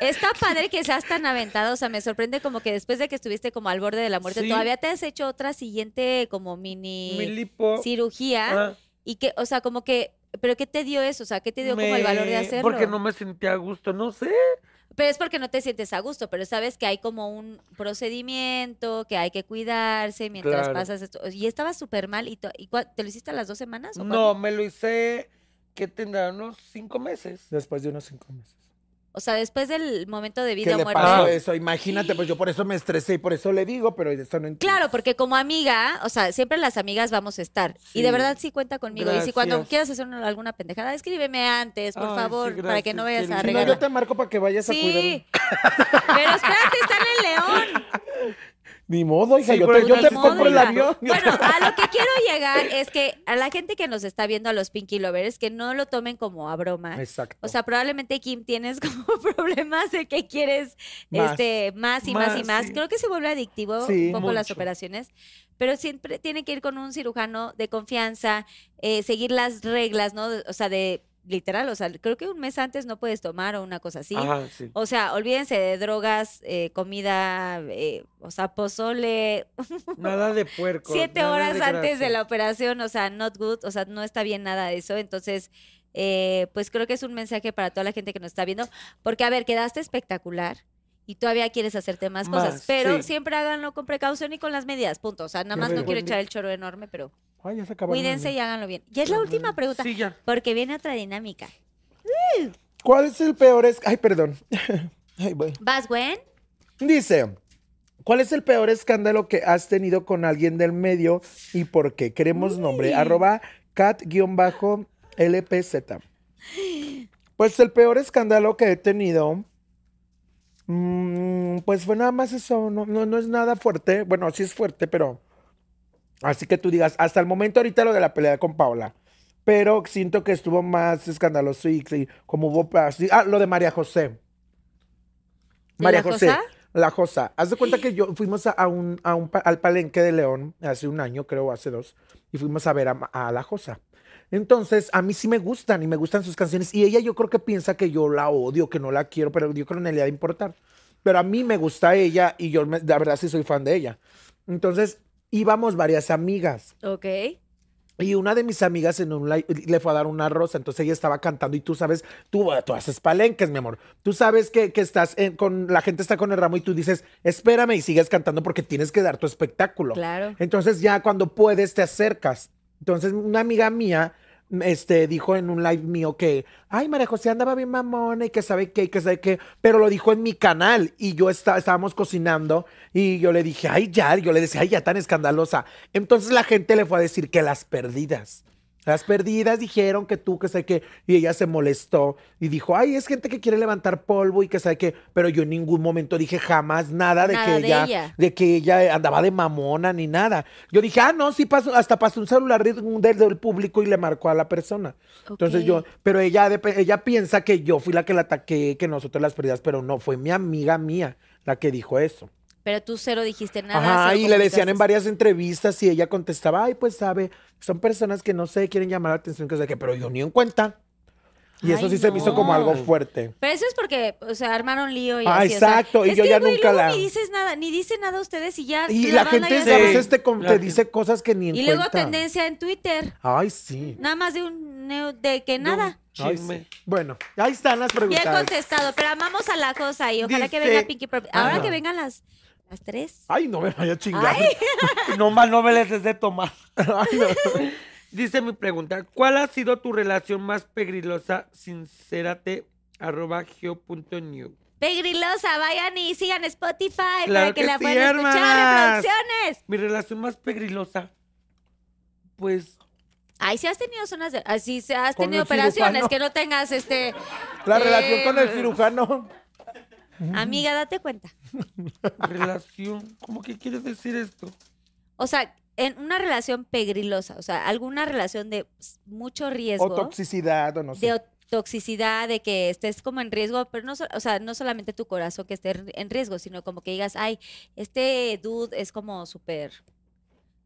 [SPEAKER 3] Está padre que seas tan aventada, o sea, me sorprende como que después de que estuviste como al borde de la muerte,
[SPEAKER 5] Sí.
[SPEAKER 3] todavía te has hecho otra siguiente como mini
[SPEAKER 5] Mi lipo.
[SPEAKER 3] cirugía
[SPEAKER 5] ah,
[SPEAKER 3] y que, o sea, como que, pero ¿qué te dio eso? O sea, ¿qué te dio como el valor de
[SPEAKER 5] me-
[SPEAKER 3] hacerlo?
[SPEAKER 5] Porque no me sentía a gusto, no sé.
[SPEAKER 3] Pero es porque no te sientes a gusto, pero sabes que hay como un procedimiento, que hay que cuidarse mientras
[SPEAKER 5] Claro.
[SPEAKER 3] pasas esto. Y estaba súper mal. ¿Y, to- y cua- te lo hiciste a las dos semanas? o
[SPEAKER 5] No,
[SPEAKER 3] cuándo?
[SPEAKER 5] me lo hice, que tendrá unos cinco meses.
[SPEAKER 4] Después de unos cinco meses.
[SPEAKER 3] O sea, después del momento de vida
[SPEAKER 4] ¿Qué
[SPEAKER 3] o
[SPEAKER 4] le
[SPEAKER 3] muerte.
[SPEAKER 4] pasó
[SPEAKER 5] Ah.
[SPEAKER 4] eso? Imagínate, pues yo por eso me estresé y por eso le digo, pero eso no entiendo.
[SPEAKER 3] Claro, porque como amiga, o sea, siempre las amigas vamos a estar. Y de
[SPEAKER 5] Sí.
[SPEAKER 3] verdad sí cuenta conmigo. Y si cuando
[SPEAKER 5] Gracias.
[SPEAKER 3] quieras hacer una- alguna pendejada, escríbeme antes, por
[SPEAKER 5] Ay, sí,
[SPEAKER 3] favor, para que
[SPEAKER 5] gracias,
[SPEAKER 3] no vayas a
[SPEAKER 5] querida.
[SPEAKER 4] Si no,
[SPEAKER 3] regalar.
[SPEAKER 4] yo te marco para que vayas a cuidar.
[SPEAKER 3] Sí, pero espérate, están en León.
[SPEAKER 4] Ni modo, hija,
[SPEAKER 5] Sí,
[SPEAKER 4] yo
[SPEAKER 5] pero
[SPEAKER 4] te, yo
[SPEAKER 5] ni
[SPEAKER 4] te
[SPEAKER 3] Ni
[SPEAKER 4] compro
[SPEAKER 3] modo,
[SPEAKER 4] el
[SPEAKER 3] hija.
[SPEAKER 4] avión.
[SPEAKER 3] Bueno, a lo que quiero llegar es que a la gente que nos está viendo a los Pinky Lovers, que no lo tomen como a broma.
[SPEAKER 4] Exacto.
[SPEAKER 3] O sea, probablemente Kim tienes como problemas de que quieres
[SPEAKER 4] Más.
[SPEAKER 3] este más y más, y
[SPEAKER 5] Más,
[SPEAKER 3] más.
[SPEAKER 5] sí.
[SPEAKER 3] Creo que se vuelve adictivo
[SPEAKER 4] Sí,
[SPEAKER 3] un poco las
[SPEAKER 5] mucho.
[SPEAKER 3] operaciones, pero siempre tiene que ir con un cirujano de confianza, eh, seguir las reglas, ¿no? O sea, de literal, o sea, creo que un mes antes no puedes tomar o una cosa así.
[SPEAKER 5] Ajá, sí.
[SPEAKER 3] O sea, olvídense de drogas, eh, comida, eh, o sea, pozole,
[SPEAKER 5] Nada de puerco.
[SPEAKER 3] siete
[SPEAKER 5] nada
[SPEAKER 3] horas antes de
[SPEAKER 5] grasa.
[SPEAKER 3] la operación, o sea, not good, o sea, no está bien nada de eso. Entonces, eh, pues creo que es un mensaje para toda la gente que nos está viendo, porque a ver, quedaste espectacular y todavía quieres hacerte más cosas,
[SPEAKER 5] Más,
[SPEAKER 3] pero
[SPEAKER 5] sí.
[SPEAKER 3] siempre háganlo con precaución y con las medidas, punto. O sea, nada
[SPEAKER 4] Qué
[SPEAKER 3] más no
[SPEAKER 4] bueno.
[SPEAKER 3] quiero echar el choro enorme, pero
[SPEAKER 4] Ay, ya se acabaron.
[SPEAKER 3] cuídense y háganlo bien. Y es la última pregunta,
[SPEAKER 5] Sí, ya.
[SPEAKER 3] porque viene otra dinámica.
[SPEAKER 4] ¿Cuál es el peor es... Ay, perdón. Ay, voy.
[SPEAKER 3] ¿Vas, Gwen?
[SPEAKER 4] Dice, ¿cuál es el peor escándalo que has tenido con alguien del medio y por qué? Queremos nombre. Arroba cat-lpz. Pues el peor escándalo que he tenido, mm, pues fue nada más eso, no, no, no es nada fuerte. Bueno, sí es fuerte, pero así que tú digas, hasta el momento ahorita lo de la pelea con Paula. Pero siento que estuvo más escandaloso y, y como hubo... así- Ah, lo de María José.
[SPEAKER 3] ¿De
[SPEAKER 4] María
[SPEAKER 3] la
[SPEAKER 4] José.
[SPEAKER 3] Josa?
[SPEAKER 4] La Josa. Haz de cuenta que yo fuimos a, a un, a un pa- al palenque de León hace un año, creo, hace dos, y fuimos a ver a, Ma- a La Josa. Entonces, a mí sí me gustan y me gustan sus canciones. Y ella yo creo que piensa que yo la odio, que no la quiero, pero yo creo que no le ha de importar. Pero a mí me gusta ella y yo me- la verdad sí soy fan de ella. Entonces, íbamos varias amigas.
[SPEAKER 3] Ok.
[SPEAKER 4] Y una de mis amigas en un live le fue a dar una rosa, entonces ella estaba cantando y tú sabes, tú, tú haces palenques, mi amor. Tú sabes que, que estás en- con la gente está con el ramo y tú dices, espérame y sigues cantando porque tienes que dar tu espectáculo.
[SPEAKER 3] Claro.
[SPEAKER 4] Entonces ya cuando puedes te acercas. Entonces una amiga mía m- este, dijo en un live mío que, ay, María José andaba bien mamona y que sabe qué, y que sabe qué, pero lo dijo en mi canal y yo esta- estábamos cocinando y yo le dije, ay, ya, yo le decía, ay, ya tan escandalosa. Entonces la gente le fue a decir que las perdidas. Las perdidas dijeron que tú, que sé que, y ella se molestó y dijo, ay, es gente que quiere levantar polvo y que sabe que, pero yo en ningún momento dije jamás nada de
[SPEAKER 3] Nada
[SPEAKER 4] que
[SPEAKER 3] de
[SPEAKER 4] ella,
[SPEAKER 3] ella.
[SPEAKER 4] de que ella andaba de mamona ni nada. Yo dije, ah, no, sí pasó, hasta pasó un celular de- del, del público y le marcó a la persona. Entonces
[SPEAKER 3] Ok.
[SPEAKER 4] yo, pero ella, dep- ella piensa que yo fui la que la ataqué, que nosotros las perdidas, pero no, fue mi amiga mía la que dijo eso.
[SPEAKER 3] Pero tú cero dijiste nada.
[SPEAKER 4] Ajá,
[SPEAKER 3] cero
[SPEAKER 4] y le decían en
[SPEAKER 3] comunicaste.
[SPEAKER 4] varias entrevistas y ella contestaba, ay, pues sabe, son personas que no sé, quieren llamar la atención, que sé qué, pero yo ni en cuenta. Y eso
[SPEAKER 3] Ay,
[SPEAKER 4] sí se me hizo como algo
[SPEAKER 3] no.
[SPEAKER 4] fuerte.
[SPEAKER 3] Pero eso es porque, o sea, armaron lío y
[SPEAKER 4] Ah,
[SPEAKER 3] así, o sea,
[SPEAKER 4] exacto, y
[SPEAKER 3] es
[SPEAKER 4] yo
[SPEAKER 3] que,
[SPEAKER 4] ya
[SPEAKER 3] güey,
[SPEAKER 4] nunca
[SPEAKER 3] luego
[SPEAKER 4] la-
[SPEAKER 3] Ni dices nada, ni dice nada ustedes y ya.
[SPEAKER 4] Y la,
[SPEAKER 3] banda
[SPEAKER 4] gente
[SPEAKER 3] ya
[SPEAKER 4] a
[SPEAKER 3] se va.
[SPEAKER 4] veces te, com-
[SPEAKER 5] La
[SPEAKER 4] te
[SPEAKER 5] gente-
[SPEAKER 4] dice cosas que ni en
[SPEAKER 3] Y
[SPEAKER 4] cuenta.
[SPEAKER 3] luego tendencia en Twitter,
[SPEAKER 4] Ay, sí.
[SPEAKER 3] nada más de un neo- de que nada.
[SPEAKER 4] Ay,
[SPEAKER 5] Chisme.
[SPEAKER 4] sí. Bueno, ahí están las
[SPEAKER 3] Ya
[SPEAKER 4] preguntas.
[SPEAKER 3] he contestado, pero amamos a la cosa y ojalá que
[SPEAKER 5] Dice-
[SPEAKER 3] venga Pinky Promise. Ahora
[SPEAKER 4] Ajá.
[SPEAKER 3] que vengan las, las tres.
[SPEAKER 4] Ay, no me vaya a chingar.
[SPEAKER 5] No más no me les des de tomar.
[SPEAKER 4] Ay, no.
[SPEAKER 5] Dice mi pregunta, ¿cuál ha sido tu relación más pegrilosa? Sincérate, arroba geo.new.
[SPEAKER 3] Pegrilosa, vayan y sigan Spotify
[SPEAKER 5] Claro
[SPEAKER 3] para que,
[SPEAKER 5] que
[SPEAKER 3] la
[SPEAKER 5] sí,
[SPEAKER 3] puedan
[SPEAKER 5] hermanas.
[SPEAKER 3] escuchar reproducciones.
[SPEAKER 5] Mi relación más pegrilosa, pues...
[SPEAKER 3] Ay, si has tenido zonas de. Así si has
[SPEAKER 4] Con
[SPEAKER 3] tenido
[SPEAKER 4] el cirujano.
[SPEAKER 3] operaciones, que no tengas este.
[SPEAKER 4] La
[SPEAKER 3] eh,
[SPEAKER 4] relación con el cirujano.
[SPEAKER 3] Amiga, date cuenta.
[SPEAKER 5] Relación, ¿cómo que quieres decir esto?
[SPEAKER 3] O sea, en una relación pegrilosa, o sea, alguna relación de pues, mucho riesgo.
[SPEAKER 4] O toxicidad, o no sé.
[SPEAKER 3] de o- toxicidad, de que estés como en riesgo, pero no, so- o sea, no solamente tu corazón que esté en- en riesgo, sino como que digas, ay, este dude es como súper,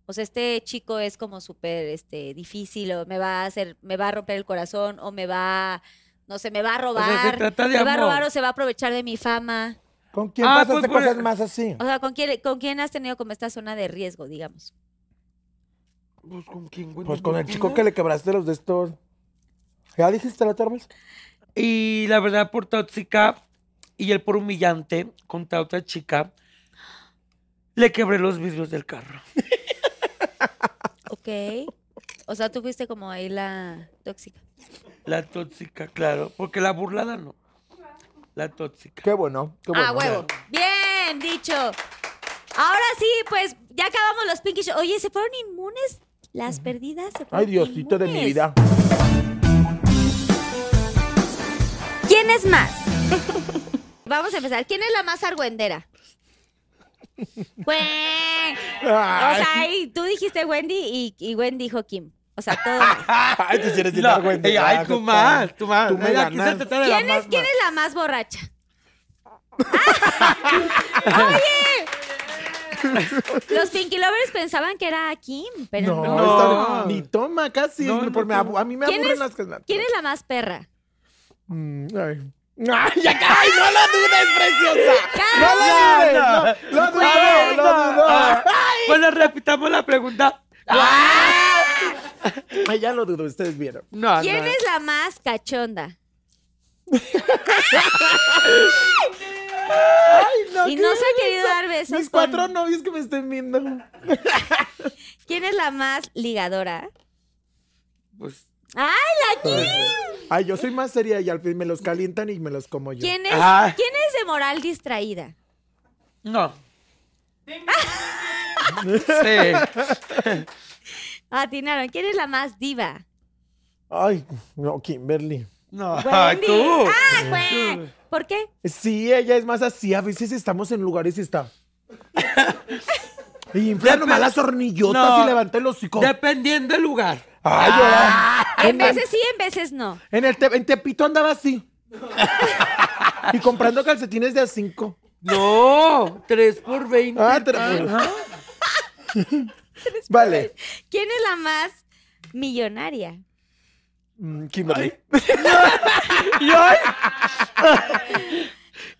[SPEAKER 3] o sea, este chico es como súper este, difícil, o me va a hacer, me va a romper el corazón, o me va, no sé, me va a
[SPEAKER 5] O sea, se
[SPEAKER 3] robar,
[SPEAKER 5] trata de
[SPEAKER 3] me va a
[SPEAKER 5] amor.
[SPEAKER 3] robar o se va a aprovechar de mi fama.
[SPEAKER 4] ¿Con quién
[SPEAKER 5] Ah,
[SPEAKER 4] pasaste
[SPEAKER 5] pues, pues,
[SPEAKER 4] cosas más así?
[SPEAKER 3] O sea, ¿con quién, ¿con quién has tenido como esta zona de riesgo, digamos?
[SPEAKER 5] Pues con quién, güey?
[SPEAKER 4] Pues
[SPEAKER 5] No
[SPEAKER 4] con
[SPEAKER 5] me
[SPEAKER 4] el chico
[SPEAKER 5] acuerdo.
[SPEAKER 4] que le quebraste los de estos. ¿Ya dijiste la otra vez?
[SPEAKER 5] Y la verdad, por tóxica y el por humillante, contra otra chica, le quebré los vidrios del carro.
[SPEAKER 3] Ok. O sea, tú fuiste como ahí la tóxica.
[SPEAKER 5] La tóxica, claro, porque la burlada no. La tóxica.
[SPEAKER 4] Qué bueno, qué bueno.
[SPEAKER 3] ah, huevo. Bien, dicho. Ahora sí, pues ya acabamos los Pinky Show. Oye, ¿se fueron inmunes las perdidas? ¿Se
[SPEAKER 4] Ay,
[SPEAKER 3] fueron
[SPEAKER 4] Diosito de mi
[SPEAKER 3] inmunes?
[SPEAKER 4] vida.
[SPEAKER 9] ¿Quién es más?
[SPEAKER 3] Vamos a empezar. ¿Quién es la más argüendera? Güey. O
[SPEAKER 4] Ay,
[SPEAKER 3] sea, y tú dijiste Wendy y, y Wendy dijo Kim. O sea, todo.
[SPEAKER 4] ay, te quieres
[SPEAKER 5] No,
[SPEAKER 4] tirar güey.
[SPEAKER 5] ey, ay, tú más, tú más.
[SPEAKER 4] Tú me
[SPEAKER 5] Ay, aquí
[SPEAKER 4] ganas.
[SPEAKER 5] se trata de la
[SPEAKER 3] ¿Quién es,
[SPEAKER 5] más,
[SPEAKER 3] quién
[SPEAKER 5] más.
[SPEAKER 3] es la más borracha? ¡Oye! Los Pinky Lovers pensaban que era Kim, pero
[SPEAKER 4] No,
[SPEAKER 3] no.
[SPEAKER 5] No.
[SPEAKER 4] esta- ni toma casi.
[SPEAKER 5] No, no
[SPEAKER 4] por- me
[SPEAKER 5] toma.
[SPEAKER 4] abu- a mí me
[SPEAKER 3] ¿Quién
[SPEAKER 4] aburren
[SPEAKER 3] es-
[SPEAKER 4] las que-
[SPEAKER 3] ¿Quién es la más perra?
[SPEAKER 4] Mm, ay. Ay, ya- ay, no la dudes, preciosa. No la dudes. No, lo
[SPEAKER 5] Ay,
[SPEAKER 4] dudo,
[SPEAKER 5] no.
[SPEAKER 4] lo dudo.
[SPEAKER 5] Ah, Bueno, repitamos la pregunta.
[SPEAKER 4] Ay, ya lo dudo, ustedes vieron.
[SPEAKER 5] No,
[SPEAKER 3] ¿Quién
[SPEAKER 5] no.
[SPEAKER 3] es la más cachonda? y no se ha querido dar besos.
[SPEAKER 4] Mis cuatro
[SPEAKER 3] con-
[SPEAKER 4] novios que me estén viendo.
[SPEAKER 3] ¿Quién es la más ligadora?
[SPEAKER 5] Pues,
[SPEAKER 3] ¡Ay, la Kim!
[SPEAKER 4] Ay, yo soy más seria y al fin me los calientan y me los como yo.
[SPEAKER 3] ¿Quién es,
[SPEAKER 5] Ah.
[SPEAKER 3] ¿quién es de moral distraída?
[SPEAKER 5] no. Sí.
[SPEAKER 3] Atinaron. ¿Quién es la más diva?
[SPEAKER 4] Ay, no, Kimberly.
[SPEAKER 5] No. Ay,
[SPEAKER 3] Wendy.
[SPEAKER 5] tú.
[SPEAKER 3] ¡Ah, güey! ¿Por qué?
[SPEAKER 4] Sí, ella es más así. A veces estamos en lugares y está. Y infla
[SPEAKER 5] Depe-
[SPEAKER 4] nomás las hornillotas
[SPEAKER 5] No.
[SPEAKER 4] y levanta el hocico.
[SPEAKER 5] Dependiendo del lugar.
[SPEAKER 4] Ay, ahora.
[SPEAKER 3] En veces sí, en veces no.
[SPEAKER 4] En, el te- en Tepito andaba así. y comprando calcetines de a cinco.
[SPEAKER 5] No, 3 por 20.
[SPEAKER 4] Ah, te- Vale.
[SPEAKER 3] ¿Quién es la más millonaria?
[SPEAKER 4] Mm, Kimberly.
[SPEAKER 5] Yo,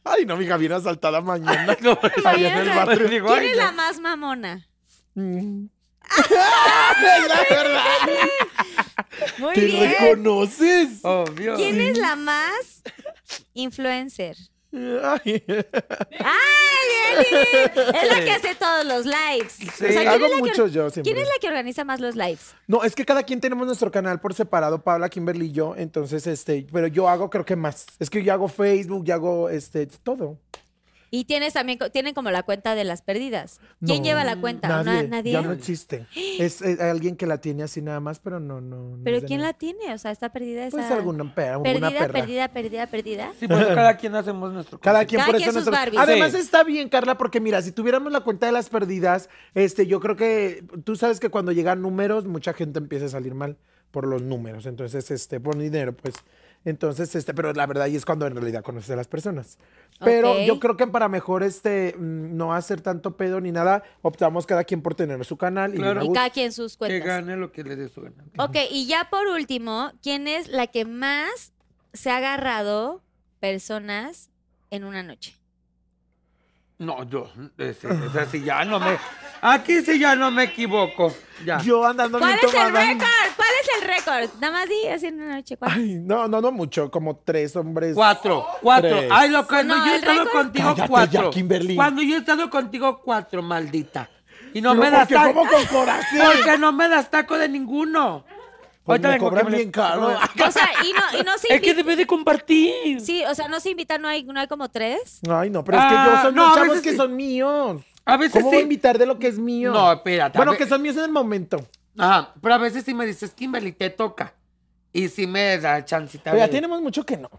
[SPEAKER 4] Ay, no, mija, viene asaltada mañana.
[SPEAKER 5] no,
[SPEAKER 4] Ahí en el
[SPEAKER 3] Mañana.
[SPEAKER 4] barrio.
[SPEAKER 5] digo,
[SPEAKER 3] ¿Quién
[SPEAKER 5] ay,
[SPEAKER 3] es
[SPEAKER 5] no.
[SPEAKER 3] la más mamona?
[SPEAKER 4] Mm. Es la verdad.
[SPEAKER 3] Muy
[SPEAKER 4] Te
[SPEAKER 3] bien.
[SPEAKER 4] reconoces.
[SPEAKER 5] Obvio.
[SPEAKER 3] ¿Quién es la más influencer?
[SPEAKER 4] Ay.
[SPEAKER 3] ¡Ay, bien, bien, bien! Es la que hace todos los lives. O sea, ¿quién,
[SPEAKER 4] Hago
[SPEAKER 3] es la que-
[SPEAKER 4] mucho yo siempre.
[SPEAKER 3] quién es la que organiza más los lives?
[SPEAKER 4] No, es que cada quien tenemos nuestro canal por separado, Paula, Kimberly y yo. Entonces, este, pero yo hago creo que más. Es que yo hago Facebook, yo hago este, todo.
[SPEAKER 3] Y tienes también, co- tienen como la cuenta de las pérdidas. ¿Quién
[SPEAKER 4] No,
[SPEAKER 3] lleva la cuenta? Na-
[SPEAKER 4] Nadie,
[SPEAKER 3] Nadie.
[SPEAKER 4] ya no existe. Es, eh, alguien que la tiene así nada más, pero no, no. no
[SPEAKER 3] ¿Pero
[SPEAKER 4] es de
[SPEAKER 3] quién
[SPEAKER 4] nadie.
[SPEAKER 3] la tiene? O sea, está perdida esa...
[SPEAKER 4] Pues alguna, pe- alguna
[SPEAKER 3] Perdida,
[SPEAKER 4] perra.
[SPEAKER 3] perdida, perdida, perdida.
[SPEAKER 5] Sí, por eso cada quien hacemos nuestro
[SPEAKER 4] Cada quien
[SPEAKER 3] Cada
[SPEAKER 4] por
[SPEAKER 3] quien
[SPEAKER 4] eso
[SPEAKER 3] sus
[SPEAKER 4] nosotros-
[SPEAKER 3] Barbies.
[SPEAKER 4] Además
[SPEAKER 5] Sí.
[SPEAKER 4] está bien, Carla, porque mira, si tuviéramos la cuenta de las perdidas, este, yo creo que tú sabes que cuando llegan números, mucha gente empieza a salir mal por los números. Entonces, este, por dinero, pues. Entonces, este, pero la verdad ahí es cuando en realidad conoces a las personas. Pero
[SPEAKER 3] Ok.
[SPEAKER 4] yo creo que para mejor este mm, no hacer tanto pedo ni nada, optamos cada quien por tener su canal y,
[SPEAKER 5] Claro.
[SPEAKER 4] bien a
[SPEAKER 3] Y
[SPEAKER 4] gusto.
[SPEAKER 3] cada quien sus
[SPEAKER 5] Que
[SPEAKER 3] cuentas.
[SPEAKER 5] gane lo que le dé su gana.
[SPEAKER 3] Ok, y ya por último, ¿quién es la que más se ha agarrado personas en una noche?
[SPEAKER 5] No, yo, ese, ese sí ya no me. Aquí sí ya no me equivoco. Ya.
[SPEAKER 4] yo andando
[SPEAKER 3] ¿Cuál
[SPEAKER 4] bien
[SPEAKER 3] es el
[SPEAKER 4] tomada.
[SPEAKER 3] récord? ¿Cuál es el récord? Nada más di así en una noche. ¿cuál?
[SPEAKER 4] Ay, no, no, no mucho, como tres hombres.
[SPEAKER 5] Cuatro, cuatro.
[SPEAKER 4] Tres.
[SPEAKER 5] Ay, lo que
[SPEAKER 3] No,
[SPEAKER 5] no, yo he
[SPEAKER 3] el
[SPEAKER 5] estado
[SPEAKER 3] récord-
[SPEAKER 5] contigo
[SPEAKER 4] Cállate ya,
[SPEAKER 5] cuatro.
[SPEAKER 4] Kimberly.
[SPEAKER 5] Cuando yo he estado contigo cuatro, maldita. Y no
[SPEAKER 4] Pero
[SPEAKER 5] me das
[SPEAKER 4] porque
[SPEAKER 5] taco.
[SPEAKER 4] como con coraje.
[SPEAKER 5] Porque no me das taco de ninguno.
[SPEAKER 4] Pues me
[SPEAKER 5] vengo,
[SPEAKER 4] cobran
[SPEAKER 5] Kimberly.
[SPEAKER 4] bien caro.
[SPEAKER 3] O sea, y no, y no se
[SPEAKER 5] Es que
[SPEAKER 3] invita.
[SPEAKER 5] debe de compartir.
[SPEAKER 3] Sí, o sea, no se invita, no hay, no hay como tres.
[SPEAKER 4] Ay, no, pero es que yo
[SPEAKER 5] Ah,
[SPEAKER 4] son
[SPEAKER 5] no,
[SPEAKER 4] los
[SPEAKER 5] a
[SPEAKER 4] chavos
[SPEAKER 5] veces
[SPEAKER 4] que
[SPEAKER 5] sí.
[SPEAKER 4] son míos.
[SPEAKER 5] A veces
[SPEAKER 4] ¿Cómo voy a
[SPEAKER 5] sí.
[SPEAKER 4] invitar de lo que es mío?
[SPEAKER 5] No, espérate, a
[SPEAKER 4] Bueno,
[SPEAKER 5] ver.
[SPEAKER 4] que son míos en el momento.
[SPEAKER 5] Ajá, pero a veces sí me dices, Kimberly, te toca. Y sí me da chancita.
[SPEAKER 4] Pero ya
[SPEAKER 5] de-
[SPEAKER 4] tenemos mucho que no.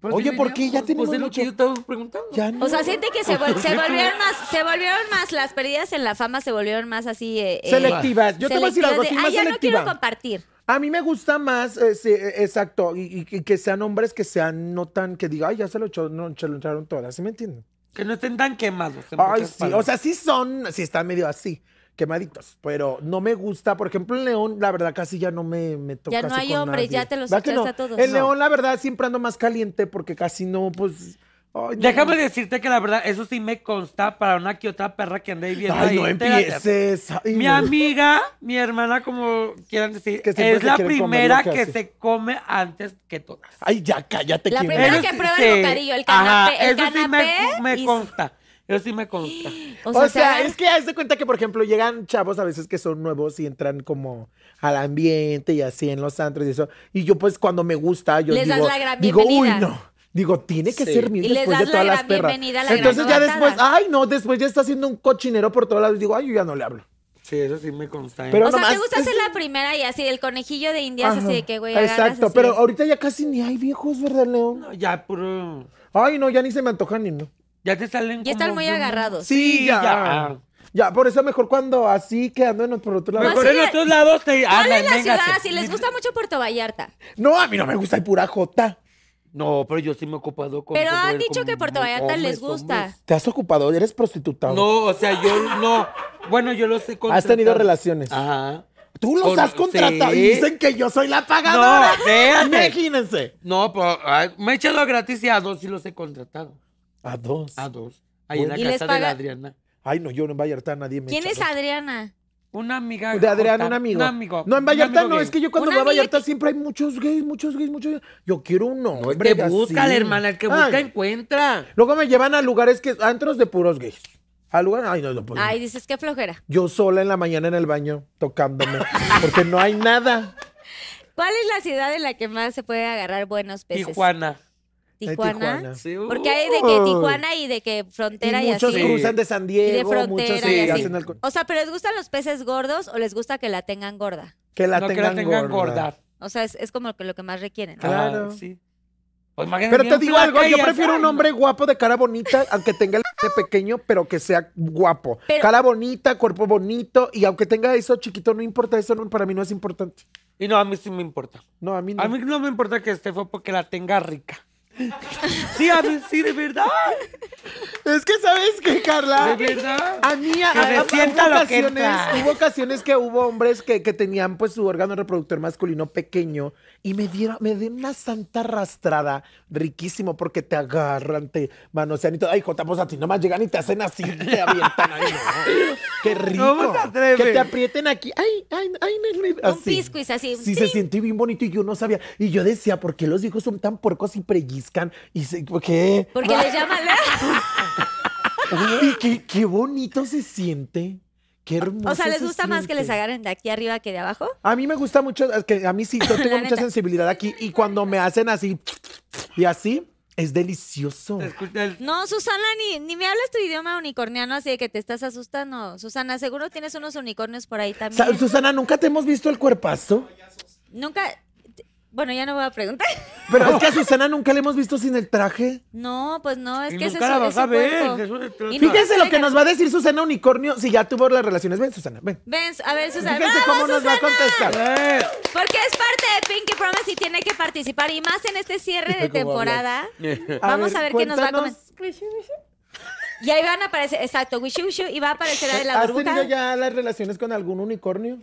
[SPEAKER 5] Pues
[SPEAKER 4] Oye,
[SPEAKER 5] sí,
[SPEAKER 4] ¿por
[SPEAKER 5] ya,
[SPEAKER 4] qué? Ya
[SPEAKER 5] pues,
[SPEAKER 4] tenemos
[SPEAKER 5] pues, es lo
[SPEAKER 4] mucho.
[SPEAKER 5] que yo estaba preguntando.
[SPEAKER 4] Ya no.
[SPEAKER 3] O sea, siente que se, vol- se volvieron más, se volvieron más, las pérdidas en la fama se volvieron más así. eh, eh,
[SPEAKER 4] Selectivas. Yo te voy a decir
[SPEAKER 3] selectivas
[SPEAKER 4] algo,
[SPEAKER 3] de,
[SPEAKER 4] soy
[SPEAKER 3] "Ay,
[SPEAKER 4] más
[SPEAKER 3] ya no quiero
[SPEAKER 4] selectiva.
[SPEAKER 3] compartir.
[SPEAKER 4] A mí me gusta más, eh, sí, eh, exacto, y, y- y que sean hombres que sean no tan, que diga, ay, ya se lo, echó- no, se lo echaron todas, ¿sí me entienden?
[SPEAKER 5] Que no estén tan quemados. en
[SPEAKER 4] Ay,
[SPEAKER 5] pocas
[SPEAKER 4] sí, o
[SPEAKER 5] palabras.
[SPEAKER 4] sea, sí son, sí están medio así, quemaditos, pero no me gusta, por ejemplo, el león, la verdad, casi ya no me, me toca
[SPEAKER 3] no
[SPEAKER 4] así
[SPEAKER 3] hay
[SPEAKER 4] con
[SPEAKER 3] hombres,
[SPEAKER 4] nadie.
[SPEAKER 3] ya te los
[SPEAKER 4] ¿Verdad que
[SPEAKER 3] echaste
[SPEAKER 4] no?
[SPEAKER 3] a todos?
[SPEAKER 4] El
[SPEAKER 3] No.
[SPEAKER 4] león, la verdad, siempre ando más caliente porque casi no, pues... ay, no.
[SPEAKER 5] Déjame decirte que la verdad, eso sí me consta para una que otra perra que ande ahí viendo.
[SPEAKER 4] Ay,
[SPEAKER 5] ahí,
[SPEAKER 4] no
[SPEAKER 5] entérate.
[SPEAKER 4] empieces. ay,
[SPEAKER 5] Mi
[SPEAKER 4] no.
[SPEAKER 5] amiga, mi hermana, como quieran decir,
[SPEAKER 4] Que siempre
[SPEAKER 5] es
[SPEAKER 4] se
[SPEAKER 5] la
[SPEAKER 4] quieren comer
[SPEAKER 5] primera
[SPEAKER 4] lo que
[SPEAKER 5] que,
[SPEAKER 4] hace.
[SPEAKER 5] se come antes que todas.
[SPEAKER 4] Ay, ya cállate.
[SPEAKER 3] La
[SPEAKER 4] Kimberly.
[SPEAKER 3] primera
[SPEAKER 5] Eso
[SPEAKER 3] que
[SPEAKER 5] sí-
[SPEAKER 3] prueba el bocadillo, el canapé-
[SPEAKER 5] Ajá,
[SPEAKER 3] el
[SPEAKER 5] eso sí
[SPEAKER 3] canapé
[SPEAKER 5] me, me
[SPEAKER 3] y-
[SPEAKER 5] consta. Eso sí me consta.
[SPEAKER 3] O
[SPEAKER 4] O
[SPEAKER 3] sea,
[SPEAKER 4] sea,
[SPEAKER 3] se agarra-
[SPEAKER 4] es que haz de cuenta que, por ejemplo, llegan chavos a veces que son nuevos y entran como al ambiente y así en los antros y eso. Y yo, pues, cuando me gusta, yo
[SPEAKER 3] Les das
[SPEAKER 4] digo,
[SPEAKER 3] la gran
[SPEAKER 4] digo, uy,
[SPEAKER 3] bienvenida".
[SPEAKER 4] no. Digo, tiene que
[SPEAKER 5] Sí.
[SPEAKER 4] ser mío
[SPEAKER 3] Y les
[SPEAKER 4] después de
[SPEAKER 3] das la
[SPEAKER 4] todas las
[SPEAKER 3] gran
[SPEAKER 4] perras.
[SPEAKER 3] bienvenida, la gran
[SPEAKER 4] Entonces ya
[SPEAKER 3] novatada.
[SPEAKER 4] después, ay, no, después ya está haciendo un cochinero por todos lados. Digo, ay, yo ya no le hablo.
[SPEAKER 5] Sí, eso sí me consta. ¿eh?
[SPEAKER 4] Pero
[SPEAKER 3] o sea, te
[SPEAKER 4] nomás-
[SPEAKER 3] gusta ser
[SPEAKER 4] es-
[SPEAKER 3] la primera y así, el conejillo de indias,
[SPEAKER 4] Ajá.
[SPEAKER 3] así de que, güey, agarras
[SPEAKER 4] Exacto,
[SPEAKER 3] así.
[SPEAKER 4] pero ahorita ya casi ni hay viejos, ¿verdad, León?
[SPEAKER 5] No, ya, puro.
[SPEAKER 4] Ay, no, ya ni se me antojan ni no.
[SPEAKER 5] Ya te salen.
[SPEAKER 3] Y están
[SPEAKER 5] como
[SPEAKER 3] muy
[SPEAKER 5] de-
[SPEAKER 3] agarrados.
[SPEAKER 4] Sí,
[SPEAKER 5] Sí,
[SPEAKER 4] ya.
[SPEAKER 5] ya. Ah,
[SPEAKER 4] ya. por eso mejor cuando así quedando en por otro lado.
[SPEAKER 5] Mejor
[SPEAKER 3] así
[SPEAKER 5] en
[SPEAKER 3] de-
[SPEAKER 5] otros lados te.
[SPEAKER 3] ¿Cuál
[SPEAKER 5] andan,
[SPEAKER 3] es la
[SPEAKER 5] véngase.
[SPEAKER 3] ciudad? Si les gusta mucho Puerto Vallarta.
[SPEAKER 4] No, a mí no me gusta el pura Jota.
[SPEAKER 5] No, pero yo sí me he ocupado con.
[SPEAKER 3] Pero
[SPEAKER 5] con-
[SPEAKER 3] han
[SPEAKER 5] con-
[SPEAKER 3] dicho que Puerto
[SPEAKER 5] con
[SPEAKER 3] Vallarta les
[SPEAKER 5] hombres,
[SPEAKER 3] gusta.
[SPEAKER 4] ¿Te has ocupado? ¿Eres prostituta?
[SPEAKER 5] No, o sea, yo no. Bueno, yo los he contratado.
[SPEAKER 4] ¿Has tenido relaciones?
[SPEAKER 5] Ajá.
[SPEAKER 4] Tú los
[SPEAKER 5] Con-
[SPEAKER 4] has contratado
[SPEAKER 5] sí.
[SPEAKER 4] y dicen que yo soy la
[SPEAKER 5] No,
[SPEAKER 4] pagadora.
[SPEAKER 5] espérate.
[SPEAKER 4] Imagínense.
[SPEAKER 5] No, pues ay, me he echado gratis y a dos sí los he contratado.
[SPEAKER 4] A dos.
[SPEAKER 5] A dos. Ahí en la
[SPEAKER 3] ¿Y les
[SPEAKER 5] casa de
[SPEAKER 3] paga-
[SPEAKER 5] la Adriana.
[SPEAKER 4] Ay, no, yo no en Vallarta nadie me
[SPEAKER 3] ¿Quién es
[SPEAKER 4] Adrián?
[SPEAKER 3] Adriana?
[SPEAKER 5] Una amiga.
[SPEAKER 4] De Adrián,
[SPEAKER 5] jota,
[SPEAKER 4] un amigo.
[SPEAKER 5] Un amigo.
[SPEAKER 4] No, en
[SPEAKER 5] un
[SPEAKER 4] Vallarta
[SPEAKER 5] amigo
[SPEAKER 4] no,
[SPEAKER 5] gay.
[SPEAKER 4] es que yo cuando
[SPEAKER 3] Un
[SPEAKER 4] voy a
[SPEAKER 3] amigo
[SPEAKER 4] Vallarta
[SPEAKER 3] que-
[SPEAKER 4] siempre hay muchos gays, muchos gays, muchos gays. Yo quiero un
[SPEAKER 5] No, el
[SPEAKER 4] hombre
[SPEAKER 5] que
[SPEAKER 4] así.
[SPEAKER 5] busca, la hermana. El que busca
[SPEAKER 4] Ay,
[SPEAKER 5] encuentra.
[SPEAKER 4] Luego me llevan a lugares que, antros de puros gays. A lugares, ay, no, no puedo.
[SPEAKER 3] Ay, dices, qué flojera.
[SPEAKER 4] Yo sola en la mañana en el baño tocándome, porque no hay nada.
[SPEAKER 3] ¿Cuál es la ciudad en la que más se puede agarrar buenos peces?
[SPEAKER 5] Tijuana.
[SPEAKER 3] Tijuana.
[SPEAKER 4] Tijuana.
[SPEAKER 5] Sí,
[SPEAKER 3] Pues Porque hay de que Tijuana y de que
[SPEAKER 4] Y
[SPEAKER 3] frontera y,
[SPEAKER 4] muchos
[SPEAKER 3] así.
[SPEAKER 4] cruzan de San Diego,
[SPEAKER 3] Y de
[SPEAKER 4] muchos
[SPEAKER 3] frontera
[SPEAKER 5] y
[SPEAKER 4] sí,
[SPEAKER 5] así.
[SPEAKER 4] hacen el co-
[SPEAKER 3] O sea, ¿pero les gustan los peces gordos o les gusta que la tengan gorda?
[SPEAKER 4] que la
[SPEAKER 5] no que
[SPEAKER 4] tengan,
[SPEAKER 5] la tengan
[SPEAKER 4] gorda.
[SPEAKER 5] gorda.
[SPEAKER 3] O sea, es, es como que lo que más requieren. ¿no?
[SPEAKER 4] Claro.
[SPEAKER 5] Ah, sí. Pues imagínate,
[SPEAKER 4] Pero te
[SPEAKER 5] un
[SPEAKER 4] digo
[SPEAKER 5] flaco
[SPEAKER 4] algo,
[SPEAKER 5] y
[SPEAKER 4] yo
[SPEAKER 5] ya
[SPEAKER 4] prefiero
[SPEAKER 5] sabes,
[SPEAKER 4] un hombre guapo de cara bonita, aunque tenga el de pequeño, pero que sea guapo.
[SPEAKER 3] Pero-
[SPEAKER 4] cara bonita, cuerpo bonito, y aunque tenga eso chiquito, no importa, eso no- para mí no es importante.
[SPEAKER 5] Y no, a mí sí me importa.
[SPEAKER 4] No, a mí no.
[SPEAKER 5] A mí no me importa que esté fue porque la tenga rica. Sí, a mí sí, de verdad.
[SPEAKER 4] Es que, ¿sabes qué, Carla?
[SPEAKER 5] De verdad.
[SPEAKER 4] A mí, a,
[SPEAKER 5] Que se
[SPEAKER 4] a-
[SPEAKER 5] sienta
[SPEAKER 4] hubo,
[SPEAKER 5] lo que
[SPEAKER 4] ocasiones,
[SPEAKER 5] trae.
[SPEAKER 4] hubo ocasiones que hubo hombres que, que tenían pues su órgano reproductor masculino pequeño y me dieron, me dieron una santa arrastrada riquísimo porque te agarran, te manosean y todo. Ay, Jota, pues a ti nomás llegan y te hacen así, te avientan. Ay, no. Qué rico.
[SPEAKER 5] ¿Cómo te atreves?
[SPEAKER 4] Que te aprieten aquí. Ay, ay, ay, ay, ay,
[SPEAKER 3] Un
[SPEAKER 4] así.
[SPEAKER 3] piscuis así.
[SPEAKER 4] Sí, se siente bien bonito y yo no sabía. Y yo decía, ¿por qué los hijos son tan puercos y pellizcan? Y se, ¿qué?
[SPEAKER 3] Porque les llaman...
[SPEAKER 4] Uy, qué, qué bonito se siente. Qué hermoso.
[SPEAKER 3] O sea, ¿les
[SPEAKER 4] se
[SPEAKER 3] gusta más que les
[SPEAKER 4] siente.
[SPEAKER 3] agarren de aquí arriba que de abajo?
[SPEAKER 4] A mí me gusta mucho, es que a mí sí, yo
[SPEAKER 3] La
[SPEAKER 4] tengo mucha
[SPEAKER 3] neta.
[SPEAKER 4] sensibilidad aquí y cuando me hacen así y así, Es delicioso.
[SPEAKER 5] Te escucha el-
[SPEAKER 3] No, Susana, ni, ni me hablas tu idioma unicorniano, así de que te estás asustando. Susana, seguro tienes unos unicornios por ahí también.
[SPEAKER 4] Sa- Susana, ¿nunca te hemos visto el cuerpazo?
[SPEAKER 3] Nunca. Bueno, ya no voy a preguntar.
[SPEAKER 4] Pero es que a Susana nunca le hemos visto sin el traje.
[SPEAKER 3] No, pues no, es
[SPEAKER 5] y
[SPEAKER 3] que ese
[SPEAKER 5] nunca la
[SPEAKER 3] es su-
[SPEAKER 5] vas
[SPEAKER 3] es su
[SPEAKER 5] a ver.
[SPEAKER 3] cuerpo.
[SPEAKER 5] es una-
[SPEAKER 3] Y no-
[SPEAKER 4] Fíjense lo que
[SPEAKER 3] Oigan.
[SPEAKER 4] nos va a decir Susana Unicornio si ya tuvo las relaciones. Ven, Susana, ven.
[SPEAKER 3] Ven, a ver, Susana.
[SPEAKER 4] Fíjense
[SPEAKER 3] ¡Bravo,
[SPEAKER 4] cómo nos va a
[SPEAKER 3] Susana!
[SPEAKER 4] contestar.
[SPEAKER 5] Eh,
[SPEAKER 3] Porque es parte de Pinky Promise y tiene que participar. Y más en este cierre de temporada. Vamos a ver qué nos va a
[SPEAKER 4] cuéntanos.
[SPEAKER 3] Y ahí van a aparecer, exacto, wishu, wishu, y va a aparecer la de la
[SPEAKER 4] ¿Has tenido
[SPEAKER 3] burbuja.
[SPEAKER 4] ya las relaciones con algún unicornio?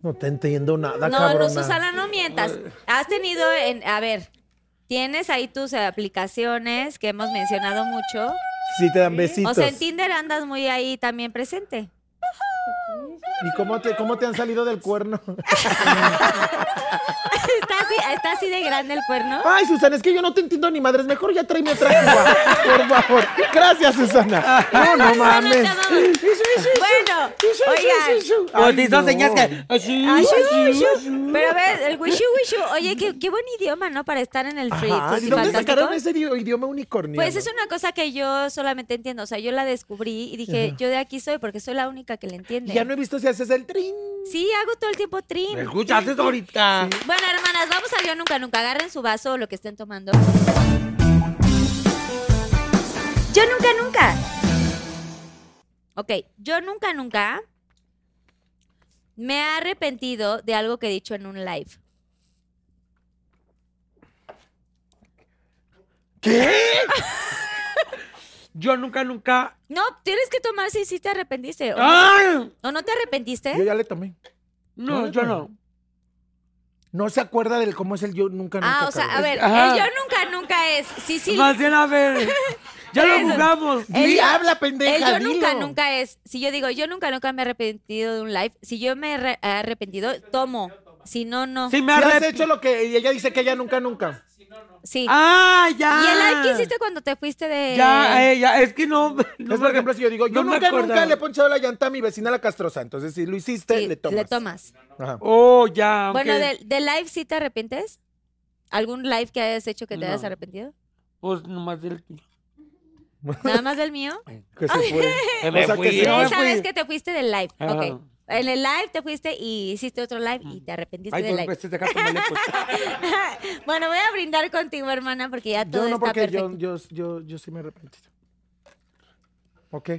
[SPEAKER 4] No te entiendo nada,
[SPEAKER 3] No,
[SPEAKER 4] cabrona.
[SPEAKER 3] no, Susana, no mientas. Has tenido en, a ver, tienes ahí tus eh, aplicaciones que hemos mencionado mucho.
[SPEAKER 4] Sí, te dan besitos.
[SPEAKER 3] O sea, en Tinder andas muy ahí también presente.
[SPEAKER 4] ¿Y cómo te, cómo te han salido del cuerno?
[SPEAKER 3] Está así, está así de grande el cuerno.
[SPEAKER 4] Ay, Susana, es que yo no te entiendo ni madres. Mejor ya tráeme otra cuba, por favor. Gracias, Susana. No, no
[SPEAKER 3] Susana, te
[SPEAKER 4] mames.
[SPEAKER 3] amamos. Bueno, oigan.
[SPEAKER 5] O Pues, te hizo señas que.
[SPEAKER 3] Ay,
[SPEAKER 5] así,
[SPEAKER 3] shoo,
[SPEAKER 5] así,
[SPEAKER 3] shoo.
[SPEAKER 5] así.
[SPEAKER 3] Pero a ver, el wishu wishu. Oye, qué, qué buen idioma, ¿no? Para estar en el free.
[SPEAKER 4] Ajá, ¿y
[SPEAKER 3] Fruity
[SPEAKER 4] Ah, dónde
[SPEAKER 3] Fantástico.
[SPEAKER 4] sacaron ese idi- idioma unicornio?
[SPEAKER 3] Pues es una cosa que yo solamente entiendo. O sea, yo la descubrí y dije, yo de aquí soy porque soy la única que le entiende.
[SPEAKER 4] Ya no he visto si haces el trin.
[SPEAKER 3] Sí, hago todo el tiempo trim.
[SPEAKER 5] ¿Me escuchaste ahorita?
[SPEAKER 3] Bueno, hermanas, vamos al yo nunca nunca. Agarren su vaso o lo que estén tomando.
[SPEAKER 10] Yo nunca, nunca.
[SPEAKER 3] Ok, yo nunca nunca me he arrepentido de algo que he dicho en un live.
[SPEAKER 5] Yo nunca, nunca.
[SPEAKER 3] No, tienes que tomar si sí te arrepentiste. ¿O,
[SPEAKER 5] Ah. ¡Ay!
[SPEAKER 3] ¿o no te arrepentiste?
[SPEAKER 4] Yo ya le tomé.
[SPEAKER 5] No, yo no.
[SPEAKER 4] No se acuerda del cómo es el yo nunca, nunca.
[SPEAKER 3] ah, o sea, a
[SPEAKER 4] cabrón.
[SPEAKER 3] ver,
[SPEAKER 5] Ajá.
[SPEAKER 3] el yo nunca nunca es. Sí, sí.
[SPEAKER 5] Más bien, a ver. Ya lo
[SPEAKER 3] Eso.
[SPEAKER 5] jugamos.
[SPEAKER 4] Di,
[SPEAKER 3] el-
[SPEAKER 4] habla,
[SPEAKER 3] El
[SPEAKER 4] pendeja,
[SPEAKER 3] yo nunca,
[SPEAKER 4] dilo.
[SPEAKER 3] nunca es. Si yo digo, yo nunca, nunca me he arrepentido de un live. Si yo me he arre- he arrepentido, tomo. Si no, no.
[SPEAKER 5] Si me
[SPEAKER 4] Si has
[SPEAKER 5] arrep-
[SPEAKER 4] hecho lo que ella dice que ella nunca, nunca.
[SPEAKER 3] Sí.
[SPEAKER 5] ¡Ah, ya!
[SPEAKER 3] ¿Y el live que hiciste cuando te fuiste de.?
[SPEAKER 5] Ya, eh, ya, es que no. no
[SPEAKER 4] es
[SPEAKER 5] me-
[SPEAKER 4] por ejemplo si yo digo, yo
[SPEAKER 5] no me
[SPEAKER 4] nunca,
[SPEAKER 5] acordaba.
[SPEAKER 4] nunca le he ponchado la llanta a mi vecina la castrosa. Entonces, si lo hiciste,
[SPEAKER 3] Sí,
[SPEAKER 4] le tomas.
[SPEAKER 3] Le tomas.
[SPEAKER 4] Ajá.
[SPEAKER 5] Oh, ya.
[SPEAKER 3] Bueno,
[SPEAKER 5] ok.
[SPEAKER 3] del del live sí te arrepientes? ¿Algún live que hayas hecho que te hayas
[SPEAKER 5] No.
[SPEAKER 3] arrepentido?
[SPEAKER 5] Pues nomás del.
[SPEAKER 3] Nada más del mío.
[SPEAKER 4] Que se fue.
[SPEAKER 5] Que
[SPEAKER 4] sea, Pues, que si
[SPEAKER 3] De
[SPEAKER 4] no me
[SPEAKER 3] esa vez que te fuiste del live.
[SPEAKER 5] Ah.
[SPEAKER 3] Ok. En el live te fuiste y hiciste otro live y te arrepentiste
[SPEAKER 5] Ay, pues,
[SPEAKER 3] del
[SPEAKER 5] dos
[SPEAKER 3] live.
[SPEAKER 5] veces dejaste mal pues.
[SPEAKER 3] bueno, voy a brindar contigo, hermana, porque ya todo
[SPEAKER 4] Yo no,
[SPEAKER 3] está
[SPEAKER 4] porque yo,
[SPEAKER 3] perfecto.
[SPEAKER 4] yo, yo, yo sí me he arrepentido. ¿Ok?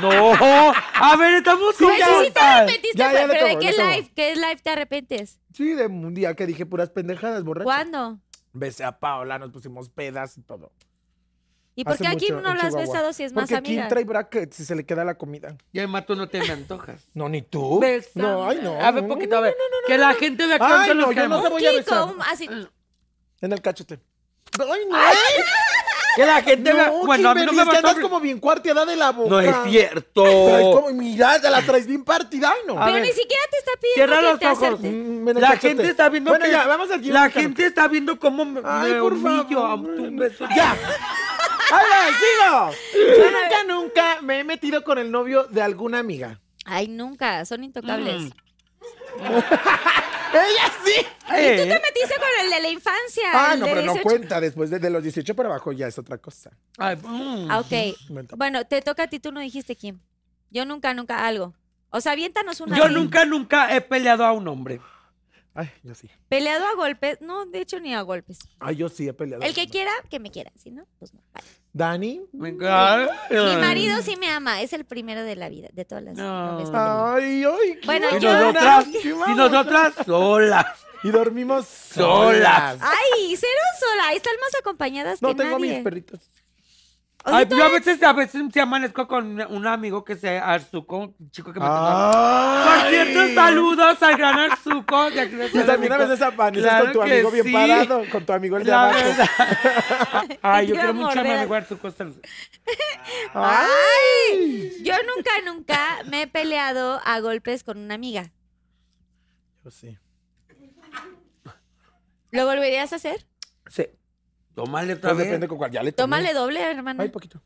[SPEAKER 5] No. A ver, estamos
[SPEAKER 3] Pues sí, sí te
[SPEAKER 5] juntas.
[SPEAKER 3] arrepentiste,
[SPEAKER 4] Ya, ya
[SPEAKER 3] pues,
[SPEAKER 4] le
[SPEAKER 3] pero
[SPEAKER 4] tomo,
[SPEAKER 3] ¿de
[SPEAKER 4] le
[SPEAKER 3] qué
[SPEAKER 4] tomo.
[SPEAKER 3] live? ¿Qué live te arrepientes?
[SPEAKER 4] Sí, de un día que dije puras pendejadas, borracho.
[SPEAKER 3] ¿Cuándo?
[SPEAKER 4] Besé a Paola, nos pusimos pedas y todo.
[SPEAKER 3] ¿Y por
[SPEAKER 4] Hace
[SPEAKER 3] qué aquí
[SPEAKER 4] mucho,
[SPEAKER 3] no
[SPEAKER 4] en
[SPEAKER 3] lo has
[SPEAKER 4] Chihuahua.
[SPEAKER 3] besado si es más
[SPEAKER 4] Porque
[SPEAKER 3] amiga?
[SPEAKER 4] aquí trae brackets y se le queda la comida.
[SPEAKER 5] Ya, además tú no te me antojas.
[SPEAKER 4] No, ni tú.
[SPEAKER 5] Bésame.
[SPEAKER 4] No, ay, no.
[SPEAKER 5] A ver,
[SPEAKER 4] no, no,
[SPEAKER 5] poquito, a ver.
[SPEAKER 4] no, no, no,
[SPEAKER 5] que
[SPEAKER 4] no,
[SPEAKER 5] la
[SPEAKER 4] no.
[SPEAKER 5] gente vea que
[SPEAKER 4] Ay,
[SPEAKER 5] nosotros
[SPEAKER 4] no, yo no
[SPEAKER 5] nos queremos.
[SPEAKER 4] te voy a besar.
[SPEAKER 3] Kiko, un- así.
[SPEAKER 4] En el cachete. Ay, no.
[SPEAKER 5] Que la gente vea.
[SPEAKER 4] no,
[SPEAKER 5] Bueno, a mí no me
[SPEAKER 4] Kimberly,
[SPEAKER 5] va
[SPEAKER 4] es
[SPEAKER 5] a
[SPEAKER 4] que andas como bien cuarteada de la boca.
[SPEAKER 5] No es cierto.
[SPEAKER 4] Traes como, mira, te la traes bien partida. Ay, no.
[SPEAKER 5] A
[SPEAKER 3] Pero
[SPEAKER 5] ver.
[SPEAKER 3] ni siquiera te está pidiendo
[SPEAKER 5] Cierra
[SPEAKER 3] que
[SPEAKER 5] los
[SPEAKER 3] te
[SPEAKER 5] ojos.
[SPEAKER 3] acepte.
[SPEAKER 4] Mm, ven el
[SPEAKER 5] La
[SPEAKER 4] cachete.
[SPEAKER 5] gente está viendo
[SPEAKER 4] Bueno,
[SPEAKER 5] que-
[SPEAKER 4] ya, vamos al
[SPEAKER 5] La
[SPEAKER 4] Kimberly.
[SPEAKER 5] gente está viendo cómo me,
[SPEAKER 4] Ay,
[SPEAKER 5] me
[SPEAKER 4] por
[SPEAKER 5] humillo a
[SPEAKER 4] favor.
[SPEAKER 5] un beso.
[SPEAKER 4] ¡Ya! ¡Ahora, sigo! Yo nunca, nunca me he metido con el novio de alguna amiga.
[SPEAKER 3] Ay, nunca, son intocables.
[SPEAKER 5] Mm.
[SPEAKER 4] ¡Ella sí!
[SPEAKER 3] ¿Y tú
[SPEAKER 5] Eh,
[SPEAKER 3] te metiste con el de la infancia?
[SPEAKER 4] Ah,
[SPEAKER 3] el
[SPEAKER 4] no,
[SPEAKER 3] de
[SPEAKER 4] pero no
[SPEAKER 3] 18?
[SPEAKER 4] cuenta. Después de, de los 18 para abajo ya es otra cosa.
[SPEAKER 5] ay, mm.
[SPEAKER 3] Ah, ok.
[SPEAKER 4] Inventa.
[SPEAKER 3] Bueno, te toca a ti, tú no dijiste, Kim. Yo nunca, nunca algo. O sea, aviéntanos una.
[SPEAKER 5] Yo
[SPEAKER 3] así.
[SPEAKER 5] nunca, nunca he peleado a un hombre.
[SPEAKER 4] Ay, yo sí.
[SPEAKER 3] Peleado a golpes. No, de hecho, ni a golpes.
[SPEAKER 4] Ay, yo sí he peleado.
[SPEAKER 3] El que quiera, que me quiera. Si no, pues no. Bye.
[SPEAKER 4] ¿Dani?
[SPEAKER 5] Mi marido
[SPEAKER 3] Mi marido sí me ama. Es el primero de la vida, de todas las.
[SPEAKER 5] No.
[SPEAKER 3] novias.
[SPEAKER 4] Ay, ay. qué
[SPEAKER 3] Bueno,
[SPEAKER 5] Y
[SPEAKER 3] yo-
[SPEAKER 4] buena,
[SPEAKER 5] nosotras,
[SPEAKER 4] qué
[SPEAKER 5] y
[SPEAKER 4] buena.
[SPEAKER 5] nosotras solas.
[SPEAKER 4] Y dormimos solas.
[SPEAKER 5] Solas.
[SPEAKER 3] Ay, cero sola. ahí Están más acompañadas
[SPEAKER 4] No
[SPEAKER 3] Ah, que
[SPEAKER 4] tengo a
[SPEAKER 3] nadie.
[SPEAKER 4] mis perritos.
[SPEAKER 3] O sea,
[SPEAKER 5] Ay,
[SPEAKER 3] tú
[SPEAKER 5] yo a veces, a veces se amanezco con un amigo que se arzucó, un chico que me tocó. Por
[SPEAKER 4] Ay.
[SPEAKER 5] cierto, saludos al gran arzuco. de aquí de
[SPEAKER 4] Y también a
[SPEAKER 5] México.
[SPEAKER 4] veces apareces
[SPEAKER 5] Claro
[SPEAKER 4] con tu
[SPEAKER 5] que
[SPEAKER 4] amigo bien
[SPEAKER 5] sí.
[SPEAKER 4] parado, con tu amigo el de
[SPEAKER 5] La
[SPEAKER 4] abajo.
[SPEAKER 5] verdad. Ay, yo
[SPEAKER 3] Te iba a
[SPEAKER 5] quiero mucho a mi
[SPEAKER 3] morder.
[SPEAKER 5] amigo arzuco. saludos.
[SPEAKER 4] Ay.
[SPEAKER 3] Yo nunca, nunca me he peleado a golpes con una amiga.
[SPEAKER 4] Yo sí.
[SPEAKER 3] ¿Lo volverías a hacer?
[SPEAKER 4] Sí.
[SPEAKER 5] Tómale otra
[SPEAKER 4] Pues
[SPEAKER 5] vez.
[SPEAKER 4] depende con cuál. Ya le tomé.
[SPEAKER 3] Tómale doble, hermana.
[SPEAKER 4] Ay, poquito.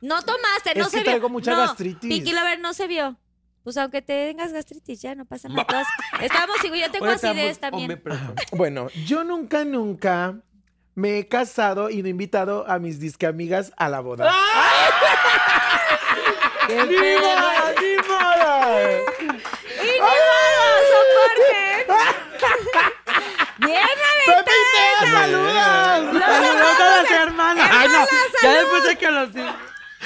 [SPEAKER 3] No tomaste, no
[SPEAKER 4] Es
[SPEAKER 3] se
[SPEAKER 4] que
[SPEAKER 3] vio.
[SPEAKER 4] traigo mucha
[SPEAKER 3] no,
[SPEAKER 4] gastritis.
[SPEAKER 3] Pinky Lover no se vio. pues aunque tengas gastritis, ya no pasa nada. Todas- Estamos igual, yo tengo acidez también.
[SPEAKER 4] Bueno, yo nunca, nunca me he casado y no he invitado a mis disque amigas a la boda.
[SPEAKER 3] ¡Qué pedo!
[SPEAKER 4] ¡Ni modo!
[SPEAKER 3] ¡Y ni modo, soporten! ¡Bien
[SPEAKER 4] ¡Pepita,
[SPEAKER 3] aventado!
[SPEAKER 4] saludas!
[SPEAKER 5] Saludos a las hermanas. Ay, no. Ya después de que los.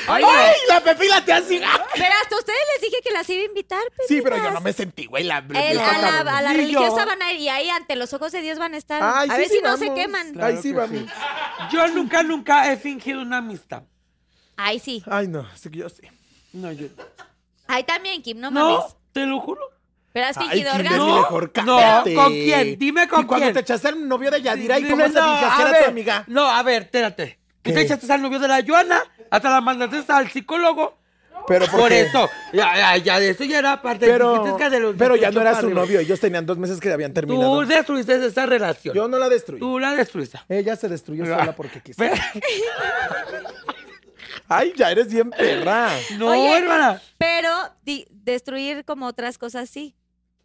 [SPEAKER 5] Ay, no.
[SPEAKER 4] ¡Ay, la pepila te hace!
[SPEAKER 3] Pero hasta ustedes les dije que las iba a invitar,
[SPEAKER 4] Sí, pero yo
[SPEAKER 3] pendejas.
[SPEAKER 4] no me sentí, güey. La,
[SPEAKER 3] El- a la, a la
[SPEAKER 4] Ni yo.
[SPEAKER 3] religiosa van a ir y ahí ante los ojos de Dios van a estar.
[SPEAKER 4] Ay,
[SPEAKER 3] a
[SPEAKER 4] sí,
[SPEAKER 3] ver
[SPEAKER 4] sí,
[SPEAKER 3] si no se
[SPEAKER 4] vamos.
[SPEAKER 3] queman.
[SPEAKER 4] Ay, sí, mami.
[SPEAKER 5] Yo nunca, nunca he fingido una amistad.
[SPEAKER 3] Ay, sí.
[SPEAKER 4] Ay, no, sí que yo sí.
[SPEAKER 5] No, yo.
[SPEAKER 3] Ahí también, Kim, no,
[SPEAKER 5] No,
[SPEAKER 3] mames.
[SPEAKER 5] te lo juro.
[SPEAKER 3] Pero has
[SPEAKER 4] Ay,
[SPEAKER 3] fingido
[SPEAKER 4] Kim,
[SPEAKER 3] orgasmo.
[SPEAKER 4] es
[SPEAKER 5] No,
[SPEAKER 4] mejor
[SPEAKER 5] no,
[SPEAKER 4] cállate.
[SPEAKER 5] ¿con quién? Dime con
[SPEAKER 4] y cuando
[SPEAKER 5] quién.
[SPEAKER 4] te echaste al novio de Yadira Ah, y
[SPEAKER 5] Dime,
[SPEAKER 4] cómo se
[SPEAKER 5] no,
[SPEAKER 4] fingías que
[SPEAKER 5] a
[SPEAKER 4] era tu
[SPEAKER 5] ver,
[SPEAKER 4] amiga.
[SPEAKER 5] No, a ver, espérate.
[SPEAKER 4] ¿Qué?
[SPEAKER 5] ¿Qué? te echaste al novio de la Joana? Hasta la mandaste al psicólogo.
[SPEAKER 4] Pero
[SPEAKER 5] Por,
[SPEAKER 4] qué?
[SPEAKER 5] eso. Ya, ya, ya, de eso ya era parte.
[SPEAKER 4] Pero,
[SPEAKER 5] Dijiste que de los
[SPEAKER 4] pero ya
[SPEAKER 5] 18
[SPEAKER 4] no era
[SPEAKER 5] para
[SPEAKER 4] su
[SPEAKER 5] arriba.
[SPEAKER 4] novio. Ellos tenían dos meses que habían terminado.
[SPEAKER 5] Tú destruiste esa relación.
[SPEAKER 4] Yo no la destruí.
[SPEAKER 5] Tú Ah, la destruiste.
[SPEAKER 4] Ella se destruyó sola porque quiso.
[SPEAKER 5] Pero-
[SPEAKER 4] Ay, ya eres bien perra.
[SPEAKER 5] No,
[SPEAKER 3] Oye.
[SPEAKER 5] hermana.
[SPEAKER 3] Pero di- destruir como otras cosas sí.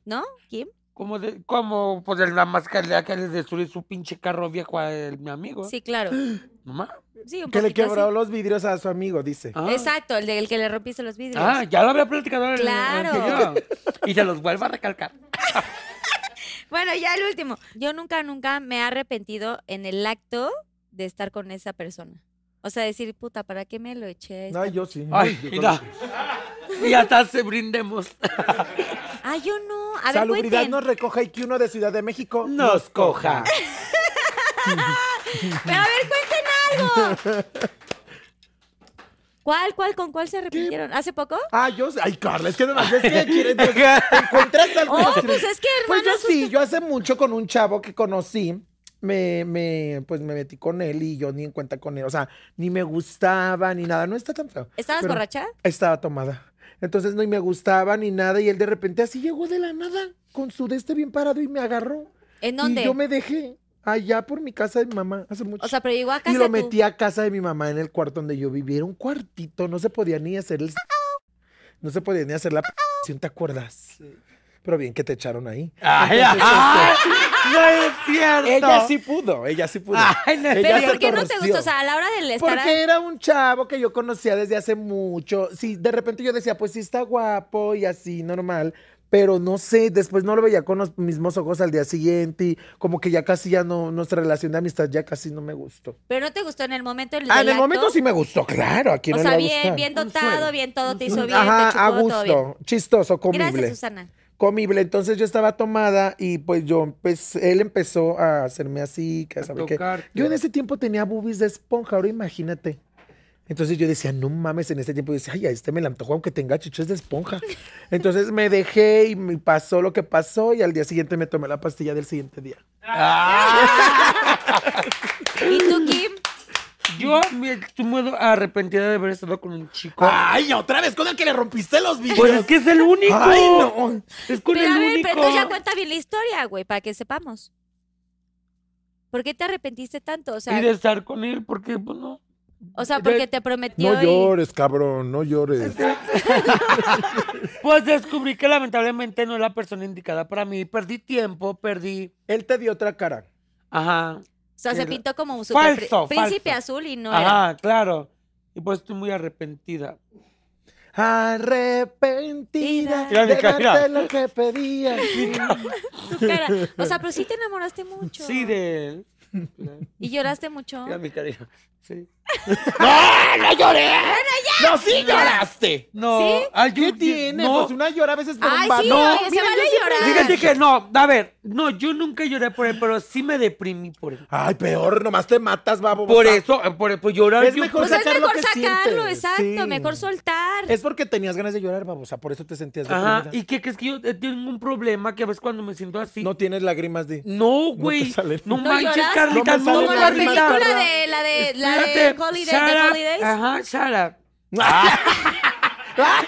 [SPEAKER 3] ¿No, Kim?
[SPEAKER 5] Como, de, como pues el- la mascarilla que le destruí su pinche carro viejo a el- mi amigo.
[SPEAKER 3] Sí, claro.
[SPEAKER 5] Mamá.
[SPEAKER 3] Sí, un
[SPEAKER 4] Que le
[SPEAKER 3] poquito
[SPEAKER 4] quebró
[SPEAKER 3] así.
[SPEAKER 4] los vidrios a su amigo, dice.
[SPEAKER 5] Ah.
[SPEAKER 3] Exacto, el del que le rompiste los vidrios.
[SPEAKER 5] Ah, ya lo había platicado en el
[SPEAKER 3] Claro.
[SPEAKER 5] anterior. Y se los vuelvo a recalcar.
[SPEAKER 3] Bueno, ya el último. Yo nunca, nunca me he arrepentido en el acto de estar con esa persona. O sea, decir, puta, ¿para qué me lo eché? a esta
[SPEAKER 4] Ay, yo sí.
[SPEAKER 5] Ay,
[SPEAKER 4] Yo
[SPEAKER 5] mira. Y hasta se brindemos.
[SPEAKER 3] Ah, yo no. A ver,
[SPEAKER 4] Salubridad
[SPEAKER 3] cuenten.
[SPEAKER 4] nos recoja y que uno de Ciudad de México
[SPEAKER 5] Nos coja.
[SPEAKER 3] Pero a ver, cuenten algo. ¿Cuál, cuál, con cuál se arrepintieron? ¿Hace poco?
[SPEAKER 4] Ah, yo sé. Ay, Carla, es que nomás es que quieres. ¿Te encuentras algo?
[SPEAKER 3] Oh, pues es que,
[SPEAKER 4] Pues yo
[SPEAKER 3] hermanos.
[SPEAKER 4] sí, yo hace mucho con un chavo que conocí, me, me, pues me metí con él y yo ni en cuenta con él. O sea, ni me gustaba ni nada. No está tan feo.
[SPEAKER 3] ¿Estabas
[SPEAKER 4] Pero
[SPEAKER 3] borracha?
[SPEAKER 4] Estaba tomada. Entonces no me gustaba ni nada. Y él de repente así llegó de la nada, con su de este bien parado y me agarró.
[SPEAKER 3] ¿En dónde?
[SPEAKER 4] Y yo me dejé allá por mi casa de mi mamá hace mucho.
[SPEAKER 3] O sea, pero llegó a casa
[SPEAKER 4] y lo
[SPEAKER 3] tú.
[SPEAKER 4] metí a casa de mi mamá en el cuarto donde yo vivía. Era un cuartito, no se podía ni hacer el... No se podía ni hacer la... ¿Sí, ¿Te acuerdas? Pero bien que te echaron ahí.
[SPEAKER 5] Ay,
[SPEAKER 4] Entonces,
[SPEAKER 5] ay,
[SPEAKER 4] este,
[SPEAKER 5] no es cierto.
[SPEAKER 4] Ella sí pudo, ella sí pudo.
[SPEAKER 5] Ay, no es
[SPEAKER 4] Ella
[SPEAKER 3] Pero ¿y
[SPEAKER 4] se
[SPEAKER 3] por qué no te
[SPEAKER 4] torció.
[SPEAKER 3] gustó? O sea, a la hora del estar.
[SPEAKER 4] Porque era un chavo que yo conocía desde hace mucho. Sí, de repente yo decía, pues sí está guapo y así, normal. Pero no sé, después no lo veía con los mismos ojos al día siguiente y como que ya casi ya no, nuestra relación de amistad ya casi no me gustó.
[SPEAKER 3] Pero no te gustó en el momento del
[SPEAKER 4] Ah, en el
[SPEAKER 3] acto?
[SPEAKER 4] momento sí me gustó, claro, aquí
[SPEAKER 3] O
[SPEAKER 4] no
[SPEAKER 3] sea,
[SPEAKER 4] le
[SPEAKER 3] bien, bien dotado, bien todo, te hizo bien, te chupó,
[SPEAKER 4] Ajá, a
[SPEAKER 3] todo bien.
[SPEAKER 4] gusto, chistoso, comible.
[SPEAKER 3] Gracias, Susana.
[SPEAKER 4] comible. Entonces yo estaba tomada y pues yo empecé, él empezó a hacerme así, que sabe qué.
[SPEAKER 5] tocarte.
[SPEAKER 4] Yo en ese tiempo tenía boobies de esponja, ahora imagínate. Entonces yo decía, no mames, en ese tiempo yo decía, ay, a este me la antojo aunque tenga chiches de esponja. Entonces me dejé y me pasó lo que pasó y al día siguiente me tomé la pastilla del siguiente día.
[SPEAKER 5] Ah,
[SPEAKER 3] ¿Y tú, Kim?
[SPEAKER 5] Yo me estuve arrepentida de haber estado con un chico.
[SPEAKER 4] Ay, otra vez con el que le rompiste los videos.
[SPEAKER 5] Pues es que es el único.
[SPEAKER 4] Ay, no.
[SPEAKER 5] Es con
[SPEAKER 3] pero
[SPEAKER 5] el
[SPEAKER 3] a ver,
[SPEAKER 5] único.
[SPEAKER 3] pero entonces ya cuenta bien la historia, güey, para que sepamos. ¿Por qué te arrepentiste tanto? O sea,
[SPEAKER 5] y de estar con él, porque pues no.
[SPEAKER 3] o sea porque te prometió
[SPEAKER 4] No
[SPEAKER 3] y-
[SPEAKER 4] llores, cabrón, no llores.
[SPEAKER 5] Pues descubrí que lamentablemente no era la persona indicada para mí. Perdí tiempo, perdí.
[SPEAKER 4] Él te dio otra cara.
[SPEAKER 5] Ajá.
[SPEAKER 3] O sea, se
[SPEAKER 5] Era-
[SPEAKER 3] pintó como un super pr-
[SPEAKER 5] Falso,
[SPEAKER 3] príncipe
[SPEAKER 5] falso.
[SPEAKER 3] azul y no era.
[SPEAKER 5] Ajá, claro. Y pues estoy muy arrepentida.
[SPEAKER 4] Arrepentida
[SPEAKER 5] Mira mi
[SPEAKER 4] de
[SPEAKER 5] cara.
[SPEAKER 4] darte lo que pedías.
[SPEAKER 3] Tu cara. O sea, pero sí te enamoraste mucho.
[SPEAKER 5] Sí, de él.
[SPEAKER 3] Y lloraste mucho.
[SPEAKER 5] Mira mi cariño. Sí.
[SPEAKER 4] ¡No, sí lloraste!
[SPEAKER 5] No, ay, yo-
[SPEAKER 4] ¿Qué
[SPEAKER 5] yo-
[SPEAKER 4] tiene?
[SPEAKER 5] no.
[SPEAKER 4] Pues una llora a veces por
[SPEAKER 3] Ay,
[SPEAKER 4] un
[SPEAKER 3] sí,
[SPEAKER 4] vato.
[SPEAKER 3] oye, se vale llorar.
[SPEAKER 5] Fíjate que no, a ver, no, yo nunca lloré por él, pero sí me deprimí por él.
[SPEAKER 4] Ay, peor, nomás te matas, babo.
[SPEAKER 5] Por
[SPEAKER 4] O sea,
[SPEAKER 5] eso, eh, por, por llorar.
[SPEAKER 4] Es
[SPEAKER 5] yo-
[SPEAKER 4] mejor
[SPEAKER 3] Pues es
[SPEAKER 4] sacar lo
[SPEAKER 3] mejor
[SPEAKER 4] que
[SPEAKER 3] sacarlo,
[SPEAKER 4] sientes,
[SPEAKER 3] exacto,
[SPEAKER 4] sí.
[SPEAKER 3] mejor soltar.
[SPEAKER 4] Es porque tenías ganas de llorar, babosa, por eso te sentías deprimida.
[SPEAKER 5] Ajá, y que, que es que yo eh, tengo un problema que a veces cuando me siento así.
[SPEAKER 4] No tienes lágrimas de...
[SPEAKER 5] No,
[SPEAKER 4] te
[SPEAKER 5] güey.
[SPEAKER 4] salen.
[SPEAKER 5] No,
[SPEAKER 4] No
[SPEAKER 5] manches,
[SPEAKER 3] lloras.
[SPEAKER 5] Carlita,
[SPEAKER 4] No me
[SPEAKER 5] no,
[SPEAKER 4] salen
[SPEAKER 3] Como la
[SPEAKER 4] lágrimas.
[SPEAKER 5] Carlita.
[SPEAKER 3] película de la de la de
[SPEAKER 5] Espérate,
[SPEAKER 3] Holiday,
[SPEAKER 5] shut
[SPEAKER 3] de
[SPEAKER 5] up.
[SPEAKER 3] Holidays.
[SPEAKER 5] Ajá, shut up.
[SPEAKER 4] ¡Ah,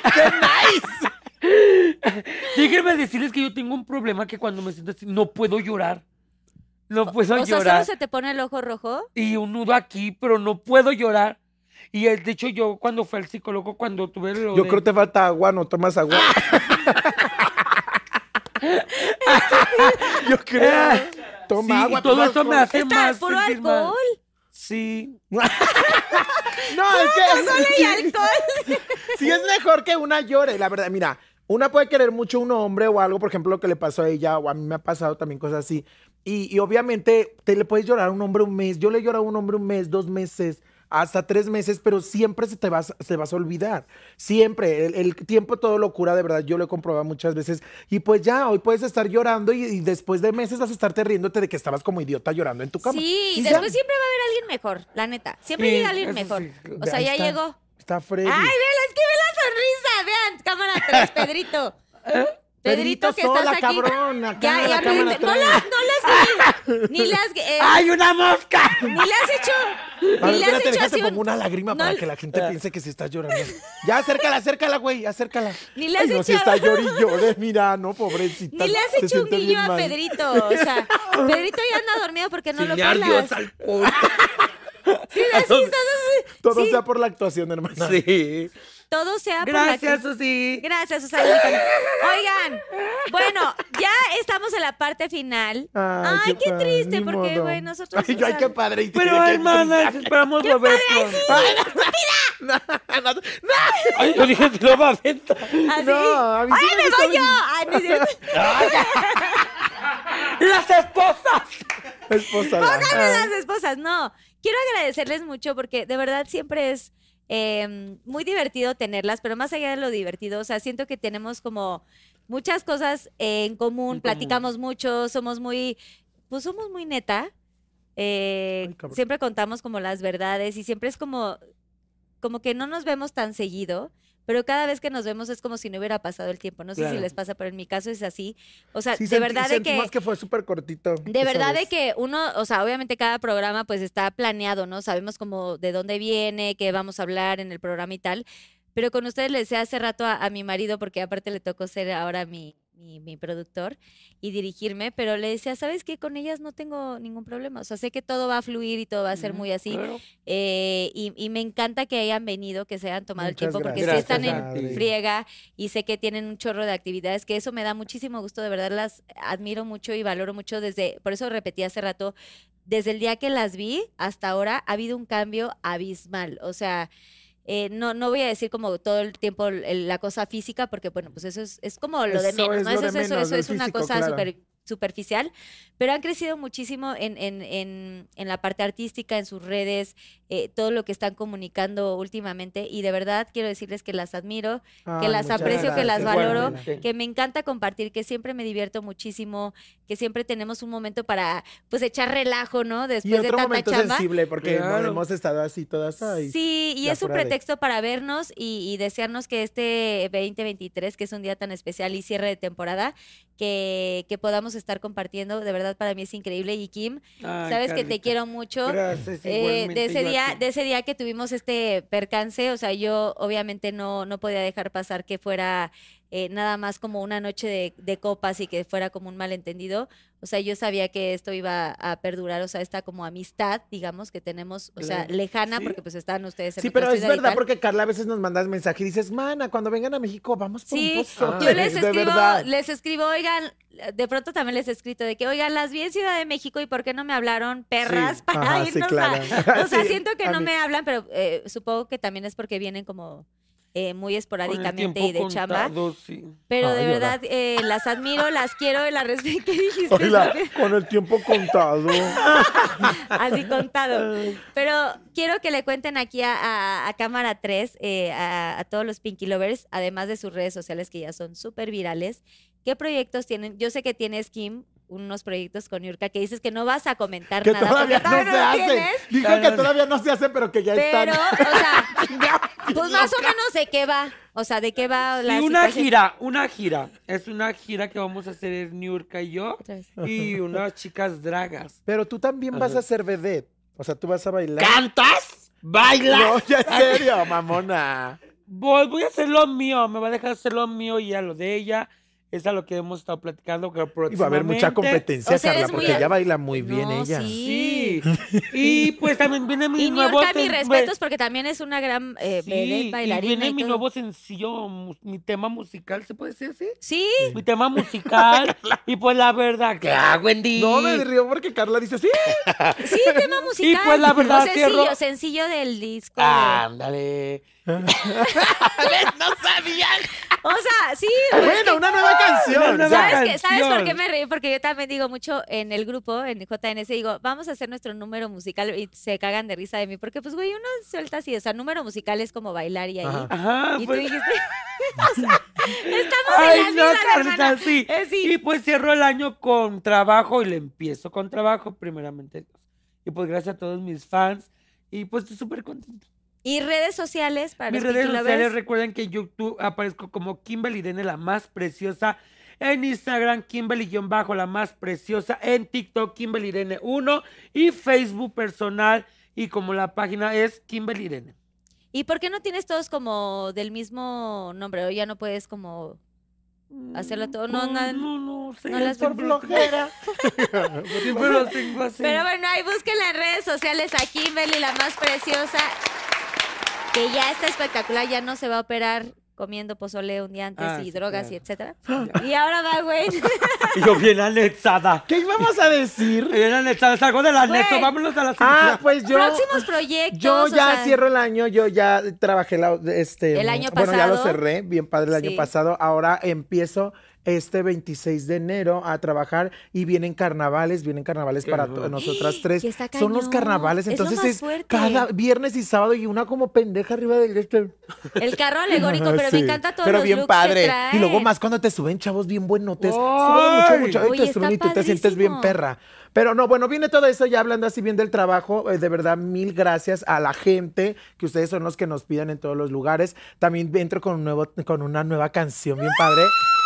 [SPEAKER 4] qué nice!
[SPEAKER 5] Déjenme decirles que yo tengo un problema que cuando me siento así no puedo llorar. No puedo
[SPEAKER 3] o sea, solo
[SPEAKER 5] llorar.
[SPEAKER 3] se te pone el ojo rojo.
[SPEAKER 5] Y un nudo aquí, pero no puedo llorar. Y eh, de hecho yo cuando fui al psicólogo, cuando tuve
[SPEAKER 4] Yo
[SPEAKER 5] lo de- Ah,
[SPEAKER 4] creo que te falta agua, no tomas agua. Yo creo. Toma
[SPEAKER 5] Ah, Sí,
[SPEAKER 4] agua.
[SPEAKER 5] y todo
[SPEAKER 4] toma
[SPEAKER 5] esto me
[SPEAKER 4] alcohol.
[SPEAKER 5] hace
[SPEAKER 3] Está
[SPEAKER 5] más
[SPEAKER 3] puro
[SPEAKER 5] sentir mal.
[SPEAKER 3] alcohol.
[SPEAKER 5] Sí.
[SPEAKER 4] No, es que.
[SPEAKER 3] Solo
[SPEAKER 4] sí,
[SPEAKER 3] y alcohol.
[SPEAKER 4] sí es mejor que una llore, la verdad. Mira, una puede querer mucho a un hombre o algo, por ejemplo, lo que le pasó a ella, o a mí me ha pasado también cosas así. Y, y obviamente te le puedes llorar a un hombre un mes. Yo le lloro a un hombre un mes, dos meses, hasta tres meses, pero siempre se te vas, se vas a olvidar. Siempre. El, el tiempo todo lo cura, de verdad. Yo lo he comprobado muchas veces. Y pues ya, hoy puedes estar llorando y, y después de meses vas a estarte riéndote de que estabas como idiota llorando en tu cama.
[SPEAKER 3] Sí, y
[SPEAKER 4] Y ya.
[SPEAKER 3] después siempre va a haber alguien mejor, la neta. Siempre
[SPEAKER 5] Sí,
[SPEAKER 3] llega alguien
[SPEAKER 5] eso
[SPEAKER 3] mejor.
[SPEAKER 5] sí.
[SPEAKER 3] O sea,
[SPEAKER 4] Ahí
[SPEAKER 3] ya
[SPEAKER 4] está.
[SPEAKER 3] llegó.
[SPEAKER 4] Está Freddy.
[SPEAKER 3] Ay, vean, es que ve la sonrisa. Vean, cámara atrás, Pedrito. Pedrito, que
[SPEAKER 4] sola,
[SPEAKER 3] estás aquí.
[SPEAKER 4] cabrón, acá,
[SPEAKER 3] ya,
[SPEAKER 4] la
[SPEAKER 3] ya,
[SPEAKER 4] cámara
[SPEAKER 3] Pedrito. No
[SPEAKER 4] atrás.
[SPEAKER 3] las, no las, ni, ni las, eh,
[SPEAKER 5] ¡Hay una mosca!
[SPEAKER 3] ni las has hecho,
[SPEAKER 4] A ver,
[SPEAKER 3] ni las has
[SPEAKER 4] espérate,
[SPEAKER 3] hecho
[SPEAKER 4] déjate
[SPEAKER 3] así
[SPEAKER 4] pongo
[SPEAKER 3] un,
[SPEAKER 4] una lágrima para
[SPEAKER 3] no- Ah.
[SPEAKER 4] que la gente piense que sí estás llorando. Ya, acércala, acércala, güey, acércala.
[SPEAKER 3] Ni le has
[SPEAKER 4] Ay, no, si
[SPEAKER 3] hecho-
[SPEAKER 4] está llori, llore, mira, no, pobrecita.
[SPEAKER 3] ni le has
[SPEAKER 4] se
[SPEAKER 3] hecho un
[SPEAKER 4] siente bien
[SPEAKER 3] niño a
[SPEAKER 4] mal.
[SPEAKER 3] Pedrito. O sea, Pedrito ya anda dormido porque no lo
[SPEAKER 5] le ardió
[SPEAKER 3] pelas.
[SPEAKER 5] esa alcohol.
[SPEAKER 3] Sí, así estás así.
[SPEAKER 4] Todo
[SPEAKER 3] Sí,
[SPEAKER 4] sea por la actuación, hermana.
[SPEAKER 5] Sí.
[SPEAKER 3] todo sea por la
[SPEAKER 5] Gracias, Susi.
[SPEAKER 3] Gracias, Susana. Nicona. Oigan, bueno, ya estamos en la parte final. Ay, qué,
[SPEAKER 4] padre,
[SPEAKER 3] triste,
[SPEAKER 4] ni
[SPEAKER 3] porque,
[SPEAKER 4] modo.
[SPEAKER 3] güey, nosotros.
[SPEAKER 4] Ay,
[SPEAKER 3] o
[SPEAKER 4] yo, ay,
[SPEAKER 3] sea,
[SPEAKER 4] qué padre. y
[SPEAKER 5] Pero,
[SPEAKER 4] tiene que-
[SPEAKER 5] hermanas, esperamos volver pronto.
[SPEAKER 4] Ay, no, no, no,
[SPEAKER 5] Ay, yo dije, te lo va a aventar.
[SPEAKER 3] así.
[SPEAKER 4] no, a mí
[SPEAKER 3] Ah, ¡Ay,
[SPEAKER 4] sí me
[SPEAKER 3] me
[SPEAKER 4] gusta
[SPEAKER 3] voy yo! Ah, Ay, no es cierto.
[SPEAKER 5] ¡Las esposas!
[SPEAKER 4] no, esposa.
[SPEAKER 3] Pónganme las esposas, no. Quiero agradecerles mucho porque de verdad siempre es eh, muy divertido tenerlas, pero más allá de lo divertido, o sea, siento que tenemos como muchas cosas eh, en común, platicamos mucho, somos muy, pues somos muy neta. eh,
[SPEAKER 4] Ay, cabrón.
[SPEAKER 3] siempre contamos como las verdades y siempre es como, como que no nos vemos tan seguido. Pero cada vez que nos vemos es como si no hubiera pasado el tiempo. No sé si
[SPEAKER 5] Claro.
[SPEAKER 3] les pasa, pero en mi caso es así. O sea,
[SPEAKER 4] Sí,
[SPEAKER 3] de
[SPEAKER 4] sentí-
[SPEAKER 3] verdad de que...
[SPEAKER 4] sentimos que... fue súper cortito.
[SPEAKER 3] De
[SPEAKER 4] esa
[SPEAKER 3] verdad de
[SPEAKER 4] vez.
[SPEAKER 3] que uno, o sea, obviamente cada programa pues está planeado, ¿no? Sabemos como de dónde viene, qué vamos a hablar en el programa y tal. Pero con ustedes le decía hace rato a, a mi marido, porque aparte le tocó ser ahora mi, mi, mi productor y dirigirme, pero le decía, ¿sabes qué? Con ellas no tengo ningún problema. O sea, sé que todo va a fluir y todo va a ser muy así.
[SPEAKER 5] Claro.
[SPEAKER 3] Eh, y, y me encanta que hayan venido, que se hayan tomado
[SPEAKER 4] Muchas
[SPEAKER 3] el tiempo, porque
[SPEAKER 4] gracias.
[SPEAKER 3] sí están en
[SPEAKER 4] Gracias a ti.
[SPEAKER 3] friega y sé que tienen un chorro de actividades, que eso me da muchísimo gusto, de verdad las admiro mucho y valoro mucho desde, por eso repetí hace rato, desde el día que las vi hasta ahora ha habido un cambio abismal, o sea... eh, no, no voy a decir como todo el tiempo el- la cosa física, porque bueno, pues eso es, es como lo de
[SPEAKER 4] Eso
[SPEAKER 3] menos,
[SPEAKER 4] es
[SPEAKER 3] ¿no?
[SPEAKER 4] lo
[SPEAKER 3] Eso,
[SPEAKER 4] de
[SPEAKER 3] eso-
[SPEAKER 4] menos,
[SPEAKER 3] eso
[SPEAKER 4] lo
[SPEAKER 3] es una
[SPEAKER 4] físico,
[SPEAKER 3] cosa
[SPEAKER 4] claro.
[SPEAKER 3] super- superficial, pero han crecido muchísimo en, en- en- en la parte artística, en sus redes, eh, todo lo que están comunicando últimamente y de verdad quiero decirles que las admiro, que
[SPEAKER 4] Ay,
[SPEAKER 3] las
[SPEAKER 4] muchas
[SPEAKER 3] aprecio, que las
[SPEAKER 4] gracias.
[SPEAKER 3] valoro,
[SPEAKER 4] Igualmente.
[SPEAKER 3] que me encanta compartir, que siempre me divierto muchísimo, que siempre tenemos un momento para pues echar relajo, ¿no?
[SPEAKER 4] Y
[SPEAKER 3] Después de
[SPEAKER 4] otro
[SPEAKER 3] tanta
[SPEAKER 4] momento
[SPEAKER 3] chamba.
[SPEAKER 4] sensible, porque
[SPEAKER 5] Claro.
[SPEAKER 4] no hemos estado así todas. Ay,
[SPEAKER 3] Sí, y
[SPEAKER 4] ya
[SPEAKER 3] es un
[SPEAKER 4] fuera de-
[SPEAKER 3] pretexto para vernos y, y desearnos que este 2023, que es un día tan especial y cierre de temporada, que, que podamos estar compartiendo. De verdad, para mí es increíble. Y Kim,
[SPEAKER 5] Ay,
[SPEAKER 3] sabes que te
[SPEAKER 5] Carlita.
[SPEAKER 3] quiero mucho.
[SPEAKER 5] Gracias,
[SPEAKER 3] Eh,
[SPEAKER 5] igualmente,
[SPEAKER 3] de ese
[SPEAKER 5] yo a
[SPEAKER 3] día
[SPEAKER 5] ti.
[SPEAKER 3] de ese día que tuvimos este percance o sea yo obviamente no no podía dejar pasar que fuera eh, nada más como una noche de, de copas y que fuera como un malentendido o sea yo sabía que esto iba a perdurar o sea esta como amistad digamos que tenemos o sea
[SPEAKER 5] Claro.
[SPEAKER 3] lejana
[SPEAKER 5] Sí.
[SPEAKER 3] porque pues estaban ustedes en
[SPEAKER 4] Sí,
[SPEAKER 3] otra
[SPEAKER 4] pero es
[SPEAKER 3] ciudad y
[SPEAKER 4] verdad
[SPEAKER 3] tal.
[SPEAKER 4] porque Carla a veces nos mandas mensaje y dices, mana, cuando vengan a México vamos por un
[SPEAKER 3] Sí,
[SPEAKER 4] pozole".
[SPEAKER 3] yo les
[SPEAKER 4] De
[SPEAKER 3] escribo,
[SPEAKER 4] verdad.
[SPEAKER 3] les escribo, oigan, de pronto también les he escrito de que, oigan, las vi en Ciudad de México y por qué no me hablaron perras
[SPEAKER 5] Sí,
[SPEAKER 3] para
[SPEAKER 4] ajá, sí,
[SPEAKER 3] irnos
[SPEAKER 4] claro.
[SPEAKER 3] a... O sea,
[SPEAKER 4] Sí,
[SPEAKER 3] siento que
[SPEAKER 4] a
[SPEAKER 3] no
[SPEAKER 4] mí.
[SPEAKER 3] me hablan, pero eh, supongo que también es porque vienen como eh, muy
[SPEAKER 5] Con el
[SPEAKER 3] esporádicamente y
[SPEAKER 5] tiempo
[SPEAKER 3] de chamba.
[SPEAKER 5] contado, sí.
[SPEAKER 3] Pero
[SPEAKER 4] Ay,
[SPEAKER 3] de
[SPEAKER 4] hola.
[SPEAKER 3] verdad, eh, las admiro, las quiero y las respeto. ¿Qué dijiste?
[SPEAKER 4] Oila, con el tiempo contado.
[SPEAKER 3] Así contado. Pero quiero que le cuenten aquí a, a- a Cámara 3, eh, a, a todos los Pinky Lovers, además de sus redes sociales que ya son súper virales, ¿qué proyectos tienen? Yo sé que tienes, Kim, unos proyectos con Yurka que dices que no vas a comentar
[SPEAKER 4] Que
[SPEAKER 3] nada.
[SPEAKER 4] todavía
[SPEAKER 3] porque
[SPEAKER 4] no se
[SPEAKER 3] los
[SPEAKER 4] hace.
[SPEAKER 3] tienes,
[SPEAKER 4] Dijo que todavía no se hace, pero que ya
[SPEAKER 3] pero,
[SPEAKER 4] están.
[SPEAKER 3] o sea, pues más o menos de qué va. O sea, de qué va la
[SPEAKER 5] Y una
[SPEAKER 3] situación?
[SPEAKER 5] gira, una gira. Es una gira que vamos a hacer Niurka y yo
[SPEAKER 3] Otra vez.
[SPEAKER 5] y unas chicas dragas.
[SPEAKER 4] Pero tú también vas
[SPEAKER 5] Ajá.
[SPEAKER 4] a ser vedette. O sea, tú vas a bailar.
[SPEAKER 5] ¿Cantas? ¿Bailas?
[SPEAKER 4] No, ya en serio, mamona.
[SPEAKER 5] Voy, voy a hacer lo mío, me va a dejar hacer lo mío y a lo de ella. Es a lo que hemos estado platicando. Que
[SPEAKER 4] Y va a haber mucha
[SPEAKER 5] próximamente-
[SPEAKER 4] competencia,
[SPEAKER 3] O sea,
[SPEAKER 4] Carla,
[SPEAKER 3] eres muy
[SPEAKER 4] porque
[SPEAKER 3] a-
[SPEAKER 4] ella baila muy bien
[SPEAKER 3] No,
[SPEAKER 4] ella.
[SPEAKER 3] sí.
[SPEAKER 5] sí. Y pues también viene mi
[SPEAKER 3] Y
[SPEAKER 5] nuevo...
[SPEAKER 3] Niurka, mis
[SPEAKER 5] ten-
[SPEAKER 3] respetos, porque también es una gran eh,
[SPEAKER 5] Sí,
[SPEAKER 3] vedette,
[SPEAKER 5] y
[SPEAKER 3] bailarina.
[SPEAKER 5] viene
[SPEAKER 3] y
[SPEAKER 5] mi
[SPEAKER 3] todo.
[SPEAKER 5] nuevo sencillo, mu- mi tema musical, ¿se puede decir así?
[SPEAKER 3] Sí,
[SPEAKER 5] Mi tema musical. y pues la verdad, claro, Wendy.
[SPEAKER 4] No me río porque Carla dice sí.
[SPEAKER 3] sí, tema musical.
[SPEAKER 5] pues, la verdad, Ah.
[SPEAKER 3] O sencillo,
[SPEAKER 5] cierro-
[SPEAKER 3] sencillo del disco.
[SPEAKER 5] Ándale.
[SPEAKER 3] O sea, sí. pues,
[SPEAKER 4] Bueno, una nueva
[SPEAKER 5] Ah, Una
[SPEAKER 4] canción.
[SPEAKER 5] nueva
[SPEAKER 3] ¿Sabes, qué? ¿Sabes por
[SPEAKER 5] canción.
[SPEAKER 3] qué me reí? Porque yo también digo mucho en el grupo, en JNS, digo, vamos a hacer nuestro número musical y se cagan de risa de mí, porque pues, güey, uno suelta así, o sea, número musical es como bailar y ahí.
[SPEAKER 5] Ajá,
[SPEAKER 3] Y tú
[SPEAKER 5] pues-
[SPEAKER 3] dijiste, o sea, estamos
[SPEAKER 5] Ay,
[SPEAKER 3] en
[SPEAKER 5] no,
[SPEAKER 3] la misma
[SPEAKER 5] Carlita, sí.
[SPEAKER 3] Eh, sí.
[SPEAKER 5] Y pues cierro el año con trabajo y le empiezo con trabajo, primeramente. Dios. Y pues gracias a todos mis fans. Y pues estoy súper contento.
[SPEAKER 3] Y redes sociales para
[SPEAKER 5] Mis
[SPEAKER 3] los
[SPEAKER 5] redes
[SPEAKER 3] Pinky
[SPEAKER 5] sociales,
[SPEAKER 3] Lovers.
[SPEAKER 5] recuerden que en YouTube aparezco como Kimberly Dene, la más preciosa. En Instagram, Kimberly-bajo, la más preciosa. En TikTok, Kimberly Dene 1. Y Facebook personal. Y como la página es Kimberly Dene.
[SPEAKER 3] ¿Y por qué no tienes todos como del mismo nombre? O ya no puedes como hacerlo todo. No,
[SPEAKER 5] Mm,
[SPEAKER 3] na-
[SPEAKER 5] no, no sé.
[SPEAKER 3] no las
[SPEAKER 5] por
[SPEAKER 3] ven por
[SPEAKER 5] flojera. Siempre los tengo así.
[SPEAKER 3] Pero bueno, ahí busquen las redes sociales a Kimberly, la más preciosa, que ya está espectacular, ya no se va a operar comiendo pozole un día antes
[SPEAKER 5] Ah,
[SPEAKER 3] y
[SPEAKER 5] sí,
[SPEAKER 3] drogas
[SPEAKER 5] claro.
[SPEAKER 3] y etcétera. Y ahora va, güey.
[SPEAKER 5] Y yo bien anexada.
[SPEAKER 4] ¿Qué íbamos a decir?
[SPEAKER 5] Bien anexada. Salgo del anexo.
[SPEAKER 3] Güey.
[SPEAKER 5] Vámonos a la
[SPEAKER 4] Ah,
[SPEAKER 5] siguiente.
[SPEAKER 4] pues yo.
[SPEAKER 3] Próximos proyectos.
[SPEAKER 4] Yo
[SPEAKER 3] o
[SPEAKER 4] ya
[SPEAKER 3] sea,
[SPEAKER 4] cierro el año, yo ya trabajé la, este,
[SPEAKER 3] El año
[SPEAKER 4] bueno, ya lo
[SPEAKER 3] pasado.
[SPEAKER 4] cerré, bien padre el
[SPEAKER 3] Sí.
[SPEAKER 4] año pasado. Ahora empiezo este 26 de enero a trabajar y vienen carnavales, vienen carnavales para to- nosotras tres.
[SPEAKER 3] Y está
[SPEAKER 4] Son los
[SPEAKER 3] cañón,
[SPEAKER 4] carnavales,
[SPEAKER 3] es lo
[SPEAKER 4] entonces
[SPEAKER 3] más
[SPEAKER 4] es
[SPEAKER 3] fuerte.
[SPEAKER 4] cada viernes y sábado y una como pendeja arriba del este.
[SPEAKER 3] El carro alegórico, pero me
[SPEAKER 4] Sí,
[SPEAKER 3] encanta todo
[SPEAKER 4] Pero
[SPEAKER 3] los
[SPEAKER 4] bien
[SPEAKER 3] looks que
[SPEAKER 4] padre. Y
[SPEAKER 3] traen.
[SPEAKER 4] luego más cuando te suben chavos bien buenotes.
[SPEAKER 5] ¡Ay!
[SPEAKER 4] Suben mucho, mucho. y
[SPEAKER 3] Oye,
[SPEAKER 4] te suben
[SPEAKER 3] está
[SPEAKER 4] y tú te sientes bien
[SPEAKER 3] padrísimo.
[SPEAKER 4] perra. Pero no, bueno, viene todo eso ya hablando así bien del trabajo. eh, de verdad, mil gracias a la gente, que ustedes son los que nos pidan en todos los lugares. También entro con, un nuevo, con una nueva canción bien padre.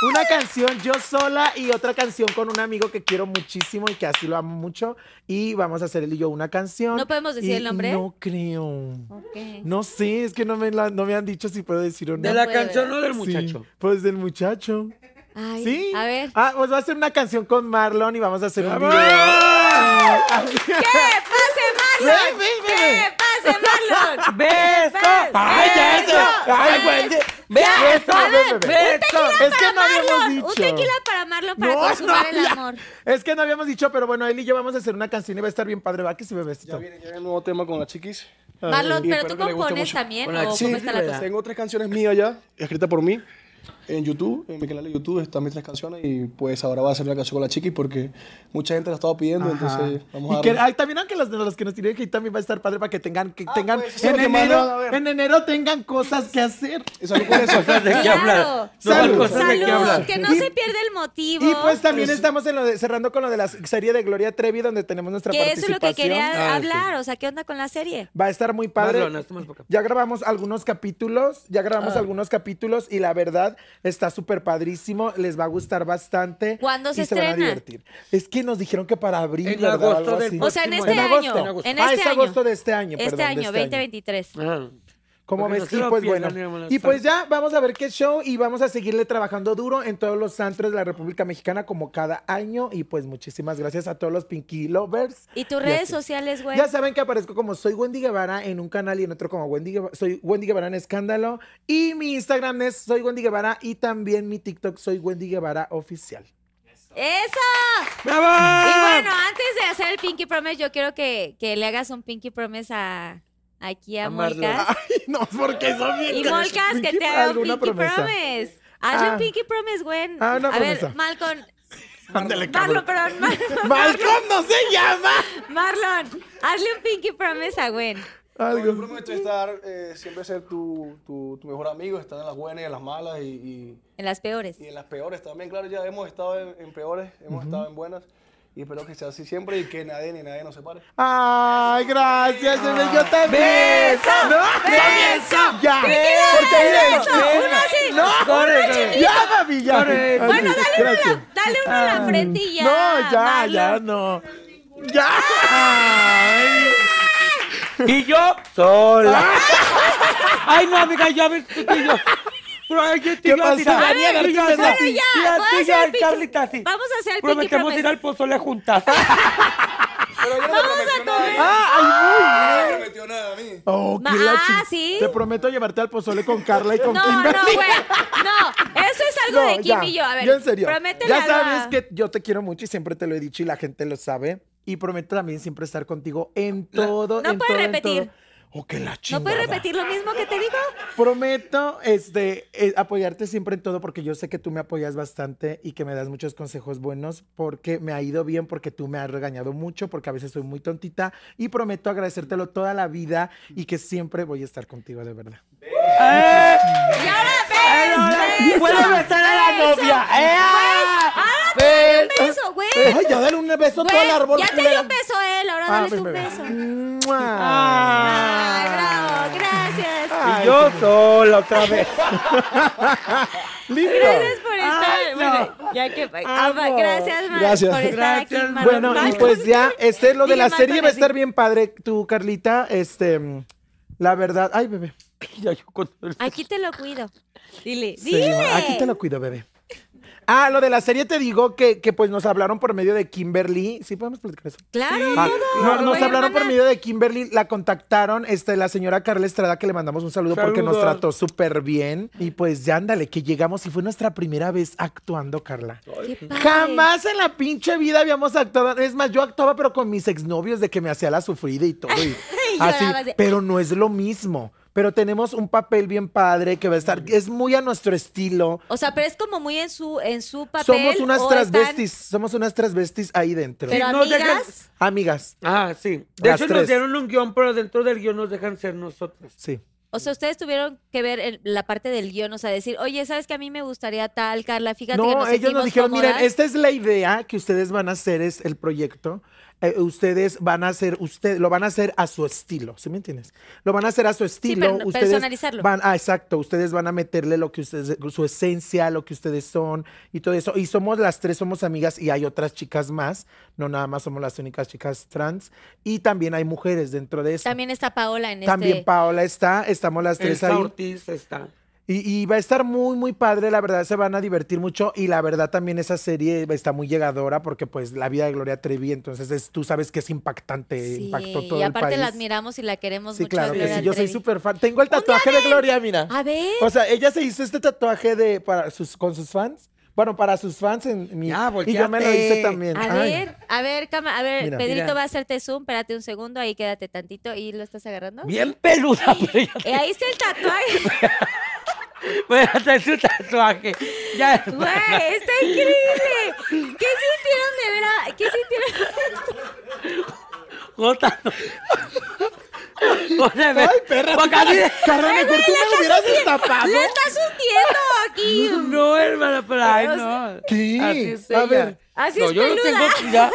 [SPEAKER 4] Una canción yo sola y otra canción con un amigo que quiero muchísimo y que así lo amo mucho. Y vamos a hacer él y yo una canción.
[SPEAKER 3] ¿No podemos decir
[SPEAKER 4] Y
[SPEAKER 3] el nombre?
[SPEAKER 4] No creo.
[SPEAKER 3] Ok.
[SPEAKER 4] No sé, es que no me, la- no me han dicho si puedo decir o no.
[SPEAKER 5] De la
[SPEAKER 3] puede,
[SPEAKER 5] canción o del
[SPEAKER 4] Sí,
[SPEAKER 5] muchacho.
[SPEAKER 4] pues del muchacho.
[SPEAKER 3] Ay,
[SPEAKER 4] sí.
[SPEAKER 3] A ver.
[SPEAKER 4] Ah, pues va a hacer una canción con Marlon y vamos a hacer un video.
[SPEAKER 3] ¡Que pase Marlon!
[SPEAKER 4] Ve, ve, ve,
[SPEAKER 3] ¡Que pase Marlon!
[SPEAKER 5] ¡Beso! ¡Ay, ya
[SPEAKER 3] Beso.
[SPEAKER 5] eso! ¡Ay, güey! ¡Beso!
[SPEAKER 4] A ver,
[SPEAKER 5] ¡Beso!
[SPEAKER 4] Es que no
[SPEAKER 3] Marlon,
[SPEAKER 4] habíamos
[SPEAKER 3] un
[SPEAKER 4] dicho.
[SPEAKER 3] tequila para Marlon para
[SPEAKER 4] No,
[SPEAKER 3] consumar
[SPEAKER 4] no,
[SPEAKER 3] el
[SPEAKER 4] ya.
[SPEAKER 3] amor.
[SPEAKER 4] Es que no habíamos dicho, pero bueno, él y yo vamos a hacer una canción y va a estar bien padre, ¿va? Que si bebés.
[SPEAKER 11] Ya viene, ya viene el nuevo tema con las chiquis.
[SPEAKER 3] Marlon,
[SPEAKER 11] Y
[SPEAKER 3] pero
[SPEAKER 11] espero
[SPEAKER 3] tú
[SPEAKER 11] que le guste
[SPEAKER 3] compones
[SPEAKER 11] mucho.
[SPEAKER 3] también
[SPEAKER 5] Hola,
[SPEAKER 3] o cómo
[SPEAKER 5] sí,
[SPEAKER 3] está la
[SPEAKER 5] ¿verdad?
[SPEAKER 3] cosa.
[SPEAKER 11] Tengo tres canciones mías ya, escritas por mí, en YouTube, en mi canal de YouTube están mis tres canciones y pues ahora voy a hacer una canción con las chiquis porque mucha gente la estaba pidiendo, entonces vamos a
[SPEAKER 4] Y que,
[SPEAKER 11] darle.
[SPEAKER 4] ay, también aunque los, los que nos tienen que ir también va a estar padre para que tengan, que tengan
[SPEAKER 11] pues, eso es
[SPEAKER 4] en,
[SPEAKER 11] lo que más van a
[SPEAKER 4] enero,
[SPEAKER 11] ver.
[SPEAKER 4] en enero tengan cosas que hacer.
[SPEAKER 11] Y salud con eso.
[SPEAKER 5] ¿De qué
[SPEAKER 3] Claro.
[SPEAKER 5] hablar? No
[SPEAKER 4] Salud.
[SPEAKER 5] hay cosas de qué
[SPEAKER 3] Salud,
[SPEAKER 5] hablar.
[SPEAKER 3] que no
[SPEAKER 4] Y-
[SPEAKER 3] se pierda el motivo.
[SPEAKER 4] Y pues también estamos en lo de- cerrando con lo de la serie de Gloria Trevi, donde tenemos nuestra
[SPEAKER 3] que eso es
[SPEAKER 4] participación.
[SPEAKER 3] lo que quería
[SPEAKER 5] Ah, sí.
[SPEAKER 3] hablar, o sea, ¿qué onda con la serie?
[SPEAKER 4] Va a estar muy padre.
[SPEAKER 5] Marlon, esto más por acá.
[SPEAKER 4] Ya grabamos algunos capítulos, ya grabamos algunos capítulos y la verdad está súper padrísimo, les va a gustar bastante.
[SPEAKER 3] ¿Cuándo
[SPEAKER 4] y
[SPEAKER 3] se
[SPEAKER 4] van a
[SPEAKER 3] estrena?
[SPEAKER 4] divertir. Es que nos dijeron que para abril,
[SPEAKER 5] En
[SPEAKER 4] ¿verdad?
[SPEAKER 5] agosto
[SPEAKER 4] Algo
[SPEAKER 5] del
[SPEAKER 4] así.
[SPEAKER 3] O sea, en
[SPEAKER 5] Próximo
[SPEAKER 3] este
[SPEAKER 5] año.
[SPEAKER 3] año,
[SPEAKER 5] En agosto.
[SPEAKER 3] en
[SPEAKER 4] ah,
[SPEAKER 3] este
[SPEAKER 4] es
[SPEAKER 3] año.
[SPEAKER 4] agosto de este año,
[SPEAKER 3] Este
[SPEAKER 4] perdón, de
[SPEAKER 3] año,
[SPEAKER 4] este año.
[SPEAKER 3] 2023.
[SPEAKER 5] Ajá.
[SPEAKER 4] ¿Cómo
[SPEAKER 5] Porque
[SPEAKER 4] ves?
[SPEAKER 5] no se
[SPEAKER 4] Y
[SPEAKER 5] lo
[SPEAKER 4] pues
[SPEAKER 5] pierdan,
[SPEAKER 4] bueno,
[SPEAKER 5] hermanas.
[SPEAKER 4] y pues ya vamos a ver qué show y vamos a seguirle trabajando duro en todos los santos de la República Mexicana como cada año y pues muchísimas gracias a todos los Pinky Lovers.
[SPEAKER 3] ¿Y tus
[SPEAKER 4] Ya
[SPEAKER 3] redes
[SPEAKER 4] sé.
[SPEAKER 3] sociales, güey?
[SPEAKER 4] Ya saben que aparezco como soy Wendy Guevara en un canal y en otro como Wendy Guevara, soy Wendy Guevara en Escándalo y mi Instagram es soy Wendy Guevara y también mi TikTok soy Wendy Guevara oficial.
[SPEAKER 3] ¡Eso!
[SPEAKER 5] ¡Bravo!
[SPEAKER 3] Y bueno, antes de hacer el Pinky Promise, yo quiero que, que le hagas un Pinky Promise a, aquí a,
[SPEAKER 5] A Marlon.
[SPEAKER 3] Molcas.
[SPEAKER 4] no, porque son bien
[SPEAKER 3] Y
[SPEAKER 4] caros.
[SPEAKER 3] Molcas, que
[SPEAKER 4] Pinky-
[SPEAKER 3] te haga un
[SPEAKER 4] alguna
[SPEAKER 3] Pinky Promise. Hazle
[SPEAKER 4] Ah.
[SPEAKER 3] un Pinky Promise, güey.
[SPEAKER 4] Ah, una
[SPEAKER 3] a ver,
[SPEAKER 4] promesa.
[SPEAKER 3] Malcolm.
[SPEAKER 4] Ándale,
[SPEAKER 3] Marlon,
[SPEAKER 4] cabrón.
[SPEAKER 3] perdón. Mar-
[SPEAKER 4] Malcolm no se llama.
[SPEAKER 3] Marlon, hazle un Pinky Promise a Gwen.
[SPEAKER 11] Yo
[SPEAKER 4] Algo.
[SPEAKER 11] prometo estar, eh, siempre ser tu, tu, tu mejor amigo, estar en las buenas y en las malas y, y-
[SPEAKER 3] En las peores.
[SPEAKER 11] y en las peores también. Claro, ya hemos estado en, en peores, hemos estado en buenas y espero que sea así siempre y que nadie ni nadie nos separe.
[SPEAKER 4] Ay, gracias, bebé, yo también.
[SPEAKER 5] ¡Beso!
[SPEAKER 4] No,
[SPEAKER 5] ¡Beso!
[SPEAKER 4] Ya.
[SPEAKER 5] Porque ahí
[SPEAKER 3] ¡Beso!
[SPEAKER 5] ven,
[SPEAKER 3] Uno así,
[SPEAKER 5] no, corre, corre.
[SPEAKER 4] Ya, papi, ya.
[SPEAKER 5] Corre.
[SPEAKER 4] Así,
[SPEAKER 5] Bueno,
[SPEAKER 4] gracias. Ah.
[SPEAKER 3] Dale uno a la frente y ya.
[SPEAKER 4] No, ya, ya,
[SPEAKER 3] Marlon.
[SPEAKER 4] no. Ya.
[SPEAKER 5] Y yo sola. Ay, no, amiga, ya ves tú y yo. Pero ay, yo te
[SPEAKER 4] ¿Qué
[SPEAKER 5] iba a
[SPEAKER 4] pasó?
[SPEAKER 5] tirar.
[SPEAKER 4] A ver,
[SPEAKER 5] Ay, yo
[SPEAKER 4] bueno,
[SPEAKER 5] sola.
[SPEAKER 4] ya,
[SPEAKER 5] Y a
[SPEAKER 3] ¿puedo
[SPEAKER 5] ti,
[SPEAKER 3] hacer
[SPEAKER 5] ya,
[SPEAKER 3] el Pinky-
[SPEAKER 5] Carlita, sí.
[SPEAKER 3] Vamos a hacer el Pinky
[SPEAKER 5] Prometemos
[SPEAKER 3] Promise.
[SPEAKER 5] ir al pozole juntas.
[SPEAKER 11] Pero yo no te
[SPEAKER 3] Vamos
[SPEAKER 11] prometí
[SPEAKER 3] a
[SPEAKER 11] nada,
[SPEAKER 4] Tranquila,
[SPEAKER 3] ah,
[SPEAKER 4] Oh, chi-
[SPEAKER 3] sí.
[SPEAKER 4] Te prometo llevarte al pozole con Carla y con
[SPEAKER 3] No, no,
[SPEAKER 4] Kimberly.
[SPEAKER 3] güey. No, eso es algo de Kim
[SPEAKER 4] No, ya,
[SPEAKER 3] y yo. A ver,
[SPEAKER 4] yo en serio.
[SPEAKER 3] prométele
[SPEAKER 4] Ya
[SPEAKER 3] algo a-
[SPEAKER 4] sabes que yo te quiero mucho y siempre te lo he dicho y la gente lo sabe. Y prometo también siempre estar contigo en todo.
[SPEAKER 3] No
[SPEAKER 4] en
[SPEAKER 3] puedes
[SPEAKER 4] todo, en
[SPEAKER 3] repetir.
[SPEAKER 4] todo. Oh, que la
[SPEAKER 3] ¿No
[SPEAKER 4] chingada.
[SPEAKER 3] puedes repetir lo mismo que te digo?
[SPEAKER 4] Prometo este, eh, apoyarte siempre en todo porque yo sé que tú me apoyas bastante y que me das muchos consejos buenos porque me ha ido bien, porque tú me has regañado mucho, porque a veces soy muy tontita y prometo agradecértelo toda la vida y que siempre voy a estar contigo de verdad.
[SPEAKER 5] Eh.
[SPEAKER 3] Y ahora ves.
[SPEAKER 5] ¡Puedo besar a la novia! ¡Eh! ¡Ves!
[SPEAKER 3] Ah, un beso, güey.
[SPEAKER 4] Ay, ya dale un beso ah, todo
[SPEAKER 3] Güey,
[SPEAKER 4] el árbol.
[SPEAKER 3] ya te dio un beso él, ahora
[SPEAKER 4] Ah,
[SPEAKER 3] dale
[SPEAKER 4] pues
[SPEAKER 3] tu
[SPEAKER 4] me ve. Ah.
[SPEAKER 3] beso.
[SPEAKER 4] ¡Mua!
[SPEAKER 3] Ay, bravo, gracias.
[SPEAKER 5] eh. Y yo sola otra vez.
[SPEAKER 4] ¡Listo!
[SPEAKER 3] Gracias por estar. Bueno, ya que. Ah, va, gracias, Mar,
[SPEAKER 12] Gracias.
[SPEAKER 3] por estar
[SPEAKER 5] Gracias,
[SPEAKER 3] aquí. Mar-
[SPEAKER 4] Bueno, y
[SPEAKER 3] Mar-
[SPEAKER 4] pues ya, este, lo de
[SPEAKER 3] Dile
[SPEAKER 4] la
[SPEAKER 3] mal
[SPEAKER 4] serie
[SPEAKER 3] con
[SPEAKER 4] va a
[SPEAKER 3] el-
[SPEAKER 4] estar bien padre. Tú, Carlita, este, mm, la verdad, ay, bebé.
[SPEAKER 5] Ya yo con-
[SPEAKER 3] Aquí te lo cuido. Dile,
[SPEAKER 4] Sí,
[SPEAKER 3] dile.
[SPEAKER 4] aquí te lo cuido, bebé. Ah, lo de la serie te digo que, que pues nos hablaron por medio de Kimberly. Sí, podemos platicar eso.
[SPEAKER 3] Claro,
[SPEAKER 4] Ah,
[SPEAKER 3] todo.
[SPEAKER 4] no, nos
[SPEAKER 3] Oye,
[SPEAKER 4] hablaron por
[SPEAKER 3] hermana,
[SPEAKER 4] medio de Kimberly, la contactaron, este, la señora Carla Estrada, que le mandamos un saludo porque nos
[SPEAKER 5] Saludos.
[SPEAKER 4] trató súper bien. Y pues ya ándale, que llegamos y fue nuestra primera vez actuando, Carla.
[SPEAKER 3] qué padre.
[SPEAKER 4] Jamás en la pinche vida habíamos actuado. Es más, yo actuaba, pero con mis exnovios de que me hacía la sufrida y todo. y así,
[SPEAKER 3] llorabas de-
[SPEAKER 4] pero no es lo mismo. Pero tenemos un papel bien padre que va a estar. Es muy a nuestro estilo.
[SPEAKER 3] O sea, pero es como muy en su, en su papel.
[SPEAKER 4] somos unas
[SPEAKER 3] o están-
[SPEAKER 4] transvestis. Somos unas transvestis ahí dentro.
[SPEAKER 3] Pero
[SPEAKER 5] No, deja-
[SPEAKER 3] amigas.
[SPEAKER 4] Amigas.
[SPEAKER 5] Ah, sí. De
[SPEAKER 4] Las
[SPEAKER 5] hecho,
[SPEAKER 4] tres.
[SPEAKER 5] nos dieron un guión, pero dentro del guión nos dejan ser nosotros.
[SPEAKER 4] Sí.
[SPEAKER 3] O sea, ustedes tuvieron que ver el- la parte del guión, o sea, decir, oye, ¿sabes que a mí me gustaría tal, Carla? Fíjate que
[SPEAKER 4] no,
[SPEAKER 3] nos
[SPEAKER 4] ellos
[SPEAKER 3] sentimos
[SPEAKER 4] nos dijeron, miren,
[SPEAKER 3] cómodas".
[SPEAKER 4] esta es la idea que ustedes van a hacer, es el proyecto. Eh, ustedes van a hacer, usted, lo van a hacer a su estilo, ¿sí me entiendes? Lo van a hacer a su estilo.
[SPEAKER 3] pero no-
[SPEAKER 4] ustedes
[SPEAKER 3] personalizarlo.
[SPEAKER 4] Van, ah, exacto, ustedes van a meterle lo que ustedes, su esencia, lo que ustedes son y todo eso. Y somos las tres, somos amigas y hay otras chicas más, no nada más somos las únicas chicas trans. Y también hay mujeres dentro de eso.
[SPEAKER 3] También está Paola en
[SPEAKER 4] También
[SPEAKER 3] este...
[SPEAKER 4] Paola está, estamos las tres
[SPEAKER 5] Elsa
[SPEAKER 4] ahí.
[SPEAKER 5] Ortiz está.
[SPEAKER 4] Y, y va a estar muy, muy padre, la verdad, se van a divertir mucho y la verdad también esa serie está muy llegadora porque pues la vida de Gloria Trevi, entonces es- tú sabes que es impactante,
[SPEAKER 3] Sí,
[SPEAKER 4] eh, impactó todo
[SPEAKER 3] y
[SPEAKER 4] el
[SPEAKER 3] aparte
[SPEAKER 4] país.
[SPEAKER 3] la admiramos y la queremos
[SPEAKER 4] sí,
[SPEAKER 3] mucho. a
[SPEAKER 4] claro que
[SPEAKER 3] Gloria
[SPEAKER 4] sí, yo soy
[SPEAKER 3] Trevi.
[SPEAKER 4] súper fan. Tengo el tatuaje de Gloria, mira.
[SPEAKER 3] A ver,
[SPEAKER 4] O sea, ella se hizo este tatuaje de para sus con sus fans. Bueno, para sus fans en mi
[SPEAKER 5] Ya,
[SPEAKER 4] y yo me lo
[SPEAKER 5] volteate.
[SPEAKER 4] hice también.
[SPEAKER 3] a
[SPEAKER 4] Ay.
[SPEAKER 3] ver, a ver, cama, a ver,
[SPEAKER 4] Mira.
[SPEAKER 3] Pedrito
[SPEAKER 5] Mira.
[SPEAKER 3] va a hacerte zoom, espérate un segundo, ahí quédate tantito y lo estás agarrando.
[SPEAKER 5] Bien peluda, pero ya
[SPEAKER 3] Eh, ahí está el tatuaje.
[SPEAKER 5] voy a hacer su tatuaje. Ya,
[SPEAKER 3] Güey, está increíble. ¿Qué sintieron de ver? a- ¿Qué sintieron?
[SPEAKER 5] Jota, no. Jota, ve-
[SPEAKER 4] Ay, perra.
[SPEAKER 5] Porque así de-
[SPEAKER 4] Carla, mejor tú me lo hubieras destapado.
[SPEAKER 3] Le está sustiendo aquí.
[SPEAKER 5] No, hermana, pero ay, no.
[SPEAKER 4] ¿Qué?
[SPEAKER 5] Así es
[SPEAKER 4] A
[SPEAKER 5] ella.
[SPEAKER 4] ver.
[SPEAKER 3] Así
[SPEAKER 5] no,
[SPEAKER 3] es
[SPEAKER 5] yo no
[SPEAKER 3] peluda.
[SPEAKER 5] tengo ya.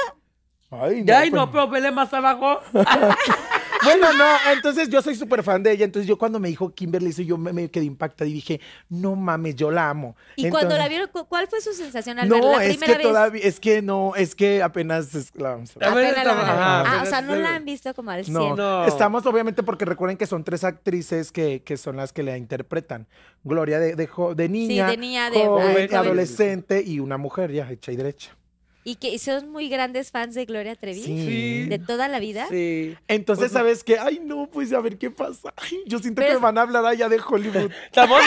[SPEAKER 4] Ay,
[SPEAKER 5] Ya, y
[SPEAKER 4] pues,
[SPEAKER 5] no, pero vele más abajo.
[SPEAKER 4] Bueno, no, entonces yo soy súper fan de ella. Entonces yo cuando me dijo Kimberly eso, yo me, me quedé impactada y dije, no mames, yo la amo.
[SPEAKER 3] Y cuando la
[SPEAKER 4] Entonces-
[SPEAKER 3] vieron, cu- ¿cuál fue su sensación al verla
[SPEAKER 4] No,
[SPEAKER 3] la
[SPEAKER 4] es
[SPEAKER 3] primera
[SPEAKER 4] que
[SPEAKER 3] vez?
[SPEAKER 4] todavía, es que no, es que apenas es- la vamos a ver.
[SPEAKER 5] A ver,
[SPEAKER 3] Apenas la van
[SPEAKER 5] estaba-
[SPEAKER 3] a-
[SPEAKER 5] ajá,
[SPEAKER 3] Ah, o
[SPEAKER 5] apenas
[SPEAKER 3] sea, no
[SPEAKER 5] se-
[SPEAKER 3] la han visto como al 100.
[SPEAKER 4] No,
[SPEAKER 5] No.
[SPEAKER 4] estamos obviamente porque recuerden que son tres actrices que, que son las que la interpretan. Gloria de, de, jo- de niña,
[SPEAKER 3] de niña, de-
[SPEAKER 4] joven,
[SPEAKER 5] ay, joven.
[SPEAKER 4] adolescente y una mujer ya hecha y derecha.
[SPEAKER 3] Y que y son muy grandes fans de Gloria Trevi.
[SPEAKER 5] Sí.
[SPEAKER 3] De toda la vida.
[SPEAKER 5] Sí.
[SPEAKER 4] Entonces,
[SPEAKER 5] Pues no.
[SPEAKER 4] ¿sabes qué? Ay, no, pues a ver qué pasa. Ay, yo siento que
[SPEAKER 3] Pero
[SPEAKER 4] me
[SPEAKER 3] es-
[SPEAKER 4] van a hablar allá de Hollywood.
[SPEAKER 5] Estamos.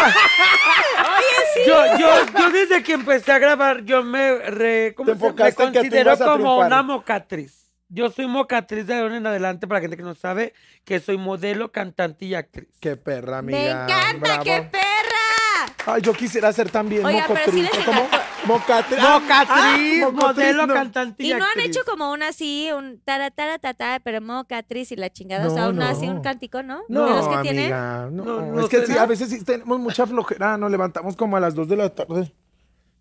[SPEAKER 5] Yo, yo, yo desde que empecé a grabar, yo me, re, ¿cómo
[SPEAKER 4] Te
[SPEAKER 5] se- me
[SPEAKER 4] enfocaste en que tú
[SPEAKER 5] considero
[SPEAKER 4] ibas a
[SPEAKER 5] como
[SPEAKER 4] triunfar.
[SPEAKER 5] una mocatriz. Yo soy mocatriz de ahora en adelante, para la gente que no sabe, que soy modelo, cantante y actriz.
[SPEAKER 4] Qué perra, amiga.
[SPEAKER 3] ¡Me encanta!
[SPEAKER 4] bravo.
[SPEAKER 3] ¡Qué perra!
[SPEAKER 4] Ay, yo quisiera ser también
[SPEAKER 3] Oiga, pero sí
[SPEAKER 4] mocotriz.
[SPEAKER 3] les
[SPEAKER 4] ¿Cómo?
[SPEAKER 3] encantó.
[SPEAKER 4] Mocatri- ah,
[SPEAKER 5] Mocatriz,
[SPEAKER 4] ah, mocotriz,
[SPEAKER 5] modelo,
[SPEAKER 4] no.
[SPEAKER 5] cantante y,
[SPEAKER 3] Y no han
[SPEAKER 5] actriz.
[SPEAKER 3] hecho como una así, un tara, tara, tata, pero mocatriz y la chingada. o sea,
[SPEAKER 4] No,
[SPEAKER 3] una así,
[SPEAKER 4] no.
[SPEAKER 3] un cántico, ¿no?
[SPEAKER 4] No,
[SPEAKER 3] De los que tienen.
[SPEAKER 4] amiga, no.
[SPEAKER 5] No, no
[SPEAKER 4] es que
[SPEAKER 5] sé,
[SPEAKER 4] sí,
[SPEAKER 5] ¿no?
[SPEAKER 4] a veces sí tenemos mucha flojera, nos levantamos como a las 2 de la tarde.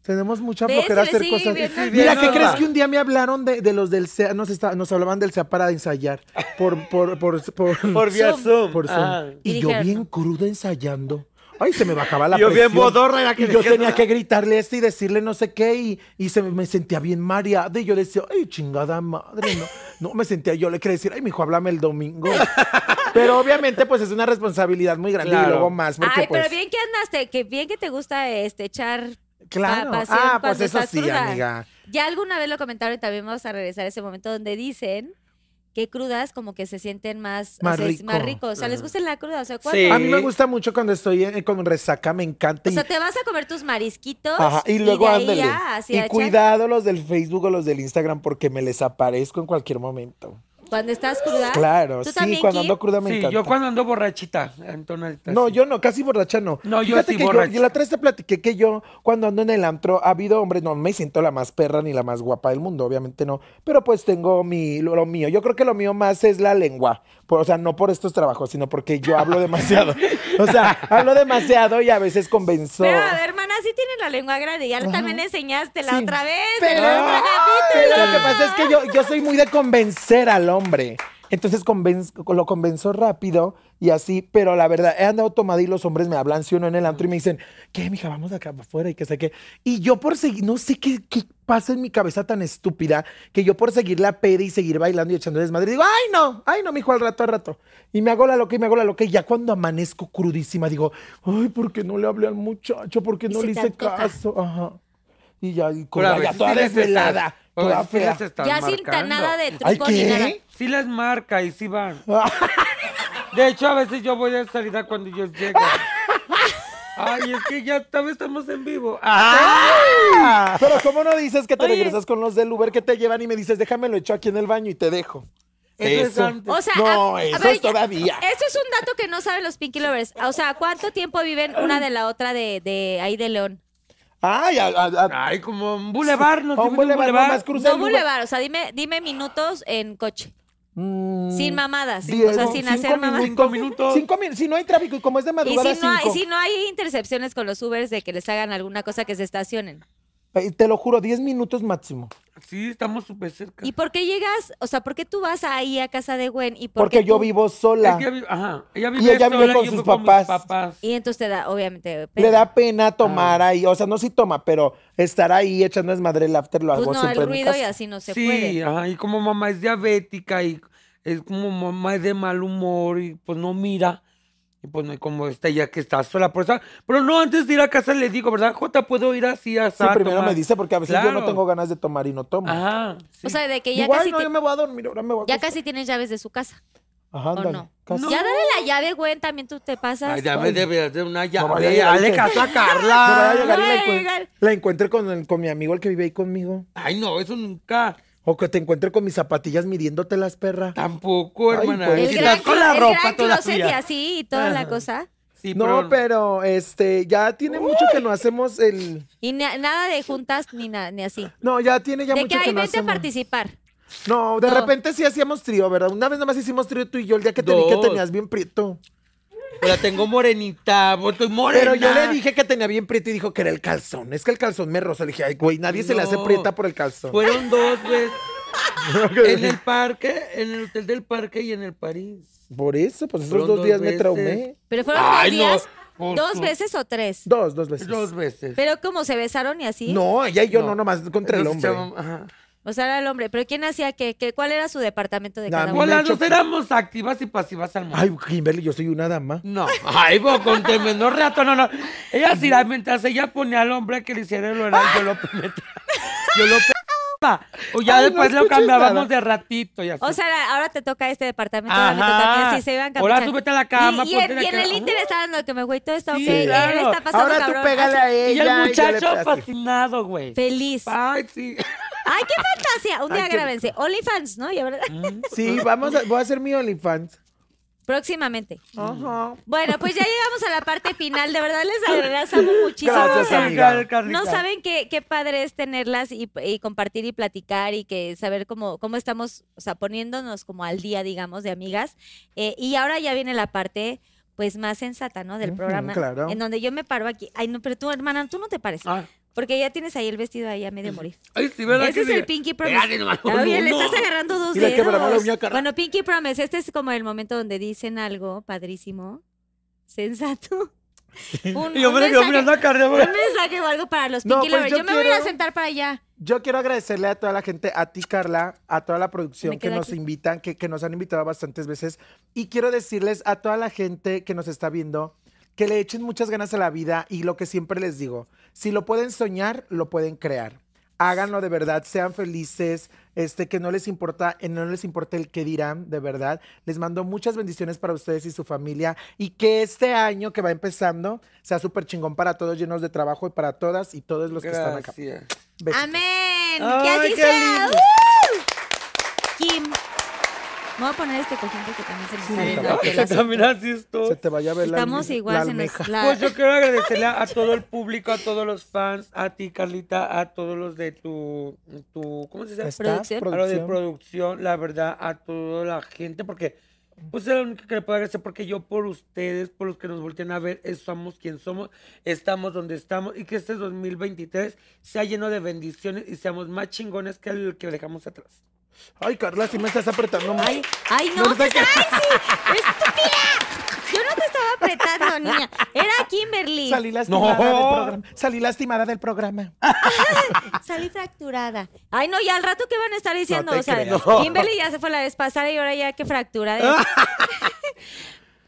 [SPEAKER 4] Tenemos mucha
[SPEAKER 3] ¿Ves?
[SPEAKER 4] flojera
[SPEAKER 3] Se
[SPEAKER 4] hacer
[SPEAKER 3] le sigue
[SPEAKER 4] cosas.
[SPEAKER 3] viendo.
[SPEAKER 5] Sí,
[SPEAKER 4] Mira,
[SPEAKER 5] bien,
[SPEAKER 4] ¿qué
[SPEAKER 5] no.
[SPEAKER 4] crees que un día me hablaron de, de los del CEA? Nos, está- nos hablaban del CEA para ensayar. Por, por, por, por,
[SPEAKER 5] Por vía Zoom.
[SPEAKER 4] por Zoom.
[SPEAKER 5] Ah.
[SPEAKER 4] Y,
[SPEAKER 3] Y
[SPEAKER 4] yo
[SPEAKER 3] dijeron-
[SPEAKER 4] bien cruda ensayando. Ay, se me bajaba la
[SPEAKER 5] Yo bien
[SPEAKER 4] presión.
[SPEAKER 5] modorra, la que "Ah".
[SPEAKER 4] y yo
[SPEAKER 5] dejé-
[SPEAKER 4] tenía que gritarle esto y decirle no sé qué. Y, y se me, me sentía bien mareada. Y yo decía, ay, chingada madre, no. No, me sentía, yo le quería decir, ay, mijo, háblame el domingo. Pero obviamente, pues es una responsabilidad muy grande y
[SPEAKER 5] Claro.
[SPEAKER 4] luego más. Porque,
[SPEAKER 3] Ay,
[SPEAKER 4] pues,
[SPEAKER 3] pero bien que andaste, que bien que te gusta este echar.
[SPEAKER 4] Claro.
[SPEAKER 3] pa- pasión
[SPEAKER 4] ah, pues
[SPEAKER 3] cuando
[SPEAKER 4] eso
[SPEAKER 3] estás
[SPEAKER 4] sí,
[SPEAKER 3] cruda.
[SPEAKER 4] amiga.
[SPEAKER 3] Ya alguna vez lo comentaron y también vamos a regresar a ese momento donde dicen que crudas como que se sienten más,
[SPEAKER 4] Más
[SPEAKER 3] o sea, es más
[SPEAKER 4] rico.
[SPEAKER 3] rico. O sea, les gusta la cruda. O sea,
[SPEAKER 5] Sí.
[SPEAKER 3] cuando,
[SPEAKER 4] A mí me gusta mucho cuando estoy eh, con resaca, me encanta.
[SPEAKER 3] o
[SPEAKER 4] y-
[SPEAKER 3] sea, te vas a comer tus marisquitos
[SPEAKER 4] Ajá, y luego
[SPEAKER 3] de ahí
[SPEAKER 4] ándale.
[SPEAKER 3] ya hacia
[SPEAKER 4] Y
[SPEAKER 3] echar.
[SPEAKER 4] cuidado los del Facebook o los del Instagram porque me les aparezco en cualquier momento.
[SPEAKER 3] Cuando estás cruda.
[SPEAKER 4] Claro,
[SPEAKER 3] Ah, ¿Tú
[SPEAKER 4] sí,
[SPEAKER 3] también,
[SPEAKER 4] cuando
[SPEAKER 3] Kim?
[SPEAKER 4] ando cruda me
[SPEAKER 5] Sí,
[SPEAKER 4] encanta.
[SPEAKER 5] yo cuando ando borrachita, entonadita,
[SPEAKER 4] No,
[SPEAKER 5] sí.
[SPEAKER 4] yo no, casi borracha no.
[SPEAKER 5] No, yo
[SPEAKER 4] Fíjate
[SPEAKER 5] sí
[SPEAKER 4] que
[SPEAKER 5] borracha.
[SPEAKER 4] yo la otra vez te platiqué que yo cuando ando en el antro ha habido hombres, no me siento la más perra ni la más guapa del mundo, obviamente no, pero pues tengo mi lo, lo mío. Yo creo que lo mío más es la lengua, por- o sea, no por estos trabajos, sino porque yo hablo demasiado. O sea, hablo demasiado y a veces convenzo.
[SPEAKER 3] Pero, a ver, hermana, sí tiene la lengua grande. Ya también le enseñaste la
[SPEAKER 4] Sí.
[SPEAKER 3] otra vez. en
[SPEAKER 4] Pero, Ah,
[SPEAKER 3] el otro
[SPEAKER 4] pero
[SPEAKER 3] capítulo.
[SPEAKER 4] lo que pasa es que yo, yo soy muy de convencer al hombre. Entonces convenz- lo convenzo rápido y así, pero la verdad, he andado tomada y los hombres me hablan, si uno en el antro, y me dicen, ¿qué, mija, vamos acá para afuera? Y que sé qué. Y yo por seguir, no sé qué, qué pasa en mi cabeza tan estúpida, que yo por seguir la peda y seguir bailando y echando desmadre, digo, ¡ay no! ¡ay no, mijo, al rato, al rato! Y me hago la loca y me hago la loca, y ya cuando amanezco crudísima, digo, ¡ay, ¿por qué no le hablé al muchacho? ¿Por qué
[SPEAKER 3] Y
[SPEAKER 4] no
[SPEAKER 3] se
[SPEAKER 4] le
[SPEAKER 3] te
[SPEAKER 4] hice
[SPEAKER 3] antoja.
[SPEAKER 4] caso? Ajá. Y ya, y
[SPEAKER 5] Pero a
[SPEAKER 4] cruda, ya
[SPEAKER 5] veces
[SPEAKER 4] toda
[SPEAKER 5] sí les estás-
[SPEAKER 4] desvelada,
[SPEAKER 5] a veces
[SPEAKER 4] toda
[SPEAKER 5] sí
[SPEAKER 4] fea.
[SPEAKER 5] les estás
[SPEAKER 3] Ya sin
[SPEAKER 5] marcando.
[SPEAKER 3] tan nada de truco
[SPEAKER 4] ¿Ay,
[SPEAKER 3] ni nada.
[SPEAKER 4] qué?
[SPEAKER 5] Sí les marca y sí van. De hecho, a veces yo voy de salida cuando ellos llegan. Ay, es que ya esta vez estamos en vivo. ¡Ah!
[SPEAKER 4] Pero ¿cómo no dices que te regresas con los del Uber que te llevan y me dices, déjame lo echo aquí en el baño y te dejo?
[SPEAKER 5] Eso es antes.
[SPEAKER 3] O sea,
[SPEAKER 4] No,
[SPEAKER 3] a- a
[SPEAKER 4] eso
[SPEAKER 3] ver,
[SPEAKER 4] es
[SPEAKER 3] ya-
[SPEAKER 4] todavía.
[SPEAKER 3] Eso es un dato que no saben los Pinky Lovers. O sea, ¿cuánto tiempo viven una de la otra de, de ahí de León?
[SPEAKER 4] Ay, a, a- a-
[SPEAKER 5] Ay, como un bulevar,
[SPEAKER 4] a
[SPEAKER 5] nos
[SPEAKER 4] un boulevard nomás cruza
[SPEAKER 3] No
[SPEAKER 4] el Uber.
[SPEAKER 3] bulevar, o sea, dime, dime minutos en coche.
[SPEAKER 4] Mm,
[SPEAKER 3] Sin mamadas.
[SPEAKER 4] diez,
[SPEAKER 3] o sea, sin
[SPEAKER 4] cinco
[SPEAKER 3] hacer mamadas.
[SPEAKER 5] Cinco minutos.
[SPEAKER 4] Cinco minutos. Si no hay tráfico y como es de
[SPEAKER 3] Y
[SPEAKER 4] madrugada,
[SPEAKER 3] si, no hay,
[SPEAKER 4] cinco.
[SPEAKER 3] si no hay intercepciones con los Ubers de que les hagan alguna cosa que se estacionen.
[SPEAKER 4] Eh, Te lo juro, diez minutos máximo.
[SPEAKER 5] Sí, estamos súper cerca.
[SPEAKER 3] ¿Y por qué llegas? O sea, ¿por qué tú vas ahí a casa de Gwen? ¿Y por qué
[SPEAKER 4] Porque yo
[SPEAKER 3] tú-
[SPEAKER 4] vivo
[SPEAKER 5] Es
[SPEAKER 4] sola.
[SPEAKER 5] que ella vive, ajá, ella
[SPEAKER 4] Y
[SPEAKER 5] vive
[SPEAKER 4] ella vive
[SPEAKER 5] sola
[SPEAKER 4] con
[SPEAKER 5] yo
[SPEAKER 4] sus
[SPEAKER 5] vivo mis
[SPEAKER 4] papás.
[SPEAKER 3] Y entonces te da, obviamente.
[SPEAKER 4] Le
[SPEAKER 3] pena.
[SPEAKER 4] da
[SPEAKER 5] Ah.
[SPEAKER 4] pena tomar ahí. O sea, no si toma, pero estar ahí echando desmadre el after lo
[SPEAKER 3] Pues
[SPEAKER 4] hago
[SPEAKER 3] no,
[SPEAKER 4] siempre
[SPEAKER 3] el
[SPEAKER 4] en mi
[SPEAKER 3] ruido y
[SPEAKER 4] casa.
[SPEAKER 3] así no se
[SPEAKER 5] sí,
[SPEAKER 3] puede.
[SPEAKER 5] ajá, y como mamá es diabética y es como mamá es de mal humor y pues no mira. Y pues no hay como esta ya que está sola por esa. Pero no, antes de ir a casa le digo, ¿verdad, Jota? Puedo ir así a
[SPEAKER 4] Sí, primero me dice porque a veces yo no
[SPEAKER 5] Claro.
[SPEAKER 4] tengo ganas de tomar y no tomo.
[SPEAKER 5] Ajá. sí.
[SPEAKER 3] O sea, de que Ah. ya
[SPEAKER 4] Igual
[SPEAKER 3] casi
[SPEAKER 4] no,
[SPEAKER 3] te-
[SPEAKER 4] yo me voy a dormir, ahora me voy a
[SPEAKER 3] ya
[SPEAKER 4] acostar.
[SPEAKER 3] casi tienes llaves de su casa.
[SPEAKER 4] Ajá,
[SPEAKER 3] ¿O
[SPEAKER 4] ándale,
[SPEAKER 3] no?
[SPEAKER 4] casi.
[SPEAKER 3] Ya dale la llave, Gwen, también tú te pasas.
[SPEAKER 5] Ay, ya me deberías de una llave.
[SPEAKER 4] vaya a llegar
[SPEAKER 5] Dale
[SPEAKER 4] que-
[SPEAKER 5] caso a
[SPEAKER 4] No vaya a
[SPEAKER 5] Carla.
[SPEAKER 4] llegar y
[SPEAKER 3] No
[SPEAKER 4] la,
[SPEAKER 3] vaya a
[SPEAKER 4] encuent-
[SPEAKER 3] llegar.
[SPEAKER 4] la encuentre con, el- con mi amigo, el que vive ahí conmigo.
[SPEAKER 5] Ay, no, eso nunca.
[SPEAKER 4] O que te encuentre con mis zapatillas midiéndote las perras.
[SPEAKER 5] Tampoco,
[SPEAKER 4] Ay,
[SPEAKER 5] hermana.
[SPEAKER 4] pues.
[SPEAKER 3] El
[SPEAKER 5] Si
[SPEAKER 3] gran,
[SPEAKER 5] estás con la
[SPEAKER 3] clo-
[SPEAKER 5] Ah.
[SPEAKER 3] el
[SPEAKER 5] ropa
[SPEAKER 3] gran closet y
[SPEAKER 5] todavía.
[SPEAKER 3] así y toda la
[SPEAKER 4] Ajá.
[SPEAKER 3] cosa.
[SPEAKER 5] Sí,
[SPEAKER 4] no, pero este, ya tiene mucho que no hacemos el.
[SPEAKER 3] Y na- nada de juntas ni, na- ni así.
[SPEAKER 4] No, ya tiene ya
[SPEAKER 3] de que
[SPEAKER 4] mucho que,
[SPEAKER 3] ahí
[SPEAKER 4] no
[SPEAKER 3] vente a
[SPEAKER 4] hacemos.
[SPEAKER 3] participar.
[SPEAKER 4] No, de
[SPEAKER 3] No.
[SPEAKER 4] repente sí hacíamos trío, ¿verdad? Una vez nomás hicimos trío tú y yo el día que te vi que
[SPEAKER 5] Dos.
[SPEAKER 4] tenías bien prieto.
[SPEAKER 5] La tengo morenita, pues, estoy morena.
[SPEAKER 4] Pero yo le dije que tenía bien prieto y dijo que era el calzón. Es que el calzón me rozó. Le dije, ay, güey, nadie se le hace
[SPEAKER 5] No.
[SPEAKER 4] prieta por el calzón.
[SPEAKER 5] Fueron dos pues. veces. en el parque, en el hotel del parque y en el París.
[SPEAKER 4] Por eso, pues esos
[SPEAKER 5] Fueron
[SPEAKER 4] dos
[SPEAKER 5] dos
[SPEAKER 4] días me
[SPEAKER 5] veces.
[SPEAKER 4] traumé.
[SPEAKER 3] Pero fueron
[SPEAKER 5] Ay,
[SPEAKER 3] dos
[SPEAKER 5] no.
[SPEAKER 3] días,
[SPEAKER 5] Por
[SPEAKER 3] dos
[SPEAKER 5] tu-
[SPEAKER 3] veces o tres.
[SPEAKER 4] Dos, dos veces.
[SPEAKER 5] Dos veces.
[SPEAKER 3] Pero como se besaron y así.
[SPEAKER 4] No, ella y yo no,
[SPEAKER 5] No.
[SPEAKER 4] nomás contra el
[SPEAKER 5] Nos
[SPEAKER 4] hombre.
[SPEAKER 5] echábamos- ajá.
[SPEAKER 3] O sea, era el hombre. Pero ¿quién hacía qué? ¿Qué- ¿Cuál era su departamento de
[SPEAKER 4] No, a
[SPEAKER 3] cada
[SPEAKER 4] mí
[SPEAKER 3] uno?
[SPEAKER 5] O las
[SPEAKER 4] me
[SPEAKER 5] dos
[SPEAKER 4] choca.
[SPEAKER 5] éramos activas y pasivas al mundo.
[SPEAKER 4] Ay, Kimberly, yo soy una dama.
[SPEAKER 5] No, ay, vos con tremendo rato, no, no. Ella sí, la- mientras ella ponía al hombre que le hiciera el oral, yo lo penetraba. Yo lo penetraba. O ya
[SPEAKER 4] Ay, no
[SPEAKER 5] después lo
[SPEAKER 4] escuches
[SPEAKER 5] cambiábamos
[SPEAKER 4] nada.
[SPEAKER 5] de ratito y así.
[SPEAKER 3] O sea, la- ahora te toca este departamento, ahora me toca a mí,
[SPEAKER 5] Ajá.
[SPEAKER 3] así se iban
[SPEAKER 5] Ahora
[SPEAKER 3] cambiando.
[SPEAKER 5] súbete a la cama,
[SPEAKER 3] Y, y
[SPEAKER 5] ponte
[SPEAKER 3] en,
[SPEAKER 5] la
[SPEAKER 3] y en
[SPEAKER 5] cama.
[SPEAKER 3] el Inter está dando que me güey, todo está
[SPEAKER 5] Sí,
[SPEAKER 3] ok, él
[SPEAKER 5] claro.
[SPEAKER 3] está pasando
[SPEAKER 4] Ahora tú
[SPEAKER 3] cabrón.
[SPEAKER 4] pégale
[SPEAKER 3] así,
[SPEAKER 4] a ella.
[SPEAKER 5] y el
[SPEAKER 4] yo le
[SPEAKER 5] muchacho pues,
[SPEAKER 4] pe- así.
[SPEAKER 5] fascinado, güey.
[SPEAKER 3] Feliz.
[SPEAKER 5] Ay, sí.
[SPEAKER 3] Ay, qué fantasía. Un día
[SPEAKER 4] Ay, qué
[SPEAKER 3] grábense. OnlyFans, ¿no? Ya, ¿verdad?
[SPEAKER 4] Sí, vamos a, voy a hacer mi OnlyFans.
[SPEAKER 3] Próximamente.
[SPEAKER 4] Ajá.
[SPEAKER 3] Bueno, pues ya llegamos a la parte final. De verdad, les agradezco muchísimo.
[SPEAKER 4] Gracias,
[SPEAKER 3] Ay,
[SPEAKER 4] amiga.
[SPEAKER 3] No saben qué, qué padre es tenerlas y, y compartir y platicar y que saber cómo, cómo estamos, o sea, poniéndonos como al día, digamos, de amigas. Eh, y ahora ya viene la parte, pues, más sensata, ¿no? Del
[SPEAKER 4] Ujú,
[SPEAKER 3] programa.
[SPEAKER 4] claro.
[SPEAKER 3] En donde yo me paro aquí. Ay, no, pero tú, hermana, tú no te pares.
[SPEAKER 5] Ah.
[SPEAKER 3] Porque ya tienes ahí el vestido ahí a medio morir.
[SPEAKER 5] Ay, sí, ¿verdad?
[SPEAKER 3] Ese
[SPEAKER 5] que
[SPEAKER 3] es
[SPEAKER 5] sí?
[SPEAKER 3] el Pinky Promise.
[SPEAKER 5] Espérate, nomás,
[SPEAKER 3] Ah, bien, le
[SPEAKER 5] uno.
[SPEAKER 3] estás agarrando dos
[SPEAKER 4] Y le quebraba la
[SPEAKER 3] dedos.
[SPEAKER 4] uña, cara.
[SPEAKER 3] Bueno, Pinky Promise, este es como el momento donde dicen algo padrísimo, sensato. Un,
[SPEAKER 5] Y yo
[SPEAKER 3] un
[SPEAKER 5] me le quedo
[SPEAKER 3] mensaje-
[SPEAKER 5] mirando a Carla, güey.
[SPEAKER 3] un mensaje o algo para los
[SPEAKER 4] No,
[SPEAKER 3] Pinky
[SPEAKER 4] pues
[SPEAKER 3] Lovers. Yo,
[SPEAKER 4] yo
[SPEAKER 3] me voy a ir a
[SPEAKER 4] quiero-
[SPEAKER 3] sentar para allá.
[SPEAKER 4] Yo quiero agradecerle a toda la gente, a ti, Carla, a toda la producción
[SPEAKER 3] Me
[SPEAKER 4] que
[SPEAKER 3] quedo
[SPEAKER 4] nos
[SPEAKER 3] aquí.
[SPEAKER 4] invitan, que, que nos han invitado bastantes veces. Y quiero decirles a toda la gente que nos está viendo que le echen muchas ganas a la vida y lo que siempre les digo, si lo pueden soñar, lo pueden crear. Háganlo de verdad, sean felices, este, que no les importa, eh, no les importa el qué dirán, de verdad. Les mando muchas bendiciones para ustedes y su familia y que este año que va empezando sea súper chingón para todos, llenos de trabajo y para todas y todos los que están acá.
[SPEAKER 5] Gracias.
[SPEAKER 4] Besitos.
[SPEAKER 3] Amén.
[SPEAKER 5] Ay,
[SPEAKER 3] que así
[SPEAKER 5] qué
[SPEAKER 3] sea.
[SPEAKER 5] lindo.
[SPEAKER 3] ¡Uh! Kim. Me voy a poner este cojín porque también se me está viendo aquí el
[SPEAKER 5] Yo
[SPEAKER 3] asunto.
[SPEAKER 5] también así estoy.
[SPEAKER 4] Se te vaya a ver la
[SPEAKER 3] Estamos
[SPEAKER 4] alme-
[SPEAKER 3] igual,
[SPEAKER 4] la
[SPEAKER 3] se nos-
[SPEAKER 4] almeja.
[SPEAKER 3] la-
[SPEAKER 5] Pues yo quiero agradecerle a a todo el público, a todos los fans, a ti, Carlita, a todos los de tu, tu ¿cómo se dice?
[SPEAKER 4] ¿Estás?
[SPEAKER 3] Producción.
[SPEAKER 5] A lo de
[SPEAKER 4] Producción.
[SPEAKER 5] producción, la verdad, a toda la gente, porque pues es lo único que le puedo agradecer, porque yo por ustedes, por los que nos voltean a ver, es- somos quien somos, estamos donde estamos, y que este 2023 sea lleno de bendiciones y seamos más chingones que el que dejamos atrás.
[SPEAKER 4] Ay, Carla, si me estás apretando mucho.
[SPEAKER 3] Ay, ay, no,
[SPEAKER 4] No sé
[SPEAKER 3] pues,
[SPEAKER 4] qué-
[SPEAKER 3] ay, sí, estúpida. Yo no te estaba apretando, niña. Era Kimberly.
[SPEAKER 4] Salí lastimada
[SPEAKER 5] No.
[SPEAKER 4] del programa. Salí lastimada del programa.
[SPEAKER 3] Salí fracturada. Ay, no, ya al rato que van a estar diciendo,
[SPEAKER 4] No te
[SPEAKER 3] o sea,
[SPEAKER 4] creas.
[SPEAKER 3] Kimberly ya se fue la vez pasada y ahora ya que fracturada.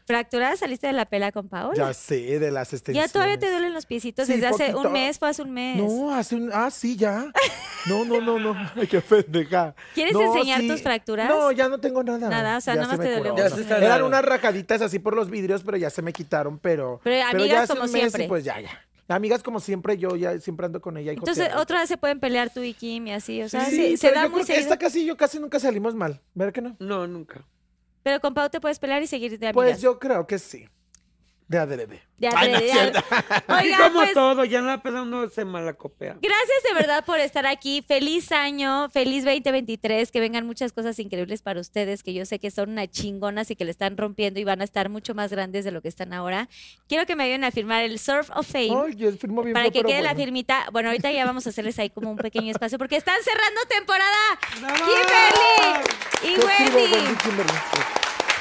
[SPEAKER 3] fracturada saliste de la pela con Paola.
[SPEAKER 4] Ya sé, de las
[SPEAKER 3] Ya
[SPEAKER 4] extensiones.
[SPEAKER 3] todavía te duelen los piecitos
[SPEAKER 4] Sí,
[SPEAKER 3] desde hace
[SPEAKER 4] poquito.
[SPEAKER 3] un mes, fue hace un mes.
[SPEAKER 4] No, hace un. Ah, sí, ya. No, no, no, no. Ay, qué pendeja.
[SPEAKER 3] ¿Quieres
[SPEAKER 4] No,
[SPEAKER 3] enseñar
[SPEAKER 4] sí.
[SPEAKER 3] tus fracturas?
[SPEAKER 4] No, ya no tengo nada.
[SPEAKER 3] Nada, o sea,
[SPEAKER 4] Ya
[SPEAKER 3] nada
[SPEAKER 4] se
[SPEAKER 3] más
[SPEAKER 4] me
[SPEAKER 3] te dolió.
[SPEAKER 4] curó.
[SPEAKER 5] Ya se sanaron.
[SPEAKER 4] Eran unas rajaditas así por los vidrios, pero ya se me quitaron, pero.
[SPEAKER 3] Pero
[SPEAKER 4] ya
[SPEAKER 3] amigas
[SPEAKER 4] hace un
[SPEAKER 3] como
[SPEAKER 4] mes
[SPEAKER 3] siempre.
[SPEAKER 4] Y pues ya, ya. Amigas como siempre, yo ya siempre ando con ella. Y
[SPEAKER 3] Entonces,
[SPEAKER 4] cotorreo.
[SPEAKER 3] otra vez se pueden pelear tú y Kim y así, o sea,
[SPEAKER 4] Sí,
[SPEAKER 3] se, se
[SPEAKER 4] pero
[SPEAKER 3] da muy
[SPEAKER 4] yo creo que
[SPEAKER 3] seguido.
[SPEAKER 4] esta casi yo casi nunca salimos mal. ¿Verdad que no?
[SPEAKER 5] No, nunca.
[SPEAKER 3] Pero con Pau te puedes pelear y seguir de amigas.
[SPEAKER 4] Pues yo creo que sí. De adrede.
[SPEAKER 3] De
[SPEAKER 4] Ay, no es
[SPEAKER 3] adrede-
[SPEAKER 4] cierto.
[SPEAKER 5] y
[SPEAKER 3] Oigan,
[SPEAKER 5] como
[SPEAKER 3] pues,
[SPEAKER 5] todo, ya en la peda uno se malacopea.
[SPEAKER 3] Gracias de verdad por estar aquí. Feliz año, feliz 2023, que vengan muchas cosas increíbles para ustedes, que yo sé que son una chingonas y que le están rompiendo y van a estar mucho más grandes de lo que están ahora. Quiero que me ayuden a firmar el Surf of Fame.
[SPEAKER 4] Ay, yo firmo bien
[SPEAKER 3] para
[SPEAKER 4] feo,
[SPEAKER 3] que
[SPEAKER 4] pero
[SPEAKER 3] quede la
[SPEAKER 4] bueno.
[SPEAKER 3] firmita. Bueno, ahorita ya vamos a hacerles ahí como un pequeño espacio porque están cerrando temporada.
[SPEAKER 5] ¡Bravo!
[SPEAKER 3] Kimberly y
[SPEAKER 4] Yo escribo,
[SPEAKER 3] Wendy.
[SPEAKER 4] Wendy Kimberly, sí.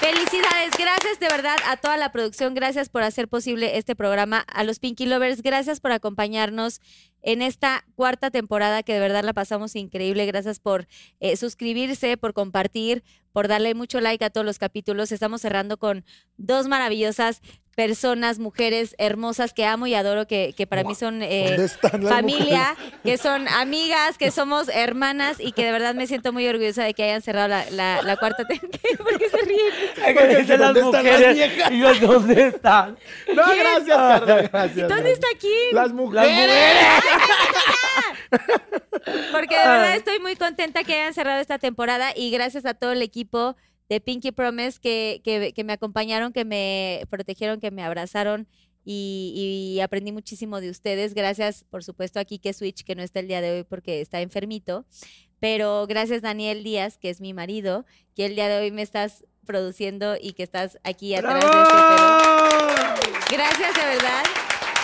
[SPEAKER 3] Felicidades, gracias de verdad a toda la producción, gracias por hacer posible este programa, a los Pinky Lovers, gracias por acompañarnos en esta cuarta temporada que de verdad la pasamos increíble, gracias por eh, suscribirse, por compartir, por darle mucho like a todos los capítulos. Estamos cerrando con dos maravillosas personas, mujeres hermosas que amo y adoro, que, que para mí son... eh,
[SPEAKER 4] ¿Dónde están las
[SPEAKER 3] familia, que son amigas, que somos hermanas y que de verdad me siento muy orgullosa de que hayan cerrado la, la, la cuarta temporada. ¿Por qué se ríen?
[SPEAKER 5] Hay que decirle a las
[SPEAKER 4] ¿Dónde están las
[SPEAKER 5] mujeres,
[SPEAKER 4] viejas?
[SPEAKER 5] y yo, ¿dónde están?
[SPEAKER 4] No, gracias, Carla, gracias.
[SPEAKER 3] ¿Dónde está aquí?
[SPEAKER 4] Las
[SPEAKER 5] Las
[SPEAKER 4] mujeres.
[SPEAKER 5] mujeres.
[SPEAKER 3] Porque de verdad estoy muy contenta que hayan cerrado esta temporada y gracias a todo el equipo de Pinky Promise que, que, que me acompañaron, que me protegieron, que me abrazaron y, y aprendí muchísimo de ustedes. Gracias, por supuesto, a Kike Switch, que no está el día de hoy porque está enfermito. Pero gracias, Daniel Díaz, que es mi marido, que el día de hoy me estás produciendo y que estás aquí atrás de este telón. Gracias de verdad,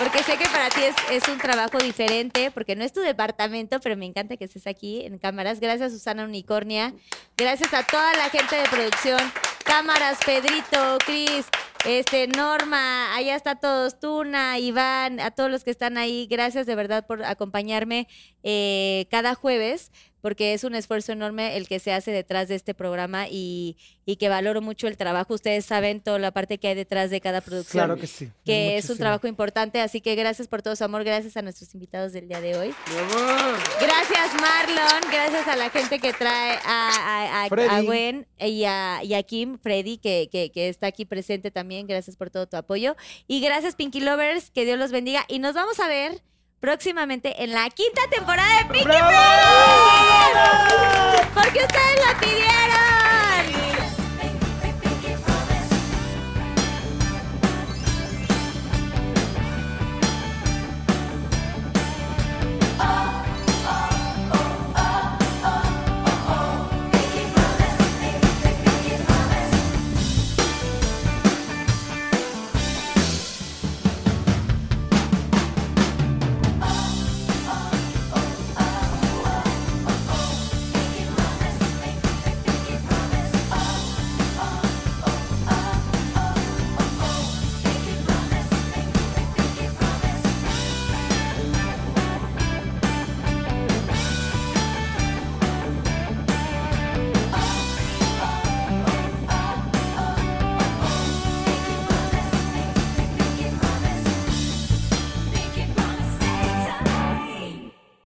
[SPEAKER 3] porque sé que para ti es, es un trabajo diferente, porque no es tu departamento, pero me encanta que estés aquí en cámaras. Gracias Susana Unicornia, gracias a toda la gente de producción, cámaras, Pedrito, Cris, este, Norma, allá está todos, Tuna, Iván, a todos los que están ahí. Gracias de verdad por acompañarme eh, cada jueves. Porque es un esfuerzo enorme el que se hace detrás de este programa y, y que valoro mucho el trabajo. Ustedes saben toda la parte que hay detrás de cada producción
[SPEAKER 4] Claro que sí.
[SPEAKER 3] que es un
[SPEAKER 4] Muchísimo.
[SPEAKER 3] trabajo importante. Así que gracias por todo su amor, gracias a nuestros invitados del día de hoy. Gracias Marlon, gracias a la gente que trae a, a- a- a
[SPEAKER 4] Freddy.
[SPEAKER 3] Gwen y a, y a Kim, Freddy, que, que- que está aquí presente también. Gracias por todo tu apoyo. Y gracias Pinky Lovers, que Dios los bendiga. Y nos vamos a ver próximamente en la quinta temporada de Pinky Lovers. Porque ustedes la pidieron.